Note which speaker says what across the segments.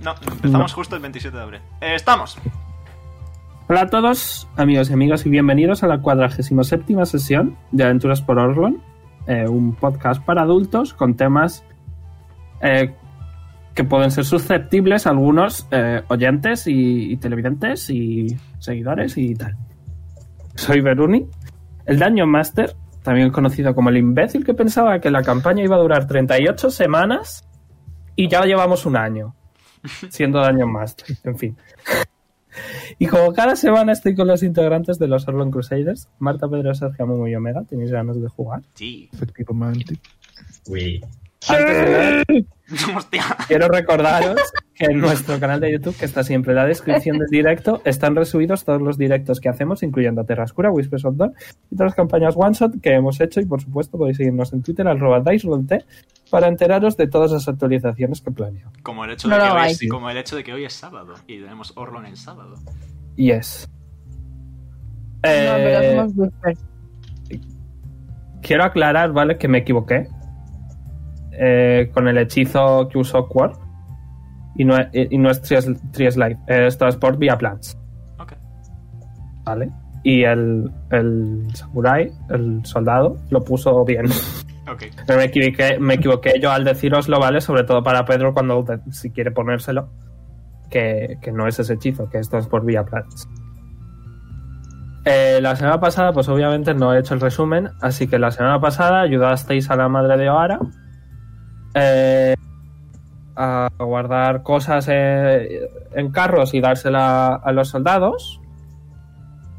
Speaker 1: No, empezamos justo el 27 de abril. Eh, estamos.
Speaker 2: Hola a todos, amigos y amigas, y bienvenidos a la 47 sesión de Aventuras por Orlon, eh, un podcast para adultos con temas eh, que pueden ser susceptibles a algunos eh, oyentes y, y televidentes y seguidores y tal. Soy Beruni, el Daño Master, también conocido como el imbécil que pensaba que la campaña iba a durar 38 semanas y ya llevamos un año siendo Daño Master, en fin. Y como cada semana estoy con los integrantes de los Orlon Crusaders, Marta, Pedro, Sergio, Momo y Omega, ¿tenéis ganas de jugar?
Speaker 1: Sí.
Speaker 3: Efectivamente.
Speaker 4: Uy,
Speaker 2: Antes de nada,
Speaker 1: Hostia.
Speaker 2: Quiero recordaros que en nuestro canal de YouTube, que está siempre en la descripción del directo, están resubidos todos los directos que hacemos, incluyendo Terrascura, Whispers of Dawn y todas las campañas One Shot que hemos hecho. Y por supuesto, podéis seguirnos en Twitter, arroba DiceRollT, para enteraros de todas las actualizaciones que planeo.
Speaker 1: Como el hecho
Speaker 5: No
Speaker 1: de que
Speaker 5: lo
Speaker 1: hoy
Speaker 5: hay.
Speaker 1: es, como el hecho de que hoy es sábado y tenemos Orlon en sábado.
Speaker 2: Yes.
Speaker 5: No, en verdad
Speaker 2: Eh,
Speaker 5: somos whispers.
Speaker 2: quiero aclarar, ¿vale? Que me equivoqué eh, con el hechizo que usó Quark. Y no, y no es Trees Trees Life, eh, es Transport vía Plants.
Speaker 1: Ok.
Speaker 2: ¿Vale? Y el, el samurai, el soldado, lo puso bien.
Speaker 1: Ok.
Speaker 2: Pero me equivoqué, me equivoqué yo al deciroslo, ¿vale? Sobre todo para Pedro cuando de- si quiere ponérselo. Que, que no es ese hechizo, que esto es por vía plans. Eh, la semana pasada, pues obviamente no he hecho el resumen, así que la semana pasada ayudasteis a la madre de Oara eh, a guardar cosas eh, en carros y dársela a los soldados,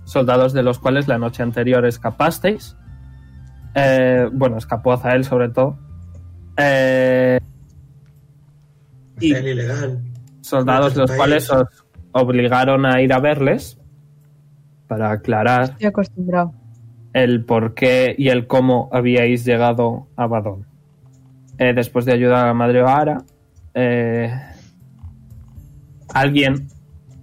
Speaker 2: soldados de los cuales la noche anterior escapasteis. Eh, bueno, escapó a él sobre todo. Eh, y
Speaker 4: es ilegal.
Speaker 2: soldados los cuales os obligaron a ir a verles para aclarar
Speaker 5: Estoy acostumbrado.
Speaker 2: el por qué y el cómo habíais llegado a Badón. Eh, después de ayudar a la madre Oara, eh, alguien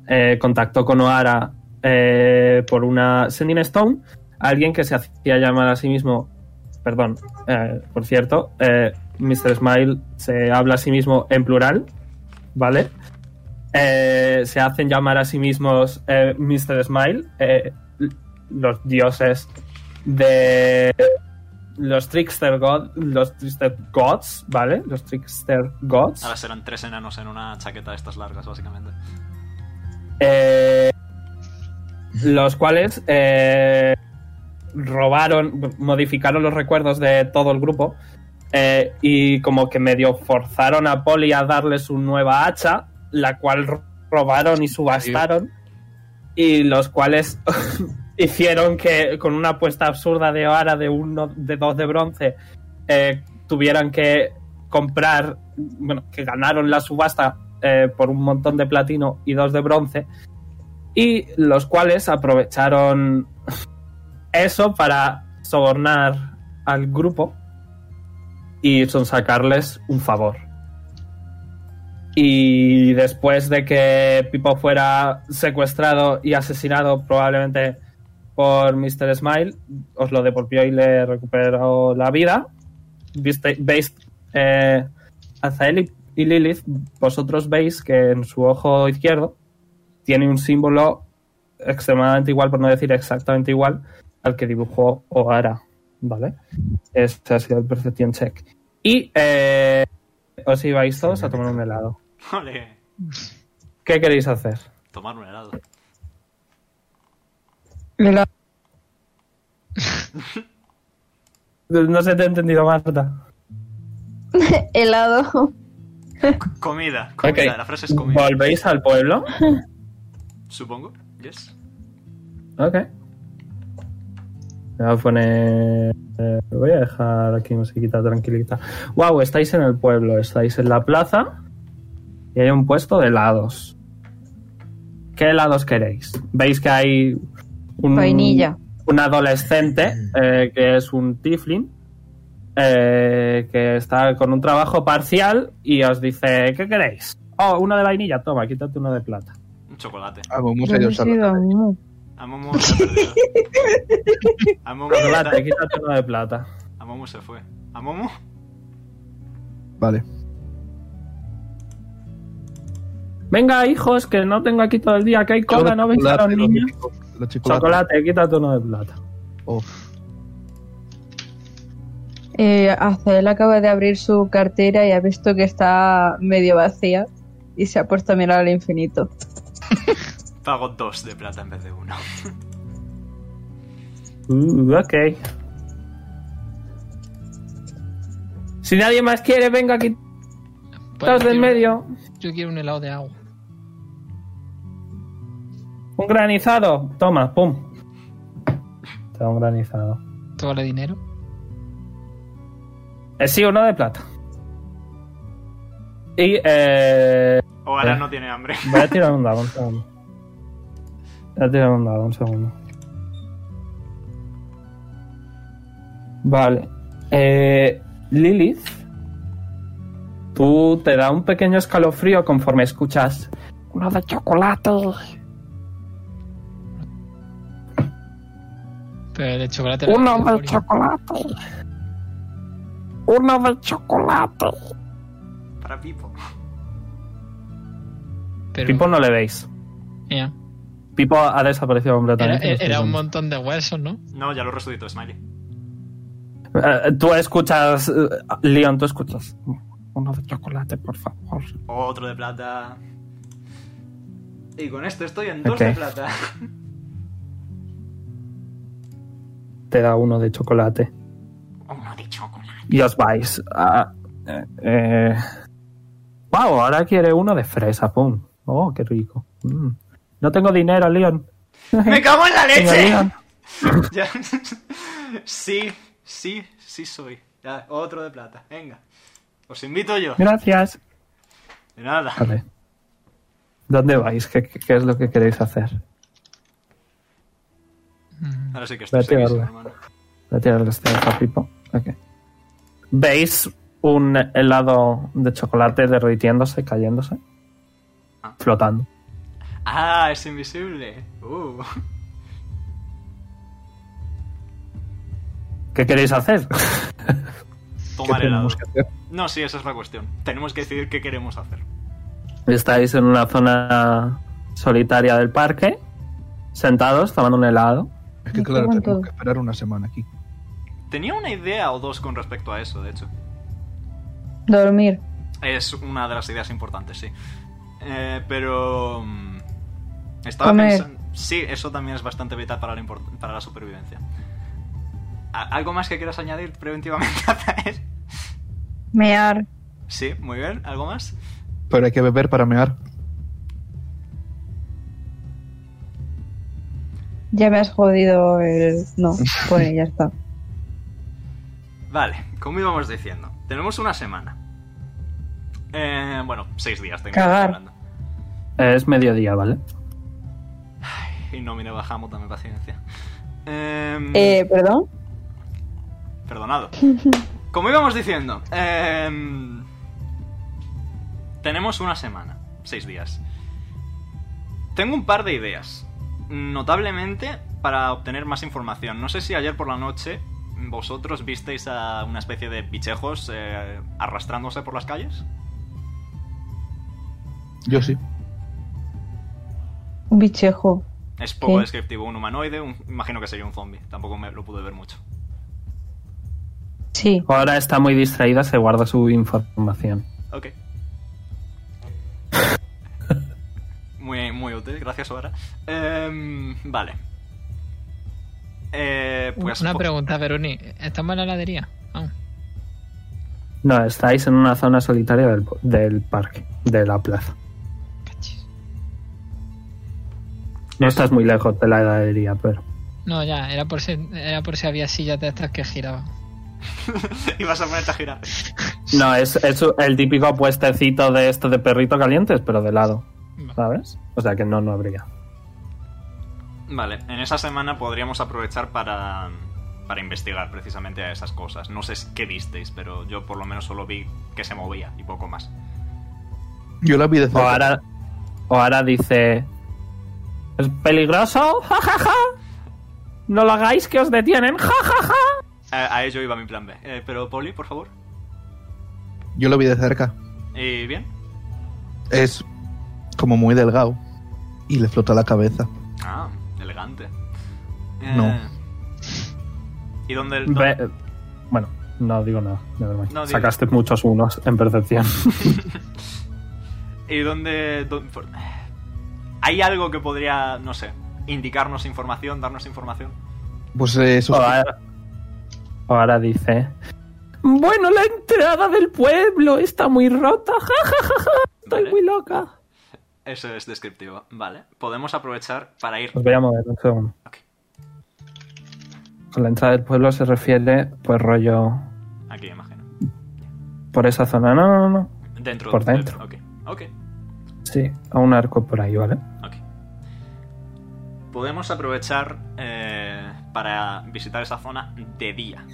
Speaker 2: eh, contactó con Oara eh, por una Sending Stone, alguien que se hacía llamar a sí mismo, perdón, eh, por cierto, eh, Mr. Smile se habla a sí mismo en plural, ¿vale? Eh, se hacen llamar a sí mismos eh, Mr. Smile, eh, los dioses de los trickster god, los trickster gods, ¿vale? Los trickster gods.
Speaker 1: Ahora serán tres enanos en una chaqueta de estas largas, básicamente.
Speaker 2: Eh, los cuales eh, robaron, modificaron los recuerdos de todo el grupo eh, y como que medio forzaron a Polly a darle su nueva hacha, la cual ro- robaron y subastaron y los cuales hicieron que con una apuesta absurda de Oara de uno de dos de bronce eh, tuvieran que comprar, bueno, que ganaron la subasta eh, por un montón de platino y dos de bronce, y los cuales aprovecharon eso para sobornar al grupo y sacarles un favor. Y después de que Pipo fuera secuestrado y asesinado probablemente por Mr. Smile, os lo devolvió y le recuperó la vida. Viste- veis eh, Azael y- y Lilith, vosotros veis que en su ojo izquierdo tiene un símbolo extremadamente igual, por no decir exactamente igual, al que dibujó O'Hara, ¿vale? Este ha sido el Perception Check. Y eh, os ibais todos a tomar un helado.
Speaker 1: Ole.
Speaker 2: ¿Qué queréis hacer?
Speaker 1: Tomar un helado.
Speaker 2: No se te ha entendido, Marta.
Speaker 5: Helado.
Speaker 1: Comida. Comida.
Speaker 2: Ok.
Speaker 1: La frase es comida.
Speaker 2: ¿Volvéis al pueblo?
Speaker 1: Supongo. Yes.
Speaker 2: Ok. Me voy a poner. eh, voy a dejar aquí musiquita tranquilita. Wow, estáis en el pueblo, estáis en la plaza y hay un puesto de helados. ¿Qué helados queréis? Veis que hay un,
Speaker 5: Vainilla.
Speaker 2: un adolescente eh, que es un tiflin eh, que está con un trabajo parcial y os dice: ¿Qué queréis? Oh, uno de vainilla, toma, quítate uno de plata.
Speaker 1: Un chocolate.
Speaker 3: Ah, vamos a
Speaker 5: Yo no
Speaker 3: usar
Speaker 5: soy vainilla.
Speaker 1: A Momo se ha perdido. A Momo,
Speaker 2: Chocolate, quítate uno de plata.
Speaker 1: a Momo se fue. A Momo.
Speaker 3: Vale.
Speaker 2: Venga, hijos, que no tengo aquí todo el día, que hay cola, no veis a los niños. Chocolate, quítate uno de plata.
Speaker 4: oh,
Speaker 5: Eh, Azael acaba de abrir su cartera y ha visto que está medio vacía y se ha puesto a mirar al infinito.
Speaker 1: Pago dos de plata en vez de uno.
Speaker 2: Uh, ok. Si nadie más quiere, venga, quitaos
Speaker 3: Bueno, yo
Speaker 2: del
Speaker 3: quiero-
Speaker 2: medio.
Speaker 3: Yo quiero un helado de agua.
Speaker 2: Un granizado. Toma, pum. Te da un granizado.
Speaker 3: ¿Todo vale dinero?
Speaker 2: Eh, sí, uno de plata. Y eh,
Speaker 1: O ahora
Speaker 2: Eh.
Speaker 1: no tiene hambre.
Speaker 2: voy a tirar un dado, un segundo. Voy a tirar un dado, un segundo. Vale. Eh, Lilith, tú te da un pequeño escalofrío conforme escuchas uno de chocolate.
Speaker 3: Pero el chocolate...
Speaker 2: Uno
Speaker 3: era
Speaker 2: de chocolate. Uno de chocolate.
Speaker 1: Para Pipo.
Speaker 3: Pero-
Speaker 2: Pipo no le veis.
Speaker 3: Ya.
Speaker 2: Pipo ha desaparecido
Speaker 3: Era,
Speaker 2: completamente.
Speaker 3: era- era un montón de huesos, ¿no?
Speaker 1: No, ya lo resucitó Smiley.
Speaker 2: Eh, tú escuchas, eh, Leon, tú escuchas. Uno de chocolate, por favor.
Speaker 1: Otro de plata. Y con esto estoy en dos
Speaker 2: Ok.
Speaker 1: de plata.
Speaker 2: Te da uno de chocolate.
Speaker 1: Uno de chocolate.
Speaker 2: Y os vais. a- eh, eh. Wow, ahora quiere uno de fresa, pum. Oh, qué rico. Mm. No tengo dinero, Leon.
Speaker 1: ¡Me cago en la
Speaker 2: Tengo
Speaker 1: leche!
Speaker 2: Leon.
Speaker 1: Ya. Sí, sí, sí soy. Ya, otro de plata. Venga. Os invito yo.
Speaker 2: Gracias.
Speaker 1: De nada.
Speaker 2: Vale. ¿Dónde vais? ¿Qué, qué- qué es lo que queréis hacer?
Speaker 3: Mm.
Speaker 1: Ahora sí que estoy
Speaker 2: Vete a
Speaker 1: sequísimo,
Speaker 2: verla.
Speaker 1: hermano.
Speaker 2: Voy a tirar el stealth a Pipo. Ok. ¿Veis un helado de chocolate derritiéndose, cayéndose?
Speaker 1: Ah.
Speaker 2: Flotando.
Speaker 1: Ah, es invisible. Uh.
Speaker 2: ¿Qué queréis hacer?
Speaker 1: Tomar helado.
Speaker 4: tenemos que hacer?
Speaker 1: No, sí, esa es la cuestión. Tenemos que decidir qué queremos hacer.
Speaker 2: Estáis en una zona solitaria del parque, sentados, tomando un helado.
Speaker 4: Es que
Speaker 5: Me
Speaker 4: claro,
Speaker 5: pregunto.
Speaker 4: tenemos que esperar una semana aquí.
Speaker 1: Tenía una idea o dos con respecto a eso, de hecho.
Speaker 5: Dormir.
Speaker 1: Es una de las ideas importantes, sí. Eh, pero... mm, Estaba
Speaker 5: Comer.
Speaker 1: pensando... Sí, eso también es bastante vital para la, import- para la supervivencia. ¿A- ¿Algo más que quieras añadir preventivamente a traer?
Speaker 5: Mear.
Speaker 1: Sí, muy bien. ¿Algo más?
Speaker 4: Pero hay que beber para mear.
Speaker 5: Ya me has jodido el... No, pone, ya está.
Speaker 1: Vale, como íbamos diciendo, tenemos una semana. Eh, bueno, seis días. tengo
Speaker 5: Cagar.
Speaker 1: hablando.
Speaker 2: Es mediodía, ¿vale?
Speaker 1: Y no, mire, bajamos, dame paciencia. Em,
Speaker 5: Eh, ¿Perdón?
Speaker 1: Perdonado. Como íbamos diciendo, em, tenemos una semana, seis días. Tengo un par de ideas, notablemente para obtener más información. No sé si ayer por la noche vosotros visteis a una especie de bichejos eh, arrastrándose por las calles.
Speaker 4: Yo sí.
Speaker 5: Un bichejo.
Speaker 1: Es poco
Speaker 5: Sí.
Speaker 1: descriptivo, un humanoide, un- imagino que sería un zombie, tampoco me lo pude ver mucho.
Speaker 5: Sí.
Speaker 2: Ahora está muy distraída, se guarda su información.
Speaker 1: Ok. Muy, muy útil, gracias, Oara. Em, vale. Eh, pues
Speaker 3: Una
Speaker 1: po-
Speaker 3: pregunta, Veroni. ¿Estamos en la heladería? Ah, Vamos.
Speaker 2: No, estáis en una zona solitaria del, del parque, de la plaza.
Speaker 3: Cachis.
Speaker 2: No estás muy lejos de la heladería, pero...
Speaker 3: No, ya, era por si, era por si había sillas de estas que giraban.
Speaker 1: y vas a ponerte a girar.
Speaker 2: No, es, es el típico puestecito de esto de perrito calientes, pero de lado,
Speaker 3: Vale.
Speaker 2: ¿sabes? O sea que no, no habría.
Speaker 1: Vale, en esa semana podríamos aprovechar para, para investigar precisamente a esas cosas. No sé si- qué visteis, pero yo por lo menos solo vi que se movía y poco más.
Speaker 4: Yo la vi de cerca.
Speaker 2: Oara, Oara dice: ¿Es peligroso? ¡Ja, ja, ja! No lo hagáis que os detienen. ¡Ja, ja, ja!
Speaker 1: A, a ello iba mi plan B. Eh, pero Poli, por favor.
Speaker 4: Yo la vi de cerca.
Speaker 1: ¿Y bien?
Speaker 4: Es como muy delgado, y le flota la cabeza.
Speaker 1: Ah, elegante. Eh,
Speaker 4: No.
Speaker 1: ¿Y dónde el.?
Speaker 2: Ve- eh, bueno, no digo nada. nevermind.
Speaker 1: No digo.
Speaker 2: Sacaste muchos unos en percepción.
Speaker 1: ¿Y dónde, dó- por- ¿Hay algo que podría, no sé, indicarnos información, darnos información?
Speaker 4: Pues eh, eso
Speaker 2: Ahora, ahora dice. Bueno, la entrada del pueblo está muy rota. Ja, ja, ja, ja. Estoy
Speaker 1: Vale.
Speaker 2: muy loca.
Speaker 1: Eso es descriptivo, vale. Podemos aprovechar para ir.
Speaker 2: Os Pues voy a mover un segundo.
Speaker 1: Ok.
Speaker 2: Con la entrada del pueblo se refiere, pues rollo,
Speaker 1: Aquí, imagino.
Speaker 2: por esa zona. No, no, no.
Speaker 1: Dentro
Speaker 2: Por
Speaker 1: del-
Speaker 2: dentro.
Speaker 1: Ok, ok,
Speaker 2: Sí, a un arco por ahí, ¿vale?
Speaker 1: ok. Podemos aprovechar eh, para visitar esa zona de día.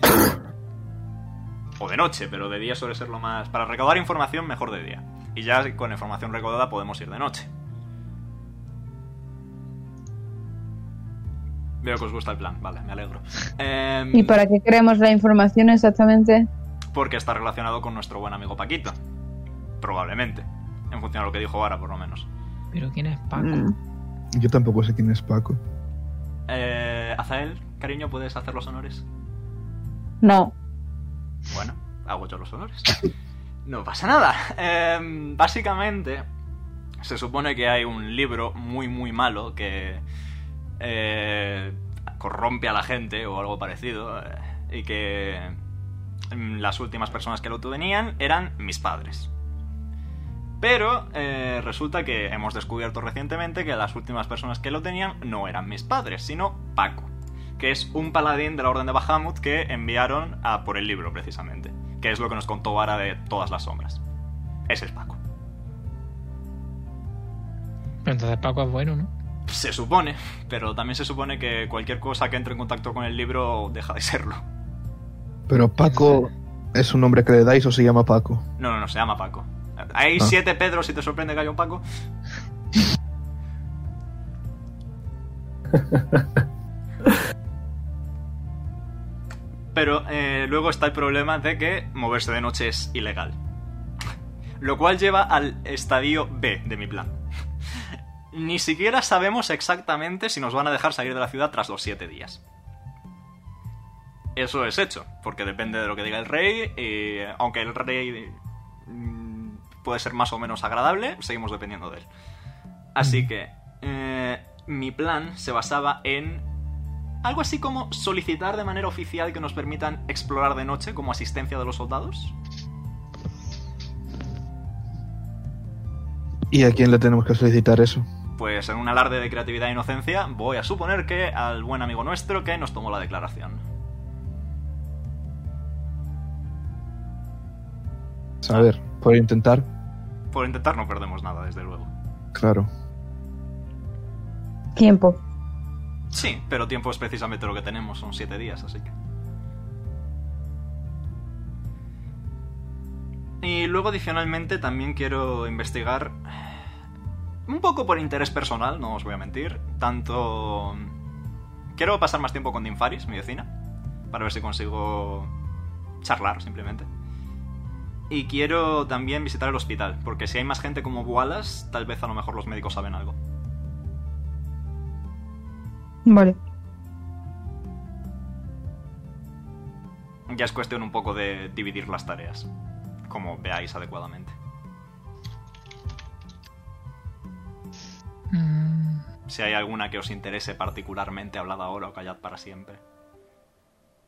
Speaker 1: o de noche, pero de día suele ser lo más. Para recaudar información, mejor de día. Y ya con información recaudada podemos ir de noche. Veo que os gusta el plan, vale, me alegro. Em,
Speaker 5: ¿Y para qué queremos la información exactamente?
Speaker 1: Porque está relacionado con nuestro buen amigo Paquito. Probablemente. En función a lo que dijo ahora, por lo menos.
Speaker 3: Pero ¿quién es Paco?
Speaker 5: Mm.
Speaker 4: sí. Yo tampoco sé quién es Paco.
Speaker 1: Eh, Azael, cariño, ¿puedes hacer los honores?
Speaker 5: No.
Speaker 1: Bueno, hago yo los honores. No pasa nada. Em, básicamente, se supone que hay un libro muy, muy malo que eh, corrompe a la gente o algo parecido. eh, Y que mm, las últimas personas que lo tenían eran mis padres. Pero eh, resulta que hemos descubierto recientemente que las últimas personas que lo tenían no eran mis padres, sino Paco que es un paladín de la Orden de Bahamut que enviaron a por el libro, precisamente. Que es lo que nos contó Vara de todas las sombras. Ese es Paco.
Speaker 3: Pero entonces Paco es bueno, ¿no?
Speaker 1: Se supone, pero también se supone que cualquier cosa que entre en contacto con el libro deja de serlo.
Speaker 4: Pero Paco es un nombre que le dais o se llama Paco.
Speaker 1: No, no, no, se llama Paco. Hay
Speaker 4: Ah.
Speaker 1: siete Pedros si te sorprende que haya un Paco. Pero eh, luego está el problema de que moverse de noche es ilegal. Lo cual lleva al estadio B de mi plan. Ni siquiera sabemos exactamente si nos van a dejar salir de la ciudad tras los siete días. Eso es hecho, porque depende de lo que diga el rey, y eh, aunque el rey mm, puede ser más o menos agradable, seguimos dependiendo de él. Así que eh, mi plan se basaba en algo así como solicitar de manera oficial que nos permitan explorar de noche como asistencia de los soldados.
Speaker 4: ¿Y a quién le tenemos que solicitar eso?
Speaker 1: Pues en un alarde de creatividad e inocencia, voy a suponer que al buen amigo nuestro que nos tomó la declaración.
Speaker 4: A ver, por intentar.
Speaker 1: Por intentar no perdemos nada, desde luego.
Speaker 4: Claro.
Speaker 5: Tiempo.
Speaker 1: Sí, pero tiempo es precisamente lo que tenemos, son siete días, así que. Y luego adicionalmente también quiero investigar un poco por interés personal, no os voy a mentir, tanto quiero pasar más tiempo con Dinfaris, mi vecina, para ver si consigo charlar simplemente. Y quiero también visitar el hospital, porque si hay más gente como Wallace, tal vez a lo mejor los médicos saben algo.
Speaker 5: Vale.
Speaker 1: Ya es cuestión un poco de dividir las tareas, como veáis adecuadamente.
Speaker 3: Mm,
Speaker 1: Si hay alguna que os interese particularmente, hablad ahora o callad para siempre.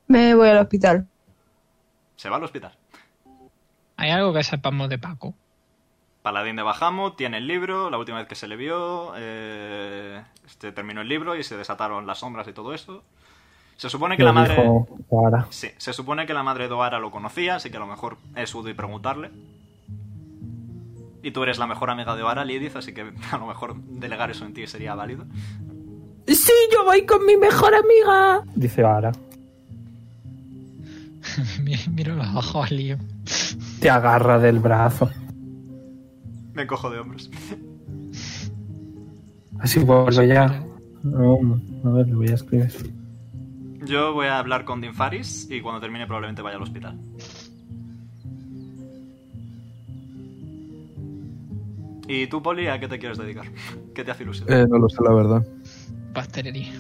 Speaker 5: Me voy al hospital.
Speaker 1: Se va al hospital.
Speaker 3: Hay algo que sepamos de Paco.
Speaker 1: Paladín de Bahamut tiene el libro, la última vez que se le vio, eh, este, terminó el libro y se desataron las sombras y todo eso. Se supone que
Speaker 2: Lo
Speaker 1: la madre...
Speaker 2: dijo Clara.
Speaker 1: Sí, se supone que la madre de Oara lo conocía, así que a lo mejor es útil preguntarle. Y tú eres la mejor amiga de Oara, Lidith, así que a lo mejor delegar eso en ti sería válido.
Speaker 2: Sí, yo voy con mi mejor amiga. Dice Ara.
Speaker 3: Mi- Miro los ojos, lío.
Speaker 2: Te agarra del brazo.
Speaker 1: Me cojo de hombros.
Speaker 2: Así vuelvo ya. No, a ver, le voy a escribir. Pues
Speaker 1: Yo voy a hablar con Dinfaris y cuando termine probablemente vaya al hospital. ¿Y tú, Poli, a qué te quieres dedicar? ¿Qué te hace ilusión?
Speaker 4: Eh, no lo sé, la verdad.
Speaker 3: Pastelería.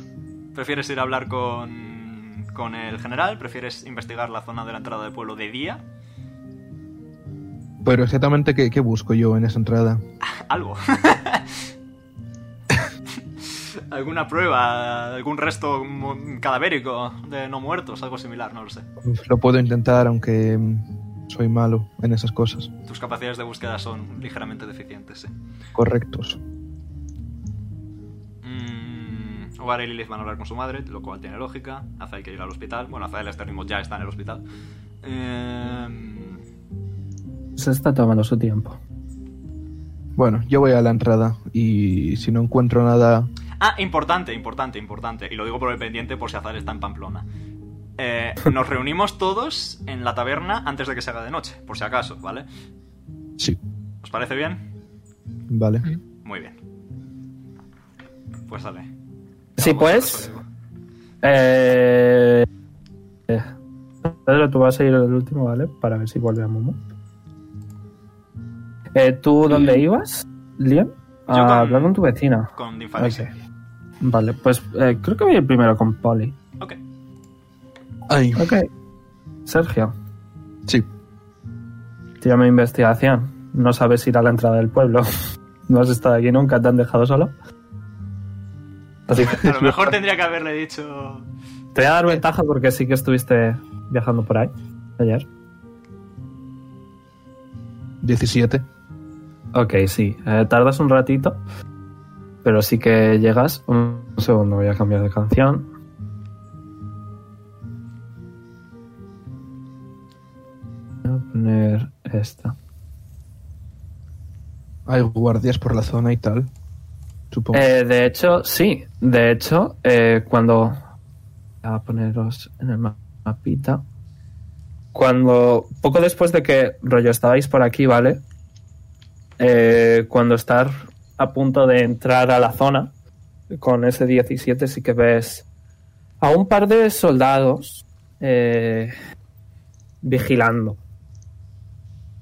Speaker 1: ¿Prefieres ir a hablar con, con el general? ¿Prefieres investigar la zona de la entrada del pueblo de día?
Speaker 4: Pero exactamente, ¿qué, qué busco yo en esa entrada?
Speaker 1: Algo. ¿Alguna prueba? ¿Algún resto mo- cadavérico de no muertos? Algo similar, no lo sé.
Speaker 4: Lo puedo intentar, aunque mm, soy malo en esas cosas.
Speaker 1: Tus capacidades de búsqueda son ligeramente deficientes, sí.
Speaker 4: Correctos.
Speaker 1: Mm, Ogar y Lilith van a hablar con su madre, lo cual tiene lógica. Azael que llega al hospital. Bueno, Azael a este ritmo ya está en el hospital. Em,
Speaker 2: Se está tomando su tiempo.
Speaker 4: Bueno, yo voy a la entrada y si no encuentro nada...
Speaker 1: Ah, importante, importante, importante. Y lo digo por el pendiente por si Azar está en Pamplona. Eh, nos reunimos todos en la taberna antes de que se haga de noche, por si acaso, ¿vale?
Speaker 4: Sí,
Speaker 1: ¿Os parece bien?
Speaker 4: vale.
Speaker 1: Muy bien. Pues dale.
Speaker 2: Sí,
Speaker 1: Vamos,
Speaker 2: pues.
Speaker 1: Rodrigo.
Speaker 2: Eh, eh, Pedro, tú vas a ir al último, ¿vale? Para ver si vuelve a Momo. Eh, ¿Tú dónde ibas, Liam?
Speaker 1: Yo
Speaker 2: A
Speaker 1: con-
Speaker 2: hablar con tu vecina.
Speaker 1: Con Dinfalicia.
Speaker 2: Vale, pues eh, creo que voy a ir primero con Polly.
Speaker 1: Ok.
Speaker 4: Ay,
Speaker 2: Ok. Sergio,
Speaker 4: sí.
Speaker 2: tírame investigación. No sabes ir a la entrada del pueblo. No has estado aquí nunca, te han dejado solo. Así que
Speaker 1: A lo mejor tendría que haberle dicho.
Speaker 2: te voy a dar ventaja porque sí que estuviste viajando por ahí ayer.
Speaker 4: 17.
Speaker 2: Ok, sí. Eh, tardas un ratito, pero sí que llegas. Un segundo, voy a cambiar de canción. Voy a poner esta.
Speaker 4: Hay guardias por la zona y tal. Supongo.
Speaker 2: Eh, de hecho, sí. De hecho, eh, cuando... Voy a poneros en el ma- mapita. Cuando... Poco después de que, rollo, estabais por aquí, ¿vale? Eh, cuando estás a punto de entrar a la zona, con ese 17 sí que ves a un par de soldados eh, vigilando.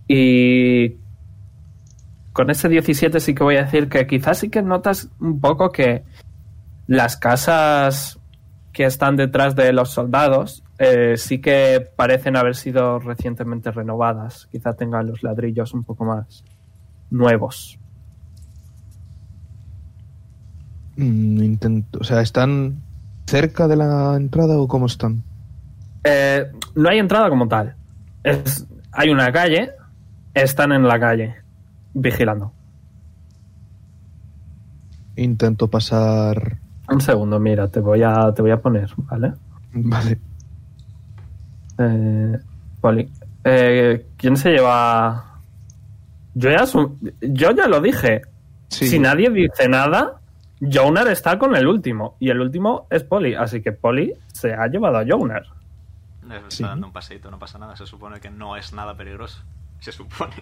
Speaker 2: Y con ese 17 sí que voy a decir que quizás sí que notas un poco que las casas que están detrás de los soldados eh, sí que parecen haber sido recientemente renovadas. Quizá tengan los ladrillos un poco más nuevos.
Speaker 4: Mm, intento... O sea, ¿están cerca de la entrada o cómo están?
Speaker 2: Eh, no hay entrada como tal. Es- hay una calle, están en la calle, vigilando.
Speaker 4: Intento pasar...
Speaker 2: Un segundo, mira, te voy a, te voy a poner, ¿vale?
Speaker 4: Vale.
Speaker 2: Eh, Poli. Eh, ¿Quién se lleva? Yo ya, asum- yo ya lo dije.
Speaker 4: Sí.
Speaker 2: Si nadie dice nada, Jonar está con el último. Y el último es Poli. Así que Poli se ha llevado a Jonar.
Speaker 1: Le Está
Speaker 4: Sí.
Speaker 1: dando un paseito, no pasa nada. Se supone que no es nada peligroso. Se supone.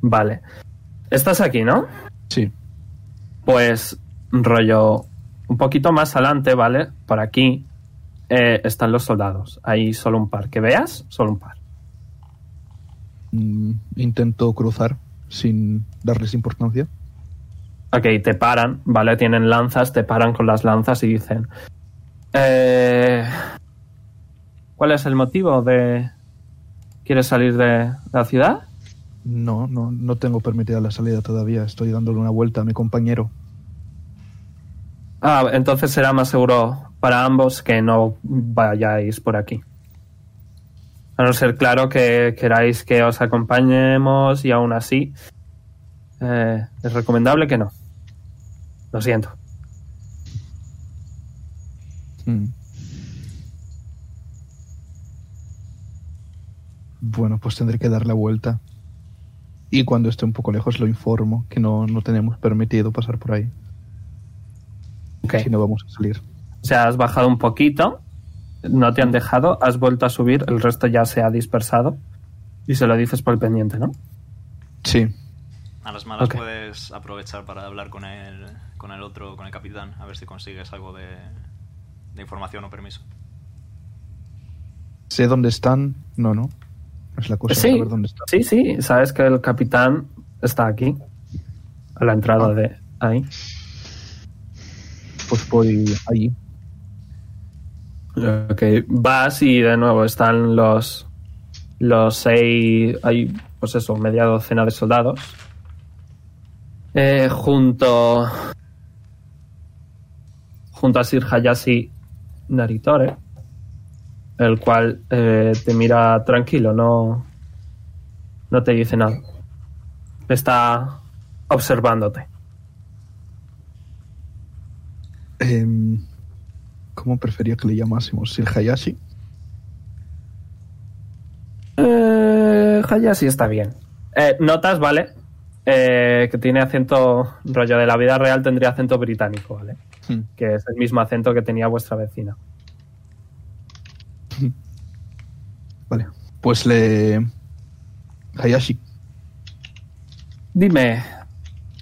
Speaker 2: Vale. Estás aquí, ¿no?
Speaker 4: Sí.
Speaker 2: Pues, rollo, un poquito más adelante, ¿vale? Por aquí eh, están los soldados. Hay solo un par. Que veas, solo un par.
Speaker 4: Mm, intento cruzar sin darles importancia.
Speaker 2: Ok, te paran, ¿vale? Tienen lanzas, te paran con las lanzas y dicen... eh, ¿Cuál es el motivo de... ¿Quieres salir de la ciudad?
Speaker 4: No, no, no tengo permitida la salida todavía. Estoy dándole una vuelta a mi compañero.
Speaker 2: Ah, entonces será más seguro para ambos que no vayáis por aquí. A no ser claro que queráis que os acompañemos y aún así eh, es recomendable que no. Lo siento.
Speaker 4: Mm. Bueno, pues tendré que dar la vuelta. Y cuando esté un poco lejos lo informo que no, no tenemos permitido pasar por ahí.
Speaker 2: Ok.
Speaker 4: Si no vamos a salir.
Speaker 2: O sea, has bajado un poquito, no te han dejado, has vuelto a subir, el resto ya se ha dispersado y se lo dices por el pendiente, ¿no?
Speaker 4: Sí.
Speaker 1: A las malas
Speaker 2: Ok.
Speaker 1: puedes aprovechar para hablar con el, con el otro, con el capitán, a ver si consigues algo de, de información o permiso.
Speaker 4: Sé dónde están. No, no. Es la cosa
Speaker 2: Sí.
Speaker 4: saber Pues dónde está.
Speaker 2: Sí, sí, sabes que el capitán está aquí. A la entrada de ahí.
Speaker 4: Pues voy allí.
Speaker 2: Ok, vas y de nuevo están los los seis, hay pues eso, media docena de soldados Eh, junto junto a Sir Hayashi Naritore, el cual eh, te mira tranquilo, no no te dice nada, está observándote.
Speaker 4: Em, ¿Cómo prefería que le llamásemos? ¿Sir Hayashi?
Speaker 2: Eh, Hayashi está bien. Eh, notas, ¿vale? Eh, que tiene acento rollo de la vida real, tendría acento británico, ¿vale?
Speaker 4: Hmm.
Speaker 2: Que es el mismo acento que tenía vuestra vecina.
Speaker 4: Vale. Pues le. Hayashi,
Speaker 2: Dime,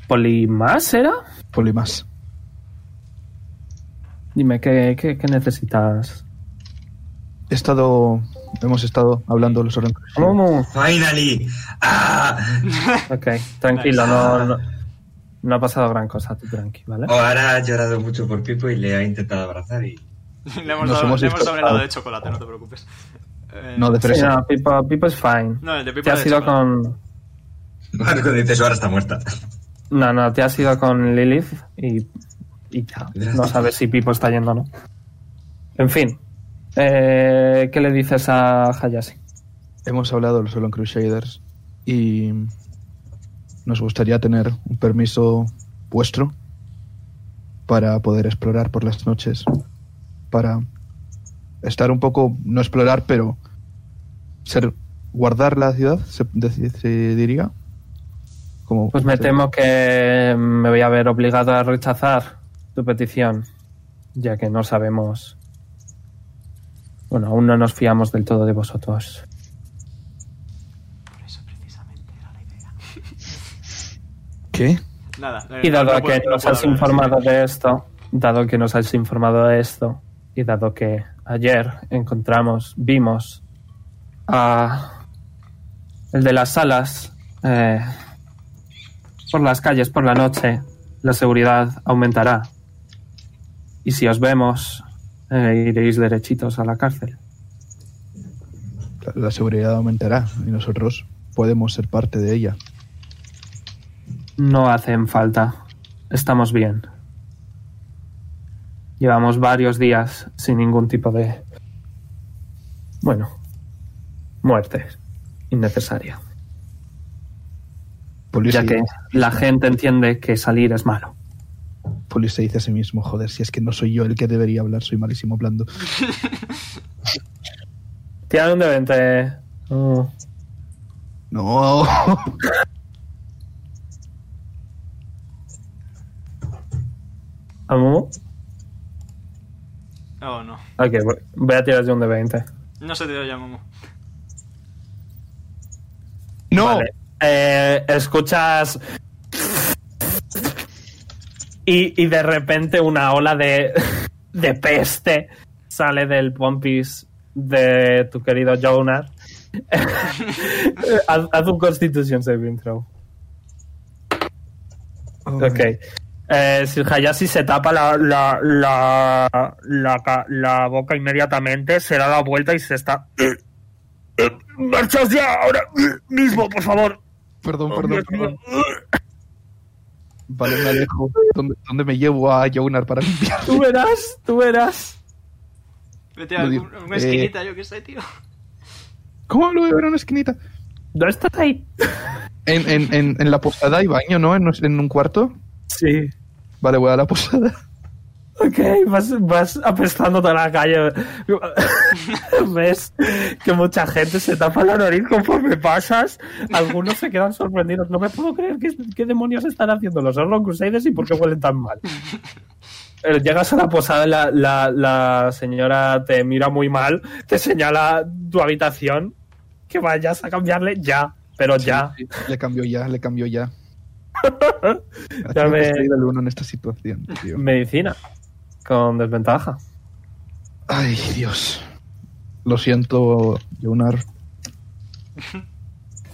Speaker 2: ¿Polimás era?
Speaker 4: ponle más.
Speaker 2: Dime, ¿qué, qué, qué necesitas?
Speaker 4: He estado. Hemos estado hablando los orancos.
Speaker 2: ¿Cómo?
Speaker 6: Finally. Ah,
Speaker 2: Ok, tranquilo, no, no, no ha pasado gran cosa, tú tranqui, ¿vale?
Speaker 1: Oh,
Speaker 6: ahora ha llorado mucho por Pipo y le ha intentado abrazar y
Speaker 1: Le hemos,
Speaker 4: Nos
Speaker 1: dado, le hemos
Speaker 4: hemos
Speaker 1: dado un
Speaker 4: dispersado.
Speaker 1: helado de chocolate, no te preocupes. Eh,
Speaker 4: No, de
Speaker 2: Sí,
Speaker 4: fresa.
Speaker 2: no, Pipo, Pipo es fine.
Speaker 1: no, el de Pipo
Speaker 2: Te
Speaker 1: era
Speaker 2: has
Speaker 1: de
Speaker 2: ido
Speaker 1: chocolate.
Speaker 2: con...
Speaker 6: Marco dice eso ahora está muerta.
Speaker 2: No, no, te has ido con Lilith y, y ya. No sabes si Pipo está yendo o no. En fin. Eh, ¿Qué le dices a Hayashi?
Speaker 4: Hemos hablado los Solon Crusaders y nos gustaría tener un permiso vuestro para poder explorar por las noches, para estar un poco, no explorar, pero ser guardar la ciudad, se, de- se diría. Como,
Speaker 2: Pues me temo que me voy a ver obligado a rechazar tu petición, ya que no sabemos... Bueno, aún no nos fiamos del todo de vosotros.
Speaker 1: Por eso precisamente era la idea.
Speaker 4: ¿Qué?
Speaker 1: Nada. eh,
Speaker 2: Y dado
Speaker 1: no
Speaker 2: que
Speaker 1: puedo- no
Speaker 2: nos
Speaker 1: puedo
Speaker 2: has
Speaker 1: hablar,
Speaker 2: informado de esto, dado que nos has informado de esto, y dado que ayer encontramos, vimos a el de las salas eh, por las calles por la noche, la seguridad aumentará. Y si os vemos, eh, iréis derechitos a la cárcel.
Speaker 4: La, la seguridad aumentará y nosotros podemos ser parte de ella.
Speaker 2: No hacen falta. Estamos bien. Llevamos varios días sin ningún tipo de... Bueno, muerte innecesaria.
Speaker 4: Polis
Speaker 2: Ya que la gente entiende que salir es malo.
Speaker 4: Polis se dice a sí mismo, joder, si es que no soy yo el que debería hablar, soy malísimo hablando.
Speaker 2: Tira un de 20. Oh,
Speaker 4: No.
Speaker 2: ¿Amu?
Speaker 1: Oh, no.
Speaker 2: Ok, voy- voy a tirar yo un de 20.
Speaker 1: No se te dio Momo.
Speaker 4: No.
Speaker 2: Vale. Eh, escuchas. Y, y de repente una ola de, de peste sale del pompis de tu querido Jonar. haz, haz un Constitution Saving Throw. Ok. Eh, si Hayashi se tapa la, la, la, la, ca- la boca inmediatamente, se da la vuelta y se está. ¡Marchaos ya! ¡Ahora mismo, por favor!
Speaker 4: Perdón,
Speaker 2: Oh,
Speaker 4: perdón,
Speaker 2: Dios
Speaker 4: perdón.
Speaker 2: mío.
Speaker 4: Vale, me alejo. ¿Dónde, dónde me llevo a Jonar para limpiar?
Speaker 2: Tú verás, tú verás.
Speaker 1: Vete
Speaker 4: Lo
Speaker 1: a
Speaker 4: digo,
Speaker 1: Eh, un- una esquinita,
Speaker 2: eh.
Speaker 1: yo qué sé, tío.
Speaker 4: ¿Cómo lo voy a ver en una esquinita?
Speaker 2: ¿No estás ahí?
Speaker 4: En, en, en, en la posada hay baño, ¿no? En, en un cuarto.
Speaker 2: Sí.
Speaker 4: Vale, voy a la posada.
Speaker 2: Ok, vas, vas apestando toda la calle. Ves que mucha gente se tapa la nariz conforme pasas. Algunos se quedan sorprendidos. No me puedo creer que- qué, demonios están haciendo los Orlon Crusaders y por qué huelen tan mal. Eh, Llegas a la posada y la, la- la señora te mira muy mal, te señala tu habitación, que vayas a cambiarle ya, pero ya.
Speaker 4: Sí, sí, Le cambió ya, le cambió ya. Ha
Speaker 2: Ya
Speaker 4: tenido
Speaker 2: me-
Speaker 4: que salir el uno en esta situación, tío.
Speaker 2: Medicina, con desventaja.
Speaker 4: Ay, Dios. Lo siento, Jonar.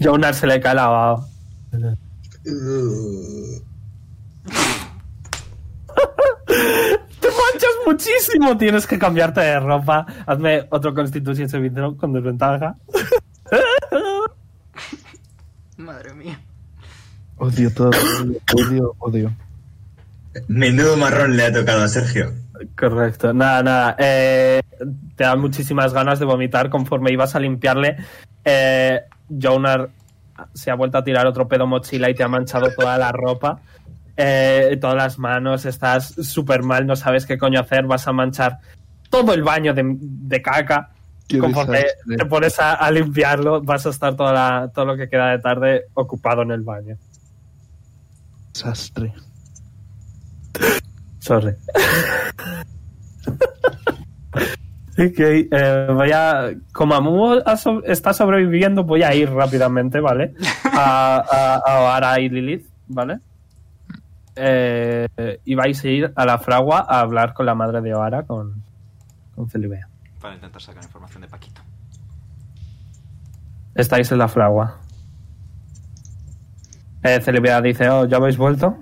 Speaker 2: Jonar se le cae la baba. Te manchas muchísimo. Tienes que cambiarte de ropa. Hazme otro Constitution Saving throw con desventaja.
Speaker 1: Madre mía.
Speaker 4: Odio todo. Odio, odio.
Speaker 6: Menudo marrón le ha tocado a Sergio.
Speaker 2: Correcto. Nada, nada. Eh, te dan muchísimas ganas de vomitar conforme ibas a limpiarle. Eh, Jonar se ha vuelto a tirar otro pedo mochila y te ha manchado toda la ropa. Eh, todas las manos, estás súper mal, no sabes qué coño hacer, vas a manchar todo el baño de, de caca.
Speaker 4: Qué
Speaker 2: Conforme
Speaker 4: desastre.
Speaker 2: te pones a, a limpiarlo, vas a estar toda la- todo lo que queda de tarde ocupado en el baño.
Speaker 4: Desastre.
Speaker 2: Sorry. ok, eh, voy a. Como Amumu ha so- está sobreviviendo, voy a ir rápidamente, ¿vale? A, a, a Oara y Lilith, ¿vale? Eh, y vais a ir a la fragua a hablar con la madre de Oara, con, con Celibea.
Speaker 1: Para intentar sacar información de Paquito.
Speaker 2: Estáis en la fragua. Eh, Celibea dice, oh, ¿ya habéis vuelto?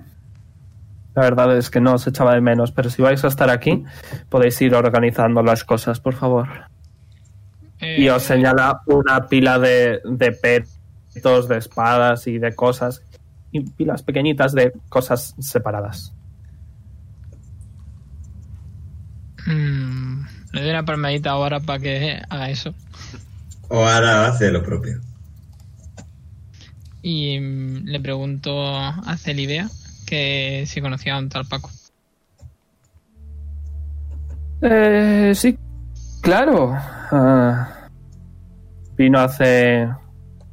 Speaker 2: La verdad es que no, os echaba de menos, pero si vais a estar aquí, podéis ir organizando las cosas, por favor. Y
Speaker 3: Eh,
Speaker 2: os señala una pila de, de petos, de espadas y de cosas. Y pilas pequeñitas de cosas separadas.
Speaker 3: Mm, le doy una palmadita ahora para que haga eso.
Speaker 6: O ahora hace lo propio.
Speaker 3: Y mm, le pregunto a Celibea que si conocía a un tal Paco.
Speaker 2: Eh, sí, claro. Ah, vino hace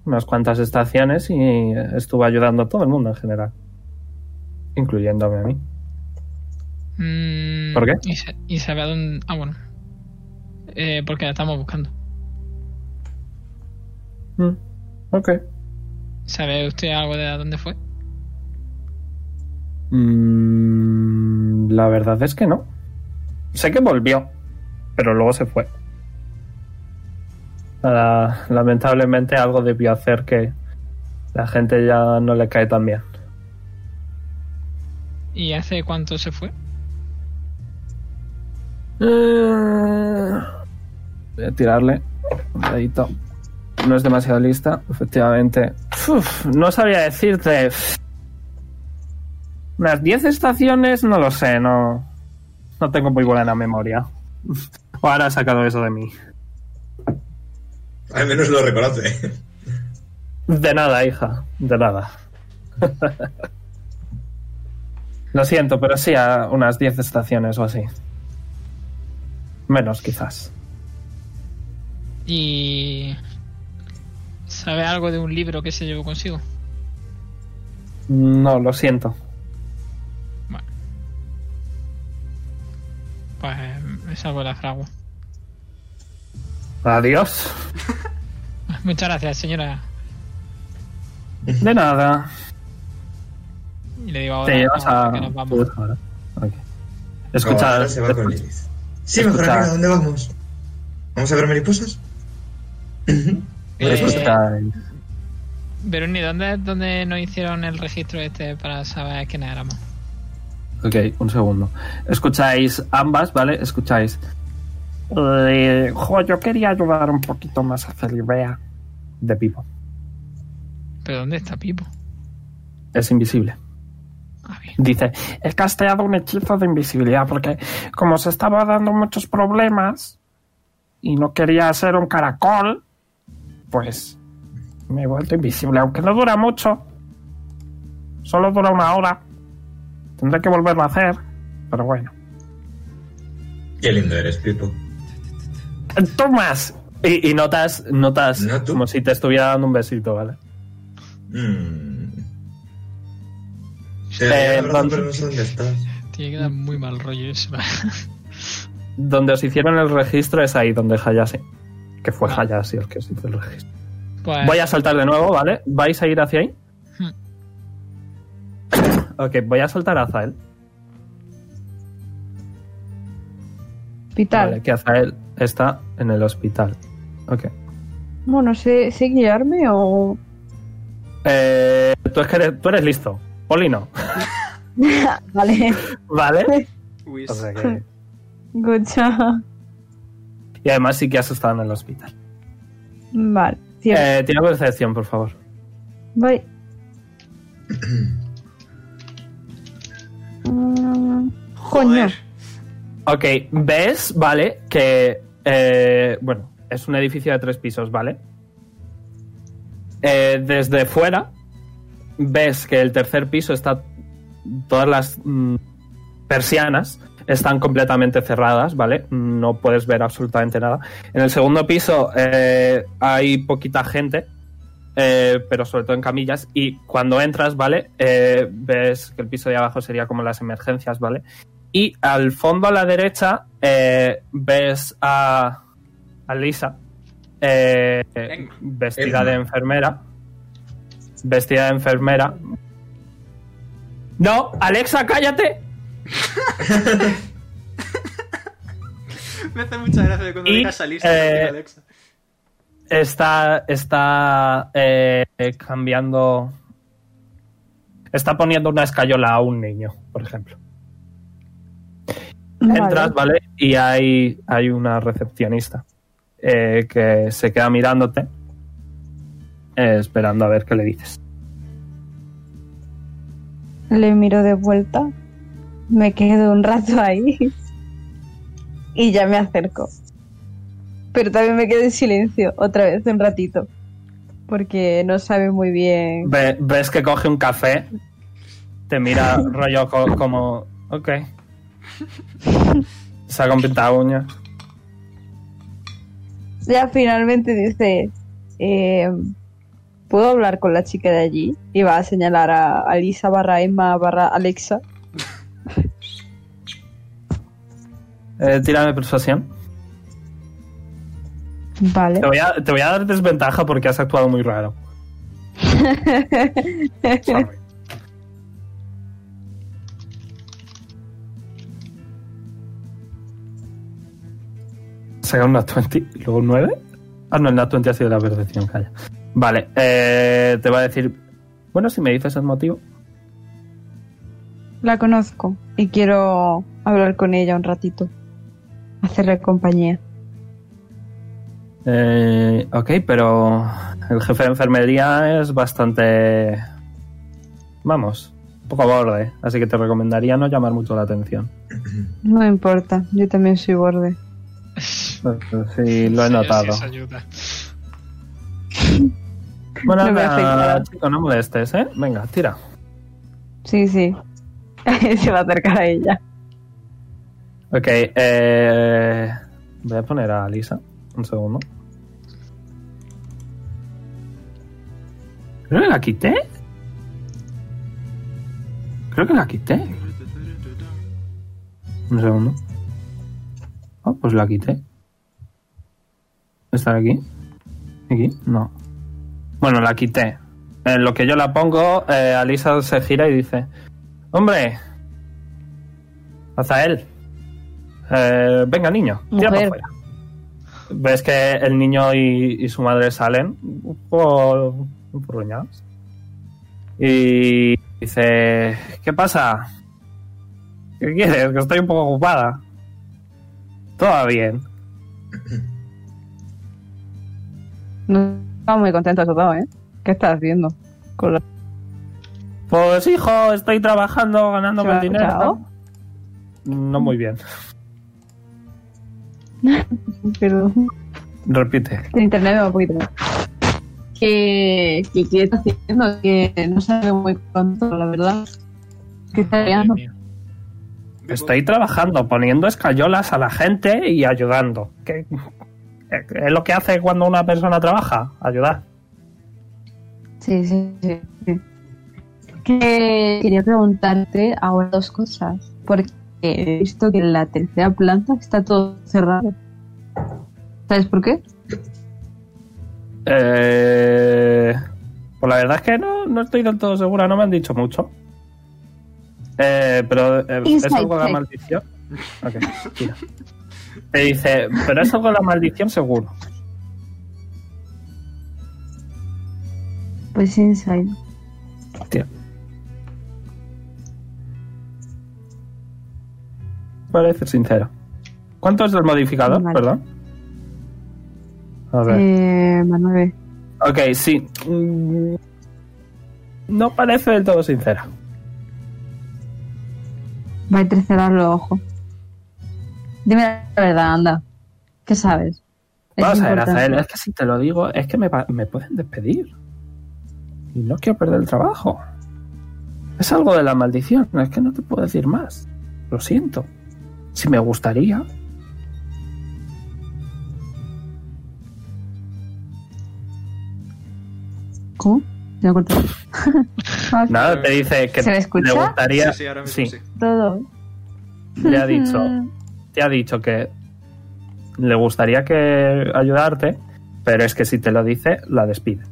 Speaker 2: unas cuantas estaciones y estuvo ayudando a todo el mundo en general. Incluyéndome a mí.
Speaker 3: Mm,
Speaker 2: ¿Por qué?
Speaker 3: Y, sa- y sabe a dónde. Ah, bueno. Eh, porque la estamos buscando.
Speaker 2: Mm, ok.
Speaker 3: ¿Sabe usted algo de a dónde fue?
Speaker 2: Mm, la verdad es que no. Sé que volvió, pero luego se fue. Nada, lamentablemente algo debió hacer que la gente ya no le cae tan bien.
Speaker 3: ¿Y hace cuánto se fue?
Speaker 2: Eh, Voy a tirarle un dedito. No es demasiado lista, efectivamente. Uf, no sabría decirte. Unas 10 estaciones, no lo sé, no. No tengo muy buena memoria. Ahora ha sacado eso de mí.
Speaker 6: Al menos lo reconoce.
Speaker 2: De nada, hija, de nada. lo siento, pero sí a unas 10 estaciones o así. Menos, quizás.
Speaker 3: ¿Y. ¿Sabe algo de un libro que se llevó consigo?
Speaker 2: No, lo siento.
Speaker 3: Pues eh, es algo de la fragua.
Speaker 2: Adiós.
Speaker 3: Muchas gracias, señora.
Speaker 2: De nada.
Speaker 3: Y le digo ahora.
Speaker 2: Te llevas a.
Speaker 3: que nos vamos.
Speaker 2: Ok. Escucha.
Speaker 6: Ahora se va con Lilith. Sí,
Speaker 2: Escucha.
Speaker 6: mejor ¿a dónde vamos? ¿Vamos a ver mariposas?
Speaker 3: Eh,
Speaker 2: escucha-
Speaker 3: Veroni, ¿dónde, ¿dónde nos hicieron el registro este para saber quiénes éramos?
Speaker 2: Ok, un segundo. Escucháis ambas, ¿vale? Escucháis. Eh, jo, yo quería ayudar un poquito más a Celibea. De Pipo.
Speaker 3: ¿Pero dónde está Pipo?
Speaker 2: Es invisible.
Speaker 3: Ah, bien.
Speaker 2: Dice, he casteado un hechizo de invisibilidad porque como se estaba dando muchos problemas y no quería ser un caracol, pues me he vuelto invisible, aunque no dura mucho. Solo dura una hora. Tendré que volverlo a hacer, pero bueno.
Speaker 6: Qué lindo eres, Pipo.
Speaker 2: Tomas. Y, y notas, notas
Speaker 6: No, tú.
Speaker 2: como si te estuviera dando un besito, ¿vale?
Speaker 6: Mm. Te
Speaker 2: Eh,
Speaker 6: daría un abrazo,
Speaker 2: entonces-
Speaker 6: pero no sé dónde estás.
Speaker 3: Tiene que dar
Speaker 2: Mm.
Speaker 3: muy mal rollo eso.
Speaker 2: Donde os hicieron el registro es ahí donde Hayashi. Que fue
Speaker 3: Ah.
Speaker 2: Hayashi el que os hizo el registro.
Speaker 3: pues,
Speaker 2: Voy a saltar de nuevo, ¿vale? ¿Vais a ir hacia ahí?
Speaker 3: Hmm.
Speaker 2: ok, voy a saltar a Azael.
Speaker 5: Pital.
Speaker 2: Vale, que Azael está en el hospital. Ok.
Speaker 5: Bueno, ¿sé, sé guiarme o...?
Speaker 2: Eh, tú, es que eres, tú eres listo. Oli no.
Speaker 5: vale,
Speaker 2: ¿Vale?
Speaker 1: Uy,
Speaker 2: O sea que-
Speaker 5: gocha.
Speaker 2: Y además sí que has estado en el hospital.
Speaker 5: Vale, cierto.
Speaker 2: Eh, tira percepción, por favor.
Speaker 5: Voy. Mm,
Speaker 1: Joder.
Speaker 2: Ok, ves, ¿vale? Que, eh, bueno, es un edificio de tres pisos, ¿vale? Eh, desde fuera, ves que el tercer piso está... Todas las mm, persianas están completamente cerradas, ¿vale? No puedes ver absolutamente nada. En el segundo piso eh, hay poquita gente, eh, pero sobre todo en camillas. Y cuando entras, ¿vale? Eh, ves que el piso de abajo sería como las emergencias, ¿vale? Y al fondo a la derecha eh, ves a, a Lisa eh,
Speaker 1: Emma.
Speaker 2: vestida
Speaker 6: Emma.
Speaker 2: de enfermera. Vestida de enfermera. No, Alexa, cállate.
Speaker 1: Me hace mucha gracia cuando
Speaker 2: Y,
Speaker 1: digas a Lisa,
Speaker 2: eh,
Speaker 1: Alexa.
Speaker 2: está, está eh, eh, cambiando. Está poniendo una escayola a un niño, por ejemplo.
Speaker 5: vale.
Speaker 2: Entras, ¿vale? Y hay, hay una recepcionista eh, que se queda mirándote, eh, esperando a ver qué le dices.
Speaker 5: Le miro de vuelta. Me quedo un rato ahí. Y ya me acerco. Pero también me quedo en silencio, otra vez, un ratito. Porque no sabe muy bien.
Speaker 2: Ve- ves que coge un café, te mira rollo co- como. Ok. Saca un pinta uña.
Speaker 5: Ya finalmente dice: eh, ¿Puedo hablar con la chica de allí? Y va a señalar a, a Lisa barra Emma barra Alexa.
Speaker 2: Eh, tírame persuasión.
Speaker 5: Vale.
Speaker 2: Te voy, a, te voy a dar desventaja porque has actuado muy raro. Sorry. Saca una 20, luego un 9. Ah, no, el nat 20 ha sido la percepción, calla. Vale, eh, te va a decir. Bueno, si me dices el motivo.
Speaker 5: La conozco y quiero hablar con ella un ratito. Hacerle compañía.
Speaker 2: Eh, ok, pero el jefe de enfermería es bastante. Vamos, un poco borde, así que te recomendaría no llamar mucho la atención.
Speaker 5: No importa, yo también soy borde.
Speaker 2: Sí, lo he
Speaker 3: Sí,
Speaker 2: notado.
Speaker 3: sí, eso ayuda.
Speaker 2: Bueno,
Speaker 5: No me
Speaker 2: venga,
Speaker 5: afecta.
Speaker 2: chico, no molestes, ¿eh? Venga, tira.
Speaker 5: Sí, sí. Se va a acercar a ella.
Speaker 2: Ok, eh, voy a poner a Lisa. Un segundo. Creo que la quité. Creo que la quité. Un segundo. Ah, pues la quité. ¿Estar aquí? ¿Aquí? No. Bueno, la quité. En lo que yo la pongo, eh, Alisa se gira y dice: Hombre, Azael, eh, venga, niño, tira para
Speaker 5: Mujer.
Speaker 2: afuera. Ves que el niño y, y su madre salen un poco emporruñados. Y dice: ¿Qué pasa? ¿Qué quieres? Que estoy un poco ocupada. Todo bien.
Speaker 5: No estamos muy contentos todos, ¿eh? ¿Qué estás haciendo? Con la-
Speaker 2: Pues hijo, estoy trabajando, ganando
Speaker 5: ¿Se me
Speaker 2: más
Speaker 5: ha
Speaker 2: dinero.
Speaker 5: escuchado?
Speaker 2: No muy bien.
Speaker 5: Perdón.
Speaker 2: Repite.
Speaker 5: El internet me va un poquito. ¿Qué, qué, qué está haciendo? Que no sabe muy pronto, la verdad. ¿Qué está
Speaker 3: Madre
Speaker 5: haciendo?
Speaker 3: mía.
Speaker 2: Estoy trabajando, poniendo escayolas a la gente y ayudando. Que es lo que hace cuando una persona trabaja, ayudar.
Speaker 5: Sí, sí, sí. sí. Que quería preguntarte ahora dos cosas. Porque he visto que en la tercera planta está todo cerrado. ¿Sabes por qué?
Speaker 2: Eh, pues la verdad es que no, no estoy del todo segura, no me han dicho mucho. Eh, pero eh, eso
Speaker 5: Insight
Speaker 2: con la
Speaker 5: check.
Speaker 2: maldición. Ok, tira. Te dice, pero eso con la maldición seguro.
Speaker 5: Pues inside.
Speaker 2: Parece sincero. ¿Cuánto es el modificador?
Speaker 5: Vale.
Speaker 2: Perdón. A ver.
Speaker 5: Eh, más nueve.
Speaker 2: Ok, sí. Mm, No parece del todo sincera.
Speaker 5: Va a cerrar los ojos. Dime la verdad, anda. ¿Qué sabes? Es
Speaker 2: Vamos a ver,
Speaker 5: importante.
Speaker 2: Azael, es que si te lo digo, es que me, va- me pueden despedir. Y no quiero perder el trabajo. Es algo de la maldición, es que no te puedo decir más. Lo siento. Si me gustaría.
Speaker 5: ¿Cómo? Se me ha cortado. Vamos,
Speaker 2: Nada, te dice que
Speaker 5: ¿Se me
Speaker 2: te-
Speaker 5: escucha?
Speaker 2: le gustaría.
Speaker 1: Sí, sí, ahora mismo sí.
Speaker 5: todo.
Speaker 2: le ha dicho. Te ha dicho que le gustaría que ayudarte, pero es que si te lo dice, la despide.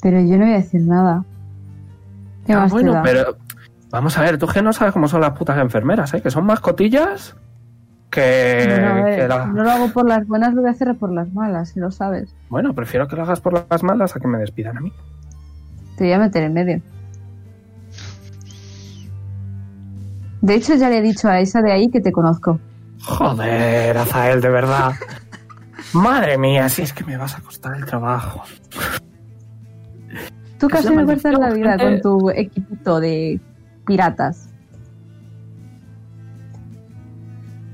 Speaker 5: Pero yo no voy a decir nada. ¿Qué
Speaker 2: Ah,
Speaker 5: más te
Speaker 2: bueno,
Speaker 5: da?
Speaker 2: pero vamos a ver, tú que no sabes cómo son las putas enfermeras, ¿eh? Que son mascotillas que,
Speaker 5: Bueno, a ver,
Speaker 2: que la-
Speaker 5: No lo hago por las buenas, lo voy a hacer por las malas, si lo sabes.
Speaker 2: Bueno, prefiero que lo hagas por las malas a que me despidan a mí.
Speaker 5: Te voy a meter en medio. De hecho, ya le he dicho a esa de ahí que te conozco.
Speaker 2: Joder, Azael, de verdad. Madre mía, si es que me vas a costar el trabajo.
Speaker 5: Tú
Speaker 2: Es la
Speaker 5: casi me cuentas la
Speaker 2: maldición,
Speaker 5: vida con
Speaker 2: gente.
Speaker 5: tu equipito de piratas.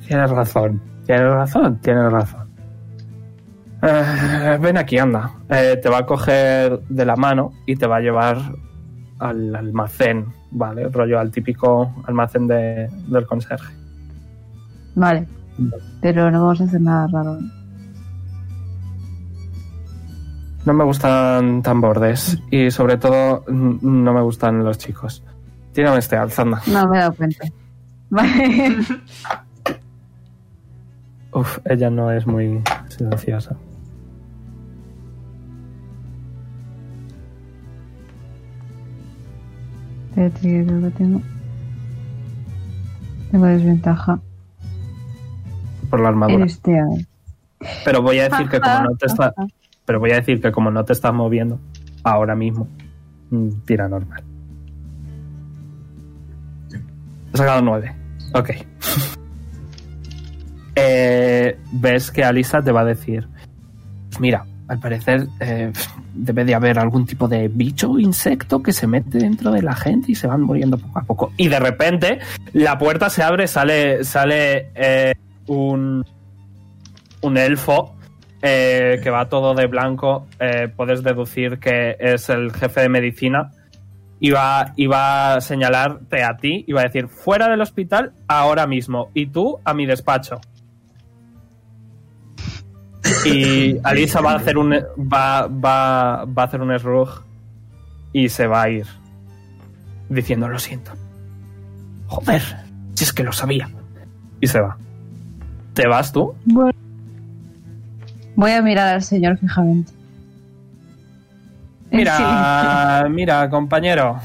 Speaker 2: Tienes razón, tienes razón, tienes razón. Eh, ven aquí, anda. Eh, te va a coger de la mano y te va a llevar al almacén, ¿vale? Rollo al típico almacén de- del conserje.
Speaker 5: Vale. Pero no vamos a hacer nada raro.
Speaker 2: No me gustan tan bordes y sobre todo n- no me gustan los chicos. Tírame este, alzanda.
Speaker 5: No me he dado cuenta. Vale.
Speaker 2: Uf, ella no es muy silenciosa.
Speaker 5: Espérate, que creo que tengo. Tengo desventaja
Speaker 2: Por la
Speaker 5: en
Speaker 2: armadura.
Speaker 5: este año.
Speaker 2: Pero voy a decir que como no te está, pero voy a decir que como no te estás moviendo ahora mismo, mm, tira normal. He sacado nueve. Ok. Eh, ves que Alisa te va a decir, mira, al parecer eh, debe de haber algún tipo de bicho o insecto que se mete dentro de la gente y se van muriendo poco a poco. Y de repente la puerta se abre, sale, sale eh, un, un elfo eh, que va todo de blanco, eh, puedes deducir que es el jefe de medicina. Y va, y va a señalarte a ti y va a decir, fuera del hospital ahora mismo. Y tú a mi despacho. Y Alisa va a hacer un va, va, va a hacer un shrug y se va a ir. Diciendo, lo siento. Joder, si es que lo sabía. Y se va. ¿Te vas tú?
Speaker 5: Voy a mirar al señor fijamente. En silencio.
Speaker 2: Mira, mira, compañero.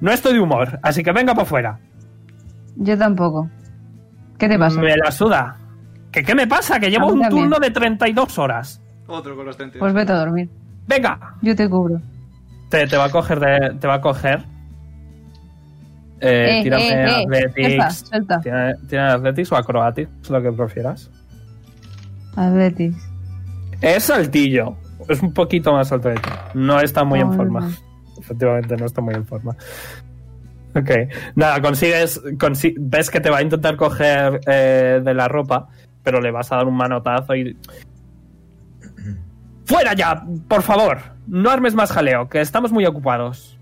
Speaker 2: No estoy de humor, así que venga por fuera.
Speaker 5: Yo tampoco. ¿Qué te pasa?
Speaker 2: Me la suda. ¿Que ¿Qué me pasa? Que llevo
Speaker 5: A mí
Speaker 2: un
Speaker 5: también.
Speaker 2: turno de 32 horas.
Speaker 1: Otro con los 32.
Speaker 5: Pues vete a dormir.
Speaker 2: Venga.
Speaker 5: Yo te cubro.
Speaker 2: Te, te va a coger de- Te va a coger. Eh,
Speaker 5: Eh,
Speaker 2: tírame
Speaker 5: eh, eh, Suelta,
Speaker 2: Athletics.
Speaker 5: suelta.
Speaker 2: Tiene, tiene Athletics o Acrobatics, lo que prefieras.
Speaker 5: Athletics.
Speaker 2: Es saltillo. Es un poquito más alto de ti. No está muy
Speaker 5: Ah,
Speaker 2: en forma.
Speaker 5: verdad.
Speaker 2: Efectivamente, no está muy en forma. Ok. Nada, consigues. consi- ves que te va a intentar coger eh, de la ropa, pero le vas a dar un manotazo y. ¡Fuera ya! Por favor, no armes más jaleo, que estamos muy ocupados.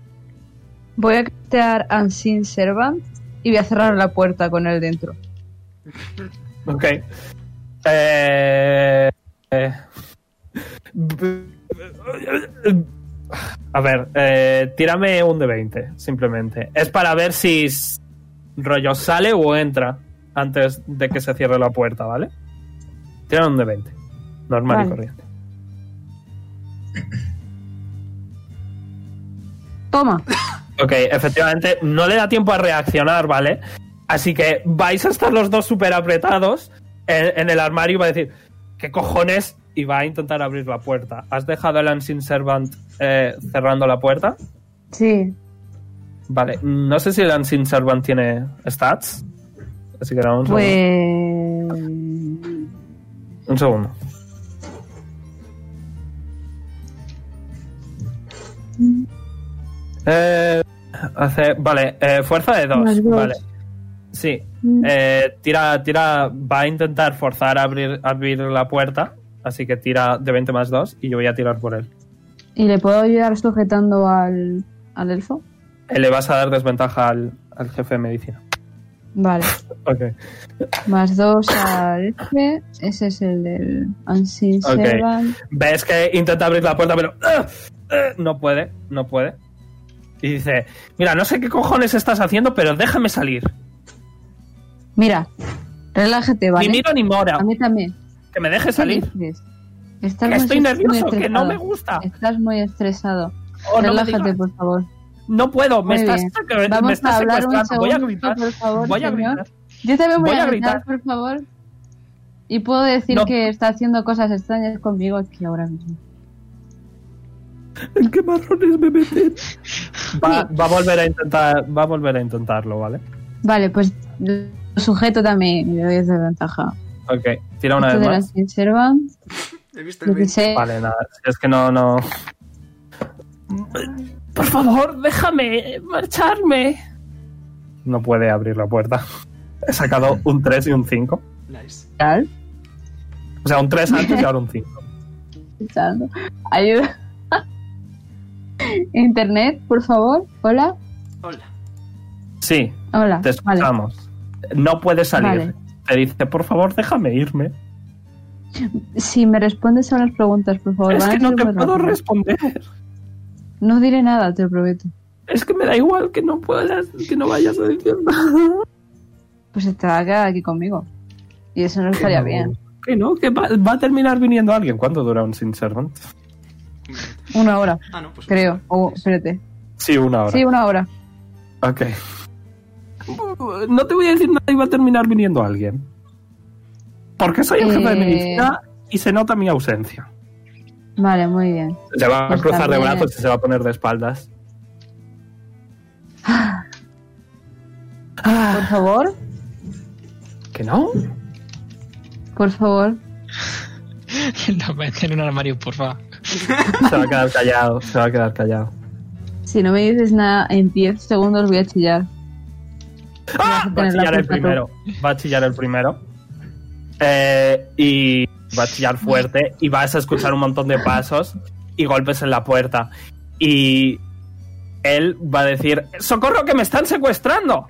Speaker 5: Voy a crear Unseen Servant y voy a cerrar la puerta con él dentro.
Speaker 2: Ok. Eh, eh. A ver, eh, tírame un de 20, simplemente. Es para ver si s- rollo sale o entra antes de que se cierre la puerta, ¿vale? Tírame un de 20. Normal y
Speaker 5: Vale.
Speaker 2: corriente.
Speaker 5: Toma.
Speaker 2: Ok, efectivamente, no le da tiempo a reaccionar, ¿vale? Así que vais a estar los dos súper apretados en, en el armario y va a decir, ¿qué cojones? y va a intentar abrir la puerta. ¿Has dejado al Unseen Servant eh, cerrando la puerta?
Speaker 5: Sí.
Speaker 2: Vale, no sé si el Unseen Servant tiene stats. Así que dame un, segundo.
Speaker 5: Pues.
Speaker 2: un segundo. Eh, hace- vale, eh, fuerza de
Speaker 5: Más
Speaker 2: 2.
Speaker 5: dos.
Speaker 2: Vale. Sí, eh, tira, tira, va a intentar forzar a abrir, abrir la puerta. Así que tira de 20 más 2 y yo voy a tirar por él.
Speaker 5: ¿Y le puedo ayudar sujetando al, al elfo?
Speaker 2: Eh, le vas a dar desventaja al, al jefe de medicina.
Speaker 5: Vale.
Speaker 2: Ok.
Speaker 5: Más dos al elfo. Ese es el del Unseen
Speaker 2: Ok.
Speaker 5: Servant.
Speaker 2: Ves que intenta abrir la puerta, pero ¡ah! ¡Ah! no puede, no puede. Y dice, mira, no sé qué cojones estás haciendo, pero déjame salir.
Speaker 5: Mira, relájate, ¿vale?
Speaker 2: Ni miro ni mora,
Speaker 5: A mí también.
Speaker 2: que me deje salir.
Speaker 5: ¿Qué dices? Estás
Speaker 2: Que
Speaker 5: muy
Speaker 2: estoy
Speaker 5: est-
Speaker 2: nervioso,
Speaker 5: muy
Speaker 2: que no me
Speaker 5: estresado.
Speaker 2: gusta.
Speaker 5: Estás muy estresado.
Speaker 2: Oh, no, me
Speaker 5: Relájate,
Speaker 2: digas.
Speaker 5: por favor.
Speaker 2: No puedo, me
Speaker 5: Muy
Speaker 2: estás,
Speaker 5: bien.
Speaker 2: que me-
Speaker 5: Vamos
Speaker 2: me estás
Speaker 5: a hablar un
Speaker 2: secuestrando. Voy a
Speaker 5: segundo,
Speaker 2: gritar,
Speaker 5: por favor,
Speaker 2: voy a
Speaker 5: señor.
Speaker 2: gritar.
Speaker 5: Yo también voy,
Speaker 2: Voy
Speaker 5: a,
Speaker 2: a
Speaker 5: gritar,
Speaker 2: gritar.
Speaker 5: por favor. Y puedo decir
Speaker 2: No.
Speaker 5: que está haciendo cosas extrañas conmigo aquí ahora mismo.
Speaker 2: ¿En qué marrones me meten? Va, va a volver a intentar, va a volver a intentarlo, ¿vale?
Speaker 5: Vale, pues lo sujeto también y le doy desventaja.
Speaker 2: Ok, tira una
Speaker 5: Esto
Speaker 2: vez
Speaker 5: de la
Speaker 2: más.
Speaker 5: sinserva,
Speaker 1: He visto el vídeo.
Speaker 5: 16.
Speaker 2: Vale, nada, es que no, no. Por favor, déjame marcharme. No puede abrir la puerta. He sacado un 3 y un 5.
Speaker 1: Nice.
Speaker 5: Tal,
Speaker 2: O sea, un 3 antes y ahora un 5.
Speaker 5: pensando. Ayuda. Internet, por favor. Hola.
Speaker 1: Hola.
Speaker 2: Sí,
Speaker 5: Hola.
Speaker 2: te
Speaker 5: Ah, Vale.
Speaker 2: escuchamos. No puede salir.
Speaker 5: Vale.
Speaker 2: Te dice, por favor, déjame irme.
Speaker 5: Si me respondes a las preguntas, por favor.
Speaker 2: es
Speaker 5: van a
Speaker 2: que no
Speaker 5: ser
Speaker 2: te
Speaker 5: muy
Speaker 2: puedo
Speaker 5: rápidas.
Speaker 2: responder.
Speaker 5: No diré nada, te lo prometo.
Speaker 2: Es que me da igual que no puedas, que no vayas a decir nada.
Speaker 5: Pues se te va a quedar aquí conmigo. Y eso no estaría
Speaker 2: no.
Speaker 5: bien.
Speaker 2: Que no, que va, va a terminar viniendo alguien. ¿Cuánto dura un Sinservant?
Speaker 5: Una hora,
Speaker 1: Ah, no, pues.
Speaker 5: creo. O, espérate.
Speaker 2: Sí, una hora.
Speaker 5: Sí, una hora.
Speaker 2: Ok. Uh, No te voy a decir nada y va a terminar viniendo alguien. Porque soy el jefe de
Speaker 5: Eh.
Speaker 2: medicina y se nota mi ausencia.
Speaker 5: Vale, muy bien.
Speaker 2: Se va a
Speaker 5: Pues
Speaker 2: cruzar de
Speaker 5: también.
Speaker 2: brazos y se va a poner de espaldas. Ah.
Speaker 5: Por favor,
Speaker 2: ¿Que no?
Speaker 5: por favor.
Speaker 3: Lo mete en un armario, por favor.
Speaker 2: Se va a quedar callado, se va a quedar callado.
Speaker 5: Si no me dices nada, en 10 segundos voy a chillar.
Speaker 2: ¡Ah! Va a
Speaker 5: tener la
Speaker 2: chillar el
Speaker 5: culpa tú.
Speaker 2: primero. Va a chillar el primero. Eh, y va a chillar fuerte y vas a escuchar un montón de pasos y golpes en la puerta. Y él va a decir, ¡Socorro que me están secuestrando!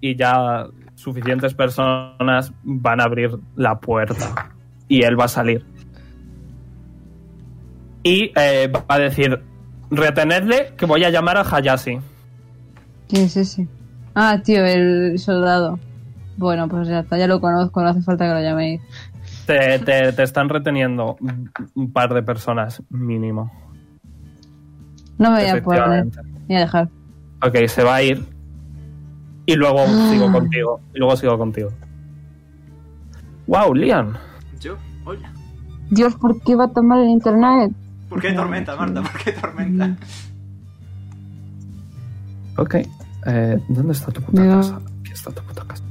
Speaker 2: Y ya suficientes personas van a abrir la puerta y él va a salir. Y eh, va a decir, retenedle que voy a llamar a Hayashi.
Speaker 5: ¿Quién es ese? Ah, tío, el soldado. Bueno, pues ya está, ya lo conozco, no hace falta que lo llaméis.
Speaker 2: Te, te- te están reteniendo un un par de personas mínimo.
Speaker 5: No me voy a poner,
Speaker 2: efectivamente.
Speaker 5: voy a dejar.
Speaker 2: Ok, se va a ir. Y luego sigo contigo. Y luego sigo contigo. Wow, Liam.
Speaker 1: Yo. Hola.
Speaker 5: Dios, ¿por qué va a tomar el internet?
Speaker 1: ¿Por qué hay tormenta, Marta? ¿Por qué hay tormenta?
Speaker 2: Ok. eh, ¿Dónde está tu puta
Speaker 5: Mira.
Speaker 2: casa? Aquí está tu puta casa.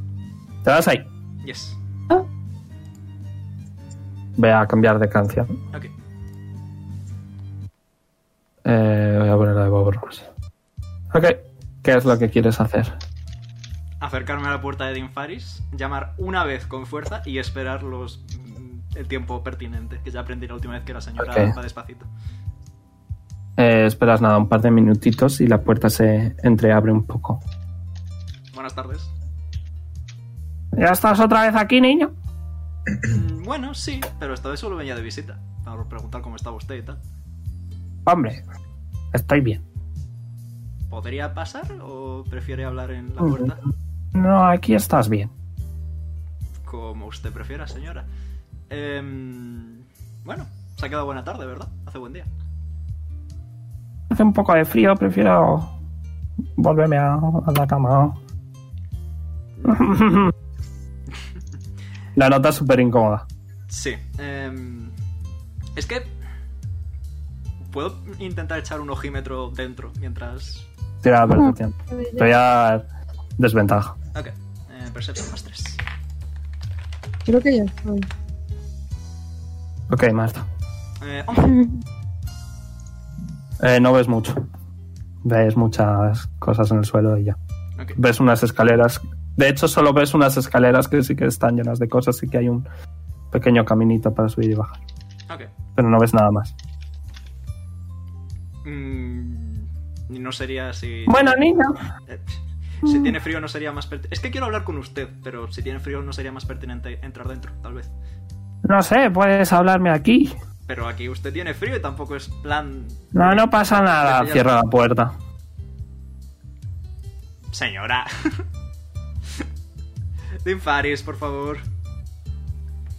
Speaker 2: Te vas ahí.
Speaker 1: Yes.
Speaker 2: Voy a cambiar de canción.
Speaker 1: Ok.
Speaker 2: Eh, voy a poner la de Bob Ross. Ok. ¿Qué es lo que quieres hacer?
Speaker 1: Acercarme a la puerta de Dinfaris, llamar una vez con fuerza y esperar los mm, el tiempo pertinente, que ya aprendí la última vez que la señora
Speaker 2: Ok.
Speaker 1: va despacito.
Speaker 2: Eh, esperas nada, un par de minutitos y la puerta se entreabre un poco.
Speaker 1: Buenas tardes.
Speaker 2: ¿Ya estás otra vez aquí, niño?
Speaker 1: Mm, Bueno, sí, pero esta vez solo venía de visita. Para preguntar cómo estaba usted y tal.
Speaker 2: Hombre, estoy bien.
Speaker 1: ¿Podría pasar o prefiere hablar en la puerta?
Speaker 2: No, aquí estás bien.
Speaker 1: Como usted prefiera, señora. Em, bueno, se ha quedado buena tarde, ¿verdad? Hace buen día.
Speaker 2: Hace un poco de frío, prefiero volverme a, a la cama. la nota súper incómoda.
Speaker 1: Sí. eh, Em, es que. ¿Puedo intentar echar un ojímetro dentro mientras.?
Speaker 2: Tira percepción. Estoy a desventaja.
Speaker 1: Ok. Eh, Perception más 3.
Speaker 5: Creo que ya estoy.
Speaker 2: Ok, Marta.
Speaker 1: Eh, 11.
Speaker 2: Eh, no ves mucho. Ves muchas cosas en el suelo y ya.
Speaker 1: Ok.
Speaker 2: Ves unas escaleras. De hecho, solo ves unas escaleras que sí que están llenas de cosas y que hay un pequeño caminito para subir y bajar.
Speaker 1: Ok.
Speaker 2: Pero no ves nada más.
Speaker 1: Mm, no sería si.
Speaker 2: Bueno, niño.
Speaker 1: Eh, Si tiene frío no sería más pertinente. Es que quiero hablar con usted, pero si tiene frío no sería más pertinente entrar dentro, tal vez.
Speaker 2: No sé, puedes hablarme aquí.
Speaker 1: Pero aquí usted tiene frío y tampoco es plan...
Speaker 2: No, no pasa nada. Cierra la puerta.
Speaker 1: Señora. Dinfaris, por favor.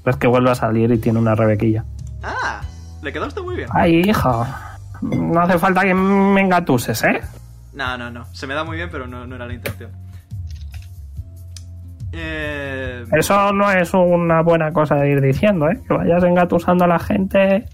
Speaker 2: Ves que vuelve a salir y tiene una rebequilla.
Speaker 1: Ah, le quedó a usted muy bien.
Speaker 2: Ay, hija. No hace falta que me engatuses, ¿eh?
Speaker 1: No, no, no. Se me da muy bien, pero no, no era la intención. Eh...
Speaker 2: Eso no es una buena cosa de ir diciendo, ¿eh? Que vayas engatusando a la gente.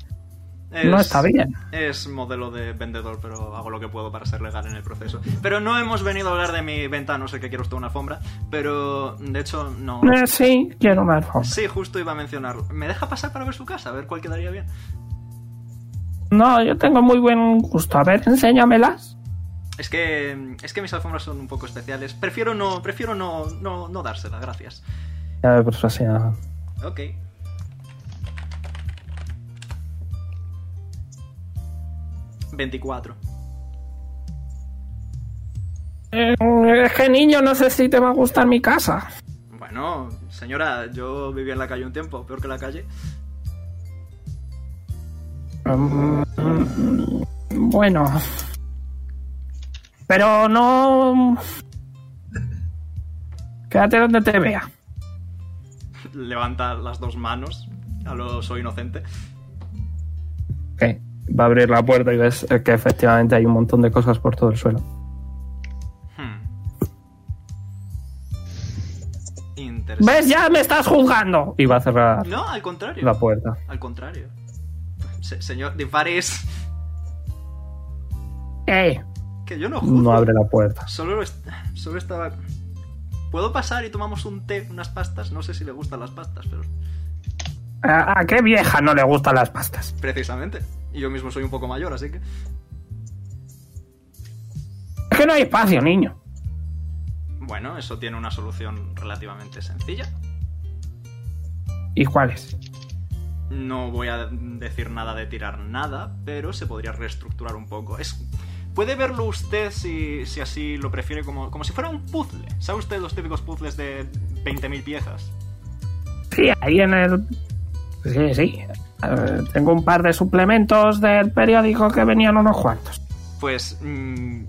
Speaker 2: Eh, No está bien.
Speaker 1: Es modelo de vendedor, pero hago lo que puedo para ser legal en el proceso. Pero no hemos venido a hablar de mi venta, a no sé que quiero usted una alfombra. Pero, de hecho, no.
Speaker 2: Eh, sí, quiero una alfombra.
Speaker 1: Sí, justo iba a mencionarlo. ¿Me deja pasar para ver su casa? A ver cuál quedaría bien.
Speaker 2: No, yo tengo muy buen gusto. A ver, enséñamelas.
Speaker 1: Es que, es que mis alfombras son un poco especiales. Prefiero no, prefiero no, no, no dársela, gracias.
Speaker 2: Ya ver, pues así. ah.
Speaker 1: Ok. ¿24?
Speaker 2: Eh, es que niño, no sé si te va a gustar mi casa.
Speaker 1: Bueno, señora, yo viví en la calle un tiempo, peor que la calle.
Speaker 2: Mm, Bueno. Pero no. Quédate donde te vea.
Speaker 1: levanta las dos manos a lo soy inocente.
Speaker 2: Ok. Va a abrir la puerta y ves eh, que efectivamente hay un montón de cosas por todo el suelo.
Speaker 1: Hmm. Interesante.
Speaker 2: ¿Ves? Ya me estás juzgando. Y va a cerrar
Speaker 1: No, al contrario.
Speaker 2: la puerta.
Speaker 1: Al contrario. Se- señor Difaris,
Speaker 2: Eh,
Speaker 1: que yo no juzgo.
Speaker 2: no abre la puerta.
Speaker 1: Solo, lo est- solo estaba... ¿Puedo pasar y tomamos un té, unas pastas? No sé si le gustan las pastas, pero...
Speaker 2: ¿A, a qué vieja no le gustan las pastas?
Speaker 1: Precisamente. Y yo mismo soy un poco mayor, así que...
Speaker 2: Es que no hay espacio, niño.
Speaker 1: Bueno, eso tiene una solución relativamente sencilla.
Speaker 2: ¿Y cuáles?
Speaker 1: No voy a decir nada de tirar nada, pero se podría reestructurar un poco. Es, puede verlo usted si, si así lo prefiere, como, como si fuera un puzzle. ¿Sabe usted los típicos puzzles de 20.000 piezas?
Speaker 2: Sí, ahí en el... pues Sí, sí. Eh, tengo un par de suplementos del periódico que venían unos cuantos.
Speaker 1: Pues mm,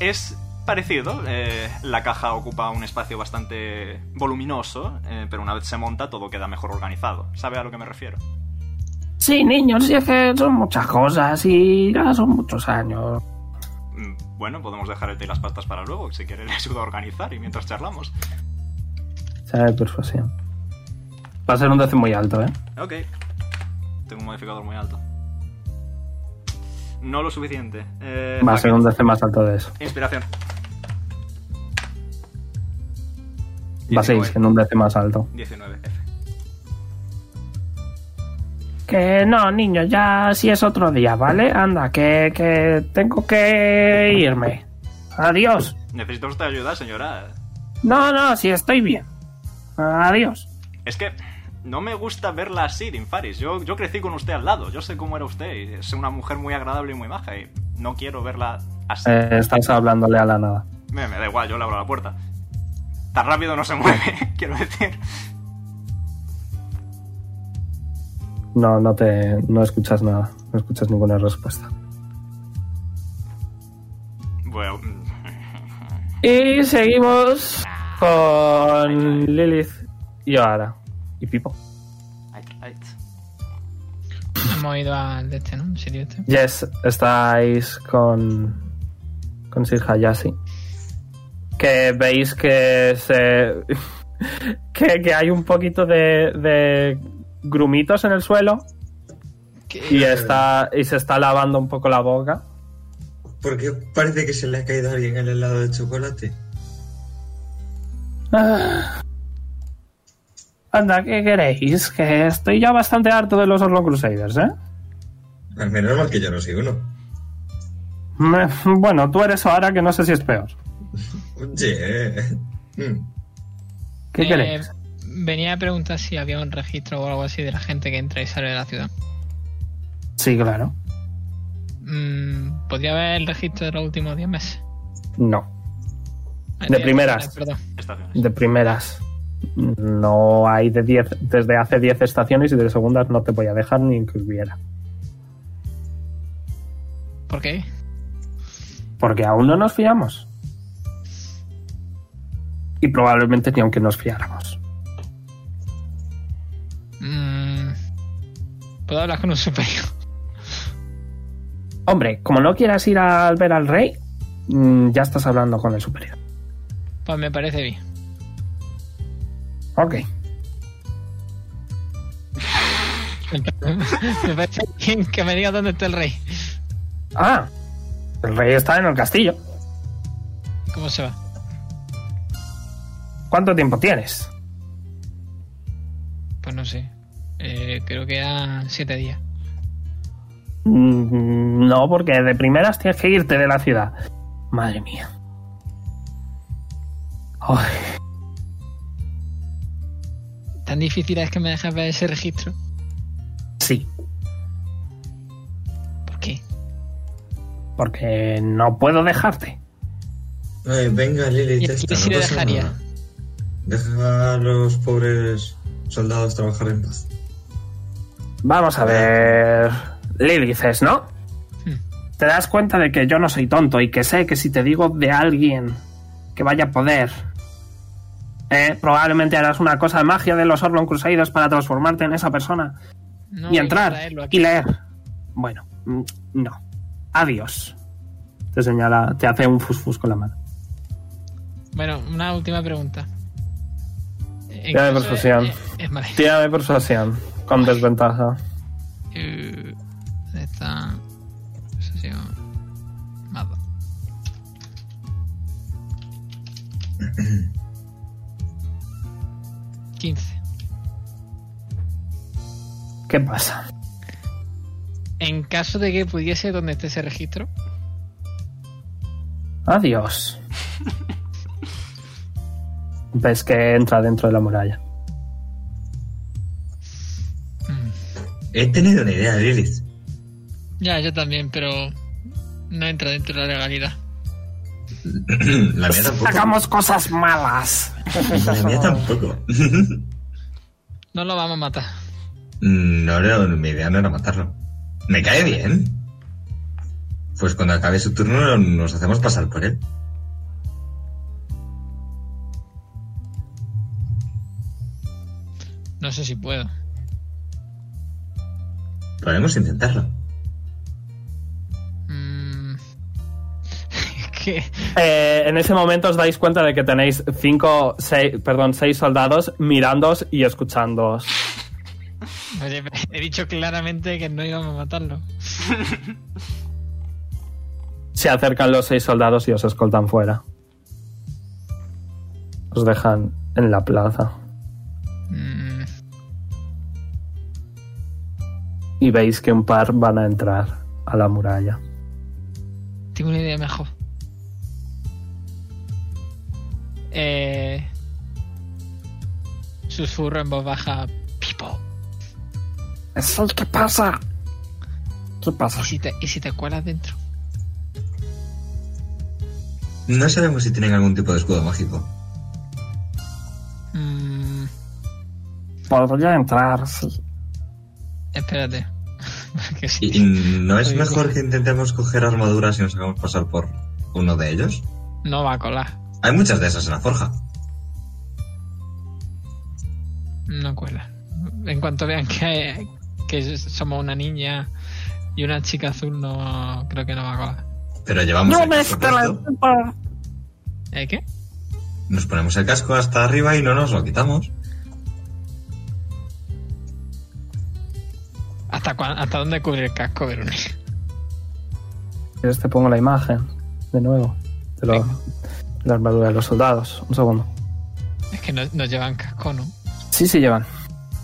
Speaker 1: es parecido. eh, la caja ocupa un espacio bastante voluminoso, eh, pero una vez se monta todo queda mejor organizado. ¿Sabe a lo que me refiero?
Speaker 2: Sí, niño, sí es que son muchas cosas y ya son muchos años.
Speaker 1: Mm, Bueno, podemos dejar el té y las pastas para luego, si quiere le ayudo a organizar y mientras charlamos.
Speaker 2: Sabe persuasión. Va a ser un 12 muy alto, ¿eh?
Speaker 1: Ok. Tengo un modificador muy alto. No lo suficiente. Eh,
Speaker 2: Va a ser un
Speaker 1: Hackett.
Speaker 2: 12 más alto de eso.
Speaker 1: Inspiración.
Speaker 2: Va a seguir
Speaker 1: 19.
Speaker 2: siendo un 12 más alto.
Speaker 1: 19.
Speaker 2: Que no, niño, ya si es otro día, ¿vale? Anda, que, que tengo que irme. Adiós.
Speaker 1: Necesito usted ayuda, señora.
Speaker 2: No, no, si estoy bien. Adiós.
Speaker 1: Es que no me gusta verla así, Dinfaris. Yo, yo crecí con usted al lado. Yo sé cómo era usted. y Es una mujer muy agradable y muy maja. Y no quiero verla así.
Speaker 2: Eh, estás hablándole a la nada.
Speaker 1: Me, me da igual, yo le abro la puerta. Tan rápido no se mueve, quiero decir.
Speaker 2: No, no te. No escuchas nada. No escuchas ninguna respuesta.
Speaker 1: Bueno, mm.
Speaker 2: Y seguimos con Lilith y ahora. Y Pipo.
Speaker 1: ay, ay.
Speaker 3: Hemos ido al de este, ¿no? Un sitio este.
Speaker 2: Yes, estáis con. con Sir Hayashi. Que veis que se. que, que hay un poquito de, de
Speaker 7: grumitos en el suelo
Speaker 3: Que-
Speaker 7: y, está, y se está lavando un poco la boca.
Speaker 6: Porque parece que se le ha caído a alguien el helado de chocolate.
Speaker 2: Ah. Anda, ¿qué queréis? Que estoy ya bastante harto de los Orlon Crusaders, ¿eh?
Speaker 6: Al menos mal que yo no soy uno.
Speaker 2: Me- Bueno, tú eres ahora que no sé si es peor.
Speaker 6: Oye. Mm.
Speaker 2: ¿Qué
Speaker 3: Eh,
Speaker 2: queréis?
Speaker 3: Venía a preguntar si había un registro o algo así de la gente que entra y sale de la ciudad.
Speaker 2: Sí, claro.
Speaker 3: Mm, ¿Podría haber el registro de los últimos 10 meses?
Speaker 2: No,
Speaker 3: Eh,
Speaker 2: De
Speaker 3: eh,
Speaker 2: primeras.
Speaker 3: Perdón.
Speaker 1: Estaciones.
Speaker 2: de primeras. No hay de 10 desde hace 10 estaciones y de segundas no te voy a dejar ni que hubiera.
Speaker 3: ¿Por qué?
Speaker 2: Porque aún no nos fiamos. Y probablemente ni aunque nos fiáramos.
Speaker 3: Mm, ¿Puedo hablar con un superior?
Speaker 2: Hombre, como no quieras ir al ver al rey, mm, ya estás hablando con el superior.
Speaker 3: Pues me parece bien.
Speaker 2: Ok.
Speaker 3: me parece bien que me diga dónde está el rey.
Speaker 2: Ah, el rey está en el castillo.
Speaker 3: ¿Cómo se va?
Speaker 2: ¿Cuánto tiempo tienes?
Speaker 3: Pues no sé. Eh, creo que eran 7 días.
Speaker 2: Mm, No, porque de primeras tienes que irte de la ciudad. Madre mía. Ay,
Speaker 3: Tan difícil es que me dejes ver ese registro.
Speaker 2: sí,
Speaker 3: ¿Por qué?
Speaker 2: porque no puedo dejarte.
Speaker 6: Ay, venga, Lili,
Speaker 3: ¿Y
Speaker 6: ya
Speaker 3: a
Speaker 6: está.
Speaker 3: quién
Speaker 6: No
Speaker 3: sí le
Speaker 6: pasa
Speaker 3: dejaría?
Speaker 6: nada. Deja a los pobres soldados trabajar en paz.
Speaker 2: Vamos a ver. Lilith es, ¿no? Te das cuenta de que yo no soy tonto y que sé que si te digo de alguien que vaya a poder, eh, probablemente harás una cosa de magia de los Orlon Crusaders para transformarte en esa persona y
Speaker 3: No, hay que
Speaker 2: entrar
Speaker 3: traerlo aquí.
Speaker 2: y leer. Bueno, mm, no. Adiós. Te señala, te hace un fusfus con la mano.
Speaker 3: Bueno, una última pregunta. En
Speaker 7: Ya de
Speaker 3: caso
Speaker 7: persuasión.
Speaker 3: eh, eh, vale.
Speaker 7: Tira de persuasión con desventaja.
Speaker 3: Eh, ¿Dónde está? Persuasión. Más dos. Quince.
Speaker 2: ¿Qué pasa?
Speaker 3: En caso de que pudiese donde esté ese registro,
Speaker 2: Adiós. Ves que entra dentro de la muralla.
Speaker 6: He tenido una idea, Lilith.
Speaker 3: ya, yo también, pero no entra dentro de la legalidad.
Speaker 6: La mía tampoco.
Speaker 2: Hagamos cosas malas.
Speaker 6: La mía tampoco.
Speaker 3: No lo vamos a matar.
Speaker 6: No, no, mi idea no era matarlo. Me cae bien. Pues cuando acabe su turno nos hacemos pasar por él.
Speaker 3: No sé si puedo.
Speaker 6: Podemos intentarlo.
Speaker 3: Mm. Es que
Speaker 7: Eh, en ese momento os dais cuenta de que tenéis cinco, seis, perdón, seis soldados mirándoos y escuchándoos.
Speaker 3: Oye, pero he dicho claramente que no íbamos a matarlo.
Speaker 7: Se acercan los seis soldados y os escoltan fuera. Os dejan en la plaza.
Speaker 3: Mm,
Speaker 7: Y veis que un par van a entrar a la muralla.
Speaker 3: tengo una idea mejor. Eh, susurro en voz baja. Pipo.
Speaker 2: Eso es que pasa. ¿Qué pasa?
Speaker 3: ¿Y si te, y si te cuelas dentro?
Speaker 6: No sabemos si tienen algún tipo de escudo mágico.
Speaker 3: Mm,
Speaker 2: Podría entrar, sí.
Speaker 3: espérate. que sí.
Speaker 6: ¿Y Mm, no es
Speaker 3: Oye,
Speaker 6: mejor
Speaker 3: sí.
Speaker 6: que intentemos coger armaduras y nos hagamos pasar por uno de ellos?
Speaker 3: No va a colar.
Speaker 6: Hay muchas de esas en la forja.
Speaker 3: No cuela. En cuanto vean que, que somos una niña y una chica azul, no creo que no va a colar.
Speaker 6: Pero llevamos el casco puesto,
Speaker 3: ¿Eh, ¿Qué?
Speaker 6: nos ponemos el casco hasta arriba y no nos lo quitamos.
Speaker 3: ¿Hasta, cuán- ¿Hasta dónde cubre el casco, Verónica?
Speaker 2: Yo te pongo la imagen de nuevo de, lo-
Speaker 3: Venga.
Speaker 2: de la armadura de los soldados. Un segundo.
Speaker 3: Es que no, no llevan casco, ¿no?
Speaker 2: Sí, sí llevan.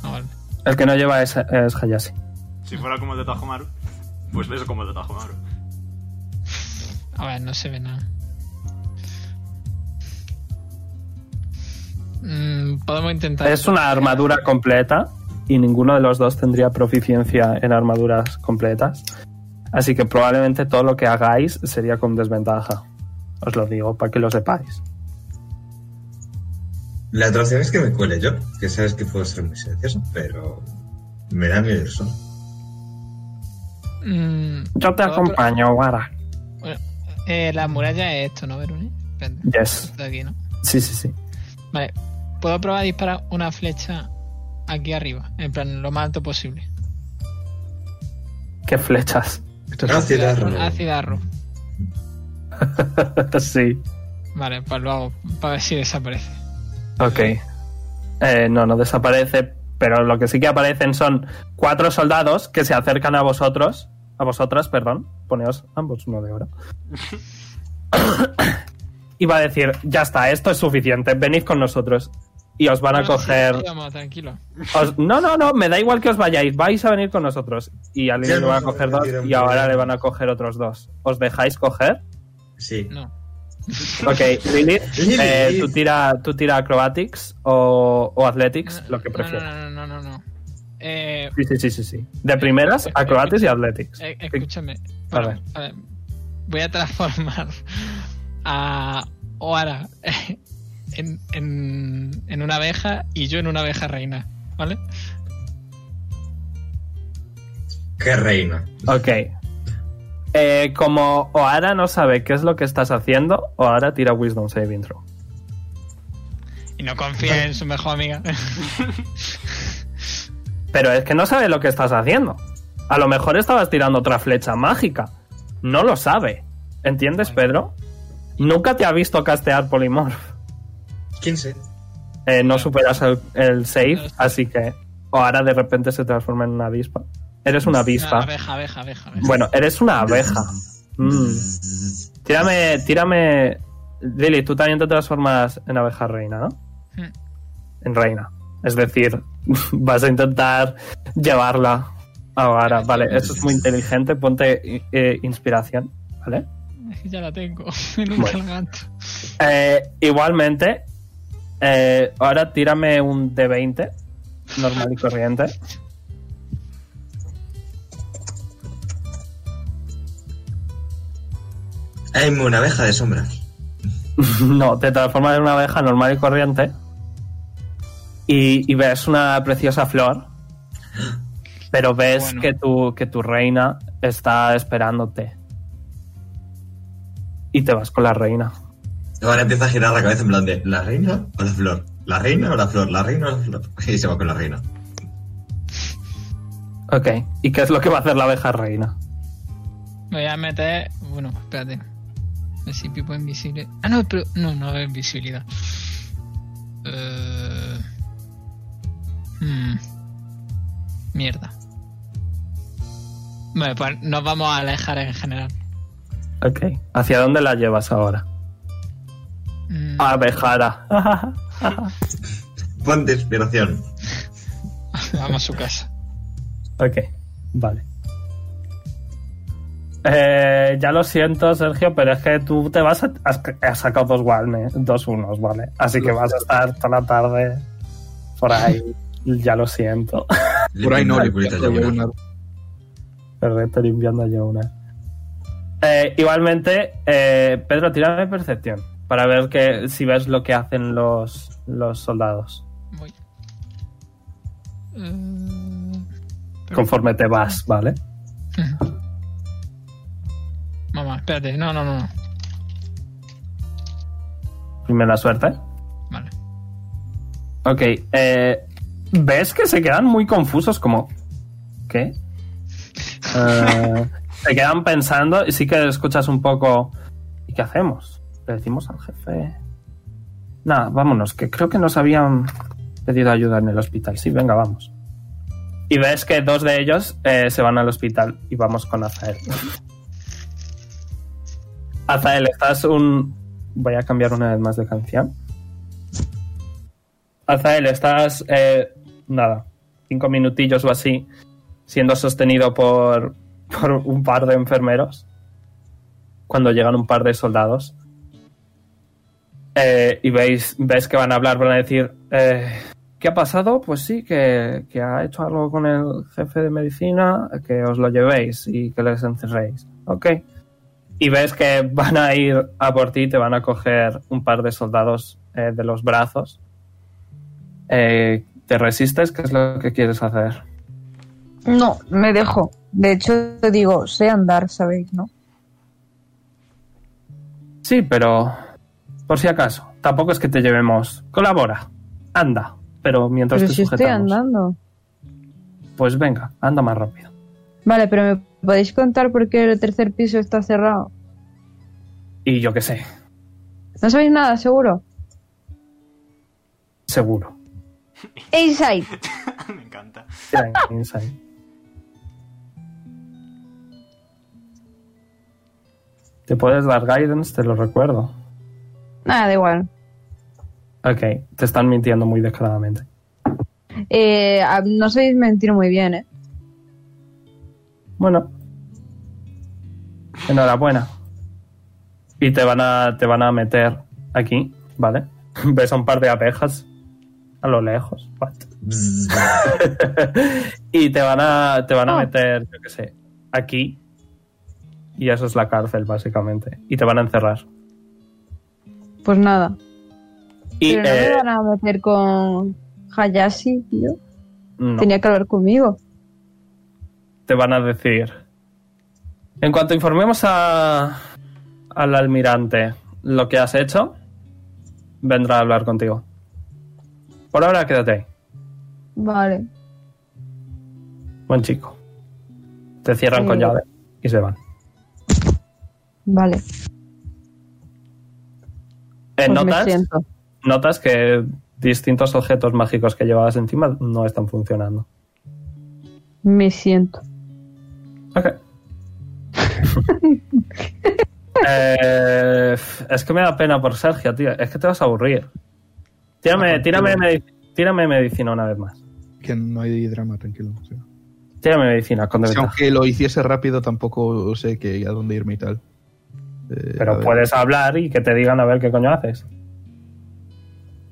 Speaker 3: Ah, vale.
Speaker 2: El que no lleva es, es Hayashi.
Speaker 1: Si fuera como el de Tajomaru, pues ves como el de Tajomaru.
Speaker 3: A ver, no se ve nada. Mm, Podemos intentar.
Speaker 2: Es una armadura completa y ninguno de los dos tendría proficiencia en armaduras completas. Así que probablemente todo lo que hagáis sería con desventaja. Os lo digo para que lo sepáis.
Speaker 6: La atracción es que me cuele yo, que sabes que puedo ser muy silencioso, pero me da miedo eso.
Speaker 2: Yo
Speaker 3: Mm,
Speaker 2: te
Speaker 3: ¿puedo pro-
Speaker 2: acompaño, Wara.
Speaker 3: Bueno, eh, la muralla es esto, ¿no, Veroni? Espérate,
Speaker 2: Yes.
Speaker 3: esto de aquí, ¿no?
Speaker 2: Sí, sí, sí.
Speaker 3: Vale, puedo probar a disparar una flecha aquí arriba, en plan lo más alto posible.
Speaker 2: Qué flechas.
Speaker 4: Estás-
Speaker 3: Ácida arrow.
Speaker 2: sí.
Speaker 3: Vale, pues lo hago, para ver si desaparece.
Speaker 2: Ok. Eh, no, no desaparece, pero lo que sí que aparecen son cuatro soldados que se acercan a vosotros. A vosotras, perdón. Poneos ambos uno de oro. y va a decir, ya está, esto es suficiente, venid con nosotros. Y os van a
Speaker 3: No,
Speaker 2: coger...
Speaker 3: sí, vamos, tranquilo.
Speaker 2: os- no, no, no, me da igual que os vayáis, vais a venir con nosotros. Y al
Speaker 6: Ya
Speaker 2: le
Speaker 6: no
Speaker 2: van a
Speaker 6: vamos a
Speaker 2: coger dos
Speaker 6: venir en
Speaker 2: y ahora
Speaker 6: breve.
Speaker 2: le van a coger otros dos. ¿Os dejáis coger?
Speaker 6: Sí.
Speaker 3: No.
Speaker 2: Ok, Lilith, eh, tú, tira, tú tira acrobatics o, o athletics,
Speaker 3: No,
Speaker 2: lo que
Speaker 3: no,
Speaker 2: prefieras.
Speaker 3: No, no, no, no, no. Eh,
Speaker 2: Sí, sí, sí, sí, sí. De primeras, acrobatics y athletics.
Speaker 3: eh, escúchame.
Speaker 2: A
Speaker 3: Bueno,
Speaker 2: ver.
Speaker 3: a ver, Voy a transformar a Oara en, en, en una abeja y yo en una abeja reina, ¿vale?
Speaker 6: Qué reina.
Speaker 2: Ok. Eh, como Oara no sabe qué es lo que estás haciendo, Oara tira Wisdom Saving Throw.
Speaker 3: Y no confía en su mejor amiga.
Speaker 2: Pero es que no sabe lo que estás haciendo. A lo mejor estabas tirando otra flecha mágica. No lo sabe. ¿Entiendes, Pedro? Nunca te ha visto castear Polymorph.
Speaker 6: 15.
Speaker 2: Eh, no superas el, el save, así que Oara de repente se transforma en una avispa. Eres una
Speaker 3: Ah,
Speaker 2: avispa.
Speaker 3: abeja, abeja, abeja. abeja.
Speaker 2: Bueno, eres una abeja. Mm. Tírame, tírame. Lili, tú también te transformas en abeja reina, ¿no?
Speaker 3: Mm.
Speaker 2: En reina. Es decir, vas a intentar llevarla ahora. Vale, eso es muy inteligente. Ponte eh, inspiración, ¿vale?
Speaker 3: Es que ya la tengo en un
Speaker 2: Bueno.
Speaker 3: garganto.
Speaker 2: Eh, igualmente, eh, ahora tírame un D20, normal y corriente.
Speaker 6: Hay una abeja de sombra.
Speaker 2: No, te transformas en una abeja normal y corriente y, y ves una preciosa flor, pero ves
Speaker 3: Bueno.
Speaker 2: que, tu, que tu reina está esperándote. Y te vas con la reina.
Speaker 6: Ahora empieza a girar la cabeza en plan de ¿la reina o la flor? ¿La reina o la flor? ¿La reina o la flor? Y se va con la reina.
Speaker 2: Ok, ¿y qué es lo que va a hacer la abeja reina?
Speaker 3: Me voy a meter. Bueno, espérate. A ver si pipo invisible. Ah, no, pero. No, no es invisibilidad. Eh, hmm. Mierda. Vale, pues nos vamos a alejar en general.
Speaker 2: Ok, ¿hacia dónde la llevas ahora?
Speaker 3: Mm,
Speaker 2: Ah. Abejara.
Speaker 6: Ponte inspiración.
Speaker 3: Vamos a su casa.
Speaker 2: Ok, vale. Eh, ya lo siento, Sergio, pero es que tú te vas a. Has, has sacado dos, guarne- dos unos, ¿vale? Así que vas a estar toda la tarde por ahí. ya lo siento.
Speaker 4: Por ahí no,
Speaker 6: Limpia
Speaker 4: le
Speaker 6: la curita
Speaker 4: le- le-
Speaker 6: de una.
Speaker 4: una-
Speaker 2: Perfecto, limpiando yo una. Eh, igualmente, eh, Pedro, tira de percepción para ver que, si ves lo que hacen los, los soldados
Speaker 3: Voy. Eh,
Speaker 2: conforme te vas, ¿vale?
Speaker 3: Mamá, espérate. No, no, no. no.
Speaker 2: Primera suerte.
Speaker 3: Vale.
Speaker 2: Ok, eh, ves que se quedan muy confusos como... ¿Qué? Eh, se quedan pensando y sí que escuchas un poco... ¿Y qué hacemos? ¿Le decimos al jefe? Nada, vámonos, que creo que nos habían pedido ayuda en el hospital. Sí, venga, vamos. Y ves que dos de ellos eh, se van al hospital y vamos con Azael. Azael, estás un... Voy a cambiar una vez más de canción. Azael, estás... eh, nada, cinco minutillos o así, siendo sostenido por, por un par de enfermeros. Cuando llegan un par de soldados. Eh, y veis, ves que van a hablar, van a decir... eh, ¿Qué ha pasado? Pues sí, que, que ha hecho algo con el jefe de medicina, que os lo llevéis y que les encerréis. Ok. Y ves que van a ir a por ti, te van a coger un par de soldados eh, de los brazos. Eh, ¿Te resistes? ¿Qué es lo que quieres hacer?
Speaker 5: No, me dejo. De hecho, te digo, sé andar, ¿sabéis, no?
Speaker 2: Sí, pero por si acaso, tampoco es que te llevemos. Colabora, anda, pero mientras
Speaker 5: Pero
Speaker 2: te
Speaker 5: si estoy
Speaker 2: sujetamos.
Speaker 5: andando.
Speaker 2: Pues venga, anda más rápido.
Speaker 5: Vale, pero ¿me podéis contar por qué el tercer piso está cerrado?
Speaker 2: Y yo qué sé,
Speaker 5: ¿No sabéis nada, seguro?
Speaker 2: seguro.
Speaker 5: Inside.
Speaker 1: Me encanta.
Speaker 2: Tira insight. Te puedes dar guidance, te lo recuerdo.
Speaker 5: Nada, da igual.
Speaker 2: Ok, te están mintiendo muy descaradamente.
Speaker 5: Eh, a- no sabéis mentir muy bien, ¿eh?
Speaker 2: Bueno. Enhorabuena. Y te van a, te van a meter aquí, ¿vale? Ves a un par de abejas a lo lejos. What?
Speaker 6: Bzz.
Speaker 2: y te van a, te van a
Speaker 5: Oh.
Speaker 2: meter, yo qué sé, aquí. Y eso es la cárcel, básicamente. Y te van a encerrar.
Speaker 5: Pues nada.
Speaker 2: Y,
Speaker 5: pero no
Speaker 2: eh,
Speaker 5: me van a meter con Hayashi, tío.
Speaker 2: no.
Speaker 5: Tenía que hablar conmigo.
Speaker 2: te van a decir. En cuanto informemos a, al almirante lo que has hecho, vendrá a hablar contigo. Por ahora quédate ahí,
Speaker 5: Vale.
Speaker 2: buen chico. Te cierran con
Speaker 5: Mm.
Speaker 2: llave y se van.
Speaker 5: Vale.
Speaker 2: Eh,
Speaker 5: pues me
Speaker 2: notas,
Speaker 5: siento.
Speaker 2: notas que distintos objetos mágicos que llevabas encima no están funcionando.
Speaker 5: Me siento.
Speaker 2: Ok. Eh, es que me da pena por Sergio, tío. Es que te vas a aburrir. Tírame, tírame, medi- tírame medicina una vez más.
Speaker 4: Que no hay drama, tranquilo. o sea.
Speaker 2: Tírame medicina con
Speaker 4: Si
Speaker 2: desventaja.
Speaker 4: aunque lo hiciese rápido, tampoco sé que, a dónde irme y tal. Eh, a
Speaker 2: Pero
Speaker 4: ver,
Speaker 2: puedes hablar y que te digan a ver qué coño haces.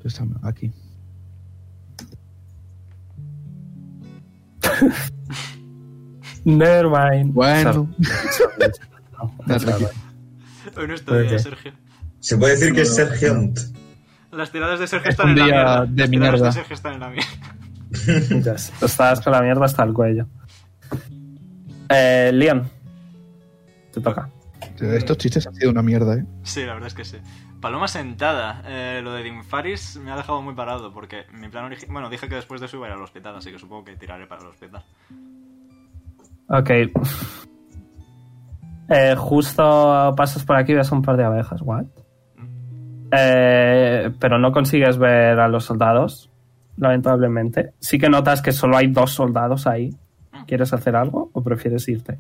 Speaker 4: pues, aquí.
Speaker 2: Nevermind.
Speaker 4: Bueno.
Speaker 1: Hoy no estoy,
Speaker 2: Ok.
Speaker 1: eh, Sergio.
Speaker 6: Se puede decir que es Sergio. Ant.
Speaker 1: Las tiradas de Sergio
Speaker 4: Es
Speaker 1: están
Speaker 4: un
Speaker 1: en la
Speaker 4: día
Speaker 1: mierda.
Speaker 4: de
Speaker 1: Las tiradas
Speaker 4: mierda.
Speaker 1: de Sergio están en la mierda.
Speaker 2: Estás con la mierda hasta el cuello. Eh, Leon. Te toca.
Speaker 4: Estos chistes han sido una mierda, ¿eh?
Speaker 1: Sí, la verdad es que sí. Paloma sentada. Eh, lo de Dinfaris me ha dejado muy parado porque mi plan original... Bueno, dije que después de eso iba a ir al hospital, así que supongo que tiraré para el hospital.
Speaker 2: Ok. Eh, justo pasas por aquí y ves un par de abejas. What? Eh, pero no consigues ver a los soldados, lamentablemente. Sí que notas que solo hay dos soldados ahí. ¿Quieres hacer algo o prefieres irte?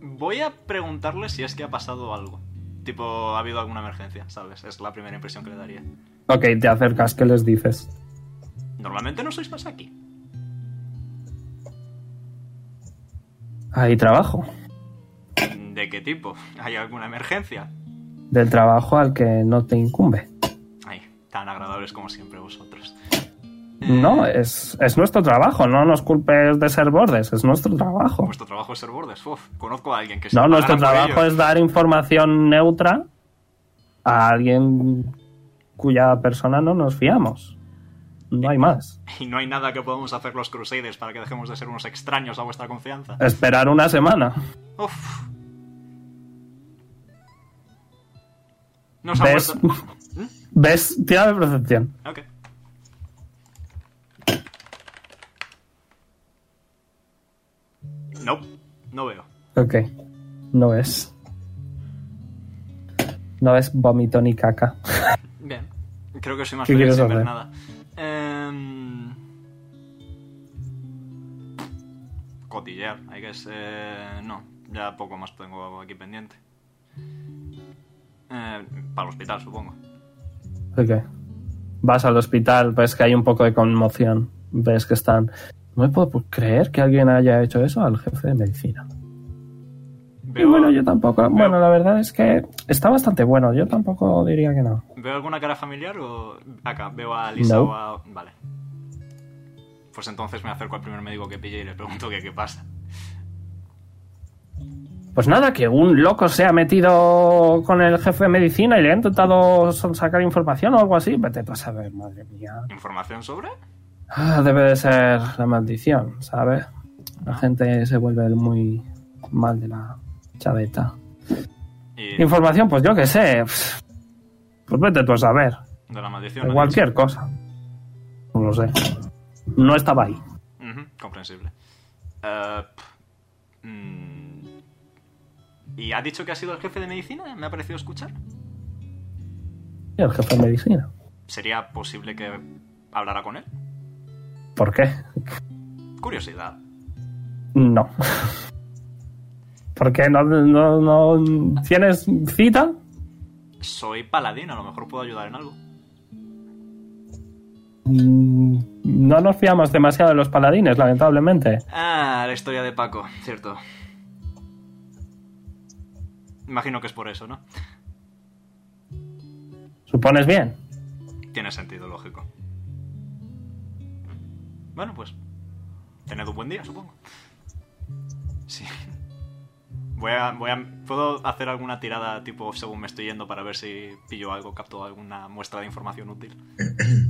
Speaker 1: Voy a preguntarle si es que ha pasado algo. Tipo, ha habido alguna emergencia, ¿sabes? Es la primera impresión que le daría.
Speaker 2: Ok, te acercas, ¿qué les dices?
Speaker 1: Normalmente no sois más aquí.
Speaker 2: Hay trabajo.
Speaker 1: ¿De qué tipo? ¿Hay alguna emergencia?
Speaker 2: Del trabajo al que no te incumbe.
Speaker 1: Ay, tan agradables como siempre vosotros.
Speaker 2: No, es, es nuestro trabajo. No nos culpes de ser bordes, es nuestro trabajo.
Speaker 1: Vuestro trabajo es ser bordes. Uf, conozco a alguien que se
Speaker 2: No,
Speaker 1: pagara
Speaker 2: nuestro
Speaker 1: por
Speaker 2: trabajo
Speaker 1: ello.
Speaker 2: es dar información neutra a alguien cuya persona no nos fiamos. No hay más.
Speaker 1: Y no hay nada que podamos hacer los Crusaders para que dejemos de ser unos extraños a vuestra confianza.
Speaker 2: Esperar una semana.
Speaker 1: Uf. Nos han
Speaker 2: ¿Ves?
Speaker 1: vuelto...
Speaker 2: ¿Ves? Tira de percepción.
Speaker 1: Ok. No, no veo.
Speaker 2: Ok. No ves. No ves vómito ni caca.
Speaker 1: Bien. Creo que soy más
Speaker 2: ¿Qué
Speaker 1: feliz Em,
Speaker 2: quieres
Speaker 1: sin ver
Speaker 2: hacer?
Speaker 1: nada. Em, cotillear. Hay que ser... No, ya poco más tengo aquí pendiente. Eh, para el hospital, supongo.
Speaker 2: Ok. Vas al hospital, ves que hay un poco de conmoción. Ves que están. No me puedo creer que alguien haya hecho eso al jefe de medicina. Y
Speaker 1: Veo,
Speaker 2: bueno, yo tampoco. Bueno, la verdad es que está bastante bueno. Yo tampoco diría que no.
Speaker 1: ¿Veo alguna cara familiar o...? Acá, veo a Lisa
Speaker 2: No.
Speaker 1: o a... Vale. Pues entonces me acerco al primer médico que pille y le pregunto que qué pasa.
Speaker 2: Pues nada, que un loco se ha metido con el jefe de medicina y le ha intentado sacar información o algo así. Vete tú a saber, madre mía.
Speaker 1: ¿Información sobre?
Speaker 2: Ah, Debe de ser la maldición, ¿sabes? La gente se vuelve muy mal de la chaveta.
Speaker 1: Y de
Speaker 2: Información, pues yo qué sé. Pff, Pues vete tú a saber.
Speaker 1: la maldición.
Speaker 2: De
Speaker 1: ¿no?
Speaker 2: cualquier cosa. No lo sé. No estaba ahí.
Speaker 1: Ujú, comprensible. Eh, pf, mm. ¿Y ha dicho que ha sido el jefe de medicina? ¿Me ha parecido escuchar?
Speaker 2: El jefe de medicina.
Speaker 1: ¿Sería posible que hablara con él?
Speaker 2: ¿Por qué?
Speaker 1: Curiosidad.
Speaker 2: No. ¿Por qué no, no, no tienes cita?
Speaker 1: Soy paladín, a lo mejor puedo ayudar en algo.
Speaker 2: Mm, No nos fiamos demasiado de los paladines, lamentablemente.
Speaker 1: Ah, la historia de Paco, cierto. Imagino que es por eso, ¿no?
Speaker 2: ¿Supones bien?
Speaker 1: Tiene sentido lógico. Bueno, pues. Tened un buen día, supongo. Sí. Voy a, voy a. ¿Puedo hacer alguna tirada tipo según me estoy yendo para ver si pillo algo, capto alguna muestra de información útil?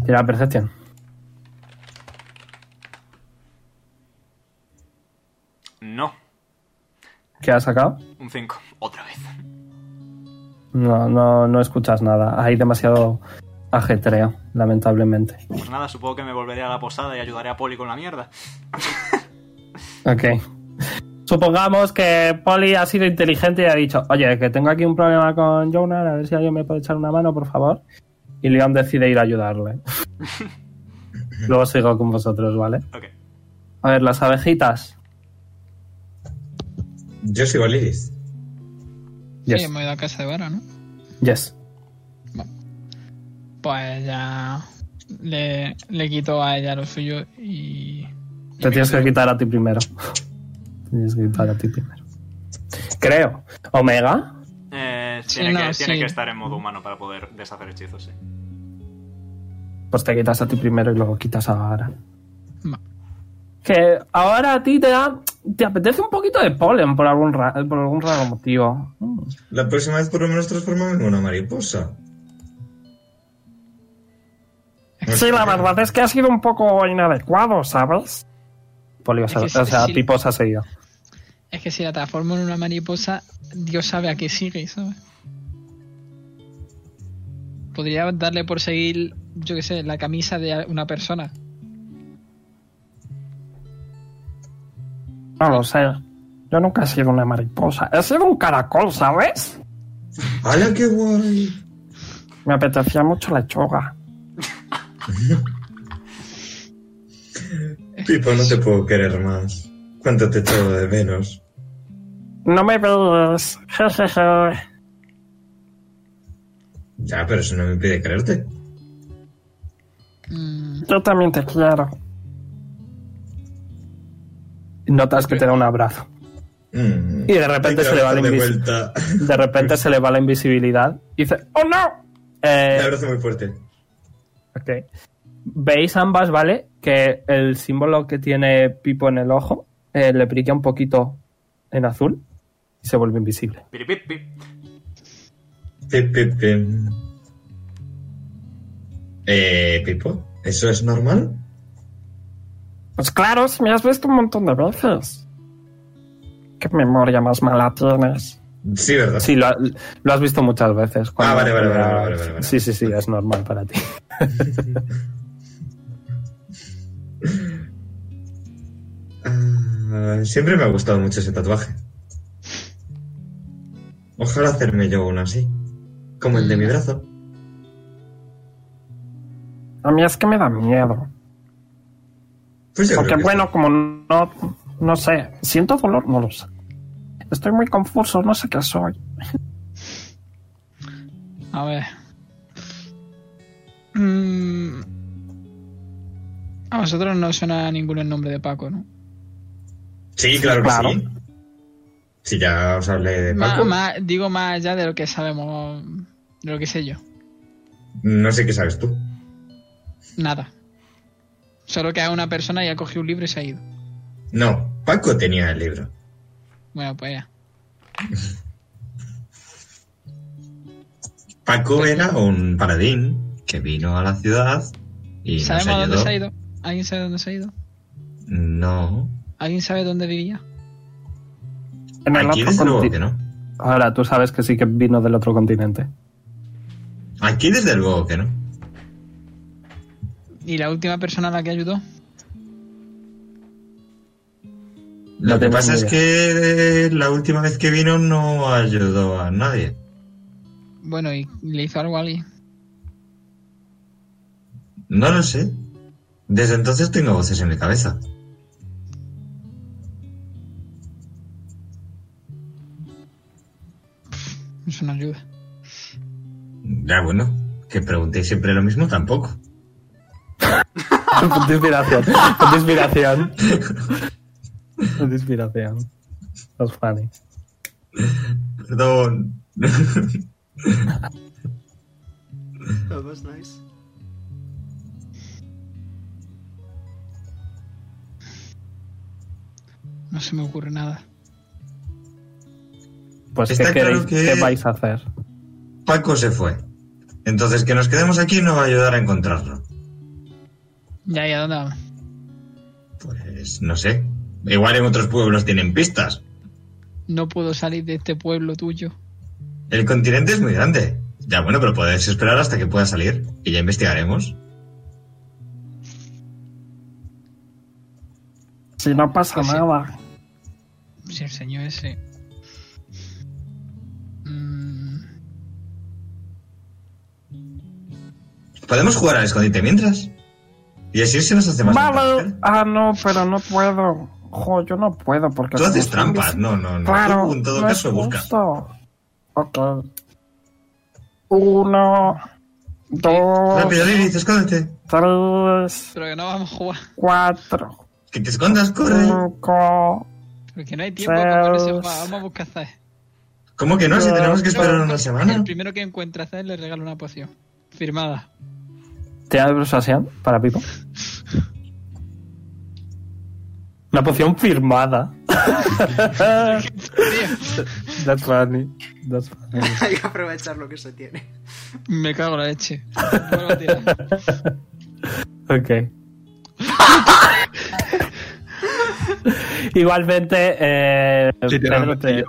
Speaker 2: Tira percepción.
Speaker 1: No,
Speaker 2: ¿Qué has sacado?
Speaker 1: un 5. Otra vez.
Speaker 2: No, no, no escuchas nada. Hay demasiado ajetreo, lamentablemente.
Speaker 1: Pues nada, supongo que me volveré a la posada y ayudaré a Poli con la mierda.
Speaker 2: Ok. Supongamos que Polly ha sido inteligente y ha dicho, oye, que tengo aquí un problema con Jonah, a ver si alguien me puede echar una mano, por favor. Y Leon decide ir a ayudarle. Luego sigo con vosotros, ¿vale?
Speaker 1: Ok.
Speaker 2: A ver, las abejitas.
Speaker 6: Yo sigo Lilis.
Speaker 2: Yes.
Speaker 3: Sí, me he ido a casa de Vara, ¿no?
Speaker 2: Yes.
Speaker 3: Pues ya le, le quito a ella lo suyo y... y
Speaker 2: Te
Speaker 3: me
Speaker 2: tienes que
Speaker 3: quedo.
Speaker 2: quitar a ti primero. tienes que quitar a ti primero. Creo. Omega.
Speaker 1: Eh,
Speaker 3: Sí,
Speaker 1: tiene,
Speaker 3: no,
Speaker 1: que, tiene
Speaker 3: sí.
Speaker 1: que estar en modo humano para poder deshacer hechizos, sí.
Speaker 2: Pues te quitas a ti primero y luego quitas a Ara.
Speaker 3: Ma-
Speaker 2: Que ahora a ti te da. Te apetece un poquito de polen por algún, ra- por algún raro motivo. Mm.
Speaker 6: La próxima vez por lo menos transformame en una mariposa.
Speaker 2: Sí, la verdad es que ha sido un poco inadecuado, ¿sabes? Polio,
Speaker 3: Es que
Speaker 2: o sea, o sea,
Speaker 3: sí.
Speaker 2: tipo se ha seguido.
Speaker 3: Es que si la transformo en una mariposa, Dios sabe a qué sigue, ¿sabes? Podría darle por seguir, yo qué sé, la camisa de una persona.
Speaker 2: No lo sé. Yo nunca he sido una mariposa. He sido un caracol, ¿sabes?
Speaker 6: ¡Hala, qué guay!
Speaker 2: Me apetecía mucho la choga.
Speaker 6: Pipo, no te puedo querer más. ¿Cuánto te echo de menos?
Speaker 2: No me ves. Jejeje.
Speaker 6: Ya, pero eso no me impide quererte.
Speaker 3: Mm,
Speaker 2: Yo también te quiero. Notas que te da un abrazo.
Speaker 6: Mm.
Speaker 2: Y de repente
Speaker 6: Hay que
Speaker 2: se le va la
Speaker 6: abrazar de
Speaker 2: invisibilidad.
Speaker 6: vuelta.
Speaker 2: De repente se le va la invisibilidad. Y dice, ¡Oh no!
Speaker 6: Un
Speaker 2: Eh,
Speaker 6: abrazo muy fuerte.
Speaker 2: Ok. Veis ambas, ¿vale? Que el símbolo que tiene Pipo en el ojo eh, le brilla un poquito en azul y se vuelve invisible.
Speaker 1: Piripip, pip.
Speaker 6: Pip, pip, pip. Eh, Pipo, ¿eso es normal?
Speaker 2: Pues claro, si me has visto un montón de veces. ¿Qué memoria más mala tienes?
Speaker 6: Sí, ¿verdad?
Speaker 2: Sí, lo, ha- lo has visto muchas veces. cuando-
Speaker 6: Ah, vale, vale, vale, vale, vale, vale.
Speaker 2: Sí, sí, sí, es normal para ti.
Speaker 6: Ah, siempre me ha gustado mucho ese tatuaje. Ojalá hacerme yo uno así. Como el de mi brazo.
Speaker 2: A mí es que me da miedo.
Speaker 6: Pues yo
Speaker 2: Porque
Speaker 6: Pues creo que
Speaker 2: bueno, como no, No sé. Siento dolor, no lo sé. Estoy muy confuso, no sé qué soy.
Speaker 3: A ver. Mm. A vosotros no os suena ninguno el nombre de Paco, ¿no?
Speaker 6: Sí, claro que
Speaker 2: Claro.
Speaker 6: sí. Si ya os hablé de
Speaker 3: Ma-
Speaker 6: Paco.
Speaker 3: ma- digo más allá de lo que sabemos, de lo que sé yo.
Speaker 6: No sé qué sabes tú.
Speaker 3: Nada. Solo que a una persona y ha cogido un libro y se ha ido.
Speaker 6: No, Paco tenía el libro.
Speaker 3: Bueno, pues ya.
Speaker 6: Paco era un paladín que vino a la ciudad y nos
Speaker 3: ¿Sabemos dónde
Speaker 6: ayudó.
Speaker 3: se ha ido? ¿Alguien sabe dónde se ha ido?
Speaker 6: No.
Speaker 3: ¿Alguien sabe dónde vivía?
Speaker 2: En el
Speaker 6: Aquí
Speaker 2: otro
Speaker 6: desde luego
Speaker 2: conti-
Speaker 6: que no.
Speaker 2: Ahora, tú sabes que sí que vino del otro continente.
Speaker 6: Aquí desde luego que no.
Speaker 3: ¿Y la última persona a la que ayudó?
Speaker 2: No
Speaker 6: Lo que
Speaker 2: tengo
Speaker 6: pasa
Speaker 2: ni
Speaker 6: es
Speaker 2: idea.
Speaker 6: que la última vez que vino no ayudó a nadie.
Speaker 3: Bueno, ¿y le hizo algo a alguien?
Speaker 6: No lo sé. Desde entonces tengo voces en mi cabeza.
Speaker 3: Eso no ayuda.
Speaker 6: Ya bueno, que preguntéis siempre lo mismo tampoco.
Speaker 2: Punto de inspiración. Punto de inspiración. Punto de inspiración. That's funny.
Speaker 6: Perdón.
Speaker 1: That was nice.
Speaker 3: No se me ocurre nada.
Speaker 2: Pues, ¿qué
Speaker 6: Está claro
Speaker 2: queréis?
Speaker 6: que-
Speaker 2: ¿Qué vais a hacer?
Speaker 6: Paco se fue. Entonces que nos quedemos aquí no va a ayudar a encontrarlo.
Speaker 3: Ya, ya, ¿dónde vamos?
Speaker 6: Pues no sé. Igual en otros pueblos tienen pistas.
Speaker 3: No puedo salir de este pueblo tuyo.
Speaker 6: El continente es muy grande. Ya bueno, pero podéis esperar hasta que pueda salir y ya investigaremos.
Speaker 2: Si no pasa
Speaker 3: Pues sí.
Speaker 2: nada.
Speaker 3: Si el señor ese... Mm,
Speaker 6: Podemos jugar al escondite mientras. Y así se nos hace más
Speaker 2: Vale.
Speaker 6: fácil.
Speaker 2: Ah, no, pero no puedo. Jo, yo no puedo porque.
Speaker 6: Tú haces
Speaker 2: somos
Speaker 6: trampas,
Speaker 2: zombies.
Speaker 6: no, no, no.
Speaker 2: Claro.
Speaker 6: Tú, en todo
Speaker 2: no es
Speaker 6: caso, busca.
Speaker 2: justo. Ok. Uno. Dos.
Speaker 6: Rápido, Lilith, escóndete.
Speaker 2: Tres.
Speaker 3: pero que no vamos a jugar.
Speaker 2: Cuatro.
Speaker 6: Que te escondas, corre.
Speaker 2: Cinco.
Speaker 3: Porque no hay tiempo para ponerse a jugar. Vamos a buscar Zae.
Speaker 6: ¿Cómo que no? Si tenemos que esperar
Speaker 3: No,
Speaker 6: una
Speaker 3: El
Speaker 6: semana.
Speaker 3: primero que encuentra a Zae le regala una poción. Firmada.
Speaker 2: ¿Te da persuasión para Pipo? Una poción firmada.
Speaker 3: Tío,
Speaker 2: That's funny. That's funny.
Speaker 1: Hay que aprovechar lo que se tiene.
Speaker 3: me cago en la leche. Vuelvo a tirar.
Speaker 2: Ok. Igualmente, eh,
Speaker 4: Sí, tiene
Speaker 2: Pedro,
Speaker 4: un
Speaker 2: te,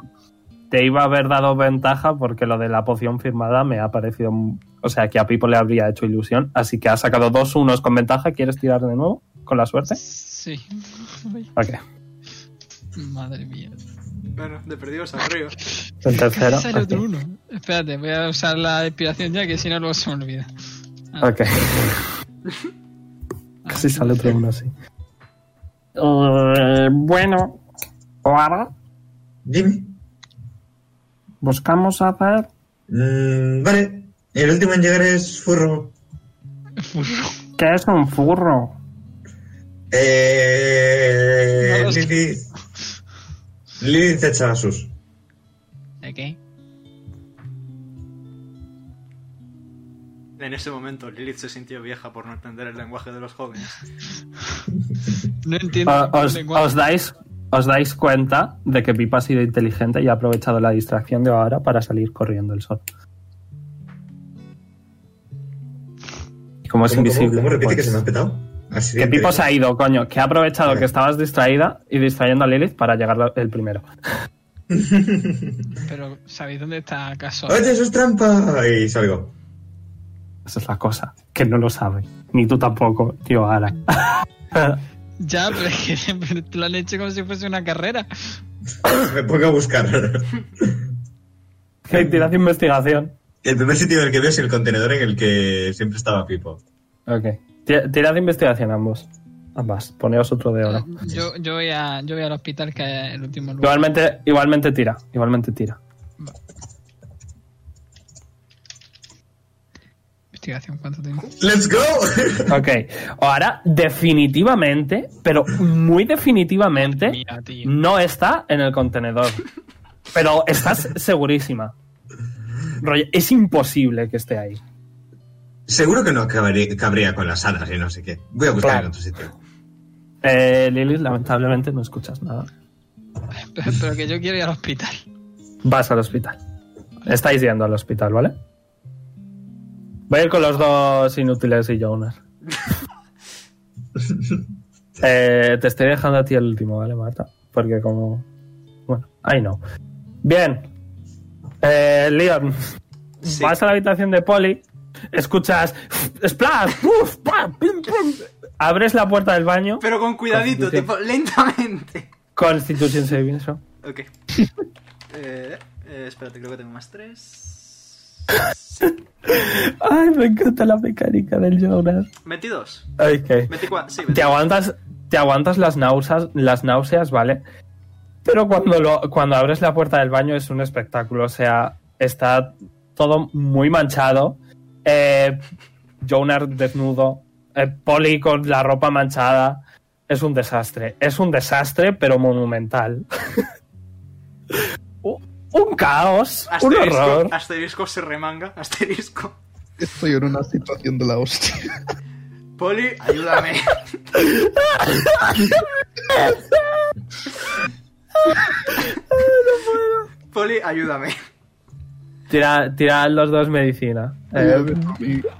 Speaker 2: te iba a haber dado ventaja porque lo de la poción firmada me ha parecido... m- O sea, que a Pipo le habría hecho ilusión. Así que ha sacado dos unos con ventaja. ¿Quieres tirar de nuevo? ¿Con la suerte?
Speaker 3: Sí.
Speaker 2: Ok.
Speaker 3: Madre mía.
Speaker 1: Bueno, de perdidos arriba.
Speaker 2: El tercero.
Speaker 3: Casi sale
Speaker 2: ok.
Speaker 3: otro uno. Espérate, voy a usar la inspiración ya que si no luego se me olvida. Ah.
Speaker 2: Ok. Casi sale otro uno así. Eh, bueno, ahora
Speaker 6: Dime.
Speaker 2: buscamos a ver.
Speaker 6: Mm, vale. El último en llegar es Furro.
Speaker 2: ¿Qué es un furro?
Speaker 6: Eh,
Speaker 3: No lo sé.
Speaker 6: Lilith. Lilith echa a sus.
Speaker 3: Ok.
Speaker 1: En ese momento Lilith se sintió vieja por no entender el lenguaje de los jóvenes.
Speaker 3: No entiendo.
Speaker 2: O-
Speaker 3: el
Speaker 2: Ah, os,
Speaker 3: lenguaje.
Speaker 2: os dais, os dais cuenta de que Pipa ha sido inteligente y ha aprovechado la distracción de ahora para salir corriendo el sol. Y como es
Speaker 6: ¿Cómo,
Speaker 2: invisible.
Speaker 6: ¿Cómo, cómo repite que
Speaker 2: pues-
Speaker 6: se me ha petado? Así
Speaker 2: que
Speaker 6: de
Speaker 2: Pipo se ha ido, coño. Que ha aprovechado
Speaker 6: Vale.
Speaker 2: que estabas distraída y distrayendo a Lilith para llegar el primero.
Speaker 3: Pero ¿sabéis dónde está acaso?
Speaker 6: Oye, eso es trampa. Y salgo.
Speaker 2: Esa es la cosa. Que no lo sabe. Ni tú tampoco, tío Ara.
Speaker 3: Ya, pero es que siempre te lo han hecho como si fuese una carrera.
Speaker 6: Me pongo a buscar.
Speaker 2: Que tirad investigación.
Speaker 6: El primer sitio en el que veo es el contenedor en el que siempre estaba Pipo.
Speaker 2: Ok. Ti- Tirad investigación ambos. Ambas. Poneos otro de
Speaker 3: Ah.
Speaker 2: oro.
Speaker 3: Yo, yo, voy a, yo voy al hospital que es el último lugar.
Speaker 2: Igualmente, igualmente tira. Igualmente tira.
Speaker 3: Investigación, ¿cuánto tengo?
Speaker 6: ¡Let's go!
Speaker 2: Ok. Ahora, definitivamente, pero muy definitivamente,
Speaker 3: Mira, tío.
Speaker 2: no está en el contenedor. Pero estás segurísima. Rollo, es imposible que esté ahí.
Speaker 6: Seguro que no acabaré- cabría con las hadas y no sé qué. Voy a buscar
Speaker 2: Claro.
Speaker 6: en otro sitio.
Speaker 2: Eh, Lilith, lamentablemente no escuchas nada.
Speaker 3: Pero, pero que yo quiero ir al hospital.
Speaker 2: Vas al hospital. Estáis yendo al hospital, ¿vale? Voy a ir con los dos inútiles y Jonas. Eh, te estoy dejando a ti el último, ¿vale, Marta? Porque como... Bueno, ahí no. Bien. Eh, Leon,
Speaker 1: Sí.
Speaker 2: vas a la habitación de Polly, escuchas... ¡Splash! ¡Puf! ¡Pam! ¡Pim! ¡Pum! Abres la puerta del baño.
Speaker 1: Pero con cuidadito,
Speaker 2: Constitución.
Speaker 1: tipo, lentamente.
Speaker 2: Constitution Saving Throw.
Speaker 1: Ok. Eh, eh, espérate, creo que tengo más tres.
Speaker 2: Ay, me encanta la mecánica del Jonas.
Speaker 1: 22.
Speaker 2: Ok.
Speaker 1: 24. Sí,
Speaker 2: te
Speaker 1: 22.
Speaker 2: aguantas, te aguantas las náuseas, las náuseas, ¿vale? Pero cuando, lo, cuando abres la puerta del baño es un espectáculo, o sea, está todo muy manchado. Eh, Jonar desnudo, eh, Polly con la ropa manchada. Es un desastre, es un desastre, pero monumental. un un caos, un horror.
Speaker 1: Asterisco, asterisco se remanga. Asterisco.
Speaker 4: Estoy en una situación de la hostia.
Speaker 1: Poli, ayúdame. Poli, ayúdame.
Speaker 2: Tira, tira los dos medicina.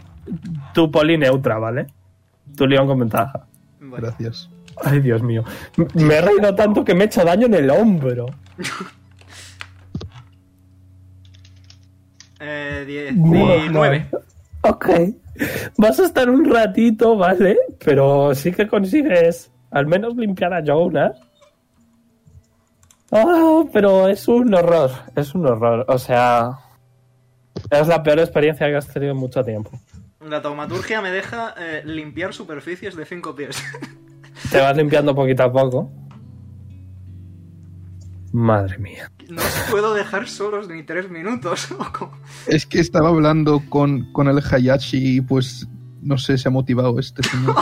Speaker 2: Eh, tú, Polly, neutra, ¿vale? Tú, León, con ventaja.
Speaker 1: Bueno,
Speaker 4: Gracias.
Speaker 2: Ay, Dios mío. M- Me he reído tanto que me he hecho daño en el hombro.
Speaker 1: eh,
Speaker 2: Bueno,
Speaker 1: 19.
Speaker 2: Ok. Vas a estar un ratito, ¿vale? Pero sí que consigues al menos limpiar a Jonas. Ah, pero es un horror. Es un horror. O sea. Es la peor experiencia que has tenido en mucho tiempo.
Speaker 1: La taumaturgia me deja eh, limpiar superficies de 5 pies.
Speaker 2: Te vas limpiando poquito a poco. Madre mía.
Speaker 1: No os puedo dejar solos ni 3 minutos. ¿o cómo?
Speaker 4: Es que estaba hablando con, con el Hayashi y pues no sé, se ha motivado este señor.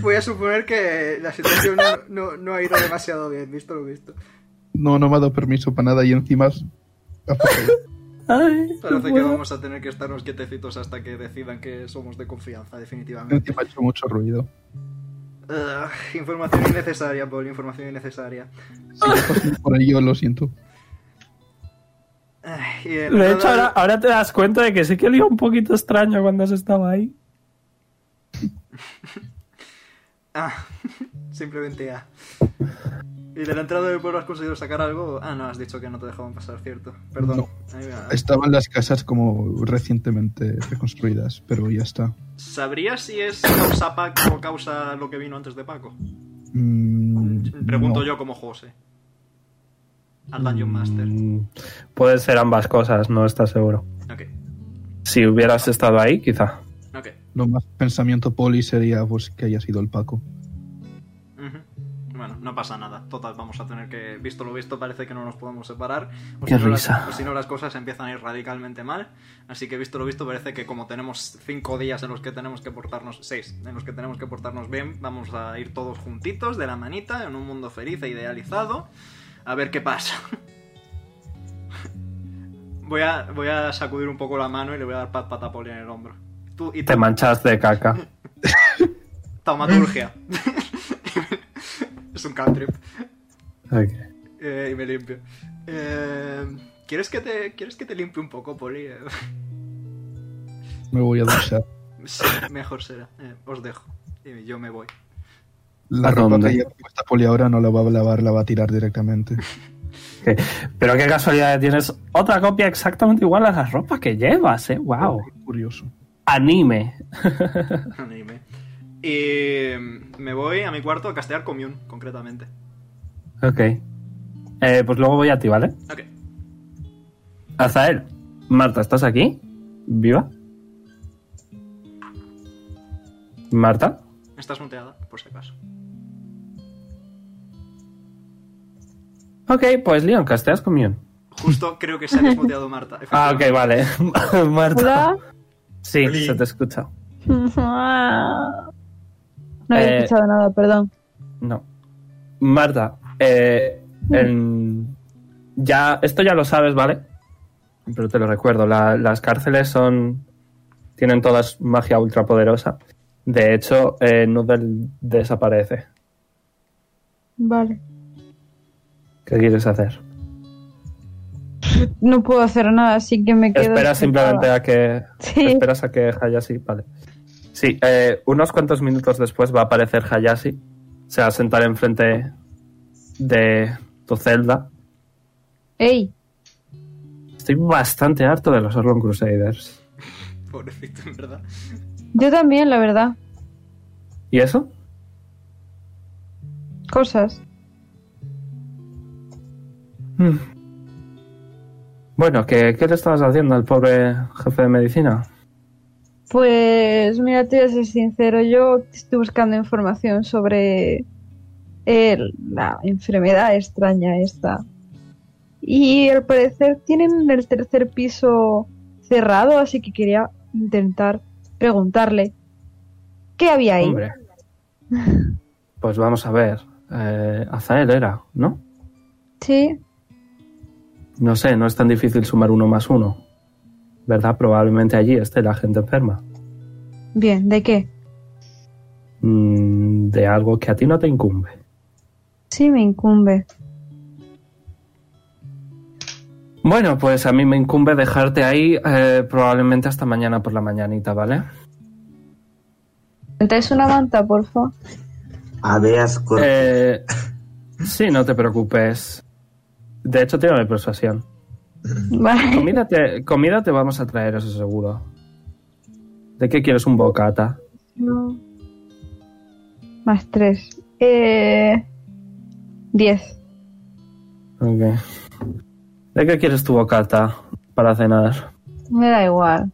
Speaker 1: Voy a suponer que la situación no, no- no ha ido demasiado bien, visto lo visto.
Speaker 4: No, no me ha dado permiso para nada y encima...
Speaker 2: Ay, no
Speaker 1: Parece que
Speaker 2: puedo.
Speaker 1: vamos a tener que estarnos quietecitos hasta que decidan que somos de confianza, definitivamente.
Speaker 4: Encima ha hecho mucho ruido.
Speaker 1: Ugh, información innecesaria, Paul, información innecesaria.
Speaker 4: Por ello lo siento.
Speaker 1: Ay, y el
Speaker 2: De hecho,
Speaker 1: Radar-
Speaker 2: ahora, ahora te das cuenta de que sí que olía un poquito extraño cuando se estaba ahí.
Speaker 1: Ah, simplemente A. ¿Y de la entrada del pueblo has conseguido sacar algo? Ah, no, has dicho que no te dejaban pasar, cierto. Perdón.
Speaker 4: No.
Speaker 1: Ahí va.
Speaker 4: Estaban las casas como recientemente reconstruidas, pero ya está.
Speaker 1: ¿Sabrías si es causa Paco o causa lo que vino antes de Paco?
Speaker 4: Mm,
Speaker 1: Pregunto
Speaker 4: no.
Speaker 1: yo como José. Al Dungeon Master.
Speaker 2: Mm, Pueden ser ambas cosas, no estás seguro.
Speaker 1: Ok,
Speaker 2: Si hubieras estado ahí, quizá.
Speaker 1: ok.
Speaker 4: Lo más pensamiento poli sería pues que haya sido el Paco.
Speaker 1: Ujú. Bueno, no pasa nada. Total, vamos a tener que, visto lo visto, parece que no nos podemos separar. O
Speaker 2: Qué
Speaker 1: si no, las-
Speaker 2: risa.
Speaker 1: o si no, las cosas empiezan a ir radicalmente mal. Así que, visto lo visto, parece que como tenemos cinco días en los que tenemos que portarnos, seis, en los que tenemos que portarnos bien, vamos a ir todos juntitos, de la manita, en un mundo feliz e idealizado. A ver qué pasa. Voy a, voy a sacudir un poco la mano y le voy a dar pat pat a Poli en el hombro. Tú, y
Speaker 2: Te
Speaker 1: tú,
Speaker 2: manchas de caca.
Speaker 1: taumaturgia. es un cantrip.
Speaker 2: Ok.
Speaker 1: Eh, y me limpio. Eh, ¿quieres, que te, ¿Quieres que te limpie un poco, Poli? Eh,
Speaker 4: Me voy a duchar.
Speaker 1: sí, mejor será. Eh, os dejo. Y yo me voy.
Speaker 4: La
Speaker 2: ¿A
Speaker 4: ropa
Speaker 2: dónde?
Speaker 4: que lleva puesta poli ahora no la va a lavar, la va a tirar directamente.
Speaker 2: Ok. Pero qué casualidad tienes otra copia exactamente igual a la ropa que llevas, ¿eh? ¡Wow!
Speaker 4: Curioso.
Speaker 2: Anime.
Speaker 1: Anime. Y mm, me voy a mi cuarto a castear Commune, concretamente.
Speaker 2: Ok. Eh, pues luego voy a ti, ¿vale?
Speaker 1: Ok.
Speaker 2: Azael, Marta, ¿estás aquí? ¿Viva? Marta,
Speaker 1: Estás muteada, por si acaso.
Speaker 2: ok, pues Leon, casteas commune.
Speaker 1: Justo creo que se ha desmuteado Marta.
Speaker 2: Ah, ok, vale. Marta,
Speaker 5: Hola.
Speaker 2: sí,
Speaker 6: Oli.
Speaker 2: se te escucha.
Speaker 5: No
Speaker 2: Eh,
Speaker 5: había escuchado nada, perdón.
Speaker 2: No. Marta, eh, en- ya, esto ya lo sabes, ¿vale? Pero te lo recuerdo, la- las cárceles son. tienen todas magia ultrapoderosa. De hecho, eh, Noodle desaparece.
Speaker 5: Vale.
Speaker 2: ¿Qué quieres hacer?
Speaker 5: No puedo hacer nada, así que me quedo.
Speaker 2: Esperas simplemente
Speaker 5: sentada.
Speaker 2: a que.
Speaker 5: Sí.
Speaker 2: Esperas a que Hayashi. Vale. Sí, eh, unos cuantos minutos después va a aparecer Hayashi. Se va a sentar enfrente de tu celda.
Speaker 5: ¡Ey!
Speaker 2: Estoy bastante harto de los Orlon Crusaders.
Speaker 1: Pobrecito, en verdad.
Speaker 5: Yo también, la verdad.
Speaker 2: ¿Y eso?
Speaker 5: Cosas.
Speaker 2: Hmm. Bueno, ¿qué, qué le estabas haciendo al pobre jefe de medicina?
Speaker 5: Pues mira, te voy a ser sincero, yo estoy buscando información sobre el- la enfermedad extraña esta. Y al parecer tienen el tercer piso cerrado, así que quería intentar preguntarle qué había ahí.
Speaker 2: Hombre. Pues vamos a ver. Eh, Azael era, ¿no?
Speaker 5: Sí,
Speaker 2: No sé, no es tan difícil sumar uno más uno. ¿Verdad? Probablemente allí esté la gente enferma.
Speaker 5: bien, ¿de qué?
Speaker 2: Mm, de algo que a ti no te incumbe.
Speaker 5: Sí, me incumbe.
Speaker 2: Bueno, pues a mí me incumbe dejarte ahí eh, probablemente hasta mañana por la mañanita, ¿vale?
Speaker 5: ¿Entáis una manta, por favor?
Speaker 6: Habeas corpus.
Speaker 2: Eh, sí, no te preocupes. De hecho, tengo de persuasión.
Speaker 5: Vale.
Speaker 2: Comida te, comida te vamos a traer, eso seguro. ¿De qué quieres un bocata?
Speaker 5: No. Más tres. Eh... Diez.
Speaker 2: Ok. ¿De qué quieres tu bocata para cenar?
Speaker 5: Me da igual.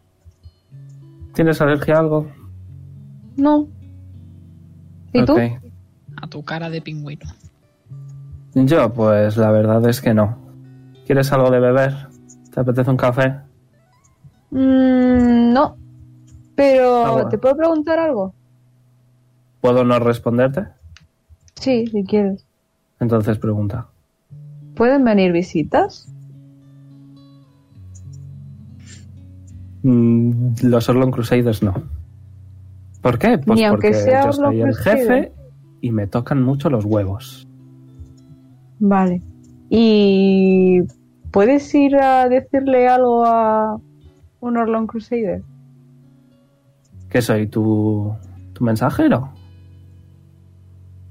Speaker 2: ¿Tienes alergia a algo?
Speaker 5: No. ¿Y
Speaker 2: Ok.
Speaker 3: A tu cara de pingüino.
Speaker 2: Yo, pues la verdad es que no. ¿Quieres algo de beber? ¿Te apetece un café?
Speaker 5: tú? Mm, no. Pero,
Speaker 2: Ah, bueno.
Speaker 5: ¿te puedo preguntar algo?
Speaker 2: ¿Puedo no responderte?
Speaker 5: Sí, si quieres.
Speaker 2: Entonces pregunta.
Speaker 5: ¿Pueden venir visitas?
Speaker 2: Mm, Los Orlon Crusaders no. ¿Por qué? Pues
Speaker 5: Ni aunque
Speaker 2: porque
Speaker 5: sea
Speaker 2: yo
Speaker 5: Orlon
Speaker 2: soy el
Speaker 5: Crusader.
Speaker 2: jefe y me tocan mucho los huevos.
Speaker 5: Vale. ¿Y puedes ir a decirle algo a un Orlon Crusader?
Speaker 2: ¿Qué soy? ¿Tu, tu mensajero?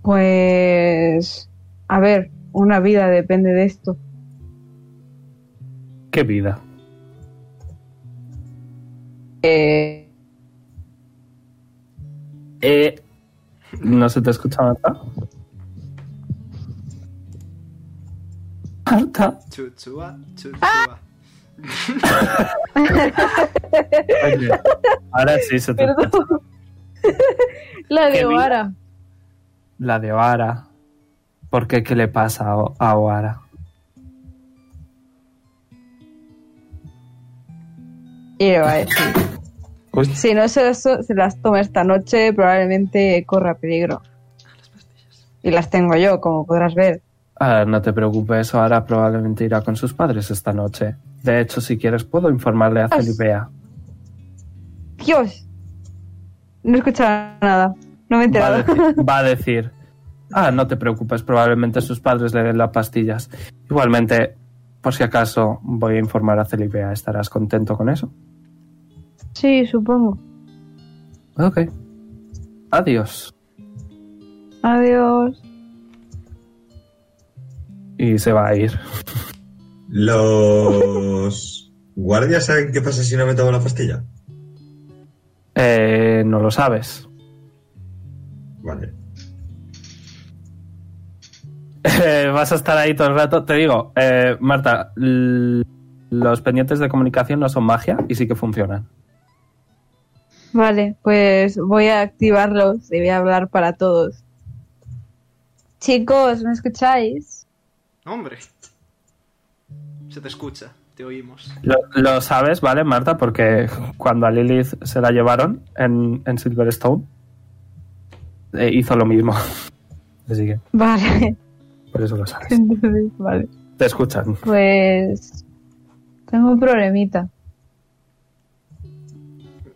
Speaker 5: Pues... A ver, una vida depende de esto.
Speaker 2: ¿Qué vida?
Speaker 5: Eh,
Speaker 2: Eh, ¿No se te escucha, Marta? Marta.
Speaker 1: Chuchua,
Speaker 2: Ah.
Speaker 1: chuchua.
Speaker 2: Oye, ahora sí se te
Speaker 5: perdón. La
Speaker 2: ¿Qué
Speaker 5: de
Speaker 2: vida?
Speaker 5: Oara.
Speaker 2: La de Oara. ¿Por qué? ¿Qué le pasa a, O- a Oara?
Speaker 5: Y le va a decir...
Speaker 2: Uy,
Speaker 5: Si no se las, se las toma esta noche, probablemente corra peligro. Y las tengo yo, como podrás ver.
Speaker 2: ah, no te preocupes, Oara probablemente irá con sus padres esta noche. De hecho, si quieres, puedo informarle a
Speaker 5: Ah, sí.
Speaker 2: Celibea.
Speaker 5: ¡Dios! No he escuchado nada. No me he
Speaker 2: Va a,
Speaker 5: enterado.
Speaker 2: decir, va a decir, ah, no te preocupes, probablemente sus padres le den las pastillas. Igualmente, por si acaso, voy a informar a Celibea. ¿Estarás contento con eso?
Speaker 5: Sí, supongo.
Speaker 2: Ok. Adiós.
Speaker 5: Adiós.
Speaker 2: Y se va a ir.
Speaker 6: ¿Los guardias saben qué pasa si no me tomo la pastilla?
Speaker 2: Eh, no lo sabes.
Speaker 6: Vale.
Speaker 2: Eh, vas a estar ahí todo el rato. Te digo, eh, Marta, l- los pendientes de comunicación no son magia y sí que funcionan.
Speaker 5: Vale, pues voy a activarlos y voy a hablar para todos. Chicos, ¿me escucháis?
Speaker 1: Hombre. Se te escucha, te oímos.
Speaker 2: Lo, lo sabes, ¿vale, Marta? Porque cuando a Lilith se la llevaron en, en Silverstone, eh, hizo lo mismo. Así que,
Speaker 5: Vale,
Speaker 2: por eso lo sabes.
Speaker 5: entonces, vale.
Speaker 2: Te escuchan.
Speaker 5: Pues tengo un problemita.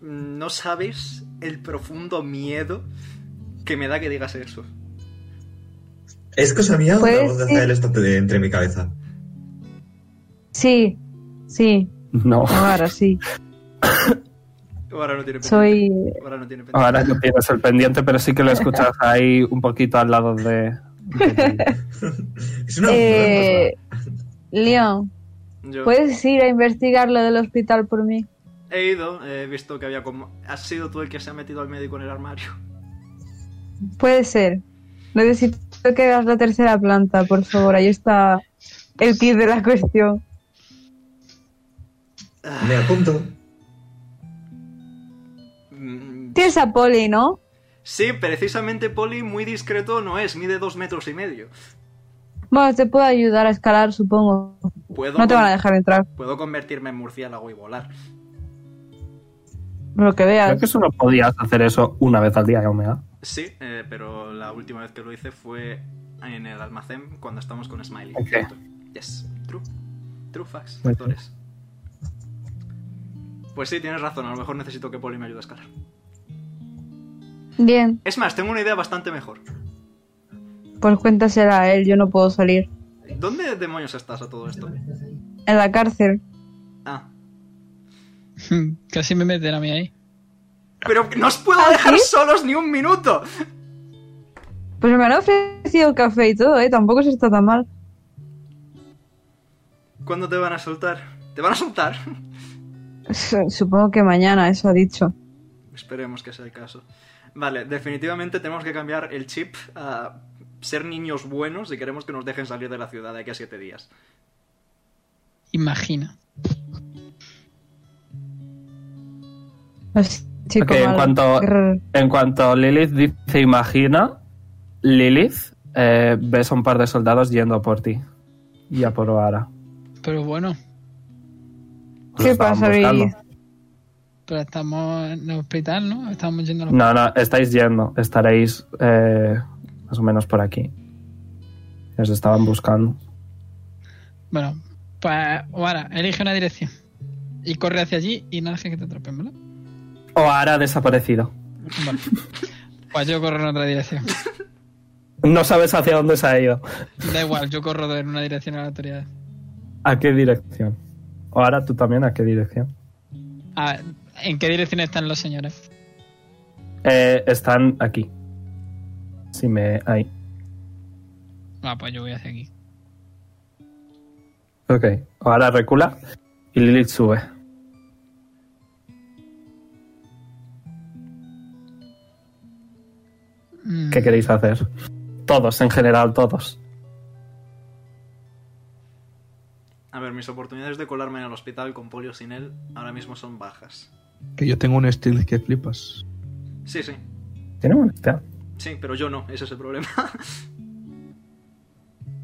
Speaker 1: No sabes el profundo miedo que me da que digas eso.
Speaker 6: ¿Es cosa mía o la
Speaker 5: Pues
Speaker 6: voz de
Speaker 5: sí.
Speaker 6: Azael está de- entre mi cabeza?
Speaker 5: Sí, sí,
Speaker 2: No,
Speaker 5: ahora sí.
Speaker 1: Ahora no tiene pendiente.
Speaker 5: Soy
Speaker 1: Ahora no tiene pendiente.
Speaker 2: ahora no tienes el pendiente, pero sí que lo escuchas ahí un poquito al lado de... de-
Speaker 6: Es una
Speaker 5: Eh, Leon,
Speaker 1: Yo
Speaker 5: ¿puedes ir a investigar lo del hospital por mí?
Speaker 1: he ido, he visto que había como... Has sido tú el que se ha metido al médico en el armario.
Speaker 5: Puede ser. Necesito que hagas la tercera planta, por favor. Ahí está el kit de la cuestión.
Speaker 6: burla. Me apunto.
Speaker 1: Mm,
Speaker 5: Tienes a Poli, ¿no?
Speaker 1: Sí, precisamente Poli muy discreto no es, mide dos metros y medio.
Speaker 5: Bueno, te puedo ayudar a escalar, supongo.
Speaker 1: Puedo,
Speaker 5: No te van a
Speaker 1: con-
Speaker 5: dejar entrar,
Speaker 1: puedo convertirme en murciélago y volar.
Speaker 5: por lo que
Speaker 2: Creo
Speaker 5: veas.
Speaker 2: que solo podías hacer eso una vez al día, Omega.
Speaker 1: Sí, eh, pero la última vez que lo hice fue en el almacén cuando estamos con Smiley.
Speaker 2: Ok.
Speaker 1: Yes, true. True facts,
Speaker 4: Ok.
Speaker 1: actores. Pues sí, tienes razón, a lo mejor necesito que Poli me ayude a escalar.
Speaker 5: Bien,
Speaker 1: Es más, tengo una idea bastante mejor.
Speaker 5: pues cuéntasela a él, yo no puedo salir.
Speaker 1: ¿Dónde demonios estás a todo esto?
Speaker 5: En la cárcel.
Speaker 1: Ah.
Speaker 3: Casi me meten a mí ahí.
Speaker 1: Pero que no os puedo dejar solos ni un minuto.
Speaker 5: Pues me han ofrecido café y todo, ¿eh? Tampoco se está tan mal.
Speaker 1: ¿Cuándo te van a soltar? ¿Te van a soltar?
Speaker 5: Supongo que mañana, eso ha dicho.
Speaker 1: Esperemos que sea el caso. Vale, definitivamente tenemos que cambiar el chip a ser niños buenos si queremos que nos dejen salir de la ciudad de aquí a siete días.
Speaker 3: Imagina.
Speaker 5: Así, Chico,
Speaker 2: Ok, en
Speaker 5: malo.
Speaker 2: cuanto-
Speaker 5: Grr.
Speaker 2: En cuanto Lilith dice imagina, Lilith, eh, ves a un par de soldados yendo a por ti y a por Oara.
Speaker 3: Pero bueno,
Speaker 2: Los
Speaker 5: ¿Qué
Speaker 2: estaban
Speaker 5: pasa,
Speaker 2: buscando.
Speaker 5: Lilith?
Speaker 3: pero estamos en el hospital, ¿no? Estamos yendo al hospital.
Speaker 2: No, no, estáis yendo, estaréis eh, más o menos por aquí. Os estaban buscando.
Speaker 3: Bueno, pues ahora, elige una dirección. Y corre hacia allí y no dejes que te atrapen, ¿vale?
Speaker 2: Oara ha desaparecido.
Speaker 3: Vale. Pues yo corro en otra dirección.
Speaker 2: No sabes hacia dónde se ha ido.
Speaker 3: Da igual, yo corro en una dirección aleatoria.
Speaker 2: ¿A qué dirección? Oara, tú también, ¿a qué dirección?
Speaker 3: A ver, ¿en qué dirección están los señores?
Speaker 2: Eh, están aquí. Si me. Ahí.
Speaker 3: Ah, pues yo voy hacia aquí.
Speaker 2: Ok, ahora recula y Lilith sube.
Speaker 3: Mm,
Speaker 2: ¿Qué queréis hacer? Todos, en general, todos.
Speaker 1: A ver, mis oportunidades de colarme en el hospital con polio sin él ahora mismo son bajas.
Speaker 4: Que yo tengo un stealth que flipas.
Speaker 1: Sí, sí.
Speaker 2: Tiene buena idea.
Speaker 1: Sí, pero yo no, ese es el problema.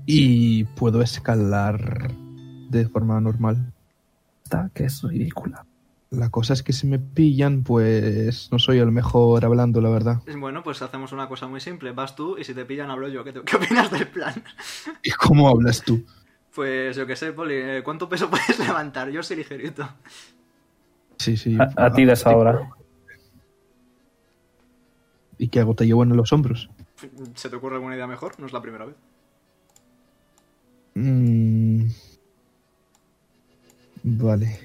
Speaker 4: Y puedo escalar de forma normal.
Speaker 2: Está que es ridícula.
Speaker 4: La cosa es que si me pillan, pues no soy el mejor hablando, la verdad.
Speaker 1: bueno, pues hacemos una cosa muy simple. Vas tú y si te pillan hablo yo. ¿Qué, te- qué opinas del plan?
Speaker 4: ¿Y cómo hablas tú?
Speaker 1: Pues yo qué sé, Poli, eh, ¿cuánto peso puedes levantar? Yo soy ligerito.
Speaker 4: Sí, sí.
Speaker 2: A, a ti de esa hora.
Speaker 4: ¿Y qué hago? ¿Te llevo en los hombros?
Speaker 1: ¿Se te ocurre alguna idea mejor? No es la primera vez.
Speaker 4: Mm. Vale.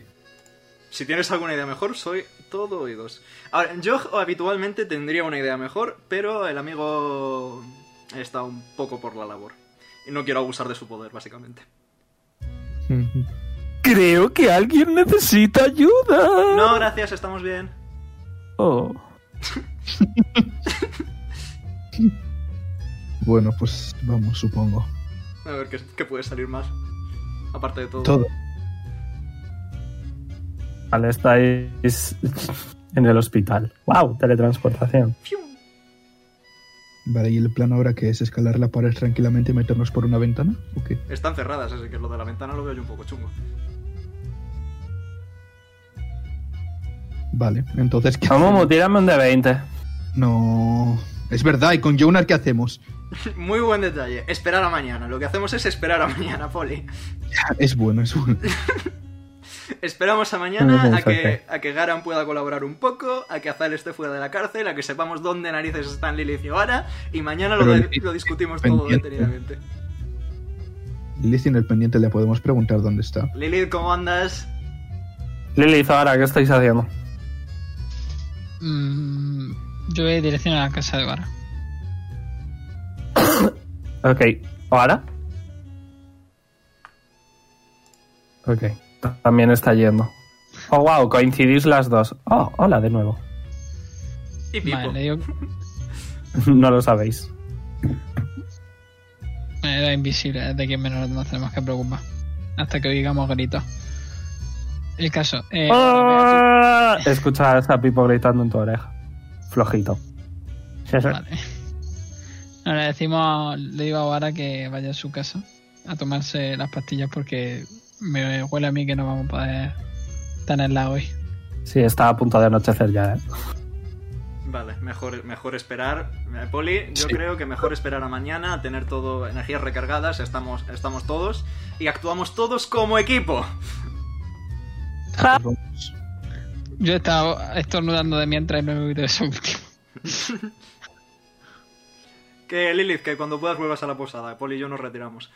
Speaker 1: Si tienes alguna idea mejor, soy todo oídos. Ahora, yo habitualmente tendría una idea mejor, pero el amigo está un poco por la labor. Y no quiero abusar de su poder, básicamente.
Speaker 4: Ujú.
Speaker 2: Creo que alguien necesita ayuda.
Speaker 1: No, gracias, estamos bien.
Speaker 2: Oh.
Speaker 4: Bueno, pues vamos, supongo.
Speaker 1: A ver qué, qué puede salir mal. Aparte de todo.
Speaker 4: Todo.
Speaker 2: Vale, estáis en el hospital. ¡Wow! Teletransportación.
Speaker 1: ¡Fium!
Speaker 4: Vale, ¿y el plan ahora que es escalar la pared tranquilamente y meternos por una ventana? ¿O qué?
Speaker 1: Están cerradas, así que lo de la ventana lo veo yo un poco chungo.
Speaker 4: Vale, entonces ¿qué
Speaker 2: Vamos,
Speaker 4: hacemos?
Speaker 2: tirame un de 20.
Speaker 4: No. Es verdad, ¿y con Jonar qué hacemos?
Speaker 1: Muy buen detalle. Esperar a mañana. Lo que hacemos es esperar a mañana, Poli.
Speaker 4: Es bueno, es bueno.
Speaker 1: Esperamos a mañana
Speaker 2: Mm,
Speaker 1: a que,
Speaker 2: jeje.
Speaker 1: a que Garan pueda colaborar un poco, a que Azal esté fuera de la cárcel, a que sepamos dónde narices están Lilith y Oara, y mañana lo,
Speaker 4: Pero
Speaker 1: de-
Speaker 4: Lilith
Speaker 1: lo discutimos todo
Speaker 4: pendiente.
Speaker 1: detenidamente.
Speaker 4: Lizzie en el pendiente le podemos preguntar dónde está.
Speaker 1: Lilith, ¿cómo andas?
Speaker 2: Lilith, ahora, ¿qué estáis haciendo?
Speaker 3: Mm, yo voy en dirección a la casa de Vara.
Speaker 2: Ok. ¿Ahora? Ok. ta- También está yendo. Oh, wow, coincidís las dos. Oh, hola de nuevo.
Speaker 1: Y Pipo.
Speaker 3: Vale, le digo
Speaker 2: no lo sabéis.
Speaker 3: era invisible, es de quien menos nos tenemos que preocupar. Hasta que digamos gritos. El caso. eh,
Speaker 2: Ah, Escuchas a Pipo gritando en tu oreja. Flojito.
Speaker 3: Vale. No, le decimos, le digo a Vara que vaya a su casa a tomarse las pastillas porque me huele a mí que no vamos a poder tenerla hoy.
Speaker 2: Sí, está a punto de anochecer ya, ¿eh?
Speaker 1: Vale, mejor, mejor esperar. Eh, Poli, yo
Speaker 4: Sí.
Speaker 1: creo que mejor esperar a mañana, a tener todo, energías recargadas, estamos, estamos todos, y actuamos todos como equipo.
Speaker 4: Pues vamos.
Speaker 3: Yo estaba estornudando de mientras y no me olvido de eso último.
Speaker 1: Que Lilith, que cuando puedas vuelvas a la posada, Poli y yo nos retiramos.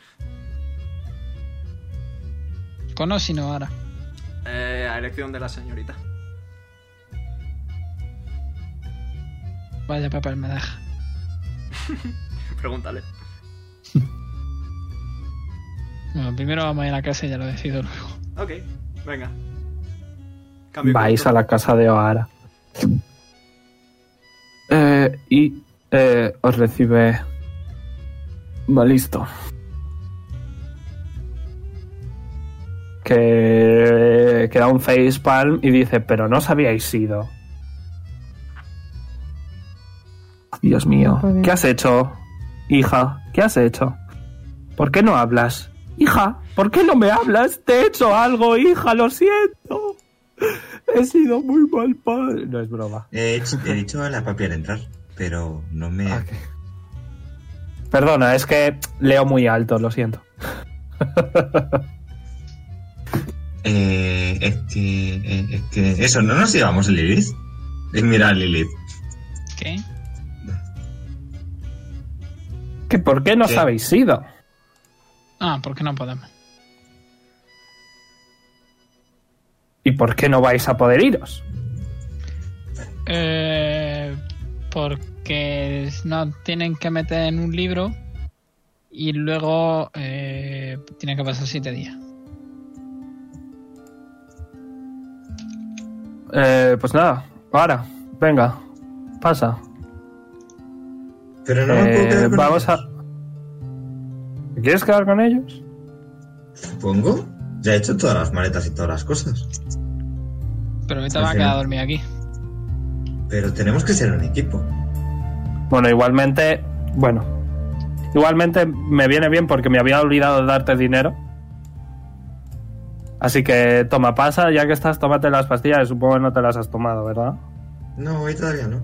Speaker 3: Con o sin Vara.
Speaker 1: Eh, a elección de la señorita.
Speaker 3: Vaya papel me deja.
Speaker 1: Pregúntale.
Speaker 3: Bueno, primero vamos a ir a la casa y ya lo decido luego.
Speaker 1: Ok, venga. Cambio
Speaker 2: Vais
Speaker 1: corto.
Speaker 2: a la casa de O'Hara. Eh, y eh, os recibe. Balisto. Que, que da un facepalm y dice: Pero no os habíais ido. Dios mío,
Speaker 5: Joder.
Speaker 2: ¿qué has hecho? Hija, ¿qué has hecho? ¿Por qué no hablas? Hija, ¿por qué no me hablas? Te he hecho algo, hija, lo siento. He sido muy mal padre. No es broma.
Speaker 6: He, hecho- he dicho a la papi al entrar, pero no me...
Speaker 4: Ah,
Speaker 2: Perdona, es que leo muy alto, lo siento.
Speaker 6: Eh, es que... eh, es que... Eso, ¿no nos llevamos a Lilith? Eh, Mira a Lilith.
Speaker 3: ¿Qué?
Speaker 2: ¿Que ¿Por qué no os
Speaker 6: ¿Qué?
Speaker 2: habéis ido?
Speaker 3: Ah, porque no podemos.
Speaker 2: ¿Y por qué no vais a poder iros?
Speaker 3: Eh, porque no tienen que meter en un libro y luego eh, tienen que pasar siete días.
Speaker 2: Eh, pues nada, ahora, venga, pasa.
Speaker 6: Pero no me puedo
Speaker 2: Eh,
Speaker 6: quedar con
Speaker 2: vamos a.
Speaker 6: ellos.
Speaker 2: ¿Quieres quedar con ellos?
Speaker 6: Supongo. Ya he hecho todas las maletas y todas las cosas.
Speaker 3: Pero ahorita va a
Speaker 6: Ajá.
Speaker 3: quedar dormida aquí.
Speaker 6: Pero tenemos que ser un equipo.
Speaker 2: Bueno, igualmente, bueno, igualmente me viene bien porque me había olvidado de darte dinero. Así que toma, pasa, ya que estás, tómate las pastillas, supongo que no te las has tomado, ¿verdad?
Speaker 6: No, hoy todavía no.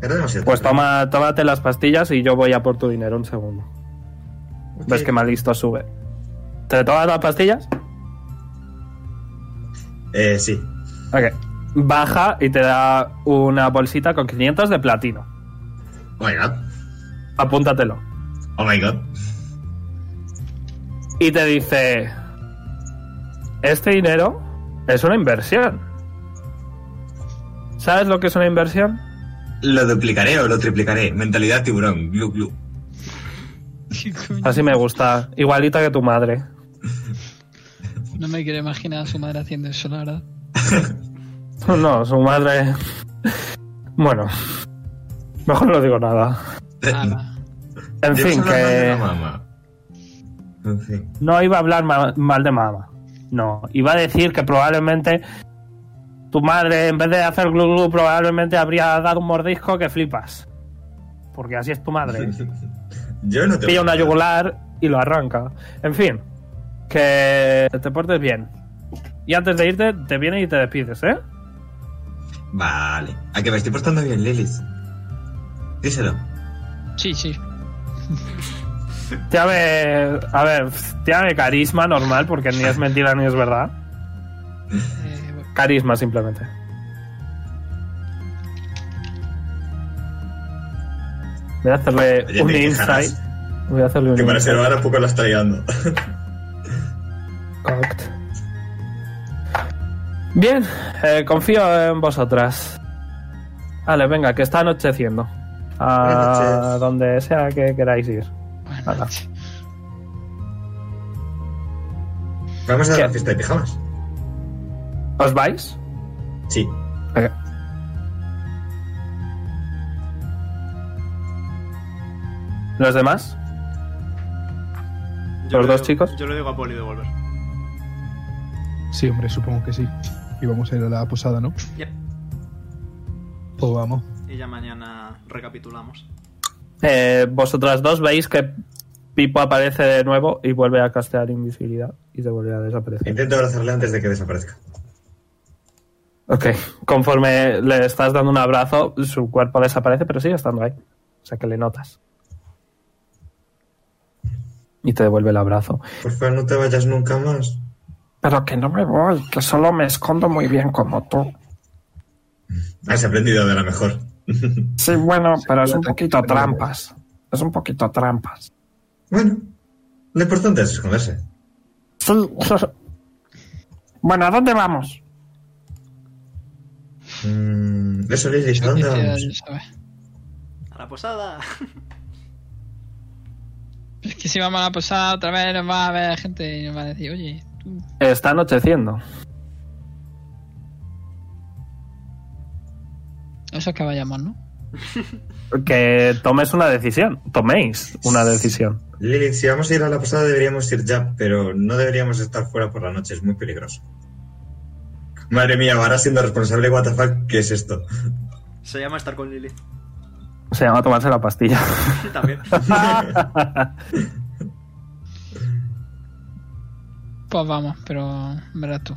Speaker 6: Era demasiado
Speaker 2: Pues
Speaker 6: tarde.
Speaker 2: toma, tómate las pastillas y yo voy a por tu dinero un segundo.
Speaker 6: Ok.
Speaker 2: Ves que malisto sube. ¿Te tomas las pastillas?
Speaker 6: Eh, sí.
Speaker 2: Ok. Baja y te da una bolsita con 500 de platino.
Speaker 6: Oh my god.
Speaker 2: Apúntatelo.
Speaker 6: Oh my god.
Speaker 2: y te dice, este dinero es una inversión. ¿Sabes lo que es una inversión?
Speaker 6: Lo duplicaré o lo triplicaré. Mentalidad tiburón. Glu, glu.
Speaker 3: ¿Qué coño?
Speaker 2: Así me gusta, igualita que tu madre.
Speaker 3: No me quiero imaginar a su madre haciendo eso, la verdad.
Speaker 2: No, su madre... Bueno, mejor no digo nada.
Speaker 3: Ala.
Speaker 2: En
Speaker 6: Yo
Speaker 2: fin,
Speaker 6: solo hablo de
Speaker 2: que...
Speaker 6: la mamá. En fin.
Speaker 2: No iba a hablar ma- mal de mamá. No, iba a decir que probablemente tu madre, en vez de hacer glu glu, probablemente habría dado un mordisco que flipas. Porque así es tu madre.
Speaker 6: Yo no te
Speaker 2: Pilla una yugular y lo arranca. En fin, que te portes bien. Y antes de irte, te vienes y te despides, ¿eh?
Speaker 6: Vale. A que me estoy portando bien, Lilis. Díselo.
Speaker 3: Sí, sí. Eh,
Speaker 2: Tírame, a ver, pf, tírame carisma normal, porque ni es mentira ni es verdad.
Speaker 3: Eh, bueno,
Speaker 2: Carisma simplemente. Voy a hacerle
Speaker 6: Oye,
Speaker 2: un
Speaker 6: te quejarás.
Speaker 2: insight. Voy a hacerle un
Speaker 6: Que para ser
Speaker 2: insight.
Speaker 6: ahora un poco la está liando.
Speaker 2: Correct. Bien, eh, confío en vosotras. Vale, venga, que está anocheciendo.
Speaker 6: Buenas
Speaker 2: A
Speaker 6: noches.
Speaker 2: donde sea que queráis ir.
Speaker 3: buenas
Speaker 2: Ala.
Speaker 3: noches.
Speaker 6: Vamos a
Speaker 2: ¿Qué?
Speaker 6: la fiesta de pijamas.
Speaker 2: ¿Os vais?
Speaker 6: Sí.
Speaker 2: ¿Los demás?
Speaker 1: Yo
Speaker 2: ¿Los
Speaker 1: le
Speaker 2: dos
Speaker 1: digo-
Speaker 2: chicos?
Speaker 1: Yo le digo a Poli de volver.
Speaker 4: Sí, hombre, supongo que sí. Y vamos a ir a la posada, ¿no?
Speaker 1: Yep.
Speaker 4: Pues vamos.
Speaker 1: Y ya mañana recapitulamos.
Speaker 2: Eh, vosotras dos veis que Pipo aparece de nuevo y vuelve a castear invisibilidad y se vuelve a desaparecer.
Speaker 6: Intento abrazarle antes de que desaparezca.
Speaker 2: Ok, conforme le estás dando un abrazo, su cuerpo desaparece, pero sigue estando ahí. O sea que le notas. Y te devuelve el abrazo.
Speaker 6: Por favor, no te vayas nunca más.
Speaker 8: Pero que no me voy, que solo me escondo muy bien como tú.
Speaker 6: Has aprendido de la mejor.
Speaker 8: Sí, bueno, pero es un
Speaker 4: claro,
Speaker 8: poquito
Speaker 4: pero-
Speaker 8: trampas. Es un poquito trampas.
Speaker 6: Bueno, lo importante es esconderse.
Speaker 8: Sí. Bueno, ¿a dónde vamos?
Speaker 6: Mm, eso, Lilis, ¿a dónde
Speaker 3: Noticia,
Speaker 6: vamos?
Speaker 3: ya sabes.
Speaker 1: A la posada.
Speaker 3: Es que si vamos a la posada otra vez nos va a ver gente y nos va a decir, oye, tú.
Speaker 2: Está anocheciendo.
Speaker 3: Eso es que vayamos, ¿no?
Speaker 2: Que tomes una decisión. Toméis una decisión.
Speaker 6: Lilith, si vamos a ir a la posada deberíamos ir ya, pero no deberíamos estar fuera por la noche, es muy peligroso. Madre mía, ahora siendo responsable, what the fuck, ¿qué es esto?
Speaker 1: Se llama estar con Lily.
Speaker 2: Se llama tomarse la pastilla.
Speaker 1: También.
Speaker 3: Pues vamos, pero verás tú.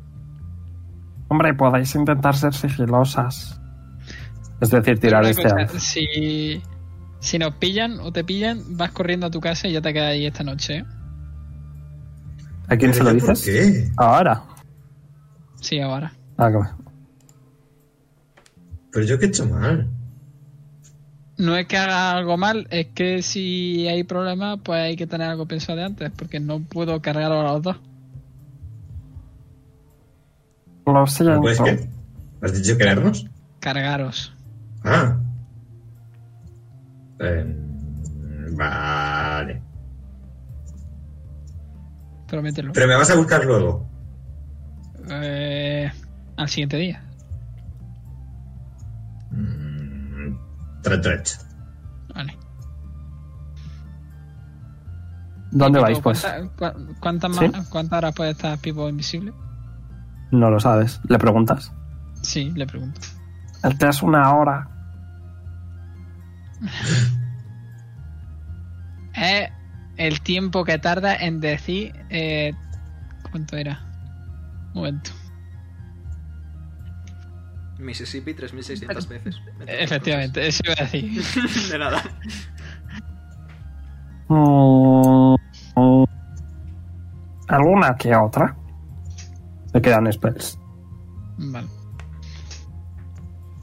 Speaker 8: Hombre, podéis intentar ser sigilosas.
Speaker 2: es decir, tirar
Speaker 3: Una
Speaker 2: este
Speaker 3: cosa,
Speaker 2: avance.
Speaker 3: si, si nos pillan o te pillan, vas corriendo a tu casa y ya te quedas ahí esta noche. ¿eh?
Speaker 2: ¿A quién se lo
Speaker 6: ¿Por
Speaker 2: dices?
Speaker 6: qué?
Speaker 2: Ahora.
Speaker 3: Sí, ahora.
Speaker 2: Ah, que va.
Speaker 6: Pero yo qué he hecho mal.
Speaker 3: No es que haga algo mal, es que si hay problemas, pues hay que tener algo pensado de antes, porque no puedo cargarlo a los dos.
Speaker 8: Lo
Speaker 6: ¿No
Speaker 8: siento.
Speaker 6: puedes qué? ¿Has dicho querernos?
Speaker 3: Cargaros.
Speaker 6: Ah. Eh, vale.
Speaker 3: Promételo.
Speaker 6: Pero me vas a buscar luego.
Speaker 3: Eh, al siguiente día.
Speaker 6: Mm, Tra, tra, tra.
Speaker 3: Vale.
Speaker 2: ¿Dónde vais,
Speaker 3: Pipo,
Speaker 2: pues?
Speaker 3: ¿cuánta- cua- ¿Cuántas
Speaker 2: ¿Sí?
Speaker 3: más- cuántas horas puede estar Pipo invisible?
Speaker 2: No lo sabes. ¿Le preguntas?
Speaker 3: Sí, le pregunto.
Speaker 8: El que es una hora.
Speaker 3: Es el tiempo que tarda en decir. eh, ¿Cuánto era? Un momento.
Speaker 1: Mississippi 3600 veces.
Speaker 3: Eh, Efectivamente, eso iba a decir.
Speaker 1: De nada.
Speaker 8: Mm, mm. ¿Alguna que otra?
Speaker 2: Le quedan spells.
Speaker 3: Vale.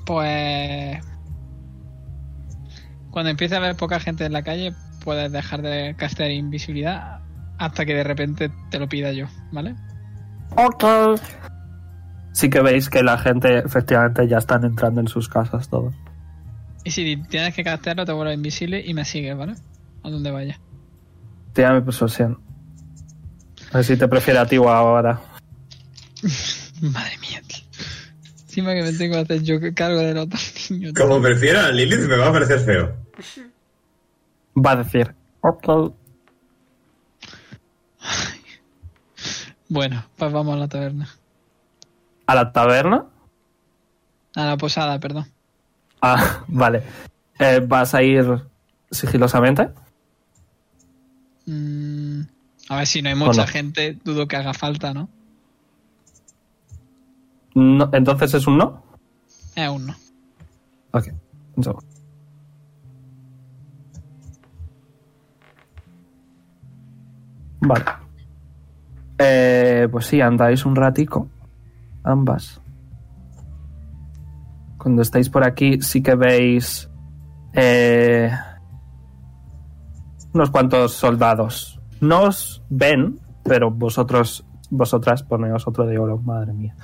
Speaker 3: Pues. Cuando empiece a haber poca gente en la calle, puedes dejar de castear invisibilidad hasta que de repente te lo pida yo, ¿vale?
Speaker 8: Ok.
Speaker 2: Sí que veis que la gente efectivamente ya están entrando en sus casas todos.
Speaker 3: Y si tienes que castearlo, te vuelves invisible y me sigues, ¿vale? A donde vaya.
Speaker 2: Tírame persuasión. A ver si te prefiere a ti o ahora.
Speaker 3: Madre mía, tío. Encima que me tengo que hacer yo que cargo de los dos niños. tío.
Speaker 6: Como prefiera, Lilith me va a parecer feo.
Speaker 2: Va a decir,
Speaker 8: Ok.
Speaker 3: Bueno, pues vamos a la taberna.
Speaker 2: ¿A la taberna?
Speaker 3: A la posada, perdón.
Speaker 2: Ah, vale. Eh, ¿Vas a ir sigilosamente?
Speaker 3: Mm, a ver si no hay mucha
Speaker 2: no?
Speaker 3: gente, dudo que haga falta, ¿no?
Speaker 2: No, Entonces es un no.
Speaker 3: Es un no.
Speaker 2: Ok, un segundo. Vale. Eh, pues sí, andáis un ratico. Ambas. Cuando estáis por aquí sí que veis eh, unos cuantos soldados. No os ven, pero vosotros, vosotras, poneos otro de oro, madre mía.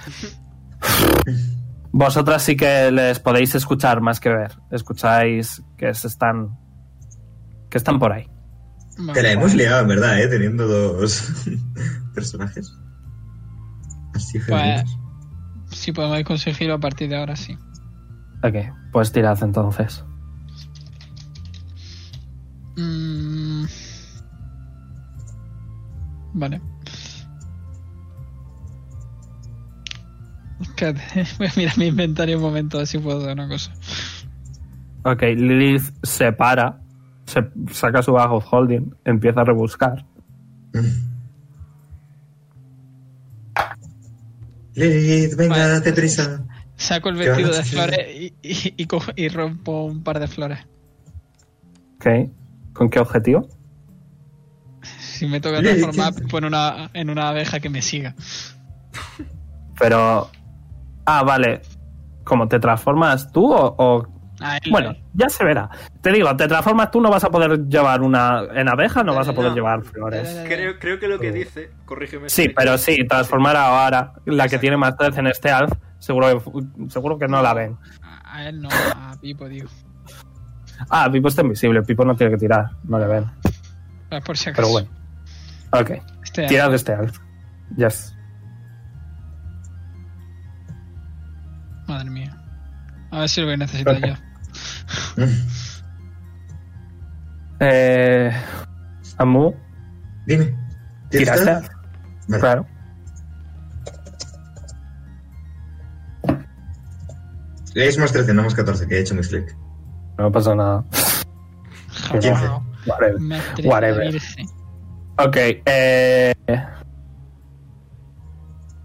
Speaker 2: Vosotras sí que les podéis escuchar más que ver. Escucháis que se están. que están por ahí.
Speaker 3: Bueno,
Speaker 6: Te la hemos liado, en verdad, ¿eh? Teniendo dos personajes. Así
Speaker 3: pues,
Speaker 6: femeninos.
Speaker 3: si podemos conseguirlo a partir de ahora, sí.
Speaker 2: Ok, pues tirad entonces.
Speaker 3: Mm. Vale. Espérate, voy a mirar mi inventario un momento a ver si puedo hacer una cosa.
Speaker 2: Ok, Lilith se para, se saca su bag of holding, empieza a rebuscar.
Speaker 6: Lilith, venga,
Speaker 3: Vale.
Speaker 6: date prisa.
Speaker 3: Saco el
Speaker 6: ¿Qué van a
Speaker 3: vestido de
Speaker 6: hacer?
Speaker 3: flores y, y- y cojo- y rompo un par de flores.
Speaker 2: Ok, ¿con qué objetivo?
Speaker 3: Si me toca
Speaker 6: Ey,
Speaker 3: transformar,
Speaker 6: ¿qué haces?
Speaker 3: pone una, en una abeja que me siga.
Speaker 2: Pero. Ah, vale. ¿Cómo te transformas tú o.? o-
Speaker 3: A él-
Speaker 2: Bueno, ya se verá. Te digo, te transformas tú, no vas a poder llevar una. En abeja no vas a poder
Speaker 1: No.
Speaker 2: llevar flores.
Speaker 1: Creo, creo que lo que dice, corrígeme. si
Speaker 2: Sí,
Speaker 1: me
Speaker 2: pero
Speaker 1: equivoco.
Speaker 2: sí, transformar ahora la que
Speaker 1: Exacto.
Speaker 2: tiene más 13 en este alf, seguro que, seguro que no la ven.
Speaker 3: a a él no, a Pipo, digo.
Speaker 2: Ah, Pipo está invisible, Pipo no tiene que tirar, no le ven.
Speaker 3: Pues por si acaso.
Speaker 2: Pero bueno. Ok,
Speaker 3: Este-
Speaker 2: tirad este alf. Yes.
Speaker 3: Madre mía. A ver si lo voy a necesitar
Speaker 2: Ok.
Speaker 3: yo.
Speaker 6: Mm.
Speaker 2: Eh, Amu,
Speaker 6: Dime. ¿tienes
Speaker 2: ¿tiraste?
Speaker 6: tal?
Speaker 2: alf?
Speaker 6: Vale.
Speaker 2: Claro.
Speaker 6: Es más 13, no más 14, que he hecho mi clic.
Speaker 2: No pasa nada.
Speaker 6: Quince.
Speaker 2: Whatever.
Speaker 3: Mestre
Speaker 2: Whatever.
Speaker 3: virgen.
Speaker 2: Ok, eh,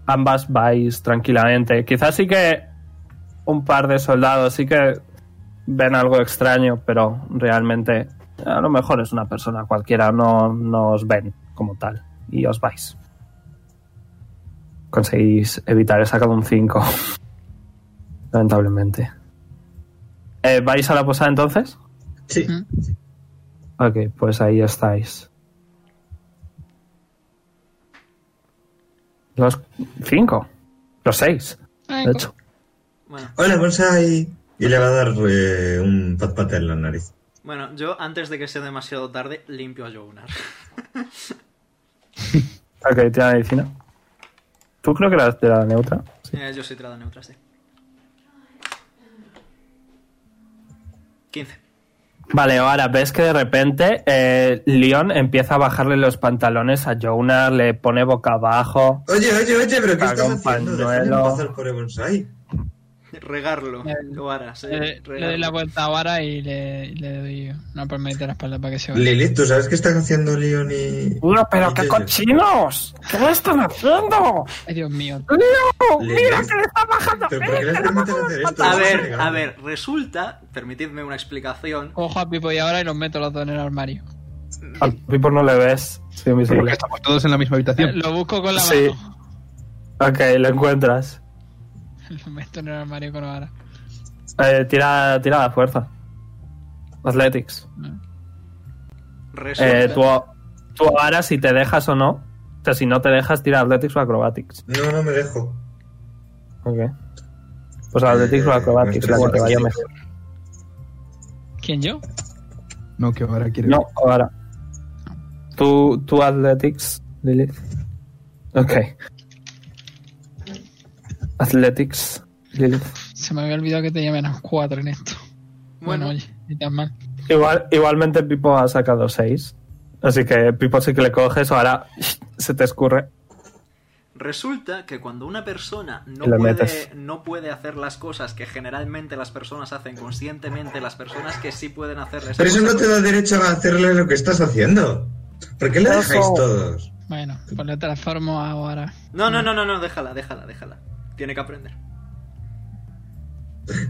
Speaker 2: ambas vais tranquilamente. Quizás sí que un par de soldados sí que ven algo extraño, pero realmente a lo mejor es una persona cualquiera, no, no os ven como tal y os vais. Conseguís evitar, he sacado un 5, lamentablemente. Eh, ¿Vais a la posada entonces?
Speaker 6: Sí.
Speaker 3: Mm.
Speaker 2: Ok, pues ahí estáis. Los cinco. Los seis,
Speaker 3: Ay,
Speaker 2: de hecho.
Speaker 1: Bueno,
Speaker 6: Hola, Bonsai. Y le va a dar eh, un pat pat en la nariz.
Speaker 1: bueno, yo antes de que sea demasiado tarde, limpio a Jonar.
Speaker 2: Ok, tira medicina. Tú creo que la de la neutra.
Speaker 1: Eh, yo soy tirada neutra, sí. 15.
Speaker 2: Vale, ahora ves que de repente eh, Leon empieza a bajarle los pantalones a Jonar, le pone boca abajo.
Speaker 6: Oye, oye, oye, pero ¿qué
Speaker 2: Haga
Speaker 6: estás
Speaker 2: un
Speaker 6: haciendo? Déjame
Speaker 2: pañuelo.
Speaker 6: pasar por el Bonsai.
Speaker 1: Regarlo,
Speaker 3: Eh,
Speaker 1: lo harás. eh,
Speaker 3: Le, le doy la
Speaker 1: regarlo.
Speaker 3: vuelta ahora y le, y le doy una palmadita de la espalda para que se vaya.
Speaker 6: Lilith, ¿tú sabes qué están haciendo Leon y.
Speaker 8: Uh,
Speaker 2: ¡Uno, pero
Speaker 6: y
Speaker 2: qué
Speaker 6: Jojo?
Speaker 2: cochinos! ¿Qué le están haciendo?
Speaker 3: Ay, Dios mío.
Speaker 2: ¡Leon!
Speaker 6: Lilith.
Speaker 2: ¡Mira que le está bajando!
Speaker 8: eh,
Speaker 6: ¿Pero por qué les permiten hacer esto?
Speaker 1: A
Speaker 6: Es
Speaker 1: ver,
Speaker 6: ilegal.
Speaker 1: a ver, resulta, permitidme una explicación.
Speaker 3: Cojo a Pipo y ahora y los meto los dos en el armario.
Speaker 2: Al Pipo no le ves. Sí,
Speaker 4: Porque
Speaker 2: invisible.
Speaker 4: estamos todos en la misma habitación.
Speaker 3: Lo busco con la
Speaker 2: Sí.
Speaker 3: mano.
Speaker 2: Ok, lo encuentras.
Speaker 3: Los meto en el armario con ahora.
Speaker 2: Eh, tira, tira la fuerza. Athletics.
Speaker 1: Resulta,
Speaker 2: Eh, tú, tú ahora si te dejas o no. O sea, si no te dejas, tira Athletics o Acrobatics.
Speaker 6: No, no me dejo.
Speaker 2: Ok. Pues Athletics o
Speaker 6: Eh,
Speaker 2: Acrobatics, la que te vaya mejor.
Speaker 3: ¿Quién yo?
Speaker 4: No, que ahora quiere.
Speaker 2: No, ahora. Tú, tú Athletics, Lilith. Ok. Athletics, Lilith.
Speaker 3: Se me había olvidado que tenía menos cuatro en esto. Bueno,
Speaker 1: bueno,
Speaker 3: oye, ni tan mal.
Speaker 2: Igual, igualmente Pipo ha sacado 6. Así que Pipo sí que le coges o ahora se te escurre.
Speaker 1: Resulta que cuando una persona no
Speaker 9: Te lo
Speaker 1: puede,
Speaker 9: metes.
Speaker 1: no puede hacer las cosas que generalmente las personas hacen conscientemente, las personas que sí pueden hacerlas.
Speaker 6: Pero eso no te da derecho a hacerle lo que estás haciendo. ¿Por qué le
Speaker 2: Eso.
Speaker 6: dejáis todos?
Speaker 3: Bueno, pues lo transformo ahora.
Speaker 1: No, no, no, no, no, déjala, déjala, déjala. Tiene que aprender.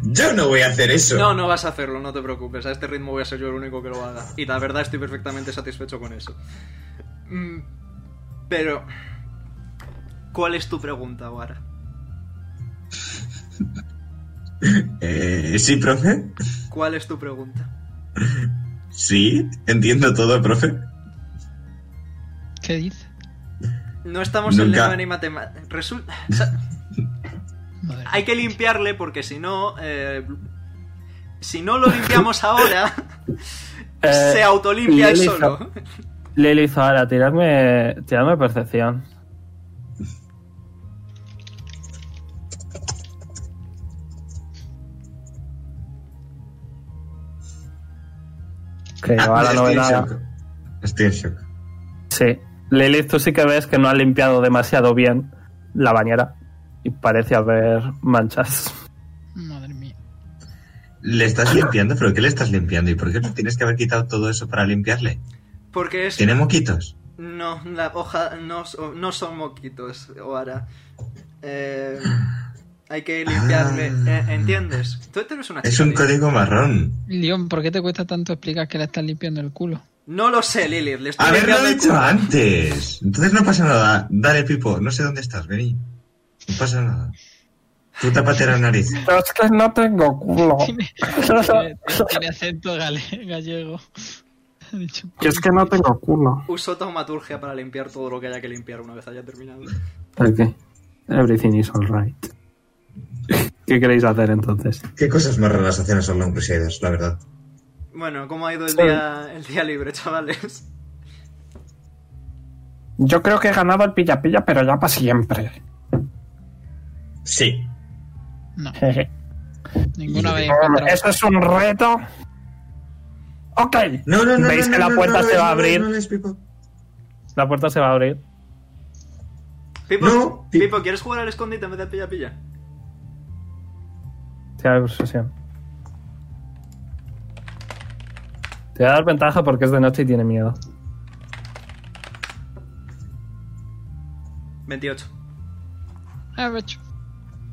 Speaker 6: Yo no voy a hacer eso.
Speaker 1: No, no vas a hacerlo, no te preocupes. A este ritmo voy a ser yo el único que lo haga. Y la verdad estoy perfectamente satisfecho con eso. Mm, Pero... ¿Cuál es tu pregunta, Wara?
Speaker 6: Eh, sí, profe.
Speaker 1: ¿Cuál es tu pregunta?
Speaker 6: Sí, entiendo todo, profe.
Speaker 3: ¿Qué dice?
Speaker 1: No estamos en
Speaker 6: Nunca.
Speaker 1: lengua ni matemática. Resulta... o sea,
Speaker 3: Madre
Speaker 1: hay que limpiarle porque si no... eh, si no lo limpiamos ahora...
Speaker 9: Eh,
Speaker 1: se autolimpia él
Speaker 9: Lily
Speaker 1: solo.
Speaker 9: Lily Zara, tiradme, tiradme percepción. Que yo
Speaker 6: Ah,
Speaker 9: ahora no
Speaker 6: estoy
Speaker 9: ve
Speaker 6: en
Speaker 9: nada.
Speaker 6: shock. Estoy en shock.
Speaker 9: Sí. Lilith, tú sí que ves que no ha limpiado demasiado bien la bañera y parece haber manchas.
Speaker 3: Madre mía.
Speaker 6: ¿Le estás limpiando? ¿Pero qué le estás limpiando? ¿Y por qué no tienes que haber quitado todo eso para limpiarle?
Speaker 1: Porque es...
Speaker 6: ¿Tiene moquitos?
Speaker 1: No, la hoja no, so- no son moquitos, Oara. Eh, hay que limpiarle.
Speaker 6: Ah.
Speaker 1: eh, ¿Entiendes? Tú eres una
Speaker 6: Es
Speaker 1: chica,
Speaker 6: un
Speaker 1: Lilith.
Speaker 6: código marrón.
Speaker 3: León, ¿por qué te cuesta tanto explicar que le estás limpiando el culo?
Speaker 1: No lo sé, Lilith. Le estoy
Speaker 6: Haberlo
Speaker 1: limpiando el
Speaker 6: dicho
Speaker 1: culo.
Speaker 6: antes. Entonces no pasa nada. Dale, Pipo. No sé dónde estás. Vení. No pasa nada. Tú tapate la nariz.
Speaker 9: Pero es que no tengo culo.
Speaker 3: Tiene, tiene acento gale- gallego. Ha dicho,
Speaker 8: Yo es que no tengo culo.
Speaker 1: Uso taumaturgia para limpiar todo lo que haya que limpiar una vez haya terminado.
Speaker 9: ¿Por qué? Everything is alright. ¿Qué queréis hacer entonces?
Speaker 6: ¿Qué cosas más raras hacen los Long Crusaders, la verdad?
Speaker 1: Bueno, ¿cómo ha ido el día, el día libre, chavales?
Speaker 8: Yo creo que he ganado el pilla-pilla, pero ya para siempre.
Speaker 6: Sí.
Speaker 3: No,
Speaker 8: Jeje.
Speaker 3: ninguno habéis
Speaker 8: Oh,
Speaker 3: encontrado.
Speaker 8: Eh, ¿Eso es un reto? Ok.
Speaker 6: No, no, no.
Speaker 9: ¿Veis
Speaker 6: no,
Speaker 9: que
Speaker 6: no,
Speaker 9: la
Speaker 6: no,
Speaker 9: puerta
Speaker 6: no,
Speaker 9: se
Speaker 6: no,
Speaker 9: va a
Speaker 6: no,
Speaker 9: abrir?
Speaker 6: No, no, es Pipo.
Speaker 9: La puerta se va a abrir.
Speaker 1: Pipo,
Speaker 6: No, Pi-
Speaker 1: Pipo, ¿quieres jugar al escondite en vez de pilla-pilla?
Speaker 9: Te da persuasión. Te voy a dar ventaja porque es de noche y tiene miedo.
Speaker 1: 28.
Speaker 3: Ah, macho.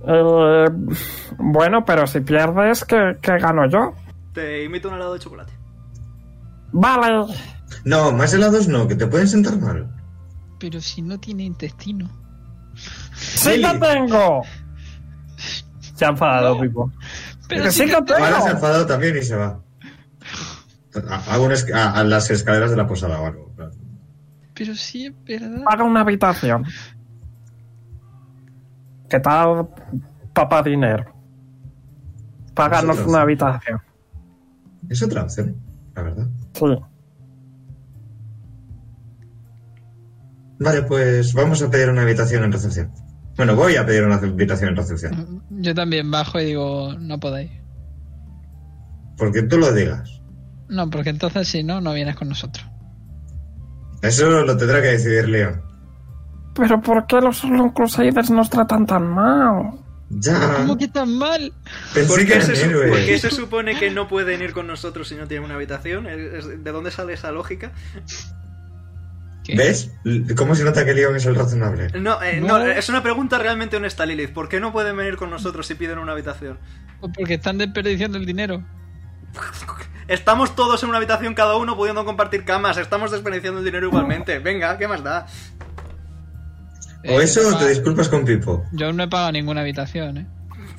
Speaker 8: Eh, bueno, pero si pierdes, ¿qué, qué gano yo?
Speaker 1: Te invito a un helado de chocolate.
Speaker 8: Vale.
Speaker 6: No, más helados no, que te pueden sentar mal.
Speaker 3: Pero si no tiene intestino.
Speaker 8: ¡Sí lo tengo!
Speaker 9: Se ha enfadado, Pipo.
Speaker 3: Pero
Speaker 8: Que
Speaker 3: si
Speaker 8: sí
Speaker 3: no
Speaker 8: que tengo.
Speaker 6: Ahora se ha enfadado también y se va. A, a una esca- a- a las escaleras de la posada o algo.
Speaker 3: Pero sí es verdad.
Speaker 8: Paga una habitación.
Speaker 9: ¿Qué tal, papá dinero? Páganos
Speaker 6: Nosotros.
Speaker 9: una habitación.
Speaker 6: Es otra opción, la verdad.
Speaker 9: Sí.
Speaker 6: Vale, pues vamos a pedir una habitación en recepción. Bueno, voy a pedir una habitación en recepción.
Speaker 3: Yo también bajo y digo, no podéis.
Speaker 6: Porque tú lo digas.
Speaker 3: No, porque entonces si no, no vienes con nosotros.
Speaker 6: Eso lo tendrá que decidir Leon.
Speaker 8: Pero ¿por qué los Long Crusaders nos tratan tan mal?
Speaker 6: Ya.
Speaker 3: ¿Cómo que tan mal?
Speaker 6: Pensé
Speaker 1: ¿Por
Speaker 6: que
Speaker 1: qué,
Speaker 6: eran
Speaker 1: se, su- por qué
Speaker 6: héroes.
Speaker 1: se supone que no pueden ir con nosotros si no tienen una habitación? ¿Es- es- ¿De dónde sale esa lógica?
Speaker 3: ¿Qué?
Speaker 6: ¿Ves? ¿Cómo se nota que Leon es el razonable?
Speaker 1: No, eh,
Speaker 3: No.
Speaker 1: no, es una pregunta realmente honesta, Lilith. ¿Por qué no pueden venir con nosotros si piden una habitación?
Speaker 3: Pues Porque están desperdiciando el dinero.
Speaker 1: Estamos todos en una habitación cada uno pudiendo compartir camas. Estamos desperdiciando el dinero igualmente. Venga, ¿qué más da?
Speaker 6: O
Speaker 3: Eh,
Speaker 6: eso
Speaker 3: no he
Speaker 6: o te
Speaker 3: pagado-
Speaker 6: disculpas con Pipo.
Speaker 3: Yo no he pagado ninguna habitación, ¿eh?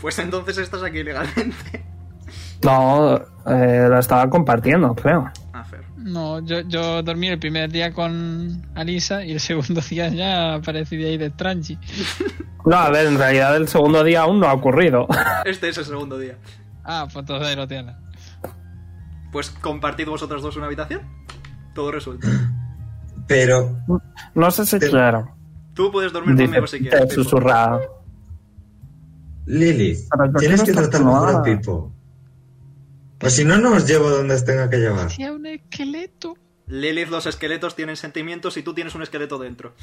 Speaker 1: Pues entonces estás aquí legalmente.
Speaker 9: No, eh, la estaba compartiendo, creo.
Speaker 1: Ah, Fer.
Speaker 3: No, yo, yo dormí el primer día con Alisa y el segundo día ya aparecí de ahí de Strangi.
Speaker 9: No, a ver, en realidad el segundo día aún no ha ocurrido.
Speaker 1: Este es el segundo día.
Speaker 3: Ah, pues entonces lo tienes.
Speaker 1: Pues compartid vosotros dos una habitación. Todo resuelto.
Speaker 6: Pero
Speaker 9: No sé si
Speaker 6: Te-
Speaker 9: quiero.
Speaker 1: Tú puedes dormir conmigo si
Speaker 9: Dice, te
Speaker 1: quieres. Pipo.
Speaker 9: susurra.
Speaker 6: Lilith,
Speaker 9: Pero yo
Speaker 6: tienes
Speaker 9: quiero
Speaker 6: que
Speaker 9: estar
Speaker 6: tratar mejor a
Speaker 9: clavada.
Speaker 6: Pipo. O si no, no os llevo donde os tenga que llevar.
Speaker 3: Hacía un esqueleto.
Speaker 1: Lilith, los esqueletos tienen sentimientos y tú tienes un esqueleto dentro.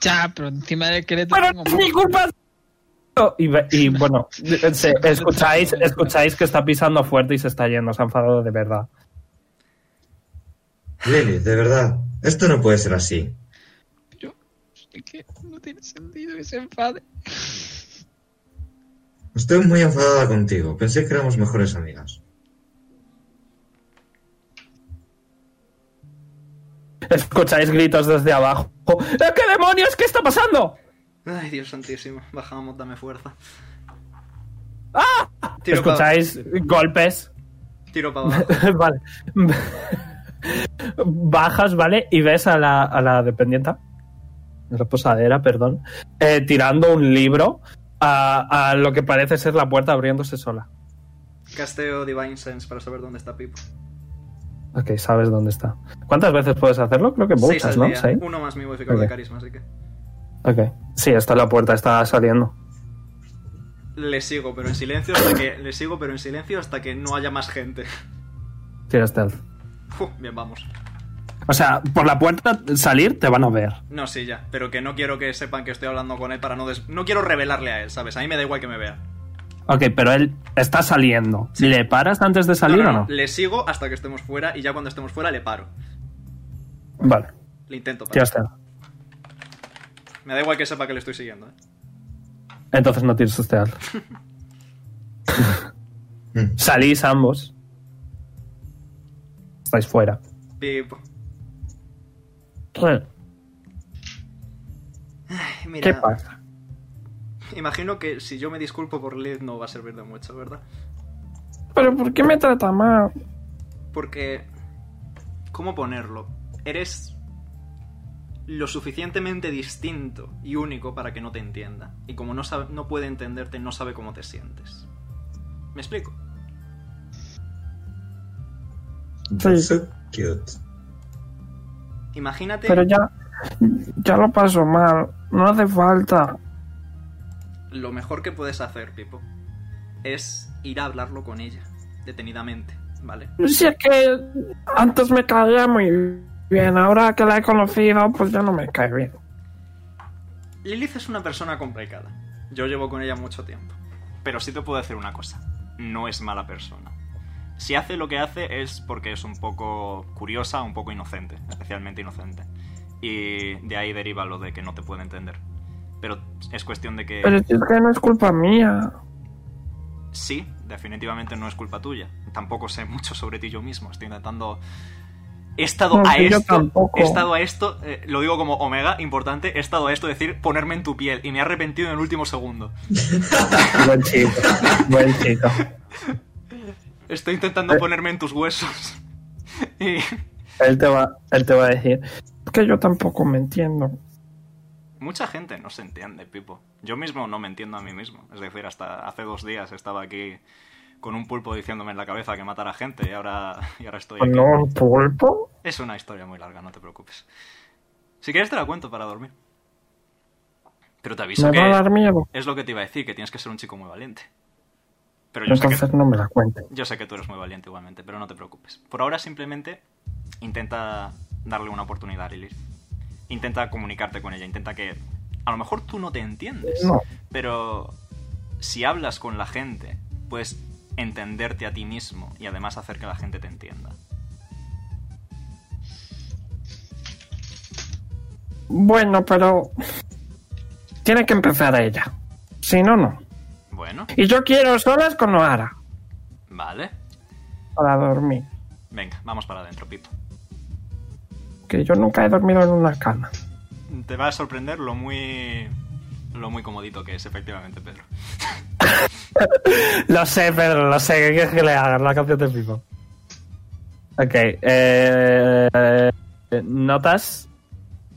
Speaker 3: Ya, pero encima del esqueleto
Speaker 8: ¡Pero
Speaker 3: tengo
Speaker 8: es
Speaker 3: más.
Speaker 8: mi culpa!
Speaker 2: Y, ve- y, bueno, se- escucháis, escucháis que está pisando fuerte y se está yendo, se ha enfadado de verdad.
Speaker 6: Lily, de verdad, esto no puede ser así.
Speaker 3: Pero es que no tiene sentido que se enfade.
Speaker 6: Estoy muy enfadada contigo. Pensé que éramos mejores amigas.
Speaker 2: Escucháis gritos desde abajo.
Speaker 8: ¡Eh, ¿Qué demonios? ¿Qué está pasando?
Speaker 1: Ay, Dios santísimo. Bajamos, dame fuerza. ¡Ah! Tiro para
Speaker 2: Escucháis golpes.
Speaker 1: tiro pa abajo.
Speaker 2: vale. Bajas, ¿vale? Y ves a la, a la dependienta, la posadera, perdón, eh, tirando un libro a, a lo que parece ser la puerta abriéndose sola.
Speaker 1: Casteo Divine Sense para saber dónde está Pipo.
Speaker 2: Ok, sabes dónde está. ¿Cuántas veces puedes hacerlo? Creo que
Speaker 1: Seis
Speaker 2: muchas,
Speaker 1: al
Speaker 2: ¿no?
Speaker 1: día.
Speaker 2: Seis.
Speaker 1: Uno más mi modificador
Speaker 2: Ok.
Speaker 1: de carisma, así que.
Speaker 2: Ok. Sí, está en la puerta, está saliendo.
Speaker 1: Le sigo, pero en silencio hasta que. Le sigo, pero en silencio hasta que no haya más gente.
Speaker 2: Tira stealth.
Speaker 1: Uf, bien, vamos.
Speaker 8: O sea, por la puerta salir te van a ver.
Speaker 1: No, sí, ya. Pero que no quiero que sepan que estoy hablando con él para no des... No quiero revelarle a él, ¿sabes? A mí me da igual que me vea.
Speaker 8: Ok, pero él está saliendo.
Speaker 1: Sí.
Speaker 8: ¿Le paras antes de salir
Speaker 1: No, no,
Speaker 8: o no?
Speaker 1: no. Le sigo hasta que estemos fuera y ya cuando estemos fuera le paro.
Speaker 8: Vale,
Speaker 1: Le intento
Speaker 8: tira
Speaker 1: parar.
Speaker 8: stealth.
Speaker 1: Me da igual que sepa que le estoy siguiendo, ¿eh?
Speaker 2: Entonces no tienes stealth.
Speaker 6: Mm,
Speaker 2: Salís ambos. Estáis fuera.
Speaker 1: Pipo. Ay, Mira,
Speaker 2: ¿Qué pasa?
Speaker 1: imagino que si yo me disculpo por Lid no va a servir de mucho, ¿verdad?
Speaker 9: Pero ¿por qué me trata mal?
Speaker 1: Porque... ¿Cómo ponerlo? Eres lo suficientemente distinto y único para que no te entienda. Y como no, sabe- no puede entenderte, no sabe cómo te sientes. ¿Me explico?
Speaker 6: That's so cute.
Speaker 1: Imagínate...
Speaker 9: Pero ya, ya lo paso mal. No hace falta.
Speaker 1: Lo mejor que puedes hacer, Pipo, es ir a hablarlo con ella, detenidamente, ¿vale?
Speaker 9: Si es que antes me caía muy bien. Ahora que la he conocido, pues ya no me cae bien.
Speaker 1: Lilith es una persona complicada. Yo llevo con ella mucho tiempo. Pero sí te puedo decir una cosa. No es mala persona. Si hace lo que hace es porque es un poco curiosa, un poco inocente, especialmente inocente. Y de ahí deriva lo de que no te puede entender. Pero es cuestión de que...
Speaker 9: Pero si es que no es culpa mía.
Speaker 1: sí, definitivamente no es culpa tuya. Tampoco sé mucho sobre ti yo mismo. Estoy intentando. He estado
Speaker 9: No,
Speaker 1: a
Speaker 9: que yo
Speaker 1: esto.
Speaker 9: tampoco.
Speaker 1: He estado a esto. eh, lo digo como omega, importante. He estado a esto de decir ponerme en tu piel. Y me he arrepentido en el último segundo.
Speaker 2: Buen chico. Buen chico.
Speaker 1: Estoy
Speaker 9: Eh.
Speaker 1: intentando ponerme en tus huesos. y.
Speaker 2: Él te va, él te va a decir.
Speaker 9: Es que yo tampoco me entiendo.
Speaker 1: Mucha gente no se entiende, Pipo. Yo mismo no me entiendo a mí mismo. Es decir, hasta hace dos días estaba aquí con un pulpo diciéndome en la cabeza que matara gente y ahora, y ahora estoy aquí.
Speaker 9: ¿No un pulpo?
Speaker 1: Es una historia muy larga, no te preocupes. Si quieres te la cuento para dormir. Pero te aviso
Speaker 9: Me va a
Speaker 1: que
Speaker 9: dar miedo.
Speaker 1: es lo que te iba a decir, que tienes que ser un chico muy valiente. Pero yo sé, que,
Speaker 9: Entonces no me la cuente.
Speaker 1: yo sé que tú eres muy valiente igualmente, pero no te preocupes. Por ahora simplemente intenta darle una oportunidad a Lilith. Intenta comunicarte con ella, intenta que... A lo mejor tú no te entiendes,
Speaker 9: No.
Speaker 1: pero si hablas con la gente, puedes entenderte a ti mismo y además hacer que la gente te entienda.
Speaker 9: Bueno, pero tiene que empezar a ella. Si no, no.
Speaker 1: Bueno,
Speaker 9: Y yo quiero solas con Noara
Speaker 1: vale.
Speaker 9: para dormir.
Speaker 1: Venga, vamos para adentro, Pipo.
Speaker 9: Que yo nunca he dormido en una cama.
Speaker 1: Te va a sorprender lo muy. lo muy comodito que es, efectivamente, Pedro.
Speaker 2: Lo sé, Pedro, lo sé. ¿Qué quieres que le hagas? La canción de Pipo. Ok. eh, eh, notas.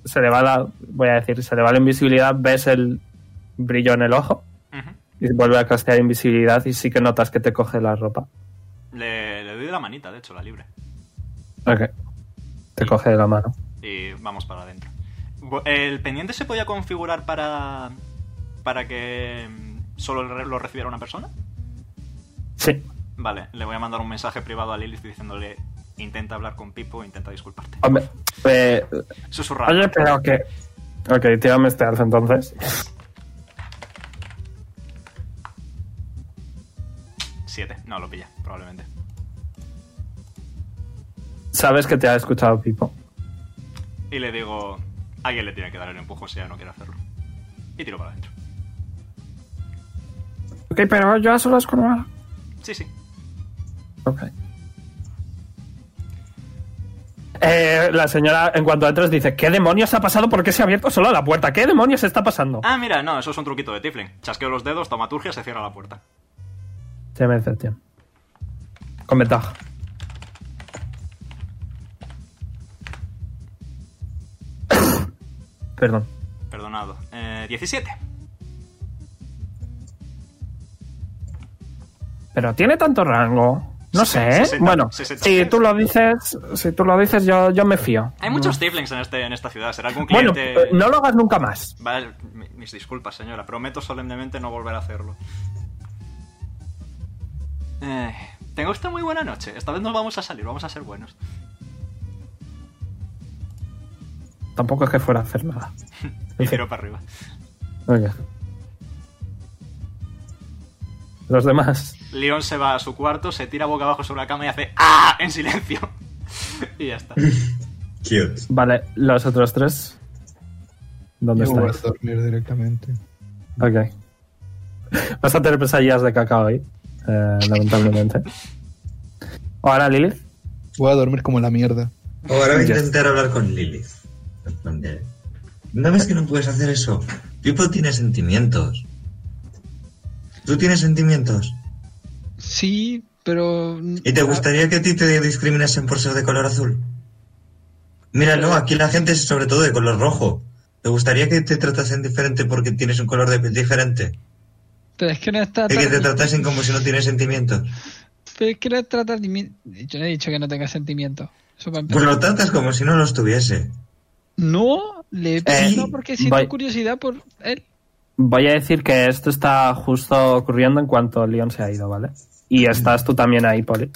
Speaker 2: Se le va la. Voy a decir, se le va la invisibilidad. Ves el brillo en el ojo. Y vuelve a castear invisibilidad. Y sí que notas que te coge la ropa.
Speaker 1: le, le doy la manita, de hecho, la libre.
Speaker 2: Ok. Te coge de la mano.
Speaker 1: Y vamos para adentro. Bu- ¿El pendiente se podía configurar para. para que. mm, solo el re- lo recibiera una persona?
Speaker 2: Sí.
Speaker 1: Vale, le voy a mandar un mensaje privado a Lilith diciéndole. Intenta hablar con Pipo, intenta disculparte.
Speaker 2: Hombre. eh,
Speaker 1: Susurrado.
Speaker 9: Oye, pero que
Speaker 2: Ok, tírame este alza entonces.
Speaker 1: 7. No, lo pilla, probablemente.
Speaker 2: Sabes que te ha escuchado Pipo.
Speaker 1: Y le digo, alguien le tiene que dar el empujón si ya no quiere hacerlo. Y tiro para adentro.
Speaker 8: Ok, pero yo a solas con una.
Speaker 1: Sí, sí.
Speaker 2: Ok. Eh, la señora, en cuanto entras, dice: ¿Qué demonios ha pasado? ¿Por qué se ha abierto solo la puerta? ¿Qué demonios está pasando?
Speaker 1: Ah, mira, no, eso es un truquito de Tifling. Chasqueo los dedos, taumaturgia, se cierra la puerta.
Speaker 2: Tírame Deception. Con ventaja. Perdón.
Speaker 1: Perdonado. Eh, 17.
Speaker 8: Pero tiene tanto rango. No
Speaker 1: Sesen-
Speaker 8: sé, ¿eh?
Speaker 1: 60,
Speaker 8: Bueno,
Speaker 1: 60.
Speaker 8: si tú lo dices, si tú lo dices, yo, yo me fío.
Speaker 1: Hay muchos Tiflings en, este, en esta ciudad. ¿Será algún
Speaker 8: Bueno,
Speaker 1: cliente...?
Speaker 8: eh, no lo hagas nunca más.
Speaker 1: Vale, mi- mis disculpas, señora. Prometo solemnemente no volver a hacerlo. Eh, tenga usted muy buena noche. Esta vez nos vamos a salir, vamos a ser buenos.
Speaker 2: Tampoco es que fuera a hacer nada.
Speaker 1: Y tiro para arriba.
Speaker 2: Ok. Los demás.
Speaker 1: León se va a su cuarto, se tira boca abajo sobre la cama y hace ¡Ah! en silencio. y ya está.
Speaker 6: Cute.
Speaker 2: Vale, los otros tres. ¿Dónde
Speaker 4: Yo voy a
Speaker 2: estáis?
Speaker 4: dormir directamente.
Speaker 2: Ok. Vas a tener pesadillas de cacao hoy, eh, lamentablemente. Ahora Lilith.
Speaker 4: Voy a dormir como la mierda.
Speaker 6: Ahora voy a
Speaker 2: Ya.
Speaker 6: intentar hablar con Lilith. En plan de, No ves que no puedes hacer eso. Pipo tiene sentimientos. Tú tienes sentimientos.
Speaker 3: Sí, pero.
Speaker 6: ¿Y te gustaría que a ti te discriminasen por ser de color azul? Míralo, aquí la gente es sobre todo de color rojo. ¿Te gustaría que te tratasen diferente porque tienes un color de piel diferente?
Speaker 3: Ah, Pero es que no está.
Speaker 6: Y que te
Speaker 3: tan-
Speaker 6: tratasen como si no tienes sentimientos.
Speaker 3: Pero es que no trata de... Yo no he dicho que no tenga sentimientos. Eso para empezar.
Speaker 6: Pues lo tratas como si no los tuviese.
Speaker 3: No, le he
Speaker 6: Eh,
Speaker 3: preguntado porque siento
Speaker 2: voy-
Speaker 3: curiosidad por él.
Speaker 2: Voy a decir que esto está justo ocurriendo en cuanto Leon se ha ido, ¿vale? Y estás tú también ahí, Poli.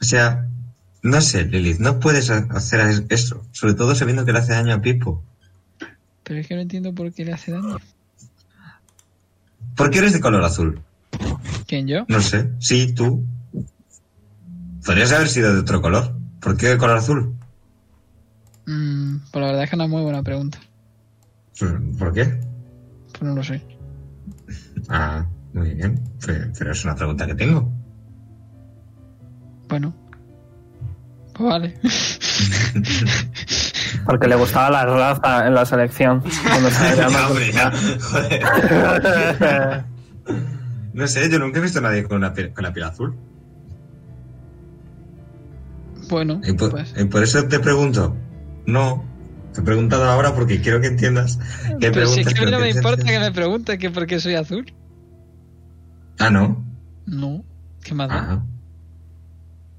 Speaker 6: O sea, no sé, Lilith, no puedes ha- hacer eso. Sobre todo sabiendo que le hace daño a Pipo.
Speaker 3: Pero es que no entiendo por qué le hace daño.
Speaker 6: ¿Por qué eres de color azul?
Speaker 3: ¿Quién yo?
Speaker 6: No sé. Sí, tú. Podrías haber sido de otro color. ¿Por qué de color azul?
Speaker 3: Mm, pues la verdad es que no es muy buena pregunta.
Speaker 6: Pues, ¿Por qué?
Speaker 3: Pues no lo sé.
Speaker 6: Ah, muy bien. Pe- Pero es una pregunta que tengo.
Speaker 3: Bueno. Pues vale.
Speaker 2: Porque le gustaba la raza en la selección. Cuando se
Speaker 6: No,
Speaker 2: llama-
Speaker 6: hombre, ya. Joder. No sé, yo nunca he visto a nadie con, una piel- con la piel azul.
Speaker 3: Bueno,
Speaker 6: Y por,
Speaker 3: pues.
Speaker 6: y por eso te pregunto. No. Te he preguntado ahora porque quiero que entiendas que
Speaker 3: Pero si es
Speaker 6: preguntas
Speaker 3: que a mí no me
Speaker 6: tienes
Speaker 3: importa que
Speaker 6: sentido.
Speaker 3: me pregunte que por qué soy azul.
Speaker 6: Ah, no.
Speaker 3: No. ¿Qué más da?
Speaker 6: Ah.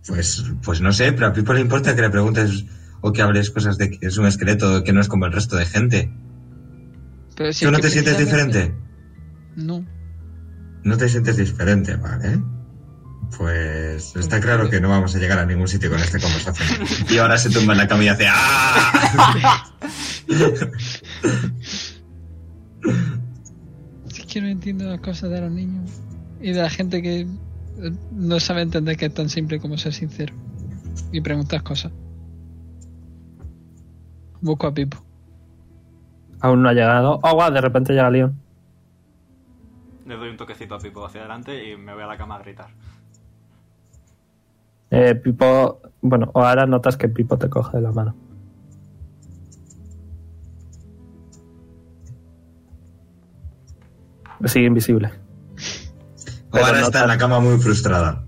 Speaker 6: Pues, pues no sé, pero a Pipo le importa que le preguntes o que hables cosas de que es un esqueleto, que no es como el resto de gente.
Speaker 3: Pero si
Speaker 6: ¿Tú
Speaker 3: es
Speaker 6: no
Speaker 3: que
Speaker 6: te sientes
Speaker 3: precisamente-
Speaker 6: diferente?
Speaker 3: No.
Speaker 6: No te sientes diferente, ¿vale? Pues está claro que no vamos a llegar a ningún sitio con esta conversación. Y ahora se tumba en la cama y hace ¡Ah!
Speaker 3: Si es que no entiendo las cosas de los niños. Y de la gente que eh, no sabe entender que es tan simple como ser sincero. Y preguntas cosas. Busco a Pipo.
Speaker 2: Aún no ha llegado. Oh, wow, de repente llega Leon.
Speaker 1: Le doy un toquecito a Pipo hacia adelante y me voy a la cama a gritar.
Speaker 2: Eh, Pipo. Bueno, ahora notas que Pipo te coge de la mano. Sigue invisible.
Speaker 6: O ahora
Speaker 2: no
Speaker 6: está en la cama muy frustrada.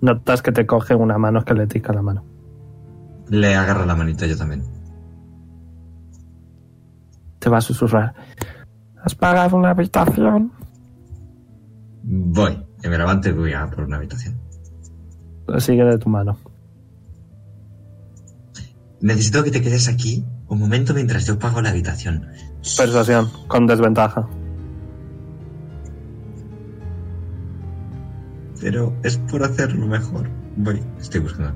Speaker 2: Notas que te coge una mano esquelética la mano.
Speaker 6: Le agarra la manita yo también.
Speaker 2: Te va a susurrar. ¿Has pagado una habitación?
Speaker 6: Voy. Y me levanto y voy a por una habitación.
Speaker 2: Sigue de tu mano.
Speaker 6: Necesito que te quedes aquí un momento mientras yo pago la habitación.
Speaker 2: Persuasión, con desventaja.
Speaker 6: Pero es por hacerlo mejor. Voy, estoy buscando.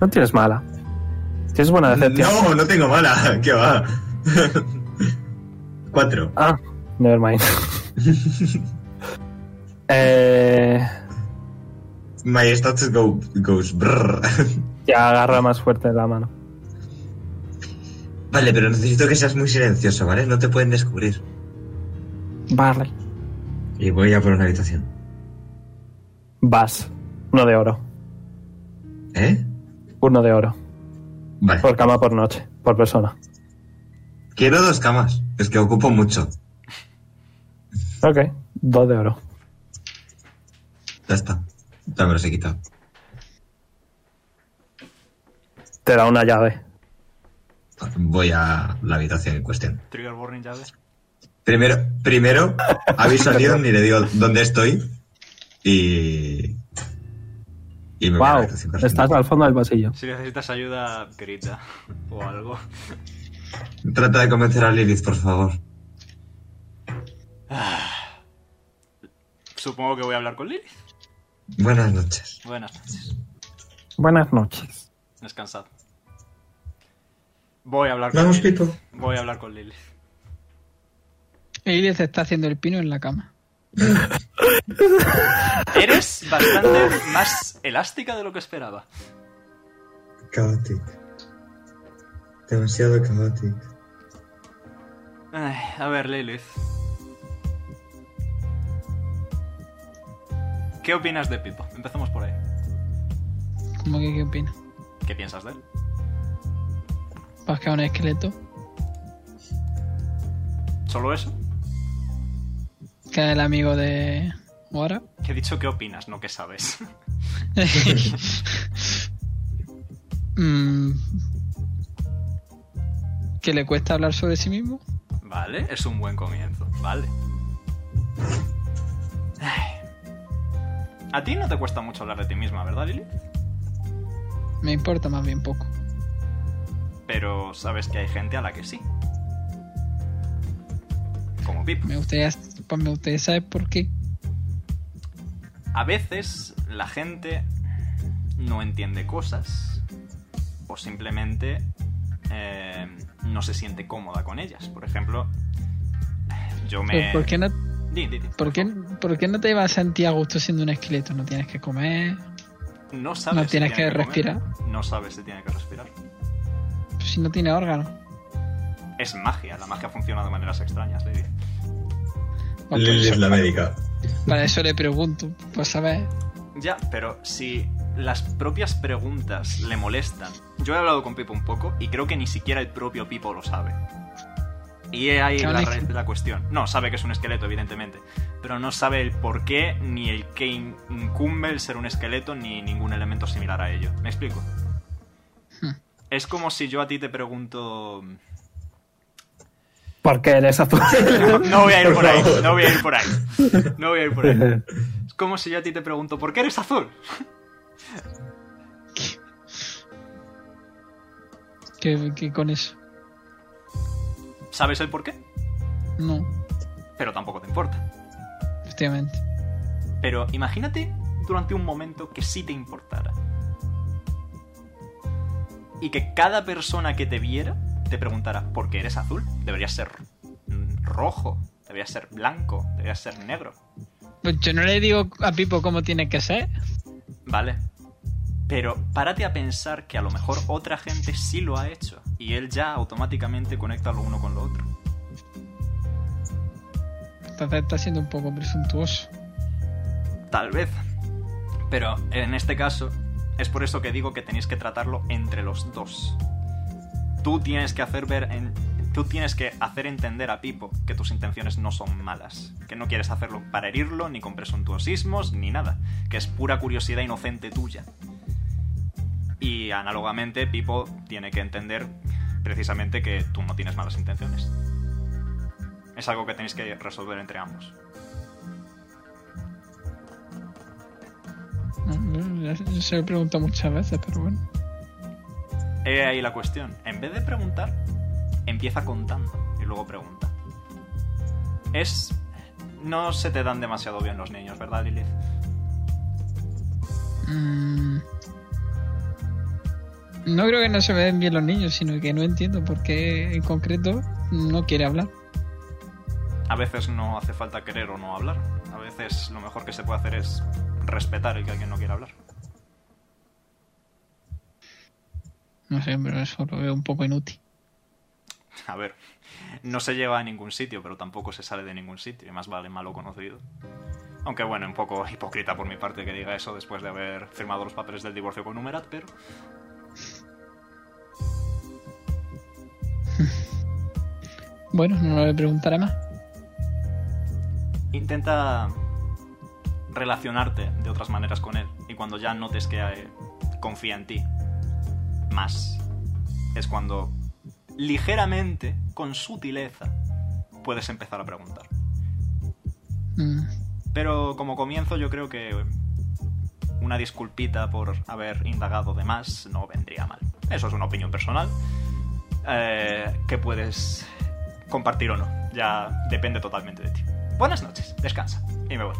Speaker 8: No tienes mala. Tienes
Speaker 2: Ah,
Speaker 8: buena decepción.
Speaker 6: No, no tengo mala. ¿Qué va? Cuatro.
Speaker 8: Ah, never mind. eh,
Speaker 6: My stats go, goes brrr.
Speaker 8: ya agarra más fuerte la mano.
Speaker 6: Vale, pero necesito que seas muy silencioso, ¿vale? No te pueden descubrir.
Speaker 8: Vale.
Speaker 6: Y voy a por una habitación.
Speaker 8: Vas. Uno de oro.
Speaker 6: ¿Eh?
Speaker 8: Uno de oro.
Speaker 6: Vale.
Speaker 8: Por cama por noche. Por persona.
Speaker 6: Quiero dos camas. Es que ocupo mucho.
Speaker 8: Ok. Dos de oro.
Speaker 6: Ya está. Ya me los he quitado.
Speaker 8: Te da una llave.
Speaker 6: Voy a la habitación en cuestión.
Speaker 1: Trigger warning llave.
Speaker 6: Primero, primero aviso a Leon y le digo dónde estoy. Y. Y me voy a la
Speaker 8: Wow.
Speaker 6: habitación
Speaker 8: Estás
Speaker 6: correspondiente.
Speaker 8: al fondo del pasillo.
Speaker 1: Si necesitas ayuda, grita. O algo.
Speaker 6: Trata de convencer a Lilith, por favor.
Speaker 1: Supongo que voy a hablar con Lilith.
Speaker 6: Buenas noches.
Speaker 1: Buenas noches.
Speaker 8: Buenas noches.
Speaker 1: Descansad. Voy a hablar con
Speaker 6: Vamos,
Speaker 1: Lilith.
Speaker 6: Pipo.
Speaker 1: Voy a hablar con Lilith.
Speaker 3: Lilith está haciendo el pino en la cama.
Speaker 1: Eres bastante más elástica de lo que esperaba.
Speaker 6: Chaotic. Demasiado chaotic.
Speaker 1: Ay, a ver, Lilith. ¿Qué opinas de Pipo? Empezamos por ahí.
Speaker 3: ¿Cómo que qué opina?
Speaker 1: ¿Qué piensas de él?
Speaker 3: ¿Vas Pues que es un esqueleto?
Speaker 1: ¿Solo eso?
Speaker 3: Que es el amigo de... ¿Ahora?
Speaker 1: Que he dicho qué opinas, no qué sabes.
Speaker 3: Mm. ¿Que le cuesta hablar sobre sí mismo?
Speaker 1: Vale, es un buen comienzo. Vale. Ay. A ti no te cuesta mucho hablar de ti misma, ¿verdad, Lilith?
Speaker 3: Me importa más bien poco.
Speaker 1: Pero sabes que hay gente a la que sí. Como Pipo.
Speaker 3: Me gustaría, pues me gustaría saber por qué.
Speaker 1: A veces la gente no entiende cosas o simplemente eh, no se siente cómoda con ellas. Por ejemplo, yo me...
Speaker 3: Pero ¿Por qué no,
Speaker 1: Di, di, di,
Speaker 3: por qué,
Speaker 1: favor.
Speaker 3: por qué no te vas a sentir a gusto siendo un esqueleto? No tienes que comer.
Speaker 1: No sabes
Speaker 3: no
Speaker 1: si
Speaker 3: tienes
Speaker 1: tiene
Speaker 3: que
Speaker 1: comer.
Speaker 3: respirar?
Speaker 1: No sabes si tiene que respirar.
Speaker 3: Si no tiene órgano.
Speaker 1: Es magia, la magia funciona de maneras extrañas, Lady.
Speaker 3: Pues
Speaker 6: Lilith la médica.
Speaker 3: Para eso le pregunto. Pues sabes.
Speaker 1: Ya, pero si las propias preguntas le molestan. Yo he hablado con Pipo un poco y creo que ni siquiera el propio Pipo lo sabe. Y he ahí
Speaker 3: Que
Speaker 1: la,
Speaker 3: aún
Speaker 1: re-
Speaker 3: hay-
Speaker 1: la cuestión. No, sabe que es un esqueleto, evidentemente. Pero no sabe el por qué, ni el que in- incumbe el ser un esqueleto, ni ningún elemento similar a ello. ¿Me explico?
Speaker 3: Hmm.
Speaker 1: Es como si yo a ti te pregunto...
Speaker 8: Porque eres azul.
Speaker 1: No voy a ir
Speaker 6: Por
Speaker 1: por ahí,
Speaker 6: favor.
Speaker 1: no voy a ir por ahí. No voy a ir por ahí. Es como si yo a ti te pregunto, ¿por qué eres azul?
Speaker 3: Que, que con eso.
Speaker 1: ¿Sabes el por qué?
Speaker 3: No,
Speaker 1: Pero tampoco te importa.
Speaker 3: efectivamente.
Speaker 1: Pero imagínate durante un momento que sí te importara. Y que cada persona que te viera te preguntara, ¿por qué eres azul? Deberías ser mm, rojo, deberías ser blanco, deberías ser negro.
Speaker 3: Pues yo no le digo a Pipo cómo tiene que ser.
Speaker 1: Vale. Pero párate a pensar que a lo mejor otra gente sí lo ha hecho y él ya automáticamente conecta lo uno con lo otro.
Speaker 3: Entonces está siendo un poco presuntuoso.
Speaker 1: Tal vez. Pero en este caso, es por eso que digo que tenéis que tratarlo entre los dos. Tú tienes que hacer ver en- Tú tienes que hacer entender a Pipo que tus intenciones no son malas, que no quieres hacerlo para herirlo, ni con presuntuosismos, ni nada, que es pura curiosidad inocente tuya. Y análogamente, Pipo tiene que entender precisamente que tú no tienes malas intenciones. Es algo que tenéis que resolver entre ambos.
Speaker 3: No, yo- yo Mm, se lo he preguntado muchas veces, pero bueno.
Speaker 1: He ahí la cuestión. En vez de preguntar, empieza contando y luego pregunta. Es... No se te dan demasiado bien los niños, ¿verdad, Lilith?
Speaker 3: Mm. No creo que no se me den bien los niños, sino que no entiendo por qué en concreto no quiere hablar.
Speaker 1: A veces no hace falta querer o no hablar. A veces lo mejor que se puede hacer es respetar el que alguien no quiera hablar.
Speaker 3: No sé, pero eso lo veo un poco inútil.
Speaker 1: A ver, no se lleva a ningún sitio, pero tampoco se sale de ningún sitio, y más vale malo conocido. Aunque bueno, un poco hipócrita por mi parte que diga eso después de haber firmado los papeles del divorcio con Numerat, pero...
Speaker 3: Bueno, no le preguntaré más.
Speaker 1: Intenta relacionarte de otras maneras con él, y cuando ya notes que eh, confía en ti más, es cuando ligeramente, con sutileza, puedes empezar a preguntar.
Speaker 3: Mm,
Speaker 1: Pero como comienzo yo creo que una disculpita por haber indagado de más no vendría mal. Eso es una opinión personal eh, que puedes compartir o no. Ya depende totalmente de ti. Buenas noches, descansa y me voy.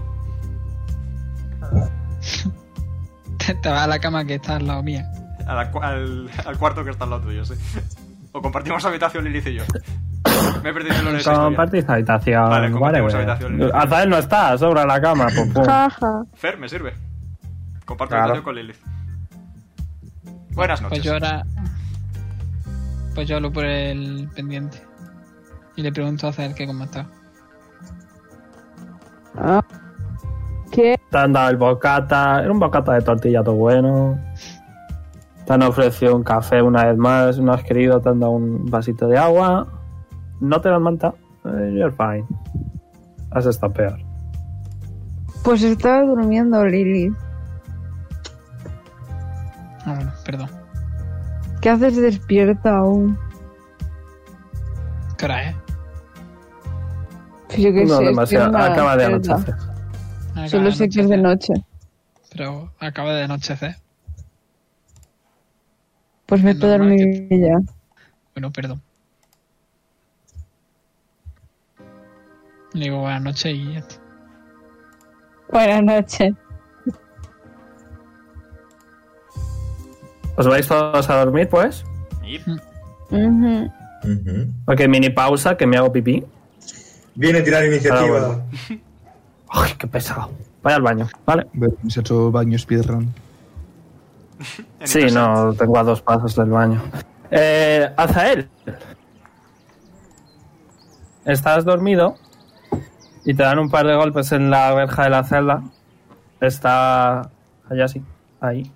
Speaker 3: Te, te vas a la cama que está al lado mía.
Speaker 1: A la cu- al, al cuarto que está al lado tuyo, sí. O compartimos habitación Lilith y yo. Me he perdido en lo de esa historia.
Speaker 2: Compartís habitación.
Speaker 1: Vale, compartimos
Speaker 2: whatever.
Speaker 1: habitación.
Speaker 2: Azael no está, sobra la cama. Pum, pum.
Speaker 10: Ah.
Speaker 5: Jaja.
Speaker 1: Fer, me sirve. Comparto
Speaker 2: Claro.
Speaker 1: habitación con Lilith. Buenas noches.
Speaker 3: Pues yo ahora. Pues yo hablo por el pendiente. Y le pregunto a hacer qué cómo está.
Speaker 5: Ah. ¿Qué?
Speaker 2: Te han dado el bocata. Era un bocata de tortilla todo bueno. Te han ofrecido un café una vez más. No has querido, te han dado un vasito de agua. No te dan manta. Eh, You're fine. Has estado peor.
Speaker 5: Pues estaba durmiendo Lili.
Speaker 3: Ah, bueno, perdón.
Speaker 5: ¿Qué haces despierta aún?
Speaker 3: ¿Qué hora es?
Speaker 5: Pues yo qué sé.
Speaker 2: no
Speaker 5: estoy en
Speaker 2: demasiado.
Speaker 5: la
Speaker 2: Acaba de
Speaker 5: celda.
Speaker 2: anochecer.
Speaker 3: ¿eh? Acaba
Speaker 5: Solo
Speaker 3: de
Speaker 5: sé que es de
Speaker 3: anochecer,
Speaker 5: noche.
Speaker 3: Pero acaba de anochecer.
Speaker 5: Pues me
Speaker 3: Es
Speaker 5: puedo
Speaker 3: normal
Speaker 5: dormir ya.
Speaker 3: Bueno, perdón. Le digo buenas noches y ya está.
Speaker 5: Buenas noches.
Speaker 2: ¿Os vais todos a dormir, pues?
Speaker 1: Y
Speaker 5: Ujú.
Speaker 6: Ujú.
Speaker 2: Ok, mini pausa, que me hago pipí.
Speaker 6: Viene a tirar iniciativa.
Speaker 2: Ah, bueno. Ay, qué pesado. Vaya al baño, ¿vale?
Speaker 4: Ver si ha hecho baño speedrun.
Speaker 1: en
Speaker 2: Sí,
Speaker 1: internet.
Speaker 2: no, tengo a dos pasos del baño. Eh, Azael. Estás dormido y te dan un par de golpes en la verja de la celda. Está allá sí, ahí.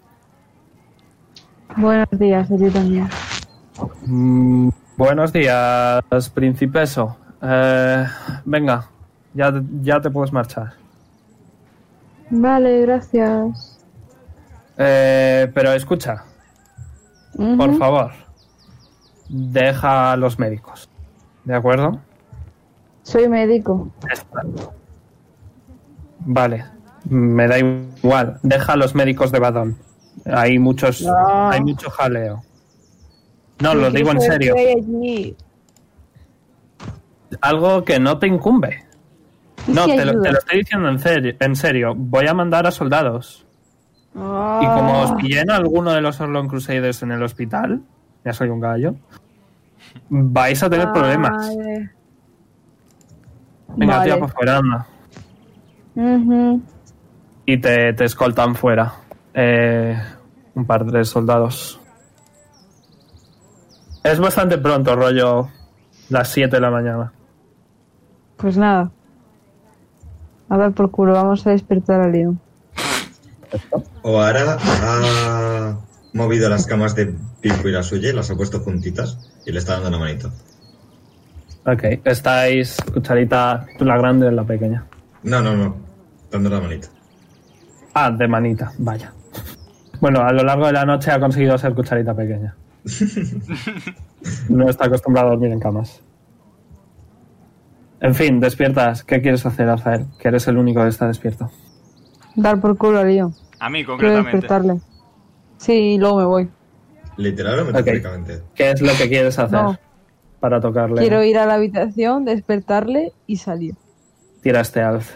Speaker 5: Buenos días, a ti también.
Speaker 2: Mm, buenos días, principeso. Eh, venga, ya, ya te puedes marchar.
Speaker 5: Vale, gracias.
Speaker 2: Eh, pero escucha,
Speaker 5: Ujú.
Speaker 2: por favor, deja a los médicos. ¿De acuerdo?
Speaker 5: Soy médico.
Speaker 2: Vale, me da igual. Deja a los médicos de Badón. Hay muchos,
Speaker 5: No.
Speaker 2: hay mucho jaleo. No,
Speaker 5: Me
Speaker 2: lo
Speaker 5: quiero
Speaker 2: digo en
Speaker 5: saber
Speaker 2: serio.
Speaker 5: qué hay allí.
Speaker 2: Algo que no te incumbe.
Speaker 5: ¿Y
Speaker 2: No,
Speaker 5: si
Speaker 2: te lo,
Speaker 5: ayuda?
Speaker 2: te lo estoy diciendo en serio, en serio. Voy a mandar a soldados. Y como os
Speaker 5: Ah.
Speaker 2: pillen a alguno de los Orlon Crusaders en el hospital, ya soy un gallo, vais a tener problemas.
Speaker 5: Vale.
Speaker 2: Venga,
Speaker 5: Vale.
Speaker 2: tía, por fuera, anda.
Speaker 5: Ujú.
Speaker 2: Y te, te escoltan fuera. Eh, un par de soldados. Es bastante pronto, rollo. Las 7 de la mañana.
Speaker 5: Pues nada. A ver, por culo, vamos a despertar a Leon.
Speaker 6: O ahora ha movido las camas de Pico y la suya y las ha puesto juntitas y le está dando la manito.
Speaker 2: Ok, estáis, cucharita, tú la grande o la pequeña.
Speaker 6: No, no, no. Dando la manito.
Speaker 2: Ah, de manita, vaya. Bueno, a lo largo de la noche ha conseguido ser cucharita pequeña. No está acostumbrado a dormir en camas. En fin, despiertas. ¿Qué quieres hacer, Azael? Que eres el único que está despierto.
Speaker 5: Dar por culo a Leon.
Speaker 1: A mí
Speaker 5: Quiero
Speaker 1: concretamente.
Speaker 5: despertarle. Sí, y luego me voy.
Speaker 6: Literal o metafóricamente.
Speaker 2: ¿Qué es lo que quieres hacer
Speaker 5: No.
Speaker 2: para tocarle?
Speaker 5: Quiero ir a la habitación, despertarle y salir.
Speaker 2: Tira este alf.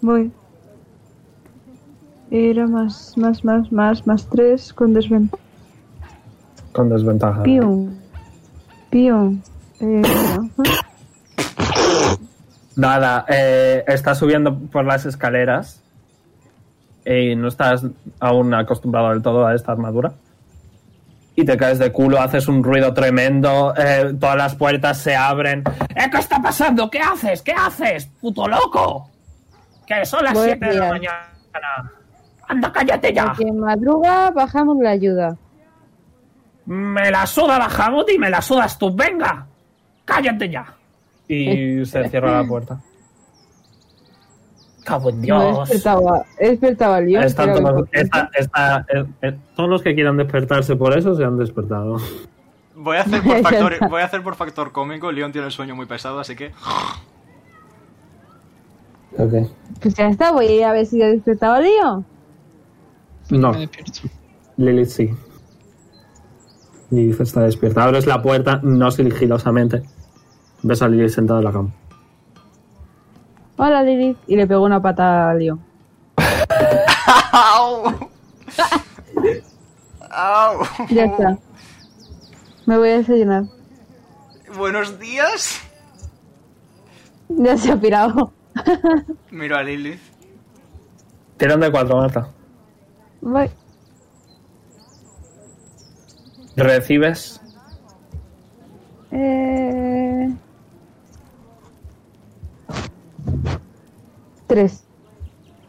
Speaker 5: Voy. Era más, más, más, más, más 3 con desventaja.
Speaker 2: Con desventaja.
Speaker 5: Pion. Pion. Eh, ajá.
Speaker 2: Nada, eh, estás subiendo por las escaleras y no estás aún acostumbrado del todo a esta armadura. Y te caes de culo, haces un ruido tremendo, eh, todas las puertas se abren. ¡Eh, ¿Qué está pasando? ¿Qué haces? ¿Qué haces? ¡Puto loco! Que son las
Speaker 5: Voy
Speaker 2: 7 de la
Speaker 5: bien.
Speaker 2: mañana. ¡Anda, cállate ya!
Speaker 5: El que madruga, bajamos la ayuda.
Speaker 2: Me la suda la jamut y me la sudas tú. ¡Venga! ¡Cállate ya! Y se cierra la puerta. ¡Cabo en
Speaker 5: No, he
Speaker 2: Dios!
Speaker 5: despertado a- he despertado al Leon,
Speaker 2: Están
Speaker 5: pero
Speaker 2: todos,
Speaker 5: importante.
Speaker 2: está- está- eh, eh, todos los que quieran despertarse por eso se han despertado.
Speaker 1: Voy a hacer por factor, voy a hacer por factor cómico. Leon tiene el sueño muy pesado, así que.
Speaker 5: Pues ya está, voy a ir a ver si he despertado al Leon.
Speaker 2: No,
Speaker 3: Me despierto.
Speaker 2: Lilith sí. Lilith está despierta. Abres la puerta, no sigilosamente. Ves a Lilith sentada en la cama.
Speaker 5: Hola Lilith. Y le pegó una pata a Leon.
Speaker 1: ¡Au! ¡Au!
Speaker 5: Ya está. Me voy a desayunar.
Speaker 1: Buenos días.
Speaker 5: Ya se ha pirado.
Speaker 1: Miro a Lilith.
Speaker 2: Tiran de cuatro, Marta.
Speaker 5: Voy.
Speaker 2: Recibes
Speaker 5: Eh... Tres.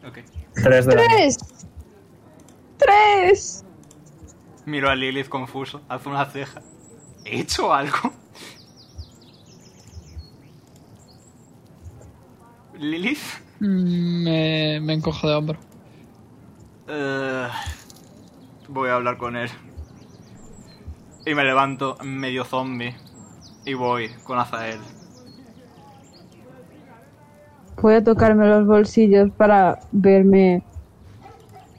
Speaker 1: Ok.
Speaker 2: tres de daño.
Speaker 5: ¡Tres! ¡Tres!
Speaker 1: Miro a Lilith confuso. Hace una ceja. ¿He hecho algo? Lilith.
Speaker 3: Mm, Me, me encojo de hombro.
Speaker 1: Eh, voy a hablar con él. Y me levanto medio zombie. Y voy con Azael.
Speaker 5: Voy a tocarme los bolsillos para verme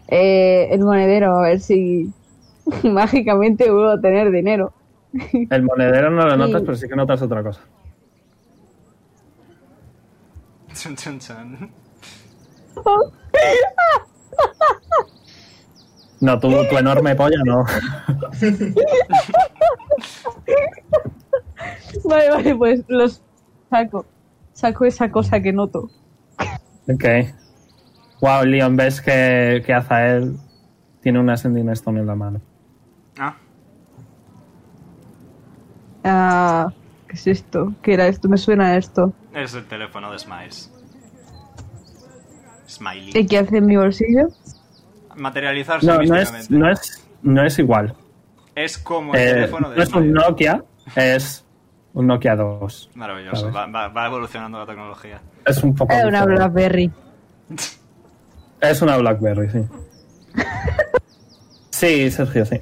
Speaker 5: eh, el monedero, a ver si mágicamente vuelvo a tener dinero.
Speaker 2: El monedero no lo notas,
Speaker 5: Sí.
Speaker 2: pero sí que notas otra cosa.
Speaker 1: Chun, chun, chun.
Speaker 2: No, tu, tu enorme polla no.
Speaker 5: Vale, vale, pues los saco. Saco esa cosa que noto.
Speaker 2: Ok. Wow, Leon, ves que, que Azael tiene una Sending Stone en la mano.
Speaker 1: Ah,
Speaker 5: Ah, ¿qué es esto? ¿Qué era esto? Me suena a esto.
Speaker 1: es el teléfono de Smiles. Smiley.
Speaker 5: ¿Y qué hace en mi bolsillo?
Speaker 1: Materializarse
Speaker 2: No, no es,
Speaker 1: místicamente.
Speaker 2: no, es, no es igual.
Speaker 1: Es como el
Speaker 2: Eh,
Speaker 1: teléfono
Speaker 2: no
Speaker 1: de
Speaker 2: es un
Speaker 1: Smiles.
Speaker 2: Nokia, es un Nokia 2.
Speaker 1: Maravilloso.
Speaker 2: ¿Sabes?
Speaker 1: Va, va- va evolucionando la tecnología.
Speaker 2: Es un poco.
Speaker 5: Era una
Speaker 2: diferente.
Speaker 5: Blackberry.
Speaker 2: Es una Blackberry, sí. sí, Sergio, sí.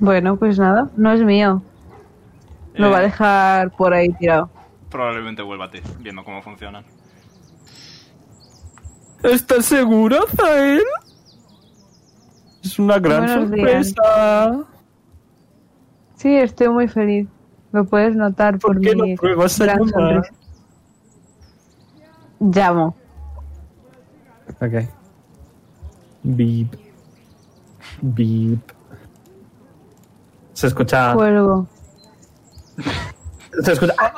Speaker 5: Bueno, pues nada, no es mío. Lo
Speaker 1: Eh,
Speaker 5: va a dejar por ahí tirado.
Speaker 1: Probablemente vuelva a ti, viendo cómo funcionan.
Speaker 11: ¿Estás seguro, Zael? Es una gran
Speaker 5: Buenos días.
Speaker 11: sorpresa.
Speaker 5: Sí, estoy muy feliz. Lo puedes notar por,
Speaker 11: ¿Por qué no
Speaker 5: mi
Speaker 11: pruebas a
Speaker 5: gran
Speaker 11: llamar?
Speaker 5: sonrisa. Llamo.
Speaker 2: Ok.
Speaker 12: Beep. Beep.
Speaker 2: Se escucha.
Speaker 5: Cuelgo. Pues-
Speaker 2: Se escucha. Ah,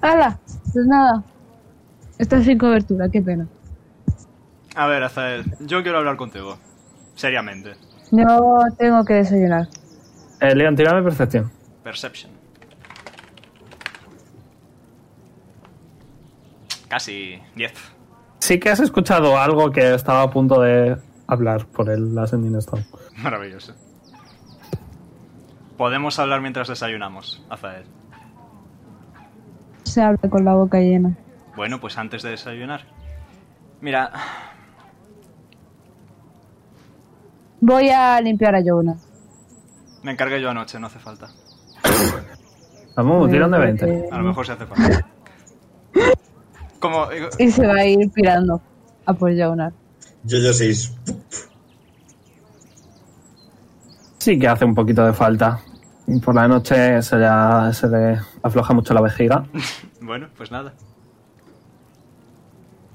Speaker 5: ¡Hala! Pues nada. Estás sin cobertura, qué pena.
Speaker 1: A ver, Azael, yo quiero hablar contigo. Seriamente.
Speaker 5: No tengo que desayunar.
Speaker 2: Eh, Leon, tírame percepción.
Speaker 1: Perception. Casi 10.
Speaker 2: Sí que has escuchado algo que estaba a punto de hablar por el Ascending Stone.
Speaker 1: Maravilloso. Podemos hablar mientras desayunamos, Azael.
Speaker 5: Se habla con la boca llena.
Speaker 1: Bueno, pues antes de desayunar. Mira,
Speaker 5: Voy a limpiar a Jonah.
Speaker 1: me encargué yo anoche, no hace falta.
Speaker 2: Vamos, tiran de
Speaker 5: Eh,
Speaker 2: 20.
Speaker 5: porque-
Speaker 1: A lo mejor se hace falta. Como,
Speaker 5: Y se va a ir pirando a por Jonah.
Speaker 6: Yo, yo seis.
Speaker 2: Sí que hace un poquito de falta. Por la noche se le, se le afloja mucho la vejiga
Speaker 1: Bueno, pues nada.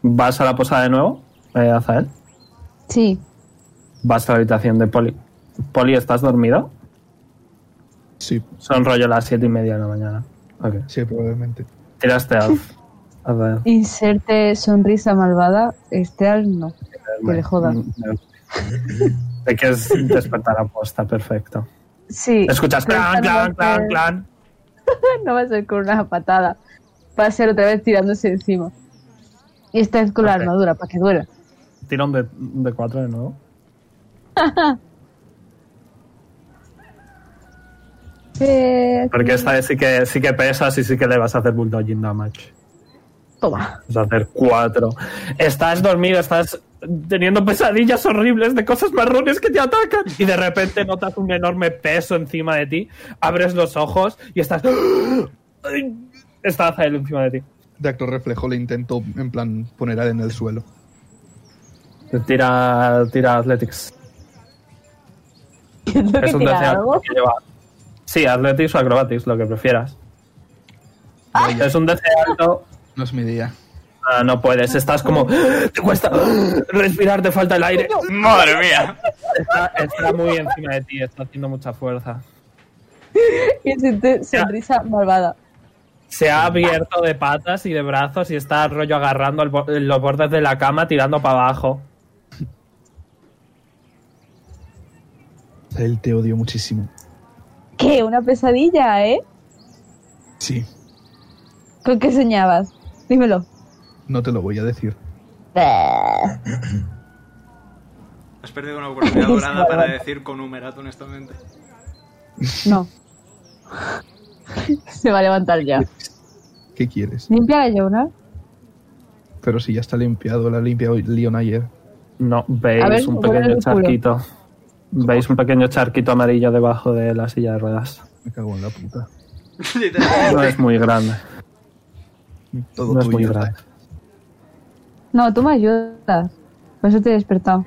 Speaker 2: ¿Vas a la posada de nuevo, eh, Azael?
Speaker 5: Sí.
Speaker 2: ¿Vas a la habitación de Poli? ¿Poli, estás dormido?
Speaker 4: Sí,
Speaker 2: Son rollo las siete y media de la mañana. Ok.
Speaker 4: sí, probablemente.
Speaker 2: Tiraste a Azael.
Speaker 5: Inserte sonrisa malvada. Este al no. Que le joda.
Speaker 2: Te quieres despertar a posta, perfecto.
Speaker 5: Sí.
Speaker 2: Escuchas
Speaker 5: pero
Speaker 2: clan,
Speaker 5: esta no va
Speaker 2: clan,
Speaker 5: a ser-
Speaker 2: clan, clan.
Speaker 5: No va a ser con una patada. Va a ser otra vez tirándose encima. Y esta vez con la
Speaker 2: Ok.
Speaker 5: armadura, para que duela.
Speaker 2: Tira un de, un de cuatro de nuevo.
Speaker 5: Eh,
Speaker 2: Porque esta vez sí que, sí que pesas y sí que le vas a hacer bulldogging damage.
Speaker 5: Toma.
Speaker 2: Vas a hacer cuatro. Estás dormido, estás teniendo pesadillas horribles de cosas marrones que te atacan. Y de repente notas un enorme peso encima de ti. Abres los ojos y estás. Ay, Está Azael encima de ti.
Speaker 4: De acto reflejo le intento, en plan, poner en el suelo.
Speaker 2: Tira, tira Athletics.
Speaker 5: Tengo que
Speaker 2: Es un
Speaker 5: tirar
Speaker 2: DC
Speaker 5: algo.
Speaker 2: que lleva- Sí, Athletics o Acrobatics, lo que prefieras. Es un DC alto
Speaker 4: No es mi día.
Speaker 2: Ah, no puedes, estás como. ¡Ah! Te cuesta respirar, te falta el aire.
Speaker 1: ¡Madre mía!
Speaker 2: Está, está muy encima de ti, está haciendo mucha fuerza.
Speaker 5: Inserte sonrisa malvada.
Speaker 2: Se ha abierto de patas y de brazos y está rollo agarrando el bo- los bordes de la cama, tirando para abajo.
Speaker 4: Él te odio muchísimo.
Speaker 5: ¿Qué? Una pesadilla, ¿eh?
Speaker 4: Sí,
Speaker 5: ¿Con qué soñabas? Dímelo.
Speaker 4: no te lo voy a decir.
Speaker 1: Has perdido una oportunidad dorada para decir con humerato, honestamente.
Speaker 5: No. Se va a levantar ya.
Speaker 4: ¿Qué quieres?
Speaker 5: ¿Limpia la Jonah?
Speaker 4: Pero si ya está limpiado, la limpia Leon ayer.
Speaker 2: No,
Speaker 5: A
Speaker 2: veis
Speaker 5: ver,
Speaker 2: un
Speaker 5: vuelve
Speaker 2: pequeño
Speaker 5: el culo.
Speaker 2: charquito. Veis un pequeño charquito amarillo debajo de la silla de ruedas.
Speaker 4: Me cago en la puta.
Speaker 2: No es muy grande.
Speaker 4: Todo
Speaker 2: No es muy
Speaker 4: tuyo.
Speaker 2: grande.
Speaker 5: No, tú me ayudas. Por eso te he despertado.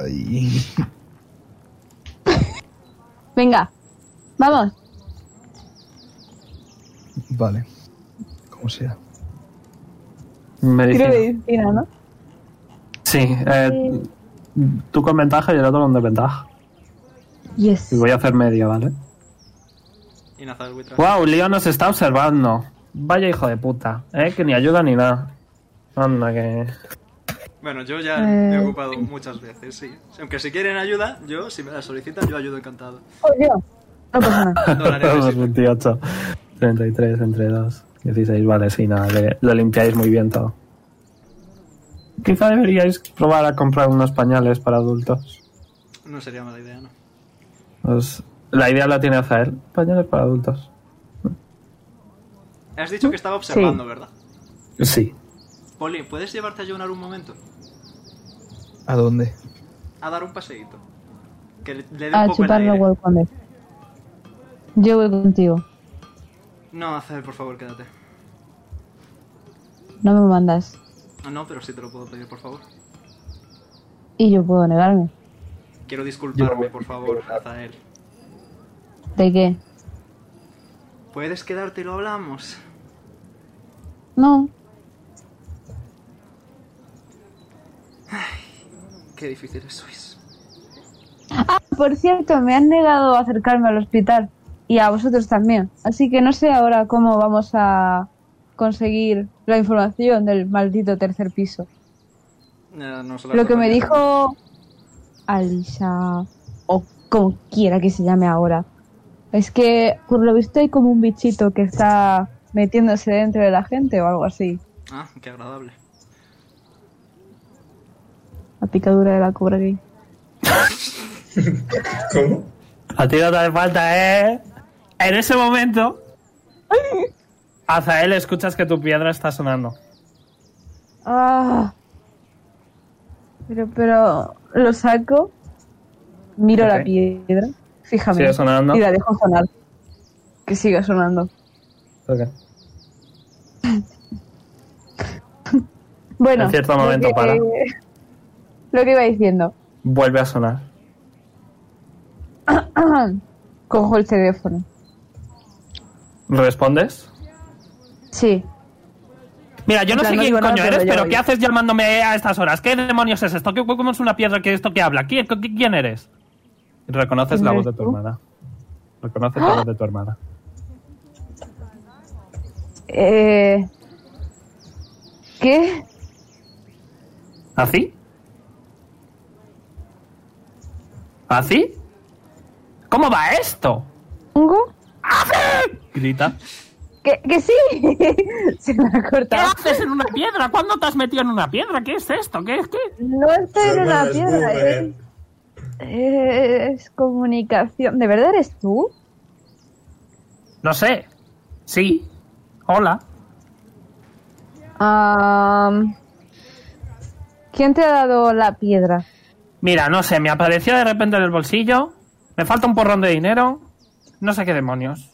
Speaker 4: Ay.
Speaker 5: Venga. Vamos.
Speaker 4: Vale. Como sea.
Speaker 5: Tiro
Speaker 2: Medicina.
Speaker 5: de medicina, ¿no?
Speaker 2: Sí, eh, tú con ventaja y el otro con desventaja.
Speaker 5: Yes.
Speaker 2: Y voy a hacer medio, ¿vale?
Speaker 1: Y Nazar Wittra.
Speaker 2: Wow, Leon nos está observando. Vaya hijo de puta, ¿eh? Que ni ayuda ni nada. Anda, que.
Speaker 1: Bueno, yo ya
Speaker 5: Eh,
Speaker 1: me he ocupado muchas veces, sí. Aunque si quieren ayuda, yo, si me la solicitan, yo ayudo encantado.
Speaker 5: Por Dios. No pasa nada.
Speaker 1: Dólares,
Speaker 2: Vamos,
Speaker 1: sí.
Speaker 2: 28, 33 entre 2, 16, vale, sí, nada, le- lo limpiáis muy bien todo. Quizá deberíais probar a comprar unos pañales para adultos.
Speaker 1: No sería mala idea, ¿no?
Speaker 2: Os- la idea la tiene Azael. Pañales para adultos.
Speaker 1: Has dicho que estaba observando, ¿verdad?
Speaker 2: Sí.
Speaker 1: Poli, ¿puedes llevarte a Jonar un momento?
Speaker 4: ¿A dónde?
Speaker 1: A dar un paseíto. Que le, le dé un
Speaker 5: A
Speaker 1: poco el
Speaker 5: chuparme
Speaker 1: aire.
Speaker 5: huevo con él. Yo voy contigo.
Speaker 1: No, Azael, por favor, quédate.
Speaker 5: No me mandas.
Speaker 1: Ah, No, pero sí te lo puedo pedir, por favor.
Speaker 5: Y yo puedo negarme.
Speaker 1: Quiero disculparme, por favor, Azael.
Speaker 5: ¿De qué?
Speaker 1: ¿Puedes quedarte y lo hablamos?
Speaker 5: No.
Speaker 1: Qué difíciles sois.
Speaker 5: Por cierto, me han negado a acercarme al hospital. Y a vosotros también. Así que no sé ahora cómo vamos a conseguir la información del maldito tercer piso.
Speaker 1: Eh, no se la
Speaker 5: Lo que me
Speaker 1: acordaría.
Speaker 5: dijo Alisa, o como quiera que se llame ahora, es que por lo visto hay como un bichito que está metiéndose dentro de la gente o algo así.
Speaker 1: Ah, qué agradable.
Speaker 5: La picadura de la cobra gay.
Speaker 6: ¿Cómo?
Speaker 2: A ti no te hace falta, ¿eh? En ese momento. Azael, escuchas que tu piedra está sonando.
Speaker 5: Ah, pero, pero lo saco, miro
Speaker 2: Ok.
Speaker 5: la piedra, fíjame,
Speaker 2: Sigue sonando.
Speaker 5: y la dejo sonar. Que siga sonando. Bueno,
Speaker 2: En cierto
Speaker 5: lo
Speaker 2: momento
Speaker 5: que-
Speaker 2: para.
Speaker 5: Lo que iba diciendo.
Speaker 2: Vuelve a sonar.
Speaker 5: Cojo el teléfono.
Speaker 2: ¿Respondes?
Speaker 5: Sí.
Speaker 8: Mira, yo no
Speaker 5: En plan,
Speaker 8: sé
Speaker 5: no
Speaker 8: quién
Speaker 5: digo nada,
Speaker 8: coño
Speaker 5: pero
Speaker 8: eres,
Speaker 5: yo
Speaker 8: pero
Speaker 5: voy.
Speaker 8: ¿qué haces llamándome a estas horas? ¿Qué demonios es esto? ¿Qué, ¿Cómo es una piedra que esto que habla? ¿Quién, qui- quién eres?
Speaker 2: Reconoces la voz
Speaker 5: ¿Quién
Speaker 2: de
Speaker 5: eres
Speaker 2: tu
Speaker 5: tú?
Speaker 2: hermana. Reconoces la voz de tu hermana.
Speaker 5: Eh... ¿Qué?
Speaker 8: ¿Así? ¿Así? ¿Cómo va esto?
Speaker 5: ¿Hongo?
Speaker 2: Grita.
Speaker 5: ¿Que, que sí? Se me ha
Speaker 8: ¿Qué
Speaker 5: cortado.
Speaker 8: haces en una piedra? ¿Cuándo te has metido en una piedra? ¿Qué es esto? ¿Qué es qué?
Speaker 5: No estoy en una piedra. ¿eh? Es, es comunicación. ¿De verdad eres tú?
Speaker 8: No sé. Sí. Hola.
Speaker 5: Am, ¿Quién te ha dado la piedra?
Speaker 8: Mira, no sé, me apareció de repente en el bolsillo. Me falta un porrón de dinero. No sé qué demonios.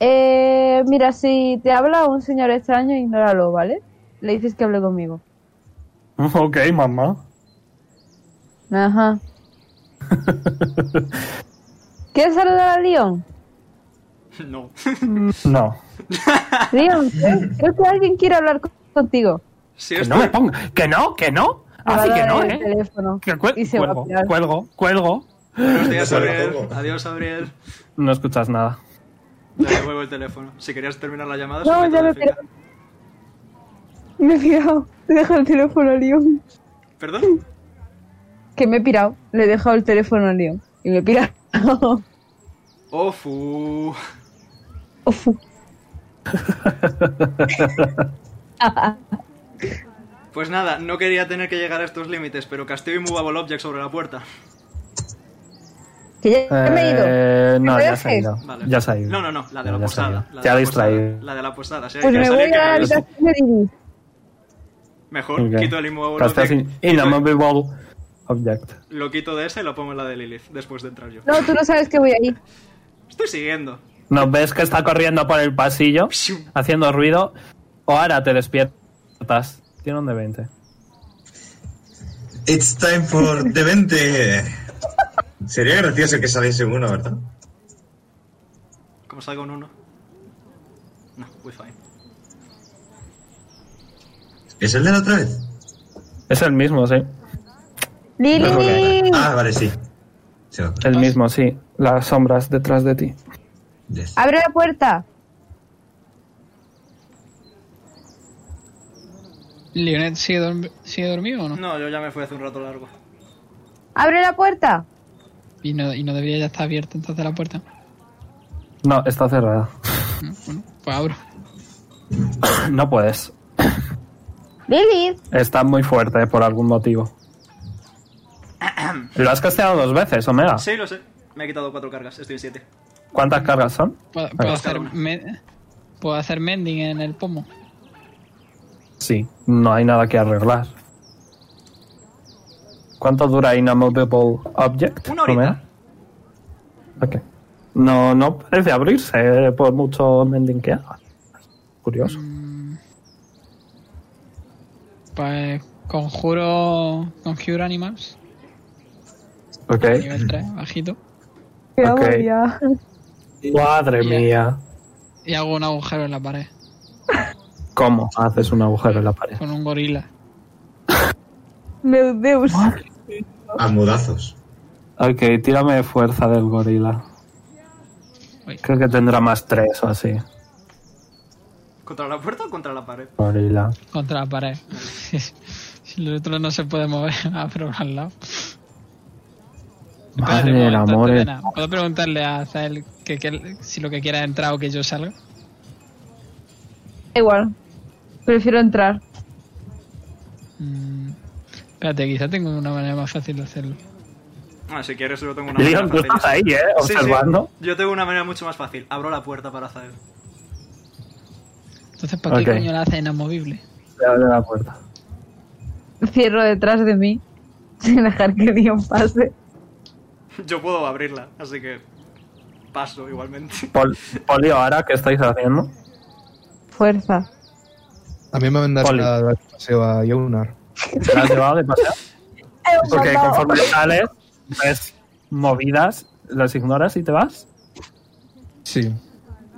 Speaker 5: Eh, mira, si te habla un señor extraño, ignóralo, ¿vale? Le dices que hable conmigo.
Speaker 2: Ok, mamá.
Speaker 5: Ajá. ¿Quieres saludar a Leon?
Speaker 1: No.
Speaker 2: No.
Speaker 5: Leon, creo- creo que alguien quiere hablar co- contigo.
Speaker 1: Si
Speaker 8: Que
Speaker 1: esto-
Speaker 8: no me ponga. Que no, que no.
Speaker 5: Le va
Speaker 8: Así
Speaker 5: a
Speaker 8: que
Speaker 5: dar
Speaker 8: no,
Speaker 5: el
Speaker 8: eh.
Speaker 5: teléfono
Speaker 8: Que cuel-
Speaker 5: y se va a
Speaker 8: cuelgo,
Speaker 5: pirar.
Speaker 8: cuelgo, cuelgo.
Speaker 1: Buenos días,
Speaker 6: Eso era
Speaker 1: Gabriel.
Speaker 6: todo.
Speaker 1: Adiós, Gabriel.
Speaker 2: No escuchas nada.
Speaker 1: Le devuelvo el teléfono. Si querías terminar la llamada,
Speaker 5: No,
Speaker 1: sujeta
Speaker 5: ya
Speaker 1: la
Speaker 5: me
Speaker 1: fecha.
Speaker 5: Me he pirado. Le he dejado el teléfono a Leon.
Speaker 1: ¿Perdón?
Speaker 5: Que me he pirado. Le he dejado el teléfono a Leon. Y me he pirado.
Speaker 1: Ofu.
Speaker 5: Ofu.
Speaker 1: Pues nada, no quería tener que llegar a estos límites, pero casteo Immovable Object sobre la puerta.
Speaker 5: Que ya ya me he ido.
Speaker 2: Eh, no,
Speaker 5: ¿Me
Speaker 2: ya se ha
Speaker 5: dejes?
Speaker 2: ido.
Speaker 1: Vale.
Speaker 2: Ya se ha ido.
Speaker 1: No, no, no, la de la
Speaker 2: Ya se ha ido.
Speaker 1: posada. la de
Speaker 2: Te ha
Speaker 1: la
Speaker 2: distraído.
Speaker 1: posada, La de la posada. Si hay
Speaker 5: Pues
Speaker 1: que
Speaker 5: me
Speaker 1: salir,
Speaker 5: voy
Speaker 1: que
Speaker 5: a la
Speaker 1: salir.
Speaker 5: habitación de Didi.
Speaker 1: Mejor,
Speaker 2: Ok.
Speaker 1: quito el Immovable
Speaker 2: Estás
Speaker 1: Object.
Speaker 2: así. Inamovable object.
Speaker 1: Lo quito de ese y lo pongo en la de Lilith después de entrar yo.
Speaker 5: No, tú no sabes que voy ahí.
Speaker 1: Estoy siguiendo.
Speaker 2: ¿No ves que está corriendo por el pasillo
Speaker 1: Psiu.
Speaker 2: haciendo ruido? O ahora te despiertas. Tiene un de 20.
Speaker 6: It's time for the 20. Sería gracioso que saliese uno, ¿verdad?
Speaker 1: ¿Cómo salgo un uno? No, we fine.
Speaker 6: ¿Es el de la otra vez?
Speaker 2: Es el mismo, sí.
Speaker 5: Lili.
Speaker 6: Ah, vale, sí. Sí, me acuerdo.
Speaker 2: El mismo, sí. Las sombras detrás de ti.
Speaker 6: Yes.
Speaker 5: Abre la puerta.
Speaker 3: ¿Lionel sigue, dorm- sigue dormido o no?
Speaker 1: No, yo ya me fui hace un rato largo.
Speaker 5: Abre la puerta.
Speaker 3: Y, no? y no debería ya estar abierta entonces la puerta.
Speaker 2: No, está cerrada.
Speaker 3: Mm, Bueno, pues abro.
Speaker 2: No puedes.
Speaker 5: Lilith.
Speaker 2: Está muy fuerte por algún motivo. Lo has casteado dos veces, Omega.
Speaker 1: Sí, lo sé. Me he quitado cuatro cargas, estoy en siete.
Speaker 2: ¿Cuántas cargas son?
Speaker 3: ¿Puedo, puedo
Speaker 2: Ah.
Speaker 3: hacer, me- ¿Puedo hacer mending en el pomo?
Speaker 2: Sí, no hay nada que arreglar. ¿Cuánto dura Inamovable Object?
Speaker 1: Una horita.
Speaker 2: Omega? Ok. No, no parece abrirse eh, por mucho mending que haga. Curioso.
Speaker 3: Pues conjuro. Conjure Animals,
Speaker 2: Ok.
Speaker 3: nivel 3, bajito.
Speaker 5: Qué
Speaker 2: Ok.
Speaker 5: agobiada.
Speaker 2: Madre
Speaker 3: Yeah.
Speaker 2: mía.
Speaker 3: Y hago un agujero en la pared.
Speaker 2: ¿Cómo haces un agujero en la pared?
Speaker 3: Con un gorila.
Speaker 5: Meu Deus.
Speaker 6: A mudazos.
Speaker 2: Ok, tírame fuerza del gorila.
Speaker 3: Uy.
Speaker 2: Creo que tendrá más tres o así.
Speaker 1: ¿Contra la puerta o contra la pared?
Speaker 2: Gorila.
Speaker 3: Contra la pared. si el otro no se puede mover, abro al lado. Espérate
Speaker 2: Madre
Speaker 3: un
Speaker 2: del
Speaker 3: momento,
Speaker 2: amor.
Speaker 3: antes de
Speaker 2: eh.
Speaker 3: nada, ¿Puedo preguntarle a Zael que, que- si lo que quiera es entrar o que yo salga?
Speaker 5: Da Igual. Prefiero entrar.
Speaker 3: Mm, espérate, quizá tengo una manera más fácil de hacerlo.
Speaker 1: Ah, si quieres, yo tengo una
Speaker 2: Leon, tú
Speaker 1: manera
Speaker 2: estás ahí,
Speaker 1: fácil.
Speaker 2: ¿eh?
Speaker 1: Sí, sí.
Speaker 2: Observando.
Speaker 1: Yo tengo una manera mucho más fácil. Abro la puerta para hacer.
Speaker 3: Entonces, ¿para qué
Speaker 2: Ok.
Speaker 3: coño la hace inamovible?
Speaker 2: Le abre la puerta.
Speaker 5: Cierro detrás de mí. Sin dejar que Dion pase.
Speaker 1: Yo puedo abrirla, así que paso igualmente.
Speaker 2: Pol- polio, ahora, ¿qué estáis haciendo?
Speaker 5: Fuerza.
Speaker 4: A mí me mandas
Speaker 2: Poli.
Speaker 4: a dar paseo a Jonar.
Speaker 2: ¿Te has llevado de paseo? Porque conforme sales, ves movidas, las ignoras y te vas.
Speaker 4: Sí.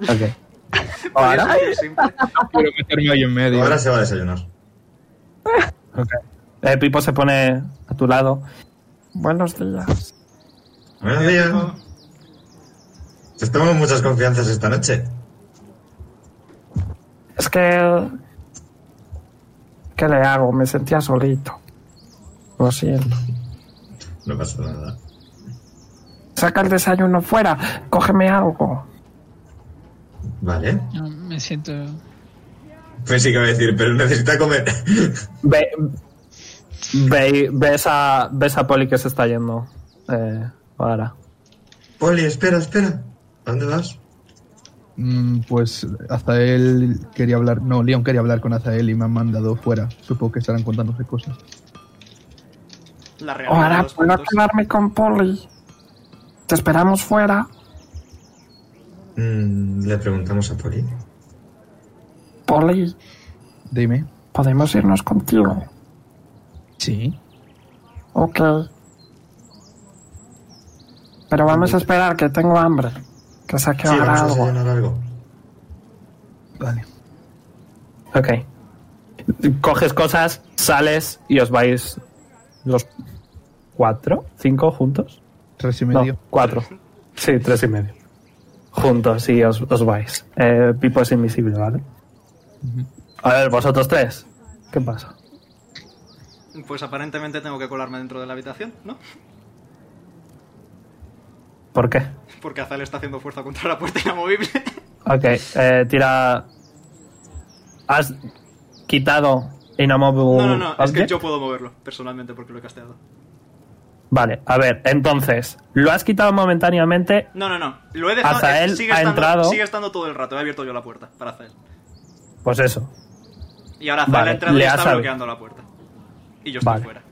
Speaker 2: Ok.
Speaker 1: Podría ser simple.
Speaker 13: Quiero meterme ahí en medio.
Speaker 6: Ahora se va a desayunar.
Speaker 2: Ok. Eh, Pipo se pone a tu lado. Buenos días.
Speaker 6: Buenos días. Te tengo muchas confianzas esta noche.
Speaker 2: Es que. ¿Qué le hago? Me sentía solito. Lo siento.
Speaker 6: No pasa nada.
Speaker 2: Saca el desayuno fuera. Cógeme algo.
Speaker 6: Vale.
Speaker 3: No, me siento.
Speaker 6: Pues sí que va a decir, pero necesita comer.
Speaker 2: Ve, ve- ves, a, ves a Poli que se está yendo. Eh, ahora.
Speaker 6: Poli, espera, espera. ¿A dónde vas?
Speaker 4: Mm, pues Azael quería hablar. No, Leon quería hablar con Azael y me han mandado fuera. Supongo que estarán contándose cosas.
Speaker 1: La regalada de
Speaker 2: Ahora
Speaker 1: dos
Speaker 2: puedo
Speaker 1: puntos.
Speaker 2: quedarme con Poli. Te esperamos fuera.
Speaker 6: Mm, le preguntamos a Poli.
Speaker 2: Poli,
Speaker 4: Dime.
Speaker 2: podemos irnos contigo.
Speaker 4: Sí.
Speaker 2: Ok. Pero vamos a esperar que tengo hambre. Que saque
Speaker 6: sí,
Speaker 2: ahora
Speaker 6: vamos a
Speaker 2: algo.
Speaker 6: desayunar algo.
Speaker 4: Vale.
Speaker 2: Ok. Coges cosas, sales y os vais los cuatro, cinco juntos.
Speaker 4: Tres y
Speaker 2: No,
Speaker 4: medio.
Speaker 2: cuatro. Sí, tres y medio. Juntos y os, os vais. Eh, Pipo es invisible, ¿vale? A ver, vosotros tres. ¿Qué pasa?
Speaker 1: Pues aparentemente tengo que colarme dentro de la habitación, ¿no?
Speaker 2: ¿Por qué?
Speaker 1: Porque Azal está haciendo fuerza contra la puerta inamovible.
Speaker 2: Ok, eh, tira. Has quitado Inamovable.
Speaker 1: No, no, no, es que
Speaker 2: Object?
Speaker 1: yo puedo moverlo personalmente porque lo he casteado.
Speaker 2: Vale, a ver, entonces, lo has quitado momentáneamente.
Speaker 1: No, no, no, lo he dejado.
Speaker 2: Azael
Speaker 1: sigue,
Speaker 2: ha
Speaker 1: estando,
Speaker 2: entrado.
Speaker 1: sigue estando todo el rato, he abierto yo la puerta para Azael.
Speaker 2: Pues eso,
Speaker 1: Y ahora Azael
Speaker 2: Vale,
Speaker 1: ha entrado y
Speaker 2: le
Speaker 1: está
Speaker 2: has abierto.
Speaker 1: bloqueando la puerta. Y yo estoy
Speaker 2: Vale.
Speaker 1: fuera.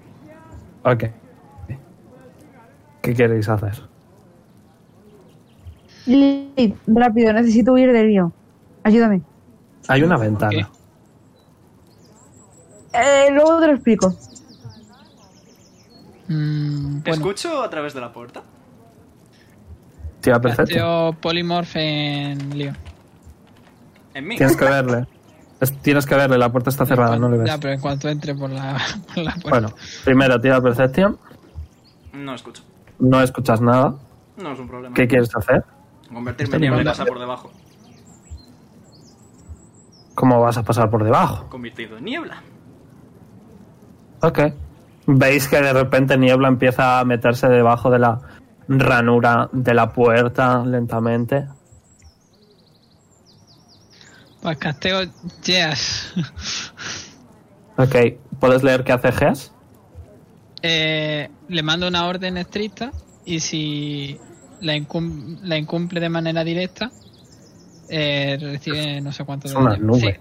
Speaker 2: ok. ¿Qué queréis hacer?
Speaker 5: Lilith, rápido, necesito huir del lío. Ayúdame.
Speaker 2: Hay una ventana.
Speaker 5: Eh, luego te lo explico.
Speaker 3: Mm,
Speaker 1: ¿Te
Speaker 3: bueno,
Speaker 1: escucho a través de la puerta?
Speaker 2: Tira perfecto.
Speaker 3: casteo Polymorph en Leo.
Speaker 1: En mí.
Speaker 2: Tienes que verle. Es- Tienes que verle, la puerta está cerrada, no le ves.
Speaker 3: Ya, pero en cuanto entre por la, por la puerta.
Speaker 2: Bueno, primero tira percepción.
Speaker 1: No escucho.
Speaker 2: No escuchas nada.
Speaker 1: No es un problema.
Speaker 2: ¿Qué quieres hacer?
Speaker 1: Convertirme en diablo y pasar por debajo.
Speaker 2: ¿Cómo vas a pasar por debajo?
Speaker 1: Convertido en niebla.
Speaker 2: Ok. Veis que de repente niebla empieza a meterse debajo de la ranura de la puerta lentamente.
Speaker 3: Pues casteo Jazz.
Speaker 2: Ok, ¿puedes leer qué hace Ges?
Speaker 3: Eh, le mando una orden estricta y si la, incum- la incumple de manera directa, eh, recibe no sé cuánto
Speaker 2: Es
Speaker 3: de
Speaker 2: una
Speaker 3: daño.
Speaker 2: nube.
Speaker 3: Sí,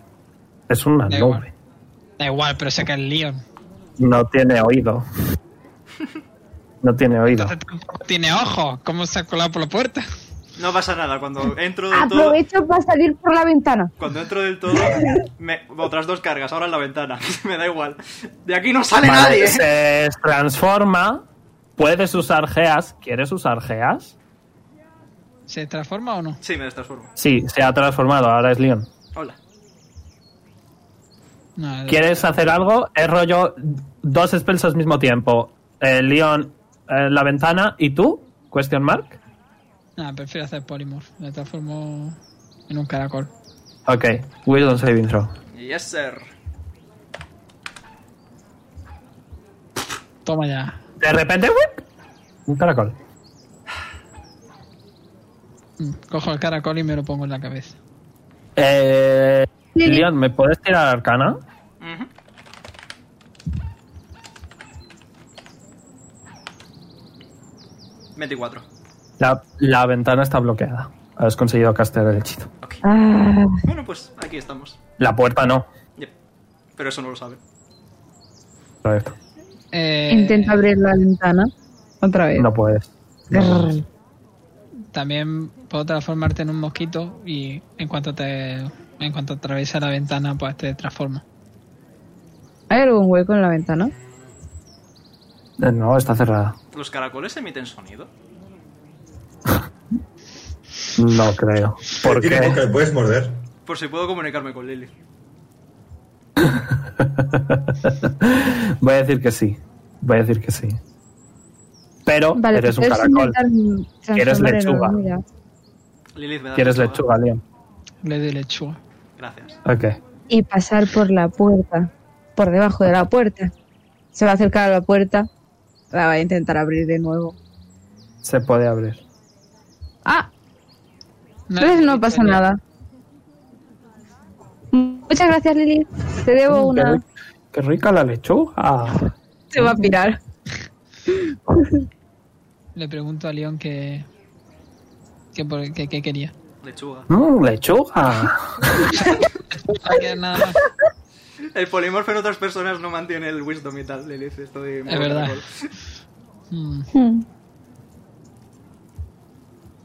Speaker 2: Es una
Speaker 3: Da igual.
Speaker 2: nube.
Speaker 3: da igual, pero saca el Leon.
Speaker 2: No tiene oído. No tiene oído.
Speaker 3: Entonces tampoco tiene ojos. ¿Cómo se ha colado por la puerta?
Speaker 1: No pasa nada, cuando entro del todo.
Speaker 5: Aprovecho para salir por la ventana.
Speaker 1: Cuando entro del todo, me- otras dos cargas, ahora en la ventana. me da igual. De aquí no sale
Speaker 2: Vale,
Speaker 1: nadie. ¿eh?
Speaker 2: Se transforma. Puedes usar geas. ¿Quieres usar geas?
Speaker 3: ¿Se transforma o no?
Speaker 1: Sí, me destransformo.
Speaker 2: Sí, se ha transformado. Ahora es Leon.
Speaker 1: Hola.
Speaker 3: No,
Speaker 2: ¿Quieres hacer algo? Es rollo dos spells al mismo tiempo. Eh, Leon, eh, la ventana y tú? Question mark.
Speaker 3: no, prefiero hacer Polymorph. Me transformo en un caracol.
Speaker 2: Ok. Wisdom saving throw.
Speaker 1: Yes, sir.
Speaker 3: Toma ya.
Speaker 2: De repente, ¡whip! un caracol.
Speaker 3: Mm, Cojo el caracol y me lo pongo en la cabeza.
Speaker 2: Eh,
Speaker 5: Sí.
Speaker 2: Leon, ¿me puedes tirar arcana?
Speaker 1: Ujú. ¿24?
Speaker 2: La, la ventana está bloqueada. Has conseguido castear el hechizo.
Speaker 1: Ok.
Speaker 5: Ah,
Speaker 1: Bueno, pues aquí estamos.
Speaker 2: La puerta no.
Speaker 1: Yep. Pero eso no lo sabe.
Speaker 2: Roberto,
Speaker 3: Eh,
Speaker 5: intento abrir la ventana. Otra vez.
Speaker 2: No puedes.
Speaker 5: Grrr.
Speaker 3: También puedo transformarte en un mosquito y en cuanto te en cuanto atraviesa la ventana pues te transforma.
Speaker 5: ¿Hay algún hueco en la ventana?
Speaker 2: Eh, No, está cerrada.
Speaker 1: ¿Los caracoles emiten sonido?
Speaker 2: No creo. ¿Por
Speaker 6: Tiene
Speaker 2: qué?
Speaker 6: boca, le puedes morder.
Speaker 1: Por si puedo comunicarme con Lily.
Speaker 2: Voy a decir que sí. Voy a decir que sí. Pero eres un
Speaker 5: pues puedes
Speaker 2: caracol.
Speaker 5: intentar transformar
Speaker 2: Eres
Speaker 5: en
Speaker 2: lechuga.
Speaker 5: hormiga.
Speaker 1: Lilith, me da
Speaker 2: Quieres lechuga, Liam.
Speaker 3: Le di lechuga.
Speaker 1: Gracias.
Speaker 2: Ok.
Speaker 5: Y pasar por la puerta. Por debajo de la puerta. Se va a acercar a la puerta. La va a intentar abrir de nuevo.
Speaker 2: Se puede abrir.
Speaker 5: Ah, entonces Pues no pasa nada. Muchas gracias, Lili. Te debo
Speaker 2: Qué
Speaker 5: una.
Speaker 2: ri- Qué rica la lechuga.
Speaker 5: Se va a pirar.
Speaker 3: Le pregunto a León que, que, por- que- que quería.
Speaker 1: Lechuga.
Speaker 2: Mm, lechuga.
Speaker 3: No queda Ah, nada más.
Speaker 1: El polimorfo en otras personas no mantiene el wisdom y tal, Lilith. Esto de
Speaker 3: Es verdad. Mm,
Speaker 5: Hmm.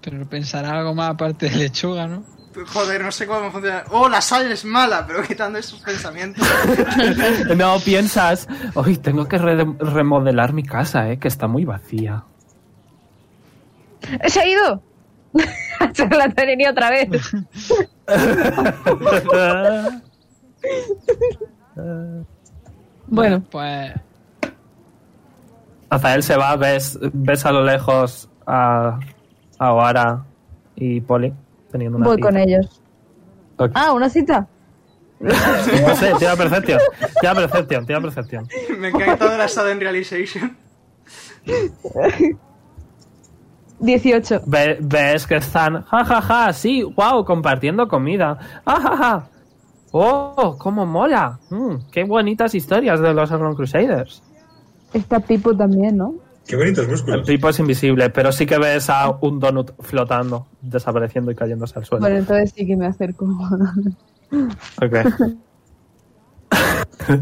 Speaker 3: Pero pensará algo más aparte de lechuga, ¿no?
Speaker 1: Joder, no sé cómo funciona. Oh, la sal es mala, pero quitando esos pensamientos.
Speaker 2: No piensas. Hoy tengo que re- remodelar mi casa, eh, que está muy vacía.
Speaker 5: ¡Se ha ido! Se la tenería otra vez. bueno,
Speaker 3: Pues
Speaker 2: Rafael se va, ves, ves a lo lejos a, a Oara y Poli teniendo una
Speaker 5: voy
Speaker 2: cita.
Speaker 5: con ellos.
Speaker 2: Ok.
Speaker 5: Ah, una cita.
Speaker 2: No sé, tira percepción, tira percepción, tira percepción.
Speaker 1: me encanta la sudden realization.
Speaker 5: 18.
Speaker 2: Ve- ves que están, jajaja, sí, wow, compartiendo comida. Ah, ja, ja. Oh, cómo mola. Mm, qué bonitas historias de los Iron Crusaders.
Speaker 5: Está Pipo también, ¿no?
Speaker 6: Qué bonitos
Speaker 2: El
Speaker 6: músculos.
Speaker 2: tipo es invisible, pero sí que ves a un donut flotando, desapareciendo y cayéndose al suelo.
Speaker 5: Bueno, entonces sí que me acerco.
Speaker 2: Ok.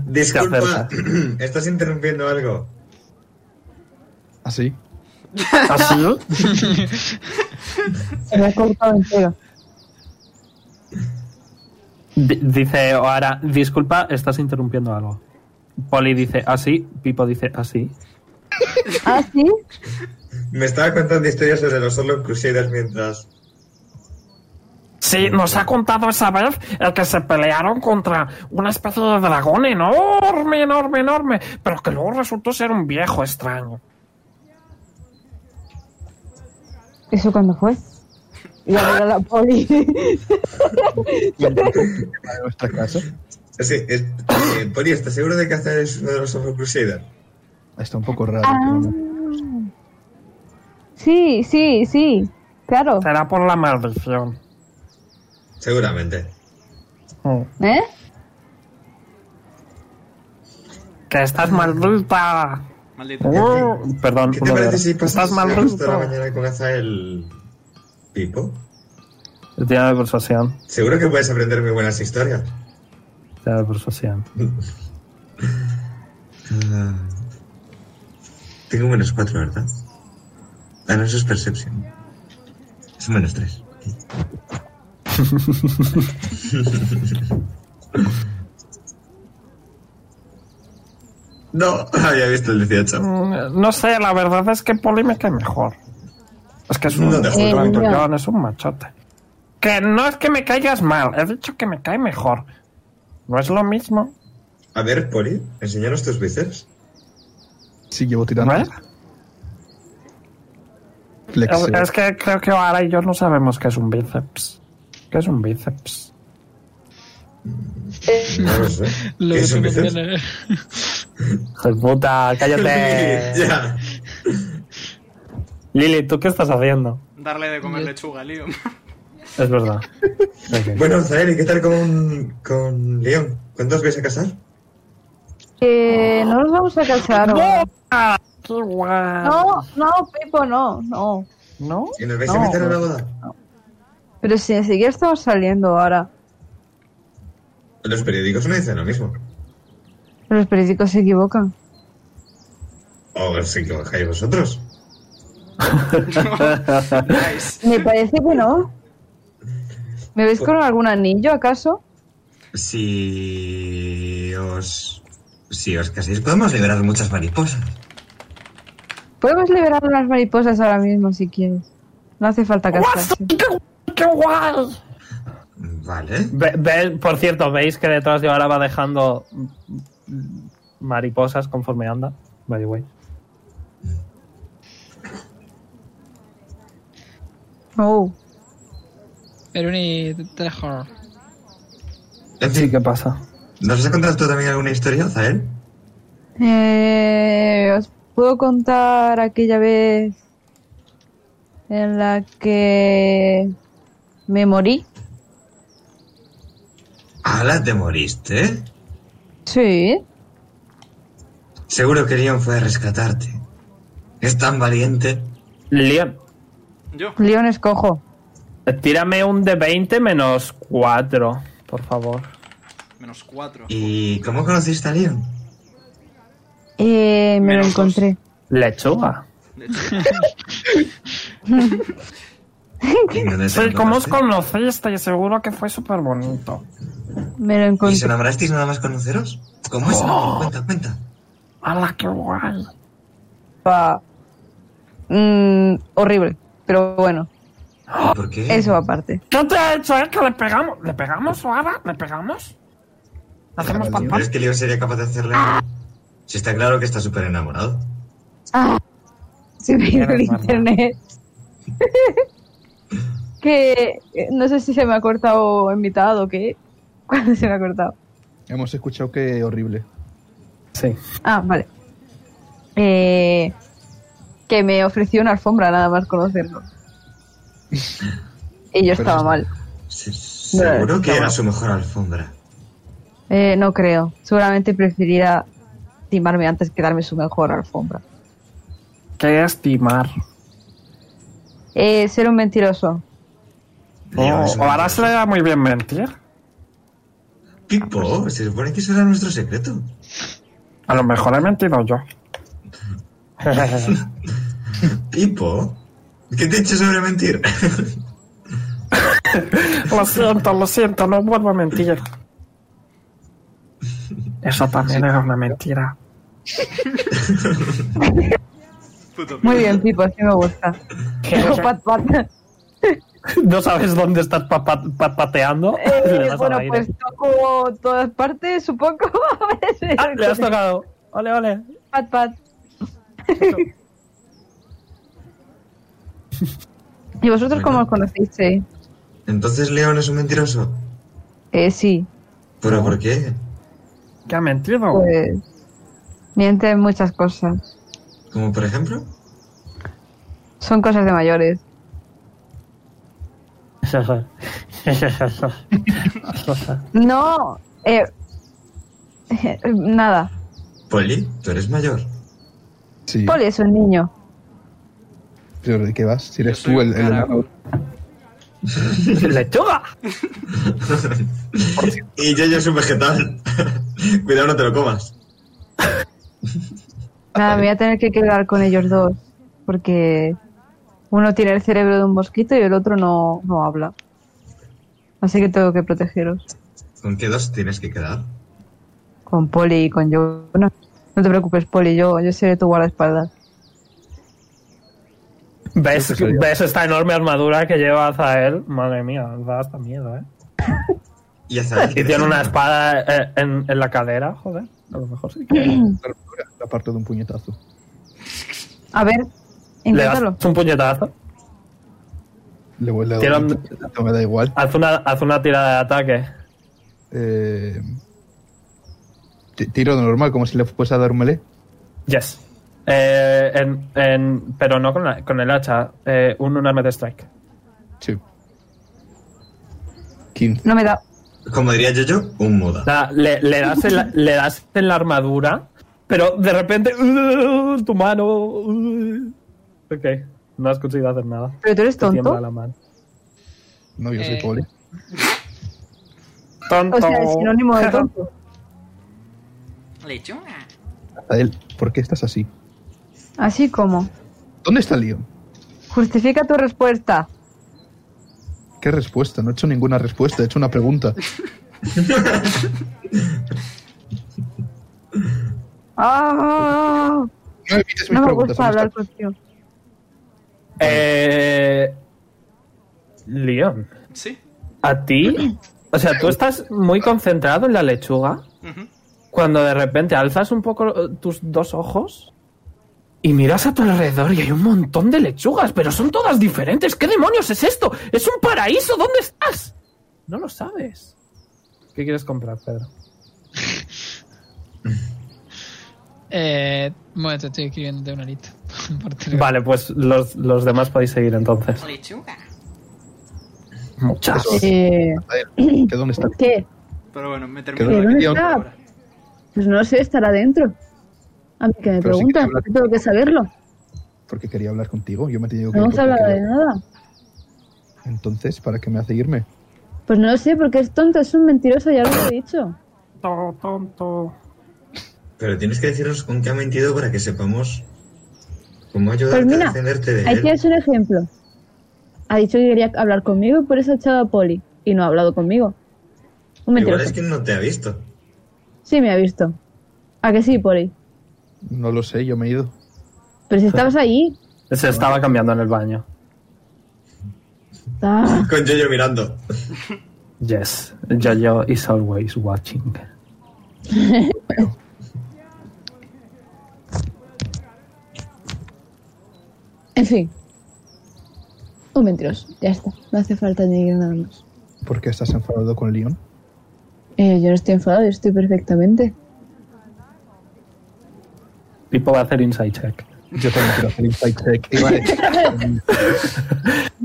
Speaker 6: Disculpa,
Speaker 2: acerca.
Speaker 6: estás interrumpiendo algo.
Speaker 4: Así.
Speaker 2: ¿Así?
Speaker 5: Se me ha cortado entero.
Speaker 2: D- dice Oara, disculpa, estás interrumpiendo algo. Poli dice así, Pipo dice así.
Speaker 5: ¿Ah, sí?
Speaker 6: Me estaba contando historias sobre los Orlok Crusaders mientras.
Speaker 2: Sí, nos ha contado esa vez el que se pelearon contra una especie de dragón enorme, enorme, enorme, pero que luego resultó ser un viejo extraño.
Speaker 5: ¿Eso cuándo fue? Y ahora la poli.
Speaker 4: Para nuestra casa.
Speaker 6: Sí, es, eh, Poli, ¿estás seguro de que hacer es uno de los Orlok Crusaders?
Speaker 4: Está un poco raro.
Speaker 5: Ah.
Speaker 4: pero bueno.
Speaker 5: Sí, sí, sí. Claro.
Speaker 2: Será por la maldición.
Speaker 6: Seguramente.
Speaker 2: Mm.
Speaker 5: ¿Eh?
Speaker 2: Que estás maldita.
Speaker 1: Maldito.
Speaker 2: Oh, perdón,
Speaker 6: ¿Qué te
Speaker 2: uno de
Speaker 6: parece
Speaker 2: los-
Speaker 6: si
Speaker 2: estás
Speaker 6: pasas justo
Speaker 2: maldita.
Speaker 6: la mañana con el Pipo?
Speaker 2: Tiene persuasión.
Speaker 6: Seguro que puedes aprender muy buenas historias.
Speaker 2: Tiene persuasión.
Speaker 6: Ah, Tengo menos cuatro, ¿verdad? Ah, no, eso es Perception. Es un menos tres. no, había visto el 18.
Speaker 2: Mm, No sé, la verdad es que Poli me cae mejor. Es que es un,
Speaker 6: No Eh, te
Speaker 2: es
Speaker 6: juro.
Speaker 2: un grandullón, es un machote. Que no es que me caigas mal, he dicho que me cae mejor. No es lo mismo,
Speaker 6: A ver, Poli, enséñanos tus bíceps.
Speaker 4: Sí, llevo tirando.
Speaker 2: ¿no es? Es,
Speaker 4: Flexión.
Speaker 2: Ah, es que creo que ahora y yo no sabemos qué es un bíceps. ¿Qué es un bíceps?
Speaker 6: No lo sé.
Speaker 3: lo
Speaker 6: ¿Qué
Speaker 3: que
Speaker 6: es un
Speaker 3: tengo que
Speaker 6: bíceps?
Speaker 3: leer.
Speaker 2: Hijo de Pues puta, cállate.
Speaker 6: ya.
Speaker 2: Lili, ¿tú qué estás haciendo?
Speaker 1: Darle de comer lechuga, Liam.
Speaker 2: Es verdad. Ok.
Speaker 6: Bueno, Zael, ¿y qué tal con, con León? ¿Cuántos vais a casar?
Speaker 5: Eh, no nos vamos a casar. ¿o?
Speaker 2: ¡Ah, ¡Qué guay!
Speaker 5: No, no, Pipo, no, no.
Speaker 2: ¿No?
Speaker 6: ¿Y nos vais
Speaker 2: No.
Speaker 6: a meter a la boda?
Speaker 5: Pero si ni siquiera estamos saliendo ahora.
Speaker 6: Los periódicos no dicen lo mismo.
Speaker 5: Los periódicos se equivocan.
Speaker 6: O sí que bajáis vosotros.
Speaker 1: Nice.
Speaker 5: Me parece que no. ¿Me ves con algún anillo, acaso?
Speaker 6: Si os. Si os caséis, podemos liberar muchas mariposas.
Speaker 5: Podemos liberar unas mariposas ahora mismo si quieres. No hace falta casarse.
Speaker 2: ¡Qué guay!
Speaker 8: qué guay!
Speaker 6: Vale.
Speaker 2: Ve- ve- por cierto, veis que detrás de ahora va dejando mariposas conforme anda. By the way.
Speaker 5: Oh,
Speaker 3: Veruni Trejor.
Speaker 6: En
Speaker 9: Sí,
Speaker 6: fin,
Speaker 9: ¿qué pasa?
Speaker 6: ¿nos has contado tú también alguna historia, Zael?
Speaker 5: Eh, Os puedo contar aquella vez en la que me morí.
Speaker 6: Ala, te moriste.
Speaker 5: Sí.
Speaker 6: Seguro que Leon fue a rescatarte. Es tan valiente.
Speaker 2: Leon,
Speaker 1: Yo.
Speaker 5: León es cojo.
Speaker 2: tírame un de 20 menos 4, por favor.
Speaker 1: Menos 4.
Speaker 6: ¿Y cómo conociste a Leon?
Speaker 5: Eh, me
Speaker 1: Menos
Speaker 5: lo encontré.
Speaker 2: Lechuga.
Speaker 6: ¿Y dónde te
Speaker 8: Sí, Pues, ¿cómo os
Speaker 6: encontraste?
Speaker 8: conociste? Seguro que fue súper bonito.
Speaker 5: Me lo
Speaker 6: ¿Y se
Speaker 5: encontré.
Speaker 6: enamorasteis nada más conoceros? ¿Cómo es?
Speaker 8: Oh.
Speaker 6: Cuenta, cuenta.
Speaker 8: ¡Hala, qué guay!
Speaker 5: Pa- Mm, horrible. Pero bueno,
Speaker 6: ¿Por qué?
Speaker 5: eso aparte.
Speaker 8: ¿Qué te ha hecho, eh? ¿Que le pegamos? ¿Le pegamos, Suara? ¿Le pegamos? ¿Hacemos
Speaker 4: Vale,
Speaker 8: papá?
Speaker 6: ¿Crees que Leon sería capaz de hacerle algo? Si está claro que está súper enamorado.
Speaker 5: Si Ah, me iba el
Speaker 8: Eres normal.
Speaker 5: internet. que eh, no sé si se me ha cortado en mitad o qué. ¿Cuándo se me ha cortado?
Speaker 4: Hemos escuchado que horrible.
Speaker 2: Sí.
Speaker 5: Ah, vale. Eh, que me ofreció una alfombra nada más conocerlo. y yo
Speaker 4: Pero
Speaker 5: estaba
Speaker 4: eso-
Speaker 5: mal.
Speaker 6: Se- Seguro que
Speaker 5: no.
Speaker 6: era su mejor alfombra.
Speaker 5: Eh, no creo. Seguramente preferiría timarme antes que darme su mejor alfombra.
Speaker 8: ¿Qué estimar?
Speaker 5: Eh, ser un mentiroso.
Speaker 6: Leon
Speaker 8: Oh,
Speaker 6: es un
Speaker 8: ahora se le da muy bien mentir.
Speaker 6: Pipo, se supone que eso era nuestro secreto.
Speaker 8: A lo mejor he mentido yo.
Speaker 6: Pipo, ¿qué te he hecho sobre mentir?
Speaker 8: lo siento, lo siento, no vuelvo a mentir. Eso también era una mentira.
Speaker 1: Puto
Speaker 5: Muy bien, Pipo, así me gusta. Pero pat, pat.
Speaker 2: ¿No sabes dónde estás pa- pa- pa- pateando?
Speaker 5: Eh,
Speaker 2: le das
Speaker 5: bueno,
Speaker 2: al aire.
Speaker 5: pues toco todas partes, supongo.
Speaker 2: Ah, le has tocado. Ole, ole.
Speaker 5: pat, pat. ¿Y vosotros cómo os conocisteis?
Speaker 6: Entonces León es un mentiroso.
Speaker 5: Eh, sí,
Speaker 6: ¿Pero por qué?
Speaker 8: ¿Qué ha mentido?
Speaker 5: pues mienten muchas cosas.
Speaker 6: ¿Como por ejemplo?
Speaker 5: Son cosas de mayores. No, eh, nada.
Speaker 6: Poli, tú eres mayor.
Speaker 4: Sí.
Speaker 5: Poli es un niño.
Speaker 4: Pero ¿de qué vas? Si eres
Speaker 1: Yo soy
Speaker 4: tú el,
Speaker 1: un
Speaker 4: el
Speaker 1: caracol.
Speaker 4: enano.
Speaker 2: ¡Lechuga!
Speaker 6: Y yo ya soy un vegetal. Cuidado, no te lo comas.
Speaker 5: Nada, me voy a tener que quedar con ellos dos. Porque uno tiene el cerebro de un mosquito y el otro no, no habla. Así que tengo que protegeros.
Speaker 6: ¿Con qué dos tienes que quedar?
Speaker 5: Con Poli y con yo. No, no te preocupes, Poli. Yo, yo seré tu guardaespaldas.
Speaker 2: ¿Ves,
Speaker 4: Creo que soy yo.
Speaker 2: ¿Ves esta enorme armadura que lleva Azael? Madre mía, da hasta miedo, ¿eh?
Speaker 6: Y Azael.
Speaker 2: Y tiene una espada eh, en, en la cadera, joder. A lo mejor sí.
Speaker 4: La armadura, La parte de un puñetazo.
Speaker 5: A ver,
Speaker 2: Le das
Speaker 5: inténtalo.
Speaker 2: un puñetazo.
Speaker 4: Le voy a dar
Speaker 2: Tira
Speaker 4: un
Speaker 2: un-
Speaker 4: puñetazo, me da igual.
Speaker 2: Haz una, haz una tirada de ataque.
Speaker 4: Eh, ti- tiro normal, como si le fuese a dar un melee.
Speaker 2: Yes. Eh, en- en- pero no con, la- con el hacha. eh, un Unarmed Strike.
Speaker 4: Sí. 15.
Speaker 5: No me da.
Speaker 6: Como diría yo, yo, un muda.
Speaker 2: Nada, le, le das en la, le das en la armadura, pero de repente. ¡uh! tu mano. ¡uh! ok. No has conseguido hacer nada.
Speaker 5: ¿Pero tú
Speaker 2: Te
Speaker 5: eres
Speaker 2: tiembla
Speaker 5: tonto?
Speaker 2: la mano.
Speaker 4: No, yo soy
Speaker 3: Eh.
Speaker 4: poli.
Speaker 8: Tonto.
Speaker 5: O sea, el sinónimo de tonto.
Speaker 1: Lechuga.
Speaker 4: Azael, ¿por qué estás así?
Speaker 5: Así como.
Speaker 4: ¿Dónde está Leon?
Speaker 5: Justifica tu respuesta.
Speaker 4: ¿Qué respuesta? No he hecho ninguna respuesta, he hecho una pregunta.
Speaker 5: ¡Ah!
Speaker 4: No evites mis
Speaker 5: No me
Speaker 4: preguntas.
Speaker 5: gusta hablar
Speaker 4: Anastasia.
Speaker 5: contigo.
Speaker 2: Eh, León,
Speaker 1: Sí.
Speaker 2: a ti. O sea, tú estás muy concentrado en la lechuga
Speaker 1: Ujú.
Speaker 2: cuando de repente alzas un poco eh, tus dos ojos y miras a tu alrededor y hay un montón de lechugas, pero son todas diferentes. ¿Qué demonios es esto? ¡Es un paraíso! ¿Dónde estás? No lo sabes. ¿Qué quieres comprar, Pedro?
Speaker 3: Eh, bueno, te estoy escribiéndote una lista. por Telegram.
Speaker 2: Vale, pues los, los demás podéis seguir entonces.
Speaker 1: Lechuga.
Speaker 2: Muchas.
Speaker 5: Eh,
Speaker 4: ¿Qué dónde está?
Speaker 5: ¿Qué?
Speaker 1: Pero bueno, me
Speaker 5: ¿Qué?
Speaker 1: termino de
Speaker 5: ¿Dónde
Speaker 1: aquí.
Speaker 5: está? Pues no sé, estará dentro. A mí que
Speaker 4: Pero sí que
Speaker 5: me preguntan,
Speaker 4: habla-
Speaker 5: yo tengo que saberlo.
Speaker 4: Porque quería hablar contigo. Yo me he tenido que ir
Speaker 5: No hemos
Speaker 4: porque
Speaker 5: hablado de
Speaker 4: quería-
Speaker 5: nada.
Speaker 4: Entonces, ¿para qué me hace irme?
Speaker 5: Pues no lo sé, porque es tonto, es un mentiroso, ya lo he dicho.
Speaker 6: Pero tienes que decirnos con qué ha mentido para que sepamos cómo ayudarte
Speaker 5: Pues mira,
Speaker 6: a defenderte
Speaker 4: Eh.
Speaker 6: de
Speaker 5: Ahí
Speaker 6: él.
Speaker 5: tienes un ejemplo. Ha dicho que quería hablar conmigo y por eso ha echado a Poli. Y no ha hablado conmigo. Un
Speaker 6: Igual
Speaker 5: mentiroso.
Speaker 6: es que no te ha visto.
Speaker 5: Sí, me ha visto. ¿A que sí, Poli?
Speaker 4: No lo sé, yo me he ido.
Speaker 5: Pero si estabas ahí.
Speaker 2: Se estaba cambiando en el baño.
Speaker 5: Ah,
Speaker 6: Con Yoyo mirando.
Speaker 2: Yes, Jojo is always watching.
Speaker 5: En fin. Un mentiroso. Ya está. No hace falta añadir nada más.
Speaker 4: ¿Por qué estás enfadado con Leon?
Speaker 5: Eh, yo no estoy enfadado, yo estoy perfectamente.
Speaker 2: Pipo va a hacer inside check.
Speaker 4: Yo también quiero hacer insight check. Iba a decir,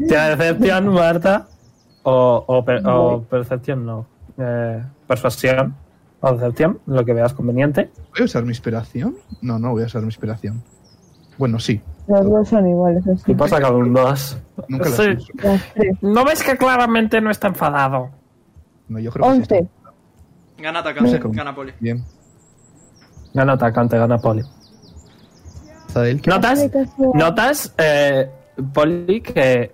Speaker 2: ¿Te decepción, Marta? O, o, per- o percepción, no. Eh, persuasión o decepción, lo que veas conveniente.
Speaker 4: ¿Voy a usar mi inspiración? No, no voy a usar mi inspiración. Bueno, sí.
Speaker 5: Los dos son iguales, así.
Speaker 2: Pipo ha sacado un 2.
Speaker 4: Nunca las
Speaker 2: Sí.
Speaker 4: uso.
Speaker 5: Las tres.
Speaker 2: ¿No ves que claramente no está enfadado?
Speaker 4: No, yo creo que sí
Speaker 5: Once.
Speaker 4: está
Speaker 1: Gana atacante,
Speaker 4: Venga.
Speaker 1: gana poli.
Speaker 4: Bien.
Speaker 2: Gana atacante, gana poli.
Speaker 4: Zael, ¿qué-
Speaker 2: ¿Notas?
Speaker 5: Ay, qué suave.
Speaker 2: ¿Notas, eh, Poli, que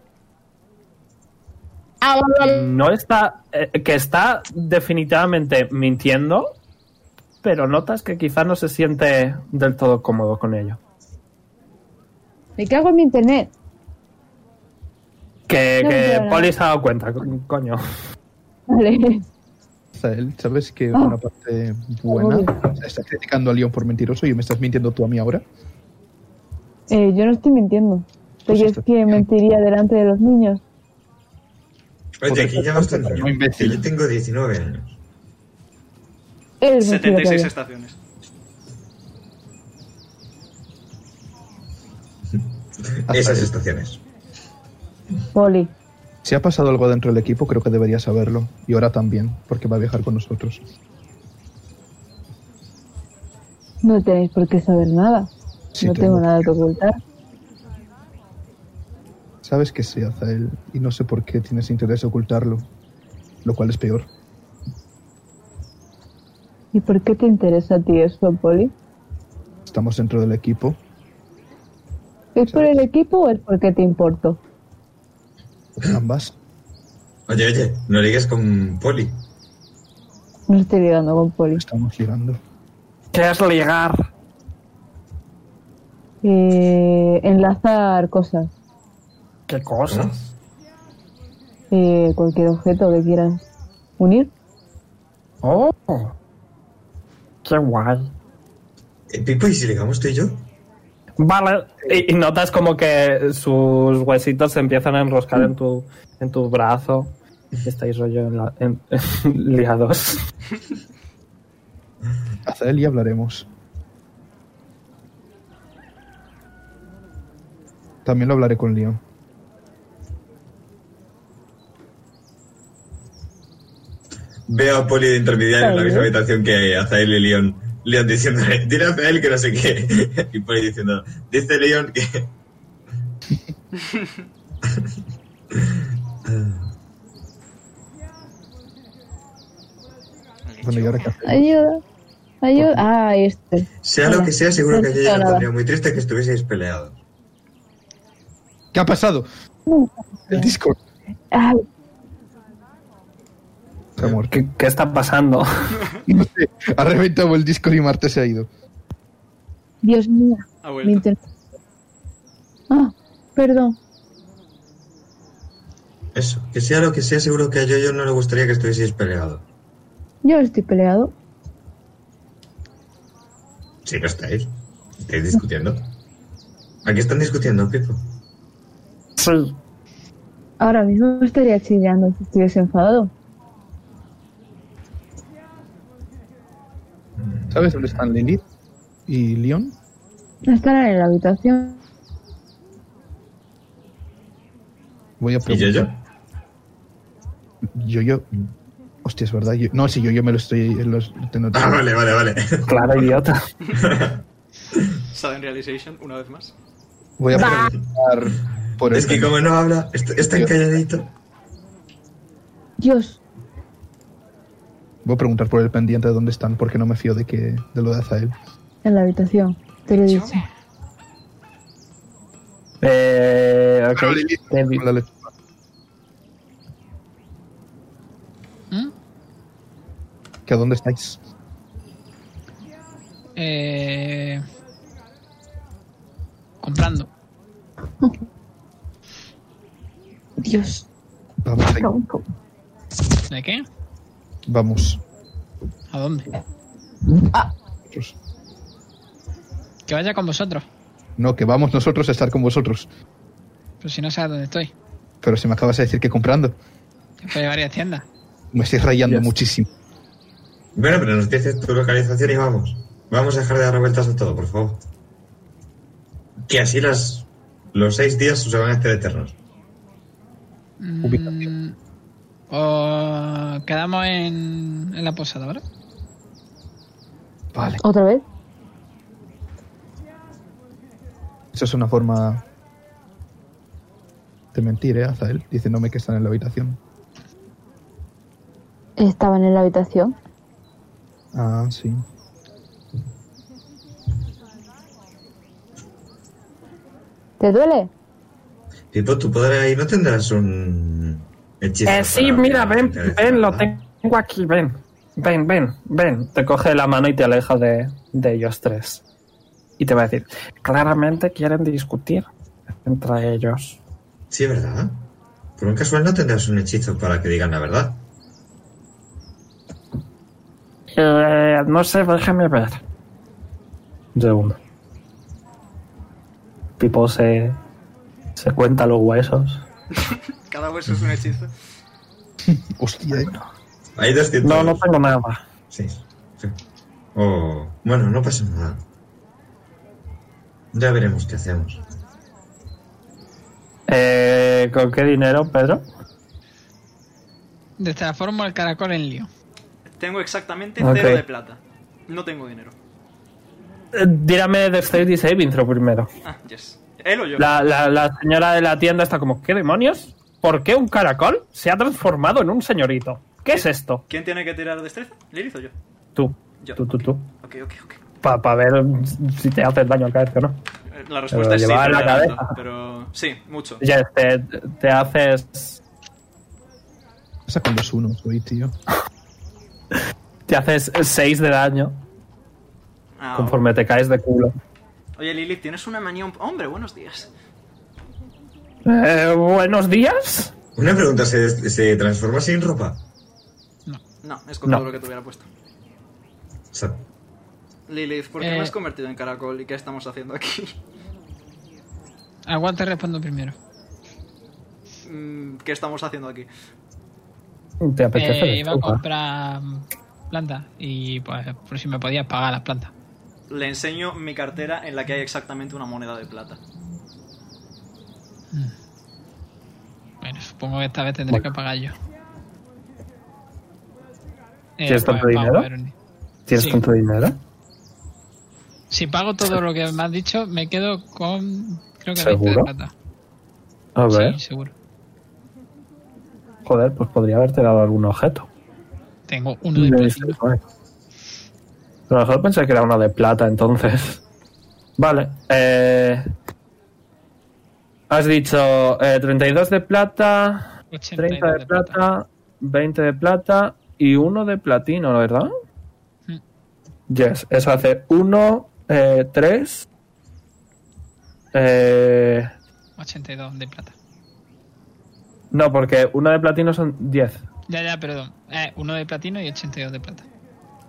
Speaker 5: Ah, vale, vale.
Speaker 2: no está. eh, que está definitivamente mintiendo, pero notas que quizás no se siente del todo cómodo con ello.
Speaker 5: Me cago en mi internet.
Speaker 2: Que,
Speaker 5: No
Speaker 2: que
Speaker 5: llora.
Speaker 2: Poli se ha dado cuenta, co- coño.
Speaker 5: Vale.
Speaker 4: Zael, ¿sabes que
Speaker 5: Ah.
Speaker 4: una parte buena?
Speaker 5: Obvio.
Speaker 4: O sea, Estás criticando a Leon por mentiroso y me estás mintiendo tú a mí ahora.
Speaker 5: Eh, yo no estoy mintiendo.
Speaker 4: Pues
Speaker 5: Porque
Speaker 4: esto-
Speaker 5: es que mentiría delante de los niños.
Speaker 6: Oye, aquí ya basta niño.
Speaker 4: Muy imbécil.
Speaker 6: Que Yo tengo 19 años.
Speaker 5: Es mentira
Speaker 1: 76
Speaker 5: todavía.
Speaker 1: estaciones.
Speaker 6: Esas
Speaker 4: ahí.
Speaker 6: estaciones.
Speaker 5: Poli.
Speaker 4: Si ha pasado algo dentro del equipo, creo que debería saberlo. Y ahora también, porque va a viajar con nosotros.
Speaker 5: No tenéis por qué saber nada.
Speaker 4: Sí,
Speaker 5: no
Speaker 4: tengo.
Speaker 5: tengo nada que ocultar.
Speaker 4: Sabes que sí, Azael, y no sé por qué tienes interés en ocultarlo, lo cual es peor.
Speaker 5: ¿Y por qué te interesa a ti eso, Poli?
Speaker 4: Estamos dentro del equipo,
Speaker 5: ¿Es por el equipo o es porque te importo?
Speaker 4: ambas.
Speaker 6: Oye, oye, no ligues con Poli.
Speaker 5: No estoy ligando con Poli.
Speaker 4: Estamos llegando.
Speaker 2: ¿Quieres ligar?
Speaker 5: Eh, enlazar cosas.
Speaker 2: ¿Qué cosas?
Speaker 5: Eh, cualquier objeto que quieras unir.
Speaker 2: Oh, qué guay.
Speaker 6: Eh, Pipo, ¿y si ligamos tú y yo?
Speaker 2: Vale, y, y notas como que sus huesitos se empiezan a enroscar en tu, en tu brazo. Estáis rollo en la- en- liados.
Speaker 4: Azael y hablaremos. También lo hablaré con Leon.
Speaker 6: Veo a Poli de intermediario en la
Speaker 5: Vale.
Speaker 6: misma habitación que Azael y León. León diciéndole, dile a Azael que no sé qué. Y Poli diciendo, dice León que...
Speaker 4: Bueno, y ahora qué hacemos?
Speaker 5: Ayuda. Ayuda. Ah, este.
Speaker 6: Sea lo que sea, seguro que yo ya me
Speaker 5: Nada.
Speaker 6: pondría muy triste que estuvieseis peleados.
Speaker 4: ¿Qué ha pasado? El Discord.
Speaker 5: Ay,
Speaker 4: Se ha muerto.
Speaker 2: ¿Qué, qué está pasando?
Speaker 4: No sé, ha reventado el Discord y Marte se ha ido.
Speaker 5: Dios mío.
Speaker 1: Ha
Speaker 5: Mi
Speaker 1: vuelto.
Speaker 5: internet. Ah, perdón.
Speaker 6: Eso, que sea lo que sea, seguro que a yo, yo no le gustaría que estuvieseis peleado.
Speaker 10: Yo estoy peleado.
Speaker 6: Sí, no estáis. Estáis discutiendo. Aquí están discutiendo, Pipo.
Speaker 2: Sí.
Speaker 10: Ahora mismo estaría chillando si estuviese enfadado.
Speaker 4: ¿Sabes dónde están Lilith y Leon?
Speaker 10: Estará en la habitación.
Speaker 4: Voy a
Speaker 6: ¿Y yo, yo?
Speaker 4: preguntar. Yo, yo. Hostia, es verdad. Yo- no, si yo, yo me lo estoy. eh, Los, tengo-
Speaker 6: Ah, vale, vale, vale.
Speaker 2: Claro, idiota.
Speaker 1: Sudden Realization, una vez más.
Speaker 4: Voy a preguntar por
Speaker 6: Es
Speaker 4: el
Speaker 6: que como no habla, está, es tan calladito.
Speaker 10: Dios,
Speaker 4: Voy a preguntar por el pendiente de dónde están, porque no me fío de que de lo de Azael.
Speaker 10: en la habitación. Te lo he dicho.
Speaker 2: Eh, ok.
Speaker 4: Pero Lilith,
Speaker 2: Te di-
Speaker 4: con la leche.
Speaker 3: ¿Mm?
Speaker 4: ¿Que a dónde estáis?
Speaker 3: Eh, comprando.
Speaker 10: Dios.
Speaker 4: Vamos. ahí.
Speaker 3: ¿De qué?
Speaker 4: Vamos.
Speaker 3: ¿A dónde?
Speaker 4: Nosotros.
Speaker 3: Que vaya con vosotros.
Speaker 4: No, que vamos nosotros a estar con vosotros.
Speaker 3: Pero si no sabes dónde estoy.
Speaker 4: Pero si me acabas de decir que comprando,
Speaker 3: Estoy en varias tiendas.
Speaker 4: me estoy rayando muchísimo.
Speaker 6: Bueno, pero nos dices tu localización y vamos. Vamos a dejar de dar vueltas a todo, por favor. Que así las, los seis días se van a hacer eternos.
Speaker 3: Mm,
Speaker 4: Ubicación.
Speaker 3: o quedamos en, en la posada, ¿verdad?
Speaker 4: Vale.
Speaker 10: ¿Otra vez?
Speaker 4: Eso es una forma de mentir, ¿eh, Azael? Diciéndome que están en la habitación.
Speaker 10: Estaban en la habitación.
Speaker 4: Ah, sí.
Speaker 10: ¿Te duele?
Speaker 6: Pipo, tu poder ahí no tendrás un hechizo.
Speaker 2: Eh, sí,
Speaker 6: para
Speaker 2: mira,
Speaker 6: que
Speaker 2: ven,
Speaker 6: te
Speaker 2: ven, lo
Speaker 6: defienda?
Speaker 2: tengo aquí, ven. Ven, ven, ven. Te coge la mano y te aleja de, de ellos tres. Y te va a decir, claramente quieren discutir entre ellos.
Speaker 6: Sí, ¿verdad? Por un casual no tendrás un hechizo para que digan la verdad.
Speaker 2: Eh, no sé, déjame ver. Un segundo. Pipo se, se cuenta los huesos.
Speaker 1: Cada hueso es un hechizo.
Speaker 4: Hostia, ¿eh?
Speaker 6: Hay 200.
Speaker 2: No, no tengo nada.
Speaker 6: Sí. sí. Oh, bueno, no pasa nada. Ya veremos qué hacemos.
Speaker 2: Eh, ¿Con qué dinero, Pedro?
Speaker 3: Desde la forma el caracol en lío.
Speaker 1: Tengo exactamente
Speaker 2: Ok.
Speaker 1: cero de plata. No tengo dinero.
Speaker 2: Eh, Dírame Dexterity Saving Throw primero.
Speaker 1: Ah, yes. Él o yo.
Speaker 2: La, la- la señora de la tienda está como, ¿qué demonios? ¿Por qué un caracol se ha transformado en un señorito? ¿Qué es esto?
Speaker 1: ¿Quién tiene que tirar destreza? ¿Lilith o yo?
Speaker 2: Tú,
Speaker 1: Yo.
Speaker 2: tú, tú, tú.
Speaker 1: Ok, ok, ok.
Speaker 2: Para ver si te haces daño al caerte o no.
Speaker 1: Eh, La respuesta es sí,
Speaker 2: llevaba en
Speaker 1: pero,
Speaker 2: la
Speaker 1: adelanto,
Speaker 2: cabeza.
Speaker 1: pero sí, mucho.
Speaker 2: Ya, te, te haces...
Speaker 4: ¿Qué pasa con los unos hoy, tío?
Speaker 2: Te haces 6 de daño
Speaker 1: Ah,
Speaker 2: conforme te caes de culo.
Speaker 1: Oye, Lilith, tienes una manía... un- Hombre, buenos días.
Speaker 2: Eh, Buenos días.
Speaker 6: Una pregunta, ¿se, se transforma sin ropa?
Speaker 1: No, es con
Speaker 2: No.
Speaker 1: todo lo que te hubiera puesto.
Speaker 6: O sea,
Speaker 1: Lilith, ¿por qué
Speaker 3: Eh.
Speaker 1: me has convertido en caracol y qué estamos haciendo aquí?
Speaker 3: Aguanta, respondo primero.
Speaker 1: Mm, ¿Qué estamos haciendo aquí?
Speaker 2: ¿Te apetece?
Speaker 3: Eh, iba a
Speaker 2: disculpa?
Speaker 3: comprar mm, plantas y pues por si me podías pagar las plantas.
Speaker 1: Le enseño mi cartera en la que hay exactamente una moneda de plata.
Speaker 3: Bueno, supongo que esta vez tendré que pagar yo. Eh,
Speaker 2: ¿Tienes tanto
Speaker 3: pago,
Speaker 2: dinero?
Speaker 3: Veroni.
Speaker 2: ¿Tienes
Speaker 3: sí.
Speaker 2: tanto dinero?
Speaker 3: Si pago todo lo que me has dicho, me quedo con creo que 20 de
Speaker 2: ¿Seguro?
Speaker 3: plata.
Speaker 2: A ver,
Speaker 3: Sí, seguro.
Speaker 2: joder, pues podría haberte dado algún objeto.
Speaker 3: Tengo uno de
Speaker 2: Me
Speaker 3: platino.
Speaker 2: dice, "Joder". A lo mejor pensé que era una de plata, entonces. Vale. eh, has dicho eh, 32 de plata,
Speaker 3: 82
Speaker 2: 30 de plata, 20 de plata y uno de platino, ¿verdad?
Speaker 3: Sí.
Speaker 2: Yes, eso hace eh, 1, 3, eh,
Speaker 3: 82 de plata.
Speaker 2: No, porque uno de platino son 10.
Speaker 3: Ya, ya, perdón. Eh, uno de platino y 82 de plata.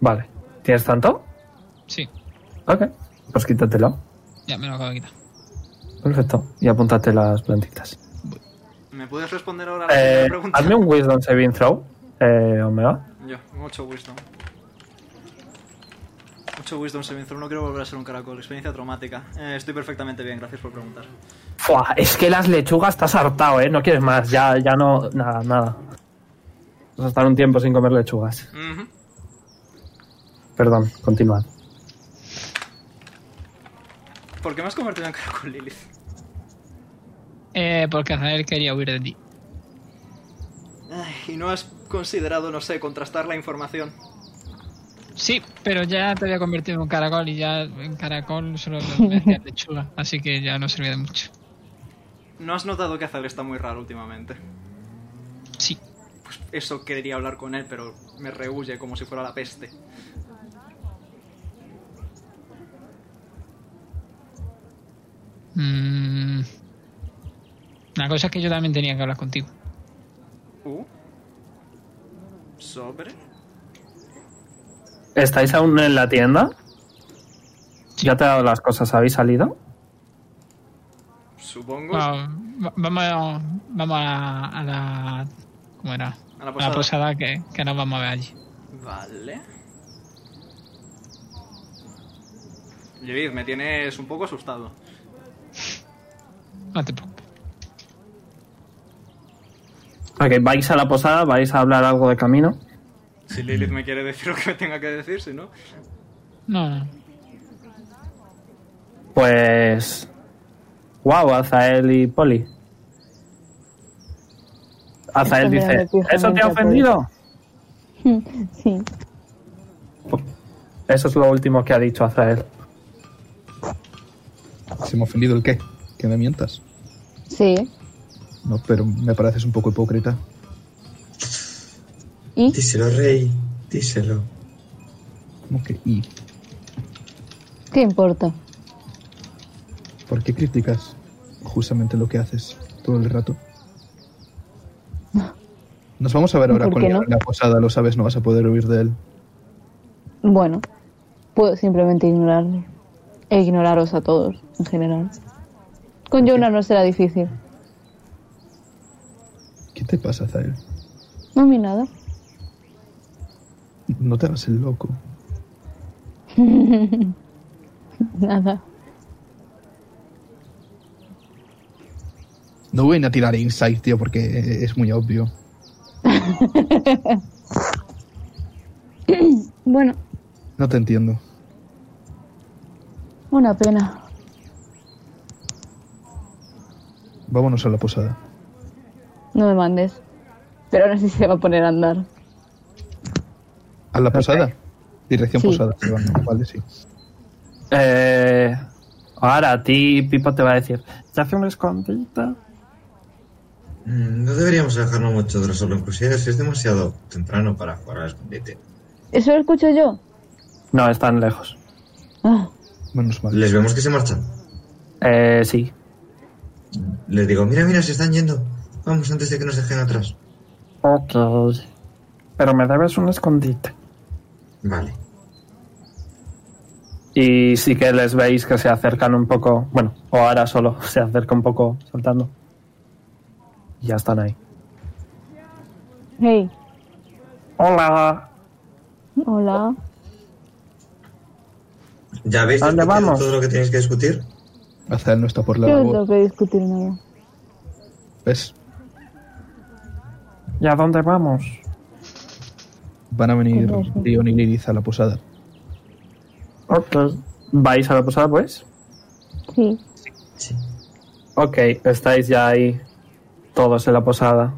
Speaker 2: Vale. ¿Tienes tanto?
Speaker 3: Sí,
Speaker 2: Ok. Pues quítatelo.
Speaker 3: ya me lo acabo de quitar.
Speaker 2: Perfecto. Y apúntate las plantitas.
Speaker 1: ¿Me puedes responder ahora a la
Speaker 2: Eh,
Speaker 1: primera pregunta?
Speaker 2: hazme un Wisdom Saving Throw, eh, Omega.
Speaker 1: Yo, 8 Wisdom. 8 Wisdom, se venció. No quiero volver a ser un caracol. Experiencia traumática. Eh, estoy perfectamente bien, gracias por preguntar.
Speaker 2: Fua, es que las lechugas estás hartado, ¿eh? No quieres más, ya, ya no... Nada, nada. Vas a estar un tiempo sin comer lechugas.
Speaker 1: Ujú.
Speaker 2: Perdón, continuad.
Speaker 1: ¿Por qué me has convertido en caracol, Lilith?
Speaker 3: Eh, porque Azael quería huir de ti.
Speaker 1: Ay, y no has considerado, no sé, contrastar la información.
Speaker 3: Sí, pero ya te había convertido en un caracol y ya en caracol solo me hacía lechuga, así que ya no servía de mucho.
Speaker 1: ¿No has notado que Azar está muy raro últimamente?
Speaker 3: Sí,
Speaker 1: Pues eso quería hablar con él, pero me rehuye como si fuera la peste.
Speaker 3: Mm. La cosa es que yo también tenía que hablar contigo.
Speaker 1: ¿Uh? ¿Sobre?
Speaker 2: ¿Estáis aún en la tienda? ¿Ya te he dado las cosas? ¿Habéis salido?
Speaker 1: Supongo.
Speaker 3: Va- va- Vamos, a- vamos a, la, a la. ¿Cómo era?
Speaker 1: A la posada.
Speaker 3: que, que nos vamos a ver allí.
Speaker 1: Vale. Lilith, me tienes un poco asustado.
Speaker 3: No te preocupes.
Speaker 2: Ok, vais a la posada, vais a hablar algo de camino.
Speaker 1: Si Lilith me quiere decir lo que me tenga que decir, si no.
Speaker 3: No, no.
Speaker 2: Pues... Wow, Azael y Poli. Azael
Speaker 5: Esto me da
Speaker 2: dice,
Speaker 5: de pija
Speaker 2: ¿eso te ha
Speaker 5: mientras puedo".
Speaker 2: ofendido?
Speaker 10: Hmm.
Speaker 5: Sí.
Speaker 2: Eso es lo último que ha dicho Azael.
Speaker 4: ¿Se me ha ofendido el qué? Que me mientas.
Speaker 5: Sí.
Speaker 4: No, pero me pareces un poco hipócrita.
Speaker 5: ¿Y?
Speaker 6: Díselo, rey. Díselo.
Speaker 4: ¿Cómo que y?
Speaker 5: ¿Qué importa?
Speaker 4: ¿Por qué criticas justamente lo que haces todo el rato? Nos vamos a ver ahora
Speaker 5: ¿Por
Speaker 4: con
Speaker 5: qué
Speaker 4: Leon
Speaker 5: no?
Speaker 4: en la posada, lo sabes, no vas a poder huir de él.
Speaker 5: Bueno, puedo simplemente ignorarle. E ignoraros a todos, en general. Con Jonah no será difícil.
Speaker 4: ¿Qué te pasa, Zael?
Speaker 5: No mi nada.
Speaker 4: No te hagas el loco.
Speaker 5: Nada.
Speaker 4: No voy a tirar insight, tío, porque es muy obvio.
Speaker 5: Bueno,
Speaker 4: No te entiendo.
Speaker 5: una pena.
Speaker 4: Vámonos a la posada.
Speaker 5: No me mandes. Pero ahora sí se va a poner a andar.
Speaker 4: ¿A la posada? Dirección
Speaker 5: Sí.
Speaker 4: posada. se van, Vale, sí.
Speaker 2: Eh, ahora a ti Pipo te va a decir, ¿te hace una escondita?
Speaker 6: Mm, No deberíamos alejarnos mucho de los solo cruceros, es demasiado temprano para jugar al escondite.
Speaker 5: ¿Eso lo escucho yo?
Speaker 2: No, están lejos.
Speaker 5: Ah,
Speaker 4: Menos mal.
Speaker 6: Les vemos que se marchan.
Speaker 2: Eh, sí.
Speaker 6: Les digo, mira, mira, se están yendo. Vamos antes de que nos dejen atrás.
Speaker 2: Ok. Pero me debes una escondite.
Speaker 6: Vale.
Speaker 2: Y sí que les veis que se acercan un poco. Bueno, o ahora solo se acerca un poco saltando. Y ya están ahí.
Speaker 5: hey,
Speaker 2: Hola.
Speaker 5: hola.
Speaker 6: ¿Ya habéis
Speaker 2: ¿A dónde
Speaker 6: discutido
Speaker 2: vamos?
Speaker 6: todo lo que tenéis que discutir?
Speaker 4: Azael no está por la
Speaker 5: Yo no tengo
Speaker 4: labor.
Speaker 5: que discutir nada.
Speaker 4: ¿Ves?
Speaker 2: ¿Y a dónde vamos?
Speaker 4: Van a venir
Speaker 5: Con razón.
Speaker 4: Leon y Lilith a la posada.
Speaker 2: Ok. ¿Vais a la posada, pues?
Speaker 5: Sí.
Speaker 6: Sí.
Speaker 2: Ok, estáis ya ahí. Todos en la posada.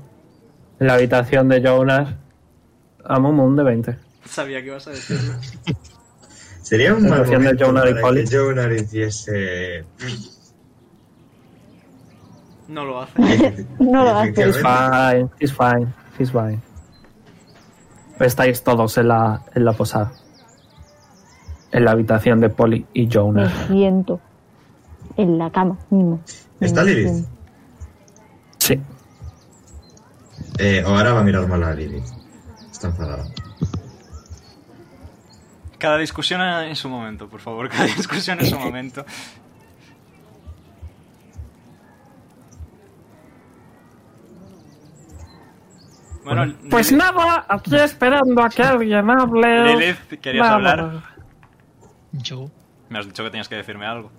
Speaker 2: En la habitación de Jonas. Amo un de 20.
Speaker 1: Sabía que ibas a decirlo.
Speaker 6: Sería un
Speaker 2: La
Speaker 6: mal
Speaker 2: canción de
Speaker 6: momento
Speaker 2: Jonar y
Speaker 6: para
Speaker 2: Polly.
Speaker 6: que Jonar hiciese...
Speaker 1: No lo hace.
Speaker 5: No lo haces.
Speaker 6: Efectivamente.
Speaker 2: Fine, he's fine, he's fine. Pues Estáis todos en la, en la posada. En la habitación de Polly y
Speaker 5: Me
Speaker 2: Jonas.
Speaker 5: siento. En la cama, mismo.
Speaker 6: ¿Está Lilith?
Speaker 2: Sí.
Speaker 6: Eh, ahora va a mirar mal a Lilith. Está enfadada.
Speaker 1: Cada discusión en su momento, por favor. Cada discusión en su momento. Bueno,
Speaker 8: Pues
Speaker 1: Lilith-
Speaker 8: nada, aquí esperando a que alguien hable.
Speaker 1: Lilith, ¿querías
Speaker 8: Vamos.
Speaker 1: hablar?
Speaker 3: Yo.
Speaker 1: Me has dicho que tenías que decirme algo.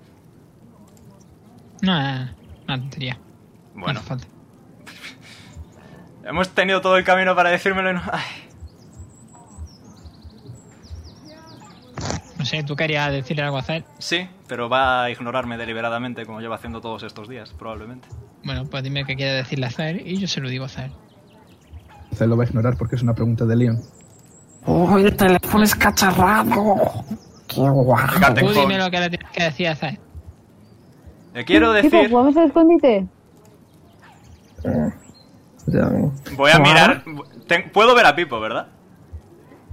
Speaker 3: No, no, no, no, tontería. No
Speaker 1: Bueno,
Speaker 3: hace falta.
Speaker 1: hemos tenido todo el camino para decírmelo y no... Ay,
Speaker 3: No sé, tú querías decirle algo a Zael.
Speaker 1: sí, pero va a ignorarme deliberadamente como lleva haciendo todos estos días, probablemente.
Speaker 3: Bueno, pues dime qué quiere decirle a Zael y yo se lo digo a Zael.
Speaker 4: Se lo va a ignorar porque es una pregunta de Leon.
Speaker 8: Uy, el teléfono es cacharrado. Qué guapo.
Speaker 1: Fíjate,
Speaker 3: Tú
Speaker 1: con-
Speaker 3: dime lo que le tienes que decir a Zael.
Speaker 1: Te eh, quiero
Speaker 10: Chicos,
Speaker 1: decir...
Speaker 10: ¿jugamos al escondite?
Speaker 1: Voy a mirar... Ten- Puedo ver a Pipo, ¿verdad?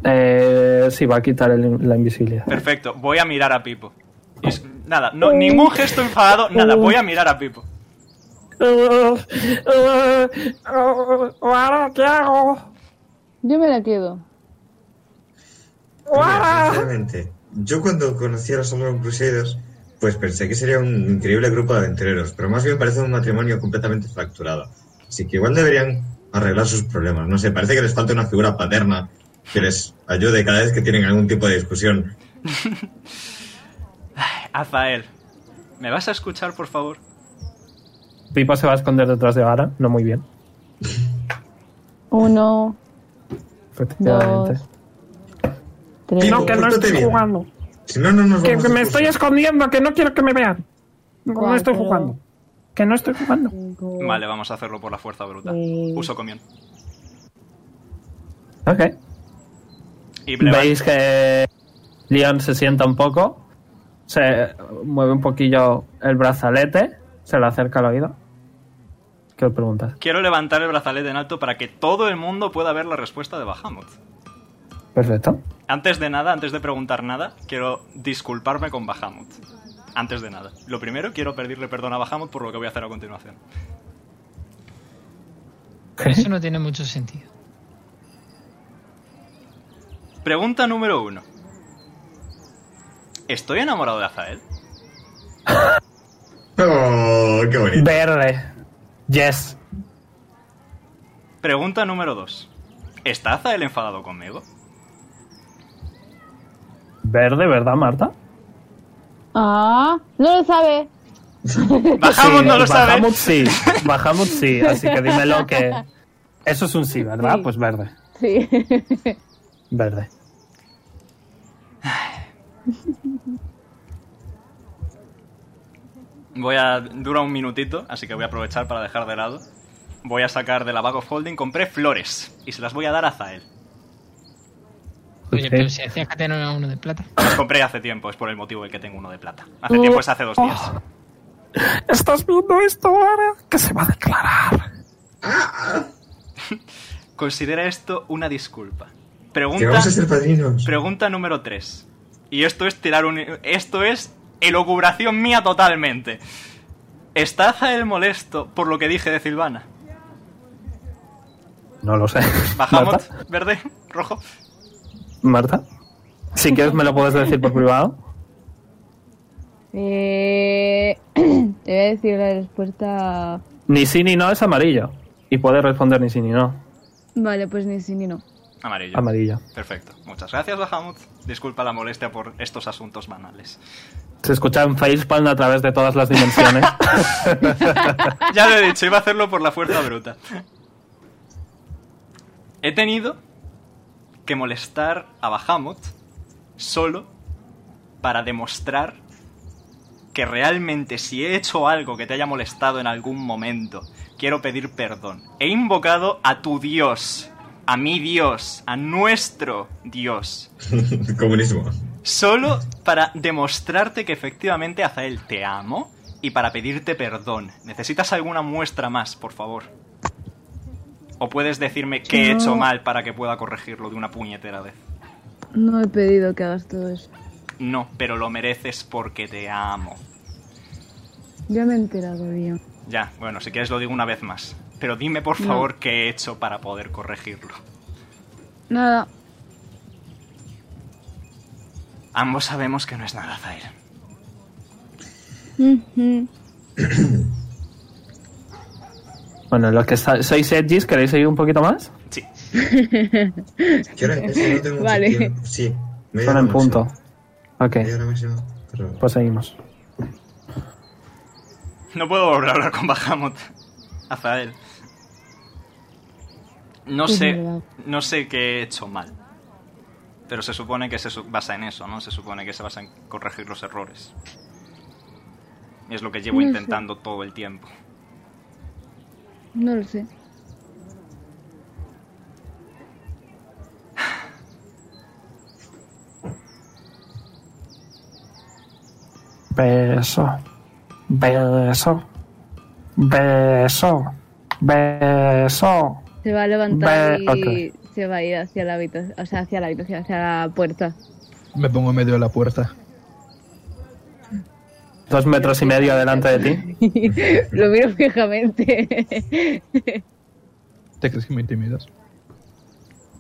Speaker 2: Eh, sí, va a quitar el- la invisibilidad.
Speaker 1: Perfecto, voy a mirar a Pipo. Y es- Nada, no, ningún gesto enfadado, nada, voy a mirar a Pipo.
Speaker 8: Ahora, ¿qué hago?
Speaker 10: Yo me la quedo.
Speaker 6: Mira, sinceramente, yo cuando conocí a los Solomon Crusaders, pues pensé que sería un increíble grupo de aventureros, pero más bien parece un matrimonio completamente fracturado. Así que igual deberían arreglar sus problemas. No sé, parece que les falta una figura paterna que les ayude cada vez que tienen algún tipo de discusión.
Speaker 1: Azael, ¿me vas a escuchar, por favor?
Speaker 2: Pipo se va a esconder detrás de Gara, no muy bien.
Speaker 10: Uno,
Speaker 2: Efectivamente.
Speaker 10: Dos. tres.
Speaker 6: Pipo,
Speaker 8: No, que no
Speaker 6: pórtate
Speaker 8: estoy
Speaker 6: bien.
Speaker 8: jugando.
Speaker 6: Si no, no nos
Speaker 8: Que
Speaker 6: vamos a
Speaker 8: me estoy
Speaker 6: discusión.
Speaker 8: escondiendo, que no quiero que me vean. No
Speaker 10: Cuatro.
Speaker 8: estoy jugando. Que no estoy jugando.
Speaker 10: cinco.
Speaker 1: Vale, vamos a hacerlo por la fuerza bruta.
Speaker 10: Sí.
Speaker 1: Uso comión.
Speaker 2: Ok.
Speaker 1: Y Blevan,
Speaker 2: Veis que Leon se sienta un poco, se mueve un poquillo el brazalete, se lo acerca al oído. ¿Qué os preguntas?
Speaker 1: quiero levantar el brazalete en alto para que todo el mundo pueda ver la respuesta de Bahamut.
Speaker 2: Perfecto.
Speaker 1: Antes de nada, antes de preguntar nada, quiero disculparme con Bahamut. Antes de nada. Lo primero, quiero pedirle perdón a Bahamut por lo que voy a hacer a continuación.
Speaker 3: Eso no tiene mucho sentido.
Speaker 1: Pregunta número uno. ¿Estoy enamorado de Azael?
Speaker 6: Oh, qué bonito.
Speaker 2: Verde. Yes.
Speaker 1: Pregunta número dos. ¿Está Azael enfadado conmigo?
Speaker 2: Verde, ¿verdad, Marta?
Speaker 10: Ah, no lo sabe.
Speaker 1: Bahamut no lo sabe.
Speaker 2: Bahamut sí. Bahamut sí. Así que dímelo que. Eso es un sí, ¿verdad?
Speaker 10: Sí.
Speaker 2: Pues verde.
Speaker 10: Sí.
Speaker 2: Verde.
Speaker 1: Voy a. Dura un minutito, así que voy a aprovechar para dejar de lado. Voy a sacar de la bag of holding, compré flores y se las voy a dar a Zael.
Speaker 3: Oye,
Speaker 2: Ok.
Speaker 3: pero si decías que tenía uno de plata.
Speaker 1: Las compré hace tiempo, es por el motivo el que tengo uno de plata. Hace tiempo es hace dos días.
Speaker 6: Oh.
Speaker 8: ¿Estás viendo esto ahora? Que se va a declarar.
Speaker 1: Considera esto una disculpa.
Speaker 6: Que
Speaker 1: Pregunta,
Speaker 6: vamos a ser padrinos.
Speaker 1: pregunta número 3. Y esto es tirar un. Esto es elucubración mía totalmente. ¿Está Zael molesto por lo que dije de Silvana?
Speaker 2: No lo sé.
Speaker 1: Bajamos,
Speaker 2: Marta.
Speaker 1: verde, rojo.
Speaker 2: Marta. Si quieres, me lo puedes decir por privado.
Speaker 10: Eh, te voy a decir la respuesta.
Speaker 2: Ni sí ni no es amarillo. Y puedes responder ni sí ni no.
Speaker 10: Vale, pues ni sí ni no.
Speaker 1: Amarillo.
Speaker 2: Amarillo.
Speaker 1: Perfecto. Muchas gracias, Bahamut. Disculpa la molestia por estos asuntos banales.
Speaker 2: Se escucha un facepalm a través de todas las dimensiones.
Speaker 1: Ya lo he dicho, iba a hacerlo por la fuerza bruta. He tenido que molestar a Bahamut solo para demostrar que realmente si he hecho algo que te haya molestado en algún momento, quiero pedir perdón. He invocado a tu Dios, a mi Dios, a nuestro Dios.
Speaker 6: Comunismo.
Speaker 1: Solo para demostrarte que efectivamente, Azael, te amo y para pedirte perdón. ¿Necesitas alguna muestra más, por favor? ¿O puedes decirme qué he hecho mal para que pueda corregirlo de una puñetera vez?
Speaker 10: No he pedido que hagas todo eso.
Speaker 1: No, pero lo mereces porque te amo.
Speaker 10: Ya me he enterado, bien.
Speaker 1: Ya, bueno, si quieres lo digo una vez más. Pero dime por
Speaker 10: No.
Speaker 1: favor qué he hecho para poder corregirlo.
Speaker 10: Nada.
Speaker 1: Ambos sabemos que no es nada, Zair.
Speaker 10: Ujú.
Speaker 2: Bueno, los que sa- sois edgys, ¿queréis seguir un poquito más?
Speaker 1: Sí.
Speaker 6: ¿Qué hora es? No tengo mucho
Speaker 10: Vale.
Speaker 6: tiempo. Sí, media
Speaker 2: Son
Speaker 6: hora
Speaker 2: en
Speaker 6: máximo.
Speaker 2: punto. Ok,
Speaker 6: Media hora máxima. Pero...
Speaker 2: pues seguimos.
Speaker 1: No puedo volver a hablar con Bahamut. Azael. No
Speaker 10: Es
Speaker 1: sé,
Speaker 10: verdad.
Speaker 1: no sé qué he hecho mal. Pero se supone que se su- basa en eso, ¿no? Se supone que se basa en corregir los errores. Y es lo que llevo
Speaker 10: No sé.
Speaker 1: intentando todo el tiempo.
Speaker 10: No lo sé.
Speaker 2: Beso. Beso. Beso. Beso.
Speaker 10: Se va a
Speaker 2: Ve-
Speaker 10: levantar y
Speaker 2: ok.
Speaker 10: se va a ir hacia la habitación, o sea, hacia la habitación, hacia la puerta.
Speaker 4: Me pongo en medio de la puerta.
Speaker 2: Dos metros y medio delante de ti.
Speaker 10: lo miro fijamente.
Speaker 4: ¿Te crees que me intimidas?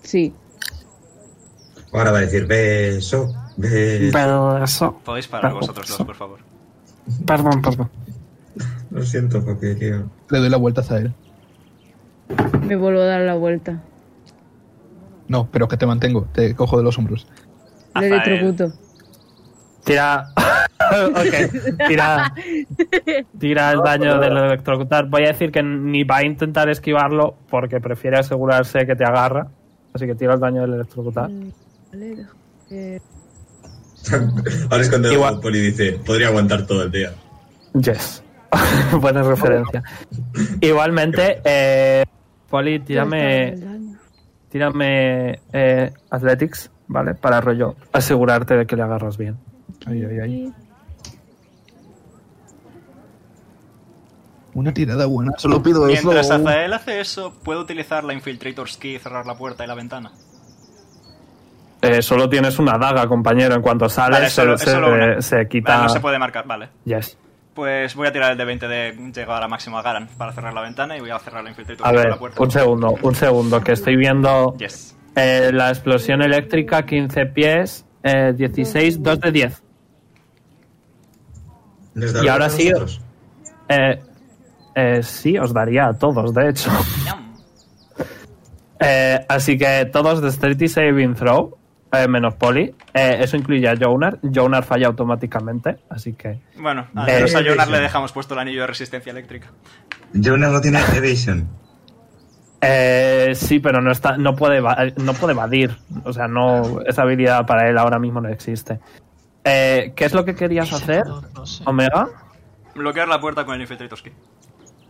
Speaker 10: sí.
Speaker 6: Ahora va a decir beso, beso.
Speaker 2: Beso.
Speaker 1: Podéis parar vosotros dos, por favor.
Speaker 2: Perdón, perdón.
Speaker 6: Lo siento, papi, tío.
Speaker 4: Le doy la vuelta a él.
Speaker 10: Me vuelvo a dar la vuelta.
Speaker 4: No, pero que te mantengo. Te cojo de los hombros.
Speaker 10: Lo
Speaker 1: Azael.
Speaker 10: electrocuto.
Speaker 2: Tira. ok, tira. Tira el daño del electrocutar. Voy a decir que ni va a intentar esquivarlo porque prefiere asegurarse que te agarra. Así que tira el daño del electrocutar.
Speaker 10: Vale, dejo que-
Speaker 6: Ahora es cuando
Speaker 2: Igual.
Speaker 6: el poli dice, podría aguantar todo el día.
Speaker 2: Yes. Buena referencia. Igualmente, eh, Poli,
Speaker 10: Ya está,
Speaker 2: tírame,
Speaker 10: el daño.
Speaker 2: tírame eh, Athletics, ¿vale? Para rollo asegurarte de que le agarras bien.
Speaker 4: Ay, ay, ay. Una tirada buena. Solo pido
Speaker 1: Mientras
Speaker 4: eso.
Speaker 1: Azael hace eso, ¿puedo utilizar la Infiltrator's Key, cerrar la puerta y la ventana?
Speaker 2: Eh, solo tienes una daga, compañero. En cuanto sales,
Speaker 1: Vale, es solo-
Speaker 2: se,
Speaker 1: es
Speaker 2: se-
Speaker 1: solo una.
Speaker 2: eh, se quita.
Speaker 1: Vale, no se puede marcar, vale.
Speaker 2: Yes.
Speaker 1: Pues voy a tirar el de 20 de llegar a máximo a Garan para cerrar la ventana y voy a cerrar la Infiltrator's
Speaker 2: A
Speaker 1: Key con
Speaker 2: ver,
Speaker 1: la puerta.
Speaker 2: un segundo, un segundo, que estoy viendo
Speaker 1: Yes.
Speaker 2: eh, la explosión eléctrica, 15 pies, eh, 16, 2 de 10.
Speaker 6: ¿Nos
Speaker 2: Y
Speaker 6: da
Speaker 2: ahora
Speaker 6: algo a
Speaker 2: sí.
Speaker 6: nosotros?
Speaker 2: Eh, eh, sí, os daría a todos, de hecho.
Speaker 1: Yum.
Speaker 2: Eh, así que todos de Straight Saving Throw, eh, menos Poli. Eh, eso incluye a Jonar. Jonar falla automáticamente, así que.
Speaker 1: Bueno, a menos a
Speaker 6: Eh,
Speaker 1: Jonar
Speaker 6: sí.
Speaker 1: le dejamos puesto el anillo de resistencia eléctrica.
Speaker 6: Jonas no tiene evasion.
Speaker 2: Eh, sí, pero no está, no puede, eva- no puede evadir. O sea, no, esa habilidad para él ahora mismo no existe. Eh, ¿Qué es lo que querías hacer,
Speaker 3: No, no sé.
Speaker 2: Omega?
Speaker 1: Bloquear la puerta con el Infiltrator's Key.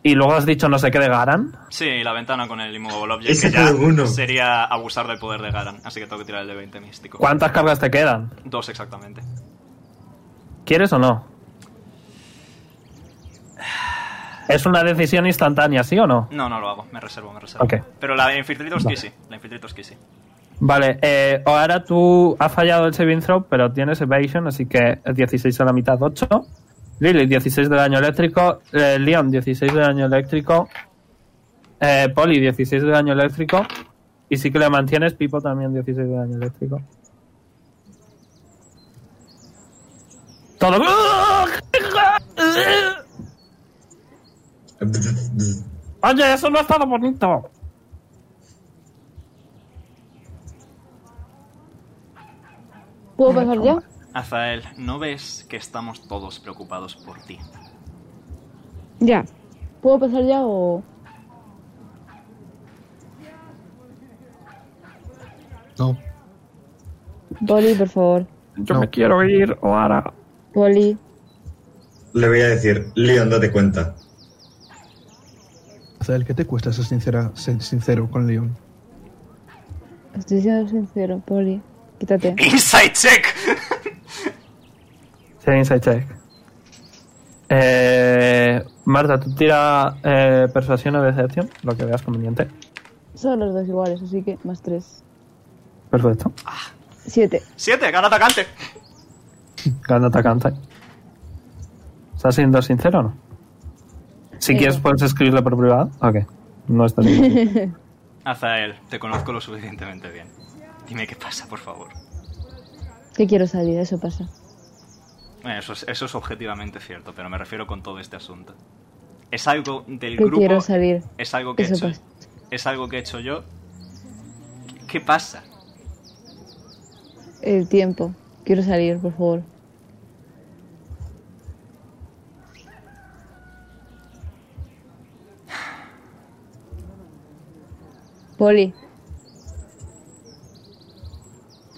Speaker 2: Y luego has dicho no sé qué de Garan.
Speaker 1: Sí, y la ventana con el Immovable Object,
Speaker 6: Ese
Speaker 1: que ya
Speaker 6: fue uno.
Speaker 1: sería abusar del poder de Garan, así que tengo que tirar el de 20 místico.
Speaker 2: ¿Cuántas cargas te quedan?
Speaker 1: Dos exactamente.
Speaker 2: ¿Quieres o no? Es una decisión instantánea, ¿sí o no?
Speaker 1: No, no lo hago, me reservo, me reservo.
Speaker 2: Ok.
Speaker 1: Pero la Infiltrator's
Speaker 2: Vale.
Speaker 1: Key sí, la Infiltrator's Key sí.
Speaker 2: Vale, eh, ahora tú has fallado el saving throw, pero tienes evasion, así que 16 a la mitad, 8. Lily, 16 de daño eléctrico. Eh, Leon, 16 de daño eléctrico. Eh, Polly, 16 de daño eléctrico. Y si que le mantienes, Pipo también 16 de daño eléctrico. Todo. Oye, eso no ha estado bonito.
Speaker 10: ¿Puedo pasar ya?
Speaker 1: Azael, ¿no ves que estamos todos preocupados por ti?
Speaker 10: Ya. ¿Puedo pasar ya o.?
Speaker 4: No.
Speaker 10: Poli, por favor.
Speaker 2: Yo
Speaker 4: No.
Speaker 2: me quiero ir, Oara.
Speaker 10: Poli.
Speaker 6: Le voy a decir, Leon, date cuenta.
Speaker 4: Azael, ¿qué te cuesta ser, sincera, ser sincero con Leon?
Speaker 10: Estoy siendo sincero, Poli. Quítate.
Speaker 1: ¡Inside check!
Speaker 2: Sí, insight check. Eh, Marta, tú tira eh, persuasión o decepción, lo que veas conveniente.
Speaker 10: Son los dos iguales, así que más tres.
Speaker 2: Perfecto.
Speaker 10: Siete.
Speaker 1: ¡Siete! ¡Gana atacante!
Speaker 2: Gana atacante. ¿Estás siendo sincero o no? Si
Speaker 10: Sí.
Speaker 2: quieres, puedes escribirle por privado. Ok. No está bien.
Speaker 1: Azael, te conozco lo suficientemente bien. Dime qué pasa, por favor.
Speaker 10: Que quiero salir, eso pasa.
Speaker 1: Bueno, eso es, eso es objetivamente cierto, pero me refiero con todo este asunto. Es algo del
Speaker 10: Que
Speaker 1: grupo.
Speaker 10: quiero salir.
Speaker 1: Es algo que he
Speaker 10: Eso
Speaker 1: hecho.
Speaker 10: pasa.
Speaker 1: Es algo que he hecho yo. ¿Qué- ¿Qué pasa?
Speaker 10: El tiempo. Quiero salir, por favor. Poli,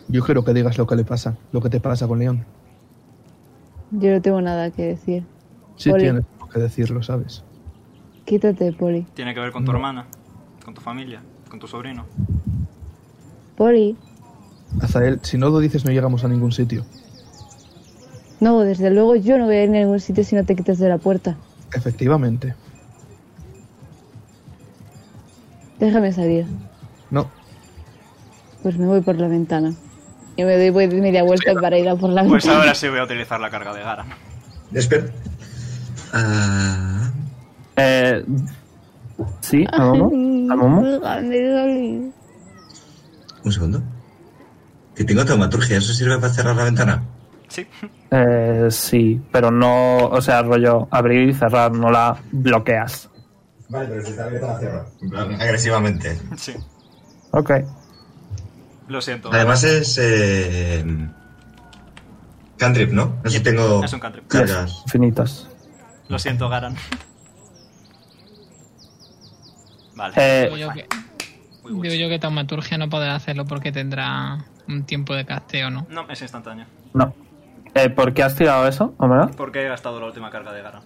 Speaker 4: Yo quiero que digas lo que le pasa, lo que te pasa con León.
Speaker 10: yo no tengo nada que decir.
Speaker 4: Sí
Speaker 10: Ole.
Speaker 4: tienes algo que decirlo, ¿sabes?
Speaker 10: Quítate, Poli.
Speaker 1: ¿Tiene que ver con tu
Speaker 4: No.
Speaker 1: hermana? ¿Con tu familia? ¿Con tu sobrino?
Speaker 10: Poli.
Speaker 4: Azael, si no lo dices no llegamos a ningún sitio.
Speaker 10: No, desde luego yo no voy a ir a ningún sitio si no te quitas de la puerta.
Speaker 4: Efectivamente.
Speaker 10: Déjame salir.
Speaker 4: No,
Speaker 10: Pues me voy por la ventana. Y me doy voy- media vuelta para ir a por la
Speaker 1: Pues
Speaker 10: ventana.
Speaker 1: ahora sí voy a utilizar la carga de Garan.
Speaker 6: Espera. Ah,
Speaker 2: Eh, sí, ¿A Momo? ¿A Momo?
Speaker 10: Déjame salir.
Speaker 6: un segundo. Que tengo taumaturgia, ¿eso sirve para cerrar la ventana?
Speaker 1: Sí.
Speaker 2: Eh, sí, pero no, o sea, rollo, abrir y cerrar, no la bloqueas.
Speaker 6: Vale, pero si está abierta la cierra. En plan, Agresivamente.
Speaker 1: Sí.
Speaker 2: Ok.
Speaker 1: Lo siento.
Speaker 6: Además es... Eh, cantrip, ¿no? No sé si tengo
Speaker 1: Es un country.
Speaker 6: cargas.
Speaker 2: Infinitas.
Speaker 1: Lo siento, Garan. Vale.
Speaker 2: Eh,
Speaker 3: Digo yo que,
Speaker 1: We will
Speaker 3: digo
Speaker 1: see.
Speaker 3: yo que taumaturgia no podrá hacerlo porque tendrá un tiempo de casteo, ¿no?
Speaker 1: No, es instantáneo.
Speaker 2: no. Eh, ¿Por qué has tirado eso, Omega?
Speaker 1: Porque he gastado la última carga de Garan.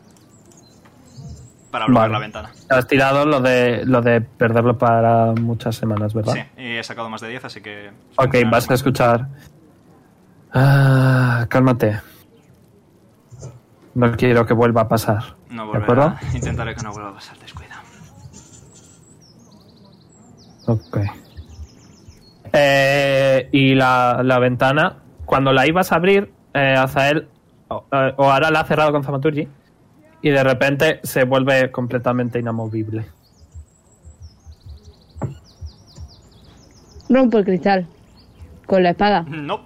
Speaker 1: Para bloquear
Speaker 2: Vale.
Speaker 1: la ventana.
Speaker 2: Has tirado lo de, lo de perderlo para muchas semanas, ¿verdad?
Speaker 1: Sí, y he sacado más de 10, así que.
Speaker 2: Ok,
Speaker 1: funciona
Speaker 2: vas a
Speaker 1: normal.
Speaker 2: escuchar. Ah, cálmate. No quiero que vuelva a pasar.
Speaker 1: No
Speaker 2: ¿De
Speaker 1: volverá.
Speaker 2: acuerdo?
Speaker 1: Intentaré que no vuelva a pasar, descuida.
Speaker 2: Ok. Eh, y la, la ventana, cuando la ibas a abrir, eh, Azael, o, eh, o ahora la ha cerrado con Zamaturgi, y de repente se vuelve completamente inamovible.
Speaker 10: Rompo el cristal. Con la espada.
Speaker 1: No,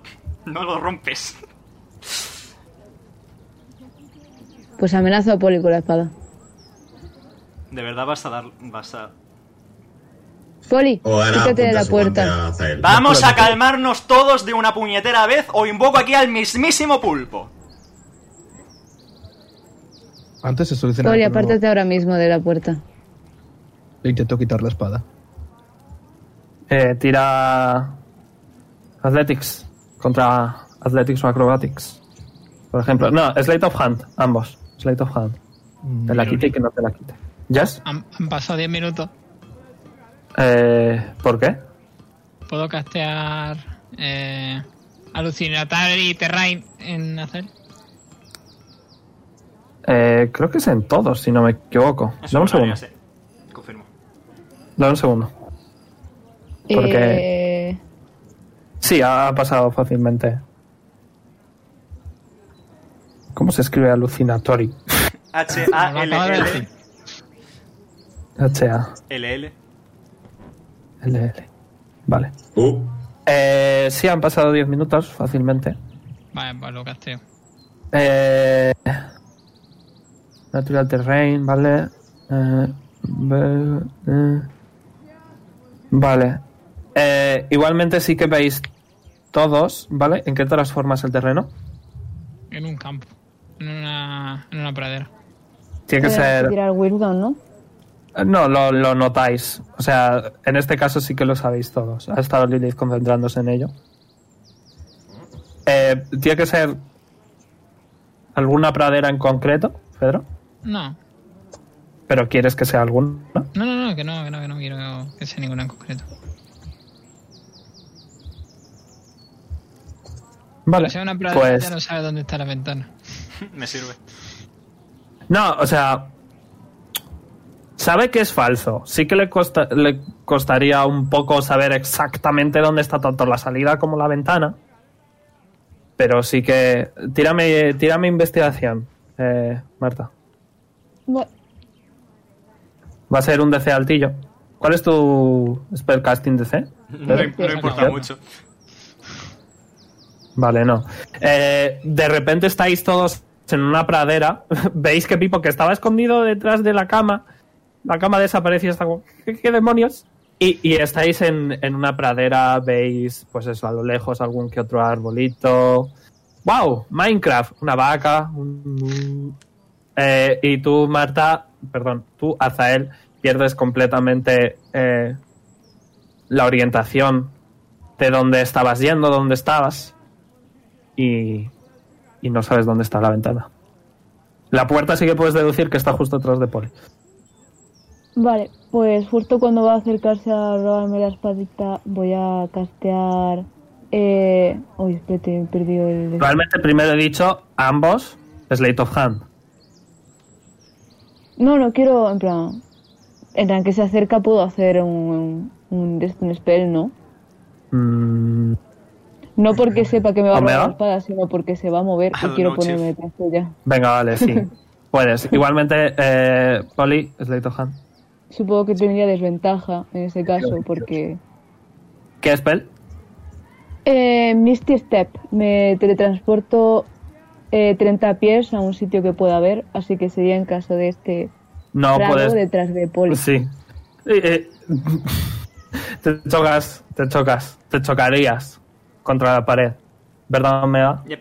Speaker 1: no lo rompes.
Speaker 10: Pues amenazo a Poli con la espada.
Speaker 1: De verdad vas a dar. Vas a.
Speaker 10: Poli,
Speaker 6: O ahora
Speaker 10: quítate de
Speaker 6: apunta
Speaker 10: la
Speaker 6: su guante
Speaker 10: puerta.
Speaker 6: a Zael.
Speaker 1: Vamos a calmarnos todos de una puñetera vez o invoco aquí al mismísimo pulpo.
Speaker 4: antes se solucionaba.
Speaker 10: Poli,
Speaker 4: pero luego
Speaker 10: apártate ahora mismo de la puerta.
Speaker 4: Le intentó quitar la espada.
Speaker 2: Eh, tira Athletics contra Athletics o Acrobatics. Por ejemplo, no, Slate of Hand, ambos. Slate of Hand. Te la quite y que no te la quite. ¿Jazz?
Speaker 3: Han, han pasado 10 minutos.
Speaker 2: Eh, ¿Por qué?
Speaker 3: ¿Puedo castear eh, Alucinatar y Terrain en hacer?
Speaker 2: Eh, creo que es en todos, si no me equivoco.
Speaker 1: Es
Speaker 2: Dame un
Speaker 1: una
Speaker 2: segundo.
Speaker 1: área, sí. Confirmo.
Speaker 2: Dame un segundo. Porque-
Speaker 10: Eh,
Speaker 2: Sí, ha ha pasado fácilmente. ¿Cómo se escribe alucinatory?
Speaker 1: H-A-L-L.
Speaker 2: H-A.
Speaker 1: LL.
Speaker 2: L-L. Vale.
Speaker 6: Uh,
Speaker 2: Eh, sí, han pasado 10 minutos fácilmente.
Speaker 3: Vale, pues lo casteo.
Speaker 2: Eh, natural terrain, vale. Eh, ve- eh, vale. Eh, igualmente sí que veis todos, ¿vale? ¿En qué transformas el terreno?
Speaker 3: En un campo. En una, en una pradera.
Speaker 2: Tiene que
Speaker 10: tenemos
Speaker 2: ser...
Speaker 10: tirar Wisdom, ¿no?
Speaker 2: No, lo, lo notáis. O sea, en este caso sí que lo sabéis todos. Ha estado Lilith concentrándose en ello. Eh, Tiene que ser alguna pradera en concreto, Pedro.
Speaker 3: No.
Speaker 2: Pero quieres que sea alguna.
Speaker 3: No, no, no, que no, que no, que no quiero que sea ninguna en concreto.
Speaker 2: Vale.
Speaker 3: O sea, una pradera ya
Speaker 2: Pues
Speaker 3: no sabe dónde está la ventana.
Speaker 1: Me sirve.
Speaker 2: no, o sea, sabe que es falso. Sí que le, costa- le costaría un poco saber exactamente dónde está tanto la salida como la ventana. Pero sí que tírame, tírame investigación, eh, Marta.
Speaker 10: Bu-
Speaker 2: Va a ser un DC altillo. ¿Cuál es tu spellcasting DC?
Speaker 1: No, no importa mucho.
Speaker 2: Vale, no. Eh, de repente estáis todos en una pradera. Veis que Pipo, que estaba escondido detrás de la cama, la cama desapareció. Está como, ¿qué, qué demonios? Y, y estáis en, en una pradera, veis, pues eso, a lo lejos, algún que otro arbolito. ¡Wow! Minecraft, una vaca. un- Eh, y tú, Marta, perdón, tú, Azael, pierdes completamente eh, la orientación de dónde estabas yendo, dónde estabas. Y, y no sabes dónde está la ventana. La puerta sí que puedes deducir que está justo atrás de Paul.
Speaker 10: Vale, pues justo cuando va a acercarse a robarme la espadita, voy a castear. Eh. Uy, espérate, he perdido el.
Speaker 2: Realmente, primero he dicho ambos, Slate of Hand.
Speaker 10: No, no quiero, en plan. En plan, que se acerca, puedo hacer un. Un, un, un spell, ¿no?
Speaker 2: Mm,
Speaker 10: No porque sepa que me va a robar
Speaker 2: ¿Omega?
Speaker 10: la espada, sino porque se va a mover
Speaker 1: Ah,
Speaker 10: y quiero
Speaker 1: no,
Speaker 10: ponerme detrás de ella.
Speaker 2: venga, vale, sí. puedes. Igualmente, eh, Polly, Slate of Hand.
Speaker 10: Supongo que tendría desventaja en ese caso, porque.
Speaker 2: ¿Qué spell?
Speaker 10: Eh, Misty Step. Me teletransporto eh, 30 pies a un sitio que pueda ver, así que sería en caso de este
Speaker 2: No
Speaker 10: prado
Speaker 2: puedes.
Speaker 10: detrás de Paul.
Speaker 2: Sí. Eh, eh, te chocas, te chocas, te chocarías contra la pared. ¿Verdad, Omega?
Speaker 1: Yep.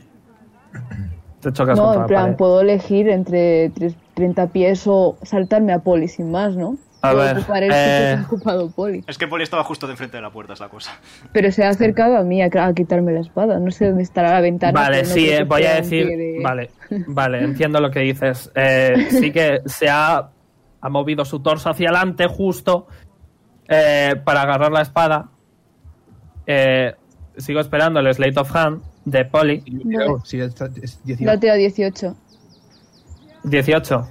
Speaker 2: Te chocas
Speaker 10: No,
Speaker 2: contra
Speaker 10: en
Speaker 2: la
Speaker 10: plan,
Speaker 2: pared.
Speaker 10: puedo elegir entre tres- 30 pies o saltarme a Poli sin más, ¿no?
Speaker 2: A
Speaker 10: Puedo
Speaker 2: ver,
Speaker 10: ocupar el sitio que
Speaker 2: eh,
Speaker 10: ha ocupado Poli.
Speaker 1: Es que Poli estaba justo de enfrente de la puerta, es la cosa.
Speaker 10: Pero se ha acercado a mí a, a quitarme la espada. No sé dónde estará la ventana.
Speaker 2: Vale,
Speaker 10: pero no
Speaker 2: sí,
Speaker 10: creo
Speaker 2: eh,
Speaker 10: que
Speaker 2: voy a
Speaker 10: sea un
Speaker 2: decir.
Speaker 10: pie de-
Speaker 2: Vale, vale, entiendo lo que dices. Eh, sí que se ha, ha movido su torso hacia adelante justo eh, para agarrar la espada. Eh, sigo esperando el Slate of Hand de Polly.
Speaker 10: Bueno,
Speaker 4: Sí, Oh, está- es 18.
Speaker 10: date a 18.
Speaker 2: 18.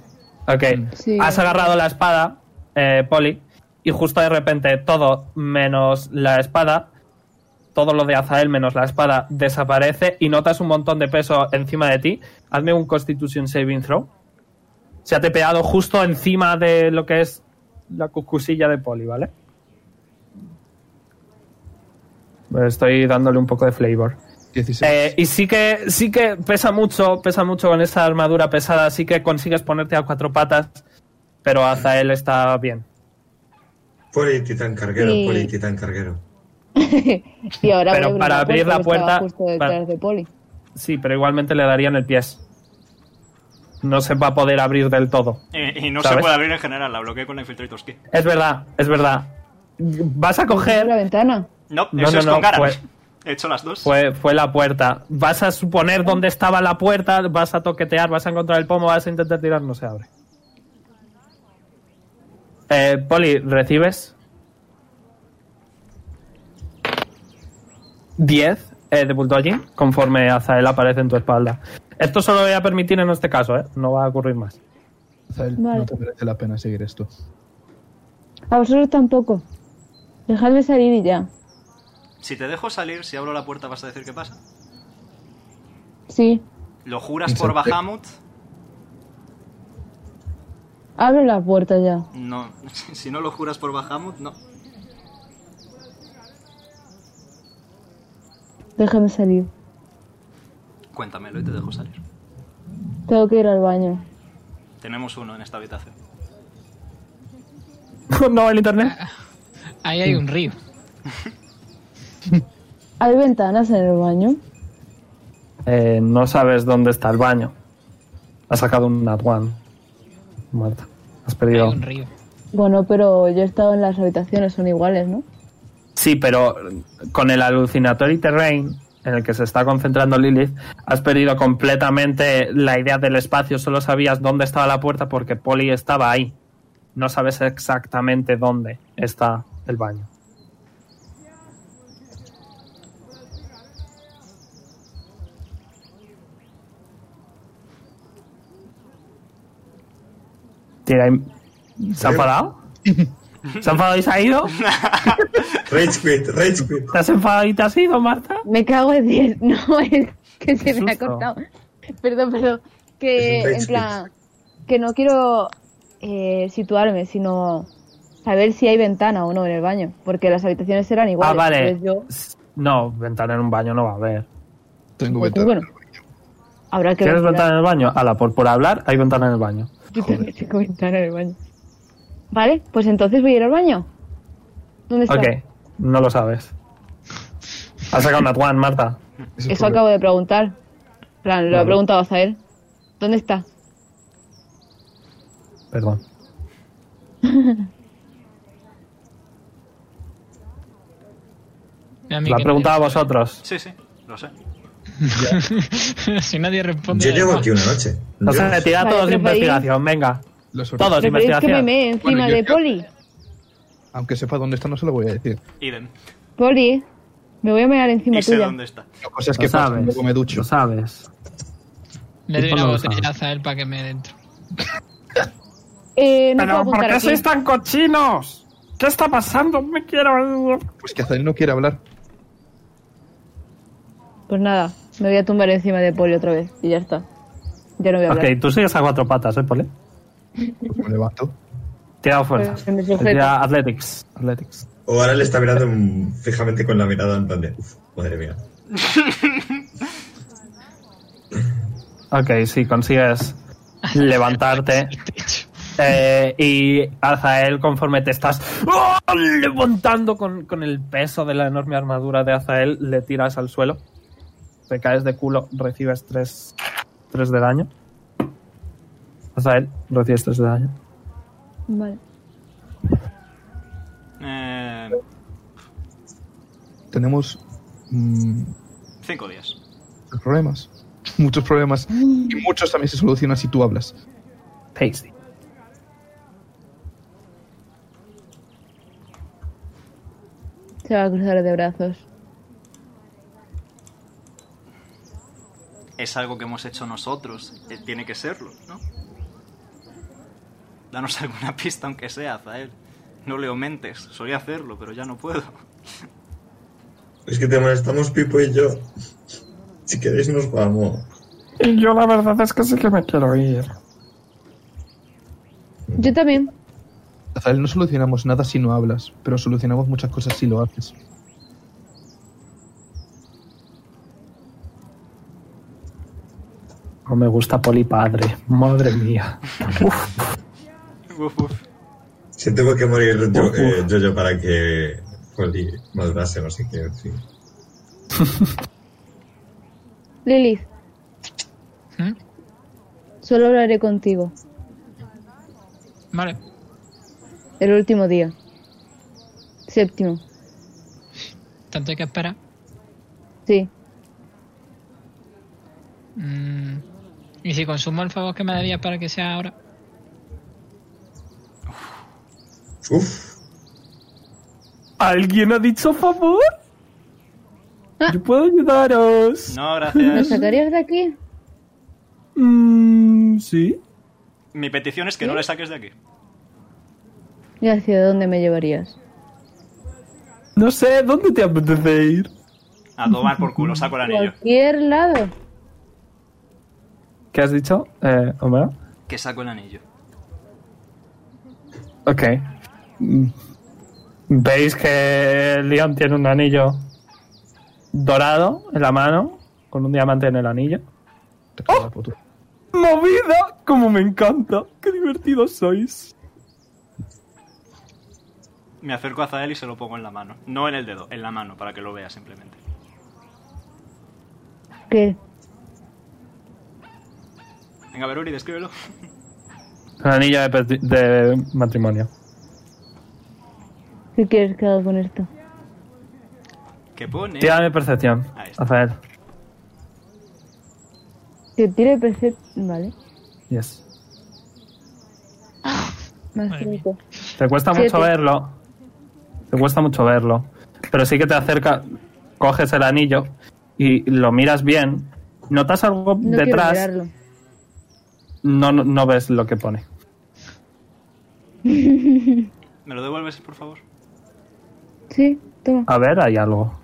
Speaker 2: Ok.
Speaker 10: Sí.
Speaker 2: Has agarrado la espada, eh, Poli, y justo de repente todo menos la espada, todo lo de Azael menos la espada desaparece y notas un montón de peso encima de ti. Hazme un Constitution Saving Throw. Se ha tepeado justo encima de lo que es la cucusilla de Poli, ¿vale? Estoy dándole un poco de flavor.
Speaker 4: 16.
Speaker 2: Eh, y sí que, sí que pesa mucho, pesa mucho con esa armadura pesada, sí que consigues ponerte a cuatro patas, pero Azael está bien.
Speaker 6: Poli titán carguero,
Speaker 10: Sí.
Speaker 6: poli titán carguero.
Speaker 10: y ahora
Speaker 2: Pero
Speaker 10: voy a
Speaker 2: para abrir la
Speaker 10: porque
Speaker 2: puerta-
Speaker 10: estaba Justo detrás
Speaker 2: para-
Speaker 10: de Poli.
Speaker 2: Sí, pero igualmente le darían el pies. No se va a poder abrir del todo.
Speaker 1: Y, y no se
Speaker 2: ¿Sabes?
Speaker 1: puede abrir en general, la bloqueé con la Infiltrator Key.
Speaker 2: Es verdad, es verdad. Vas a
Speaker 10: la
Speaker 2: coger...
Speaker 10: ventana.
Speaker 1: No,
Speaker 2: No,
Speaker 1: eso
Speaker 2: no,
Speaker 1: es
Speaker 2: no,
Speaker 1: con cara.
Speaker 2: fue-
Speaker 1: He hecho las dos.
Speaker 2: Fue, fue la puerta. Vas a suponer dónde estaba la puerta, vas a toquetear, vas a encontrar el pomo, vas a intentar tirar, no se abre. Eh, Poli, ¿recibes? 10 eh, de Bulldogging conforme Azael aparece en tu espalda. Esto solo voy a permitir en este caso, ¿eh? No va a ocurrir más.
Speaker 4: Azael,
Speaker 10: Vale.
Speaker 4: No te merece la pena seguir esto.
Speaker 10: A vosotros tampoco. Dejadme salir y ya.
Speaker 1: Si te dejo salir, si abro la puerta, vas a decir qué pasa.
Speaker 10: Sí.
Speaker 1: ¿Lo juras por Bahamut?
Speaker 10: Abre la puerta ya.
Speaker 1: No. Si no lo juras por Bahamut, no.
Speaker 10: Déjame salir.
Speaker 1: Cuéntamelo y te dejo salir.
Speaker 10: Tengo que ir al baño.
Speaker 1: Tenemos uno en esta habitación.
Speaker 2: no, el internet.
Speaker 3: Ahí hay un río.
Speaker 10: ¿Hay ventanas en el baño?
Speaker 2: Eh, no sabes dónde está el baño. Has sacado un Nat One. Muerta. Has
Speaker 3: Hay
Speaker 2: perdido.
Speaker 3: un río.
Speaker 10: Bueno, pero yo he estado en las habitaciones, son iguales, ¿no?
Speaker 2: Sí, pero con el alucinatory terrain en el que se está concentrando Lilith, has perdido completamente la idea del espacio. Solo sabías dónde estaba la puerta porque Polly estaba ahí. No sabes exactamente dónde está el baño. Tira y- ¿Se ha enfadado? ¿Se ha enfadado y se ha ido?
Speaker 6: Rage quit, rage quit.
Speaker 2: ¿Te has enfadado y te has ido, Marta?
Speaker 10: Me cago en 10. No, es que se me ha
Speaker 2: susto.
Speaker 10: cortado. Perdón, perdón.
Speaker 6: Es
Speaker 10: Que,
Speaker 6: un
Speaker 10: en
Speaker 6: rage
Speaker 10: plan, que no quiero eh, situarme, sino saber si hay ventana o no en el baño, porque las habitaciones eran iguales.
Speaker 2: Ah, vale.
Speaker 10: entonces pues yo-
Speaker 2: S- No, ventana en un baño no va a haber.
Speaker 4: Tengo
Speaker 10: pues,
Speaker 4: ventana.
Speaker 10: bueno, habrá que
Speaker 2: ¿Quieres
Speaker 10: ventilar.
Speaker 2: ventana en el baño? Ala, por, por hablar, hay ventana en el baño.
Speaker 10: Yo también tengo ventana en el baño. Vale, pues entonces voy a ir al baño. ¿Dónde está?
Speaker 2: Ok, no lo sabes. Has sacado una Juan, Marta.
Speaker 4: Es el
Speaker 10: Eso
Speaker 4: problema.
Speaker 10: acabo de preguntar. En plan, lo he
Speaker 2: Vale.
Speaker 10: preguntado a él. ¿Dónde está?
Speaker 2: Perdón.
Speaker 3: Y a mí
Speaker 2: Lo
Speaker 3: que
Speaker 2: he preguntado a
Speaker 3: nadie-
Speaker 2: vosotros.
Speaker 1: Sí, sí, lo sé.
Speaker 3: si nadie responde.
Speaker 6: Yo
Speaker 3: da
Speaker 6: llevo
Speaker 3: igual.
Speaker 6: aquí una noche.
Speaker 2: Entonces,
Speaker 6: Yo-
Speaker 2: tirad
Speaker 10: Vale,
Speaker 2: todos de
Speaker 10: preferís-
Speaker 2: investigación, venga.
Speaker 4: Los horarios.
Speaker 2: Todos de
Speaker 10: ¿Preferís que me
Speaker 2: investigación.
Speaker 10: mee encima
Speaker 14: Bueno, yo
Speaker 10: de
Speaker 14: creo-
Speaker 10: Poli?
Speaker 4: Aunque sepa dónde está, no se lo voy a decir.
Speaker 1: Idem.
Speaker 10: Poli, me voy a mear encima
Speaker 1: Y sé
Speaker 10: tuya.
Speaker 1: dónde está.
Speaker 4: O sea, es que
Speaker 2: Lo
Speaker 4: pasa,
Speaker 2: sabes.
Speaker 4: luego me ducho.
Speaker 2: Lo sabes.
Speaker 3: Le doy
Speaker 2: Esto
Speaker 3: una
Speaker 2: no lo
Speaker 3: botella a
Speaker 2: sabes.
Speaker 3: Zael para que me dentro.
Speaker 10: Eh, no
Speaker 2: Pero
Speaker 10: puedo
Speaker 2: ¿por
Speaker 10: apuntar
Speaker 2: qué
Speaker 10: aquí.
Speaker 2: sois tan cochinos? ¿Qué está pasando? Me quiero.
Speaker 4: Pues que Azael no quiere hablar.
Speaker 10: Pues nada, me voy a tumbar encima de Poli otra vez y ya está. Ya no voy a hablar.
Speaker 2: Ok, tú sigues a cuatro patas, ¿eh, Poli?
Speaker 4: Pues me levanto.
Speaker 2: Tira fuerzas.
Speaker 10: Pues me sujeto.
Speaker 2: Tira athletics. athletics.
Speaker 6: O ahora le está mirando mm, fijamente con la mirada en plan de. "Uf, madre mía.
Speaker 2: Ok, sí, consigues levantarte. Eh, y Azael, conforme te estás ¡oh! levantando con, con el peso de la enorme armadura de Azael, le tiras al suelo. Te caes de culo, recibes 3 tres de daño. Azael, recibes 3 de daño.
Speaker 10: Vale.
Speaker 1: Eh,
Speaker 4: Tenemos mm,
Speaker 1: cinco días.
Speaker 4: problemas. Muchos problemas. Y muchos también se solucionan si tú hablas.
Speaker 2: Tasty.
Speaker 10: Se va a cruzar de brazos.
Speaker 1: Es algo que hemos hecho nosotros. eh, Tiene que serlo, ¿no? Danos alguna pista, aunque sea, Zael. No le aumentes. Solía hacerlo, pero ya no puedo.
Speaker 6: Es que te molestamos Pipo y yo. Si queréis nos vamos.
Speaker 2: Y yo la verdad es que sí que me quiero ir.
Speaker 10: Yo también.
Speaker 4: Azael, no solucionamos nada si no hablas, pero solucionamos muchas cosas si lo haces.
Speaker 2: No me gusta Poli padre. Madre mía.
Speaker 1: Uf, uf.
Speaker 6: Se tuvo que morir yo, eh, Jojo para que Poli madurase, no sé qué, en fin.
Speaker 10: Lilith,
Speaker 3: ¿Mm?
Speaker 10: solo hablaré contigo.
Speaker 3: Vale.
Speaker 10: El último día. Séptimo.
Speaker 3: Tanto hay que esperar.
Speaker 10: Sí.
Speaker 3: Mm, Y si consumo el favor que me daría para que sea ahora.
Speaker 6: Uf,
Speaker 2: ¿Alguien ha dicho favor?
Speaker 10: Ah.
Speaker 2: Yo puedo ayudaros.
Speaker 1: No,
Speaker 10: ¿Nos
Speaker 1: gracias.
Speaker 10: sacarías de aquí?
Speaker 2: Mm, sí.
Speaker 1: Mi petición es que no le saques de aquí.
Speaker 10: ¿Y hacia dónde me llevarías?
Speaker 2: No sé, ¿dónde te apetece ir?
Speaker 1: A tomar por culo, saco el anillo.
Speaker 10: Cualquier lado.
Speaker 2: ¿Qué has dicho, eh, Homero?
Speaker 1: Que saco el anillo.
Speaker 2: Ok. Mm. Veis que Leon tiene un anillo dorado en la mano, con un diamante en el anillo.
Speaker 4: Te cago en la puta.
Speaker 2: ¡Movida! ¡Como me encanta! ¡Qué divertidos sois!
Speaker 1: Me acerco a Zael y se lo pongo en la mano. No en el dedo, en la mano, para que lo vea simplemente.
Speaker 10: ¿Qué?
Speaker 1: Venga, Beruri, descríbelo.
Speaker 2: Un anillo de, peti- de matrimonio.
Speaker 10: ¿Qué quieres que haga con esto?
Speaker 1: ¿Qué pone?
Speaker 2: Tírame percepción,
Speaker 1: Ahí está.
Speaker 2: Rafael.
Speaker 10: Que tire percepción. Vale.
Speaker 2: Yes.
Speaker 10: Más
Speaker 3: Madre
Speaker 10: cinco.
Speaker 2: Te cuesta
Speaker 10: Siete.
Speaker 2: mucho verlo. Te cuesta mucho verlo. Pero sí que te acerca, coges el anillo y lo miras bien. Notas algo
Speaker 10: No
Speaker 2: detrás,
Speaker 10: quiero mirarlo.
Speaker 2: no, no, no ves lo que pone.
Speaker 1: ¿Me lo devuelves, por favor?
Speaker 10: Sí, toma.
Speaker 1: Ah.
Speaker 2: A ver, hay algo.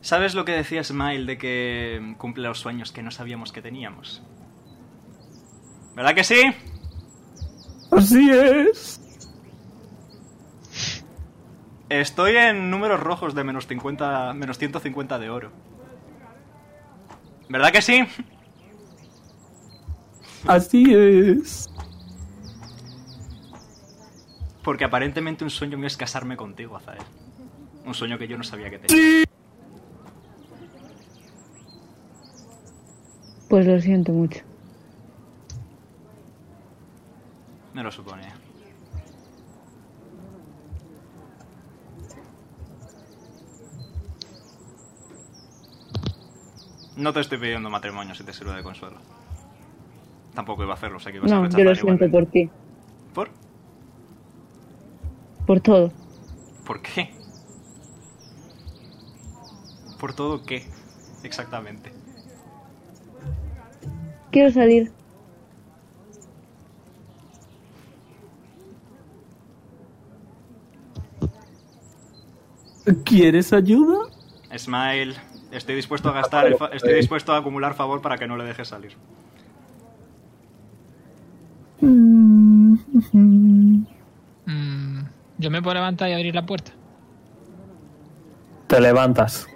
Speaker 1: ¿Sabes lo que decía Smile de que cumple los sueños que no sabíamos que teníamos? ¿Verdad que sí?
Speaker 2: Así es.
Speaker 1: Estoy en números rojos de menos 50, menos 150 de oro. ¿Verdad que sí?
Speaker 8: Así es.
Speaker 1: Porque aparentemente un sueño mío es casarme contigo, Azael. Un sueño que yo no sabía que tenía.
Speaker 10: Pues lo siento mucho.
Speaker 1: Me lo suponía. No te estoy pidiendo matrimonio si te sirve de consuelo. Tampoco iba a hacerlo, sé que ibas a
Speaker 10: No, yo
Speaker 1: rechazar ¿eh?
Speaker 10: lo siento
Speaker 1: igualmente.
Speaker 10: por
Speaker 1: ¿Por?
Speaker 10: ti. Por todo.
Speaker 1: ¿Por qué? ¿Por todo qué? Exactamente.
Speaker 10: Quiero salir.
Speaker 8: ¿Quieres ayuda?
Speaker 1: Smile, estoy dispuesto a gastar, el fa- estoy dispuesto a acumular favor para que no le dejes salir.
Speaker 3: Mm, yo me puedo levantar y abrir la puerta.
Speaker 2: Te levantas.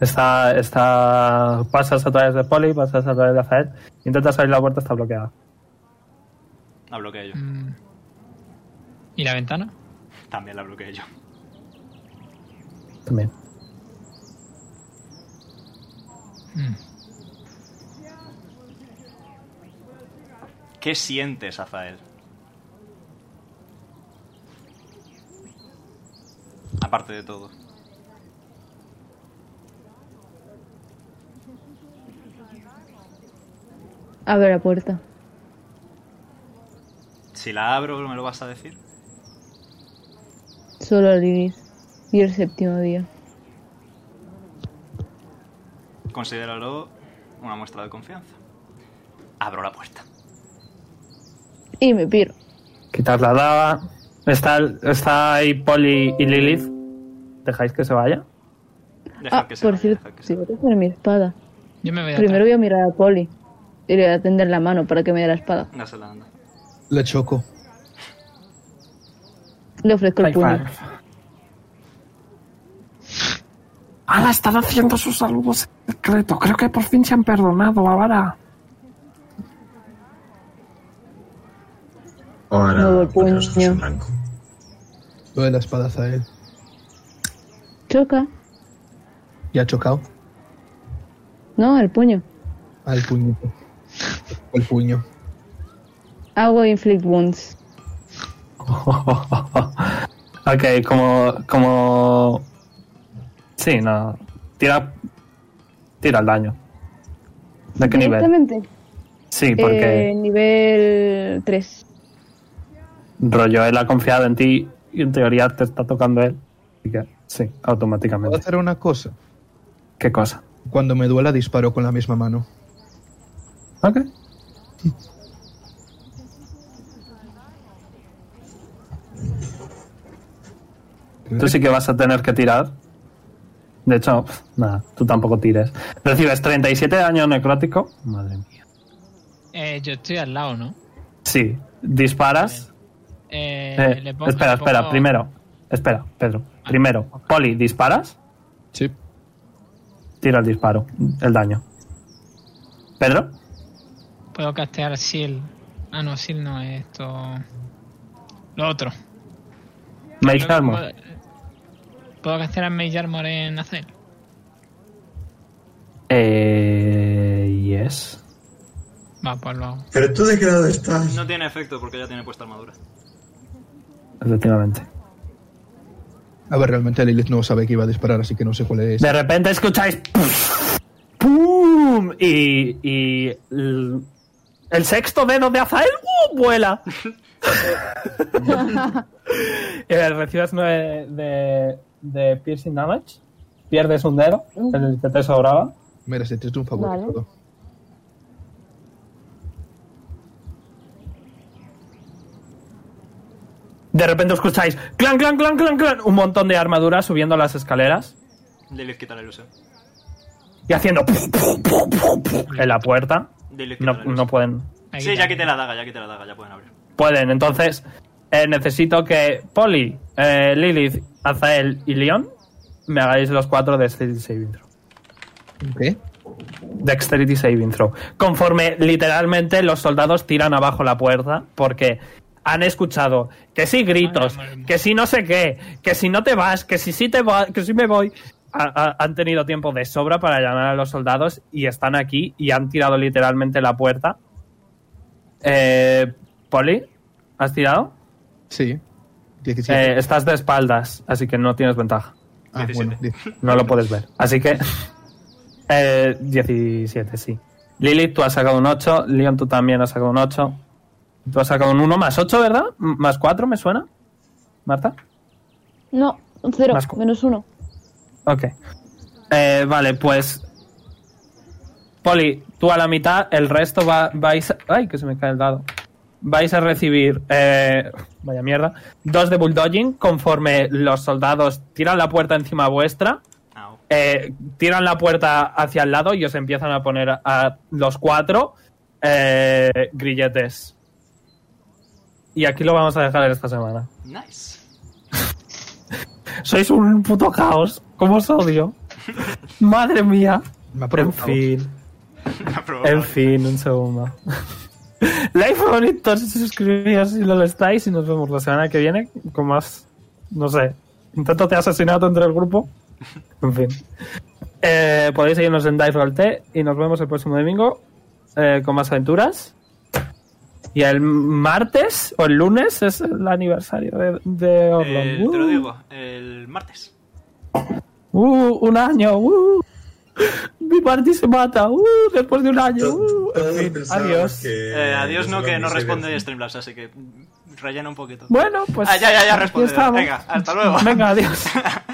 Speaker 2: Está, está, pasas a través de Poli, pasas a través de Zaed. Intentas abrir la puerta, está bloqueada.
Speaker 1: La bloqueo yo.
Speaker 3: Mm. ¿Y la ventana?
Speaker 1: También la bloqueo yo.
Speaker 2: También.
Speaker 3: Mm.
Speaker 1: ¿Qué sientes, Azael? Aparte de todo.
Speaker 10: Abre la puerta.
Speaker 1: Si la abro, ¿me lo vas a decir?
Speaker 10: Solo al inicio. Y el séptimo día.
Speaker 1: Considéralo una muestra de confianza. Abro la puerta.
Speaker 10: Y me piro.
Speaker 2: Quitar la daga. Está, está ahí Poli y Lilith. ¿Dejáis que se vaya?
Speaker 1: Deja
Speaker 10: ah,
Speaker 1: que se
Speaker 10: por
Speaker 1: vaya,
Speaker 10: cierto,
Speaker 1: deja que se
Speaker 10: si voy a hacer mi espada.
Speaker 3: Yo me voy a
Speaker 10: Primero voy a mirar a Polly. Y le voy a tender la mano para que me dé la espada.
Speaker 1: Dásela, anda.
Speaker 4: Le choco.
Speaker 10: Le ofrezco el
Speaker 2: High
Speaker 8: Pues,
Speaker 10: puño.
Speaker 2: five.
Speaker 8: Ahora están haciendo sus saludos en secreto. Creo que por fin se han perdonado ahora.
Speaker 6: Ahora,
Speaker 10: Nuevo
Speaker 6: porque los ojos
Speaker 10: puño.
Speaker 6: en blanco.
Speaker 4: Lo de la espada a él.
Speaker 10: Choca.
Speaker 4: Y ha chocado
Speaker 10: No, el puño.
Speaker 4: al puñito. El puño.
Speaker 10: Hago inflict wounds.
Speaker 2: ok, como. como... Sí, no. Tira. Tira el daño. ¿De qué nivel?
Speaker 10: Directamente.
Speaker 2: Sí, porque
Speaker 10: Eh, nivel 3.
Speaker 2: rollo, él ha confiado en ti y en teoría te está tocando él. Así que, sí,
Speaker 4: Puedo
Speaker 2: automáticamente.
Speaker 4: hacer una cosa.
Speaker 2: ¿Qué cosa?
Speaker 4: Cuando me duela disparo con la misma mano.
Speaker 2: Ok. Tú sí que vas a tener que tirar. De hecho, pf, nada, tú tampoco tires. Recibes 37 de daño necrótico. Madre mía.
Speaker 3: Eh, yo estoy al lado, ¿no?
Speaker 2: Sí, disparas.
Speaker 3: Eh,
Speaker 2: Eh,
Speaker 3: le pongo-
Speaker 2: espera,
Speaker 3: le pongo-
Speaker 2: espera, primero. Espera, Pedro. Primero, Poli, disparas.
Speaker 4: Sí.
Speaker 2: Tira el disparo, el daño. Pedro,
Speaker 3: Puedo castear Seal. Ah, no, Seal no es esto. Lo otro.
Speaker 2: make
Speaker 3: Lo-
Speaker 2: armor.
Speaker 3: ¿Puedo castear Mage Armor en hacer?
Speaker 2: Eh, yes.
Speaker 3: Va, pues lo hago.
Speaker 6: Pero tú de qué lado estás.
Speaker 1: No tiene efecto porque ya tiene puesta armadura.
Speaker 2: Efectivamente.
Speaker 4: A ver, realmente Lilith no sabe que iba a disparar, así que no sé cuál es.
Speaker 2: De repente escucháis. ¡puf! ¡Pum! Y. y l- el sexto dedo de Azael ¡uh! vuela. Eh, recibes nueve de, de piercing damage. Pierdes un dedo, el que te sobraba.
Speaker 4: Mira, si te un favor.
Speaker 10: Vale.
Speaker 4: todo.
Speaker 2: De repente escucháis clan, clan, clan, clan, clan. Un montón de armaduras subiendo las escaleras
Speaker 1: Lilith quita la ilusión.
Speaker 2: y haciendo. ¡puf! ¡puf! ¡puf! ¡puf! ¡puf! en la puerta.
Speaker 1: Lilith quita
Speaker 2: No,
Speaker 1: la ilusión.
Speaker 2: no pueden.
Speaker 3: Ahí
Speaker 1: sí,
Speaker 3: está.
Speaker 1: ya quité la daga, ya quité la daga, ya pueden abrir.
Speaker 2: Pueden, entonces. eh, necesito que. Poli, eh, Lilith, Azael y Leon, me hagáis los cuatro Dexterity Saving Throw.
Speaker 4: ¿Qué?
Speaker 2: Dexterity Saving Throw. Conforme literalmente los soldados tiran abajo la puerta porque han escuchado que si gritos,
Speaker 3: Ay, madre mía.
Speaker 2: que si no sé qué, que si no te vas, que si sí te va- que si me voy. Ha- ha- han tenido tiempo de sobra para llamar a los soldados y están aquí y han tirado literalmente la puerta. Eh, Poli, ¿has tirado?
Speaker 4: Sí. 17.
Speaker 2: Eh, estás de espaldas, así que no tienes ventaja.
Speaker 4: ah,
Speaker 1: 17.
Speaker 4: bueno, 10.
Speaker 2: No lo puedes ver. Así que. eh, 17, sí. Lilith, tú has sacado un 8. Leon, tú también has sacado un 8. Tú has sacado un 1 más 8, ¿verdad? M- Más 4, ¿me suena? ¿Marta?
Speaker 10: No, cero,
Speaker 2: Más cu-
Speaker 10: menos uno.
Speaker 2: Ok. Eh, vale, pues. Poli, tú a la mitad, el resto va, vais. ¡Ay, que se me cae el dado! Vais a recibir. eh, vaya mierda. Dos de bulldogging conforme los soldados tiran la puerta encima vuestra.
Speaker 1: Au.
Speaker 2: Eh, tiran la puerta hacia el lado y os empiezan a poner a, los cuatro eh, grilletes. Y aquí lo vamos a dejar esta semana.
Speaker 1: Nice.
Speaker 2: Sois un puto caos. ¿Cómo os odio? Madre mía.
Speaker 4: Me ha
Speaker 2: En
Speaker 4: provocado.
Speaker 2: fin, en
Speaker 1: Aprobado.
Speaker 2: fin, un segundo. Like, bonitos, suscribíos si no lo estáis y nos vemos la semana que viene con más, no sé, intento de asesinato entre el grupo. En fin. Eh, podéis seguirnos en Dice Roll T y nos vemos el próximo domingo eh, con más aventuras. Y el martes o el lunes es el aniversario de, de Orlon.
Speaker 1: Eh, te lo
Speaker 2: ¡Uh!
Speaker 1: digo, el martes.
Speaker 2: ¡Uh! ¡Un año! ¡Uh! Mi party se mata. ¡Uh! Después de un año. ¡Uh!
Speaker 6: Todos
Speaker 2: En fin,
Speaker 6: pensábamos
Speaker 2: adiós.
Speaker 6: que
Speaker 1: Eh, adiós,
Speaker 6: los
Speaker 1: no, que no
Speaker 6: Orlando
Speaker 1: responde
Speaker 6: Savers-
Speaker 1: Streamlabs, así que mm, rellena un poquito.
Speaker 2: Bueno, pues.
Speaker 1: ah, ya, ya, ya,
Speaker 2: aquí
Speaker 1: responde.
Speaker 2: estamos.
Speaker 1: Venga, hasta luego.
Speaker 2: Venga, adiós.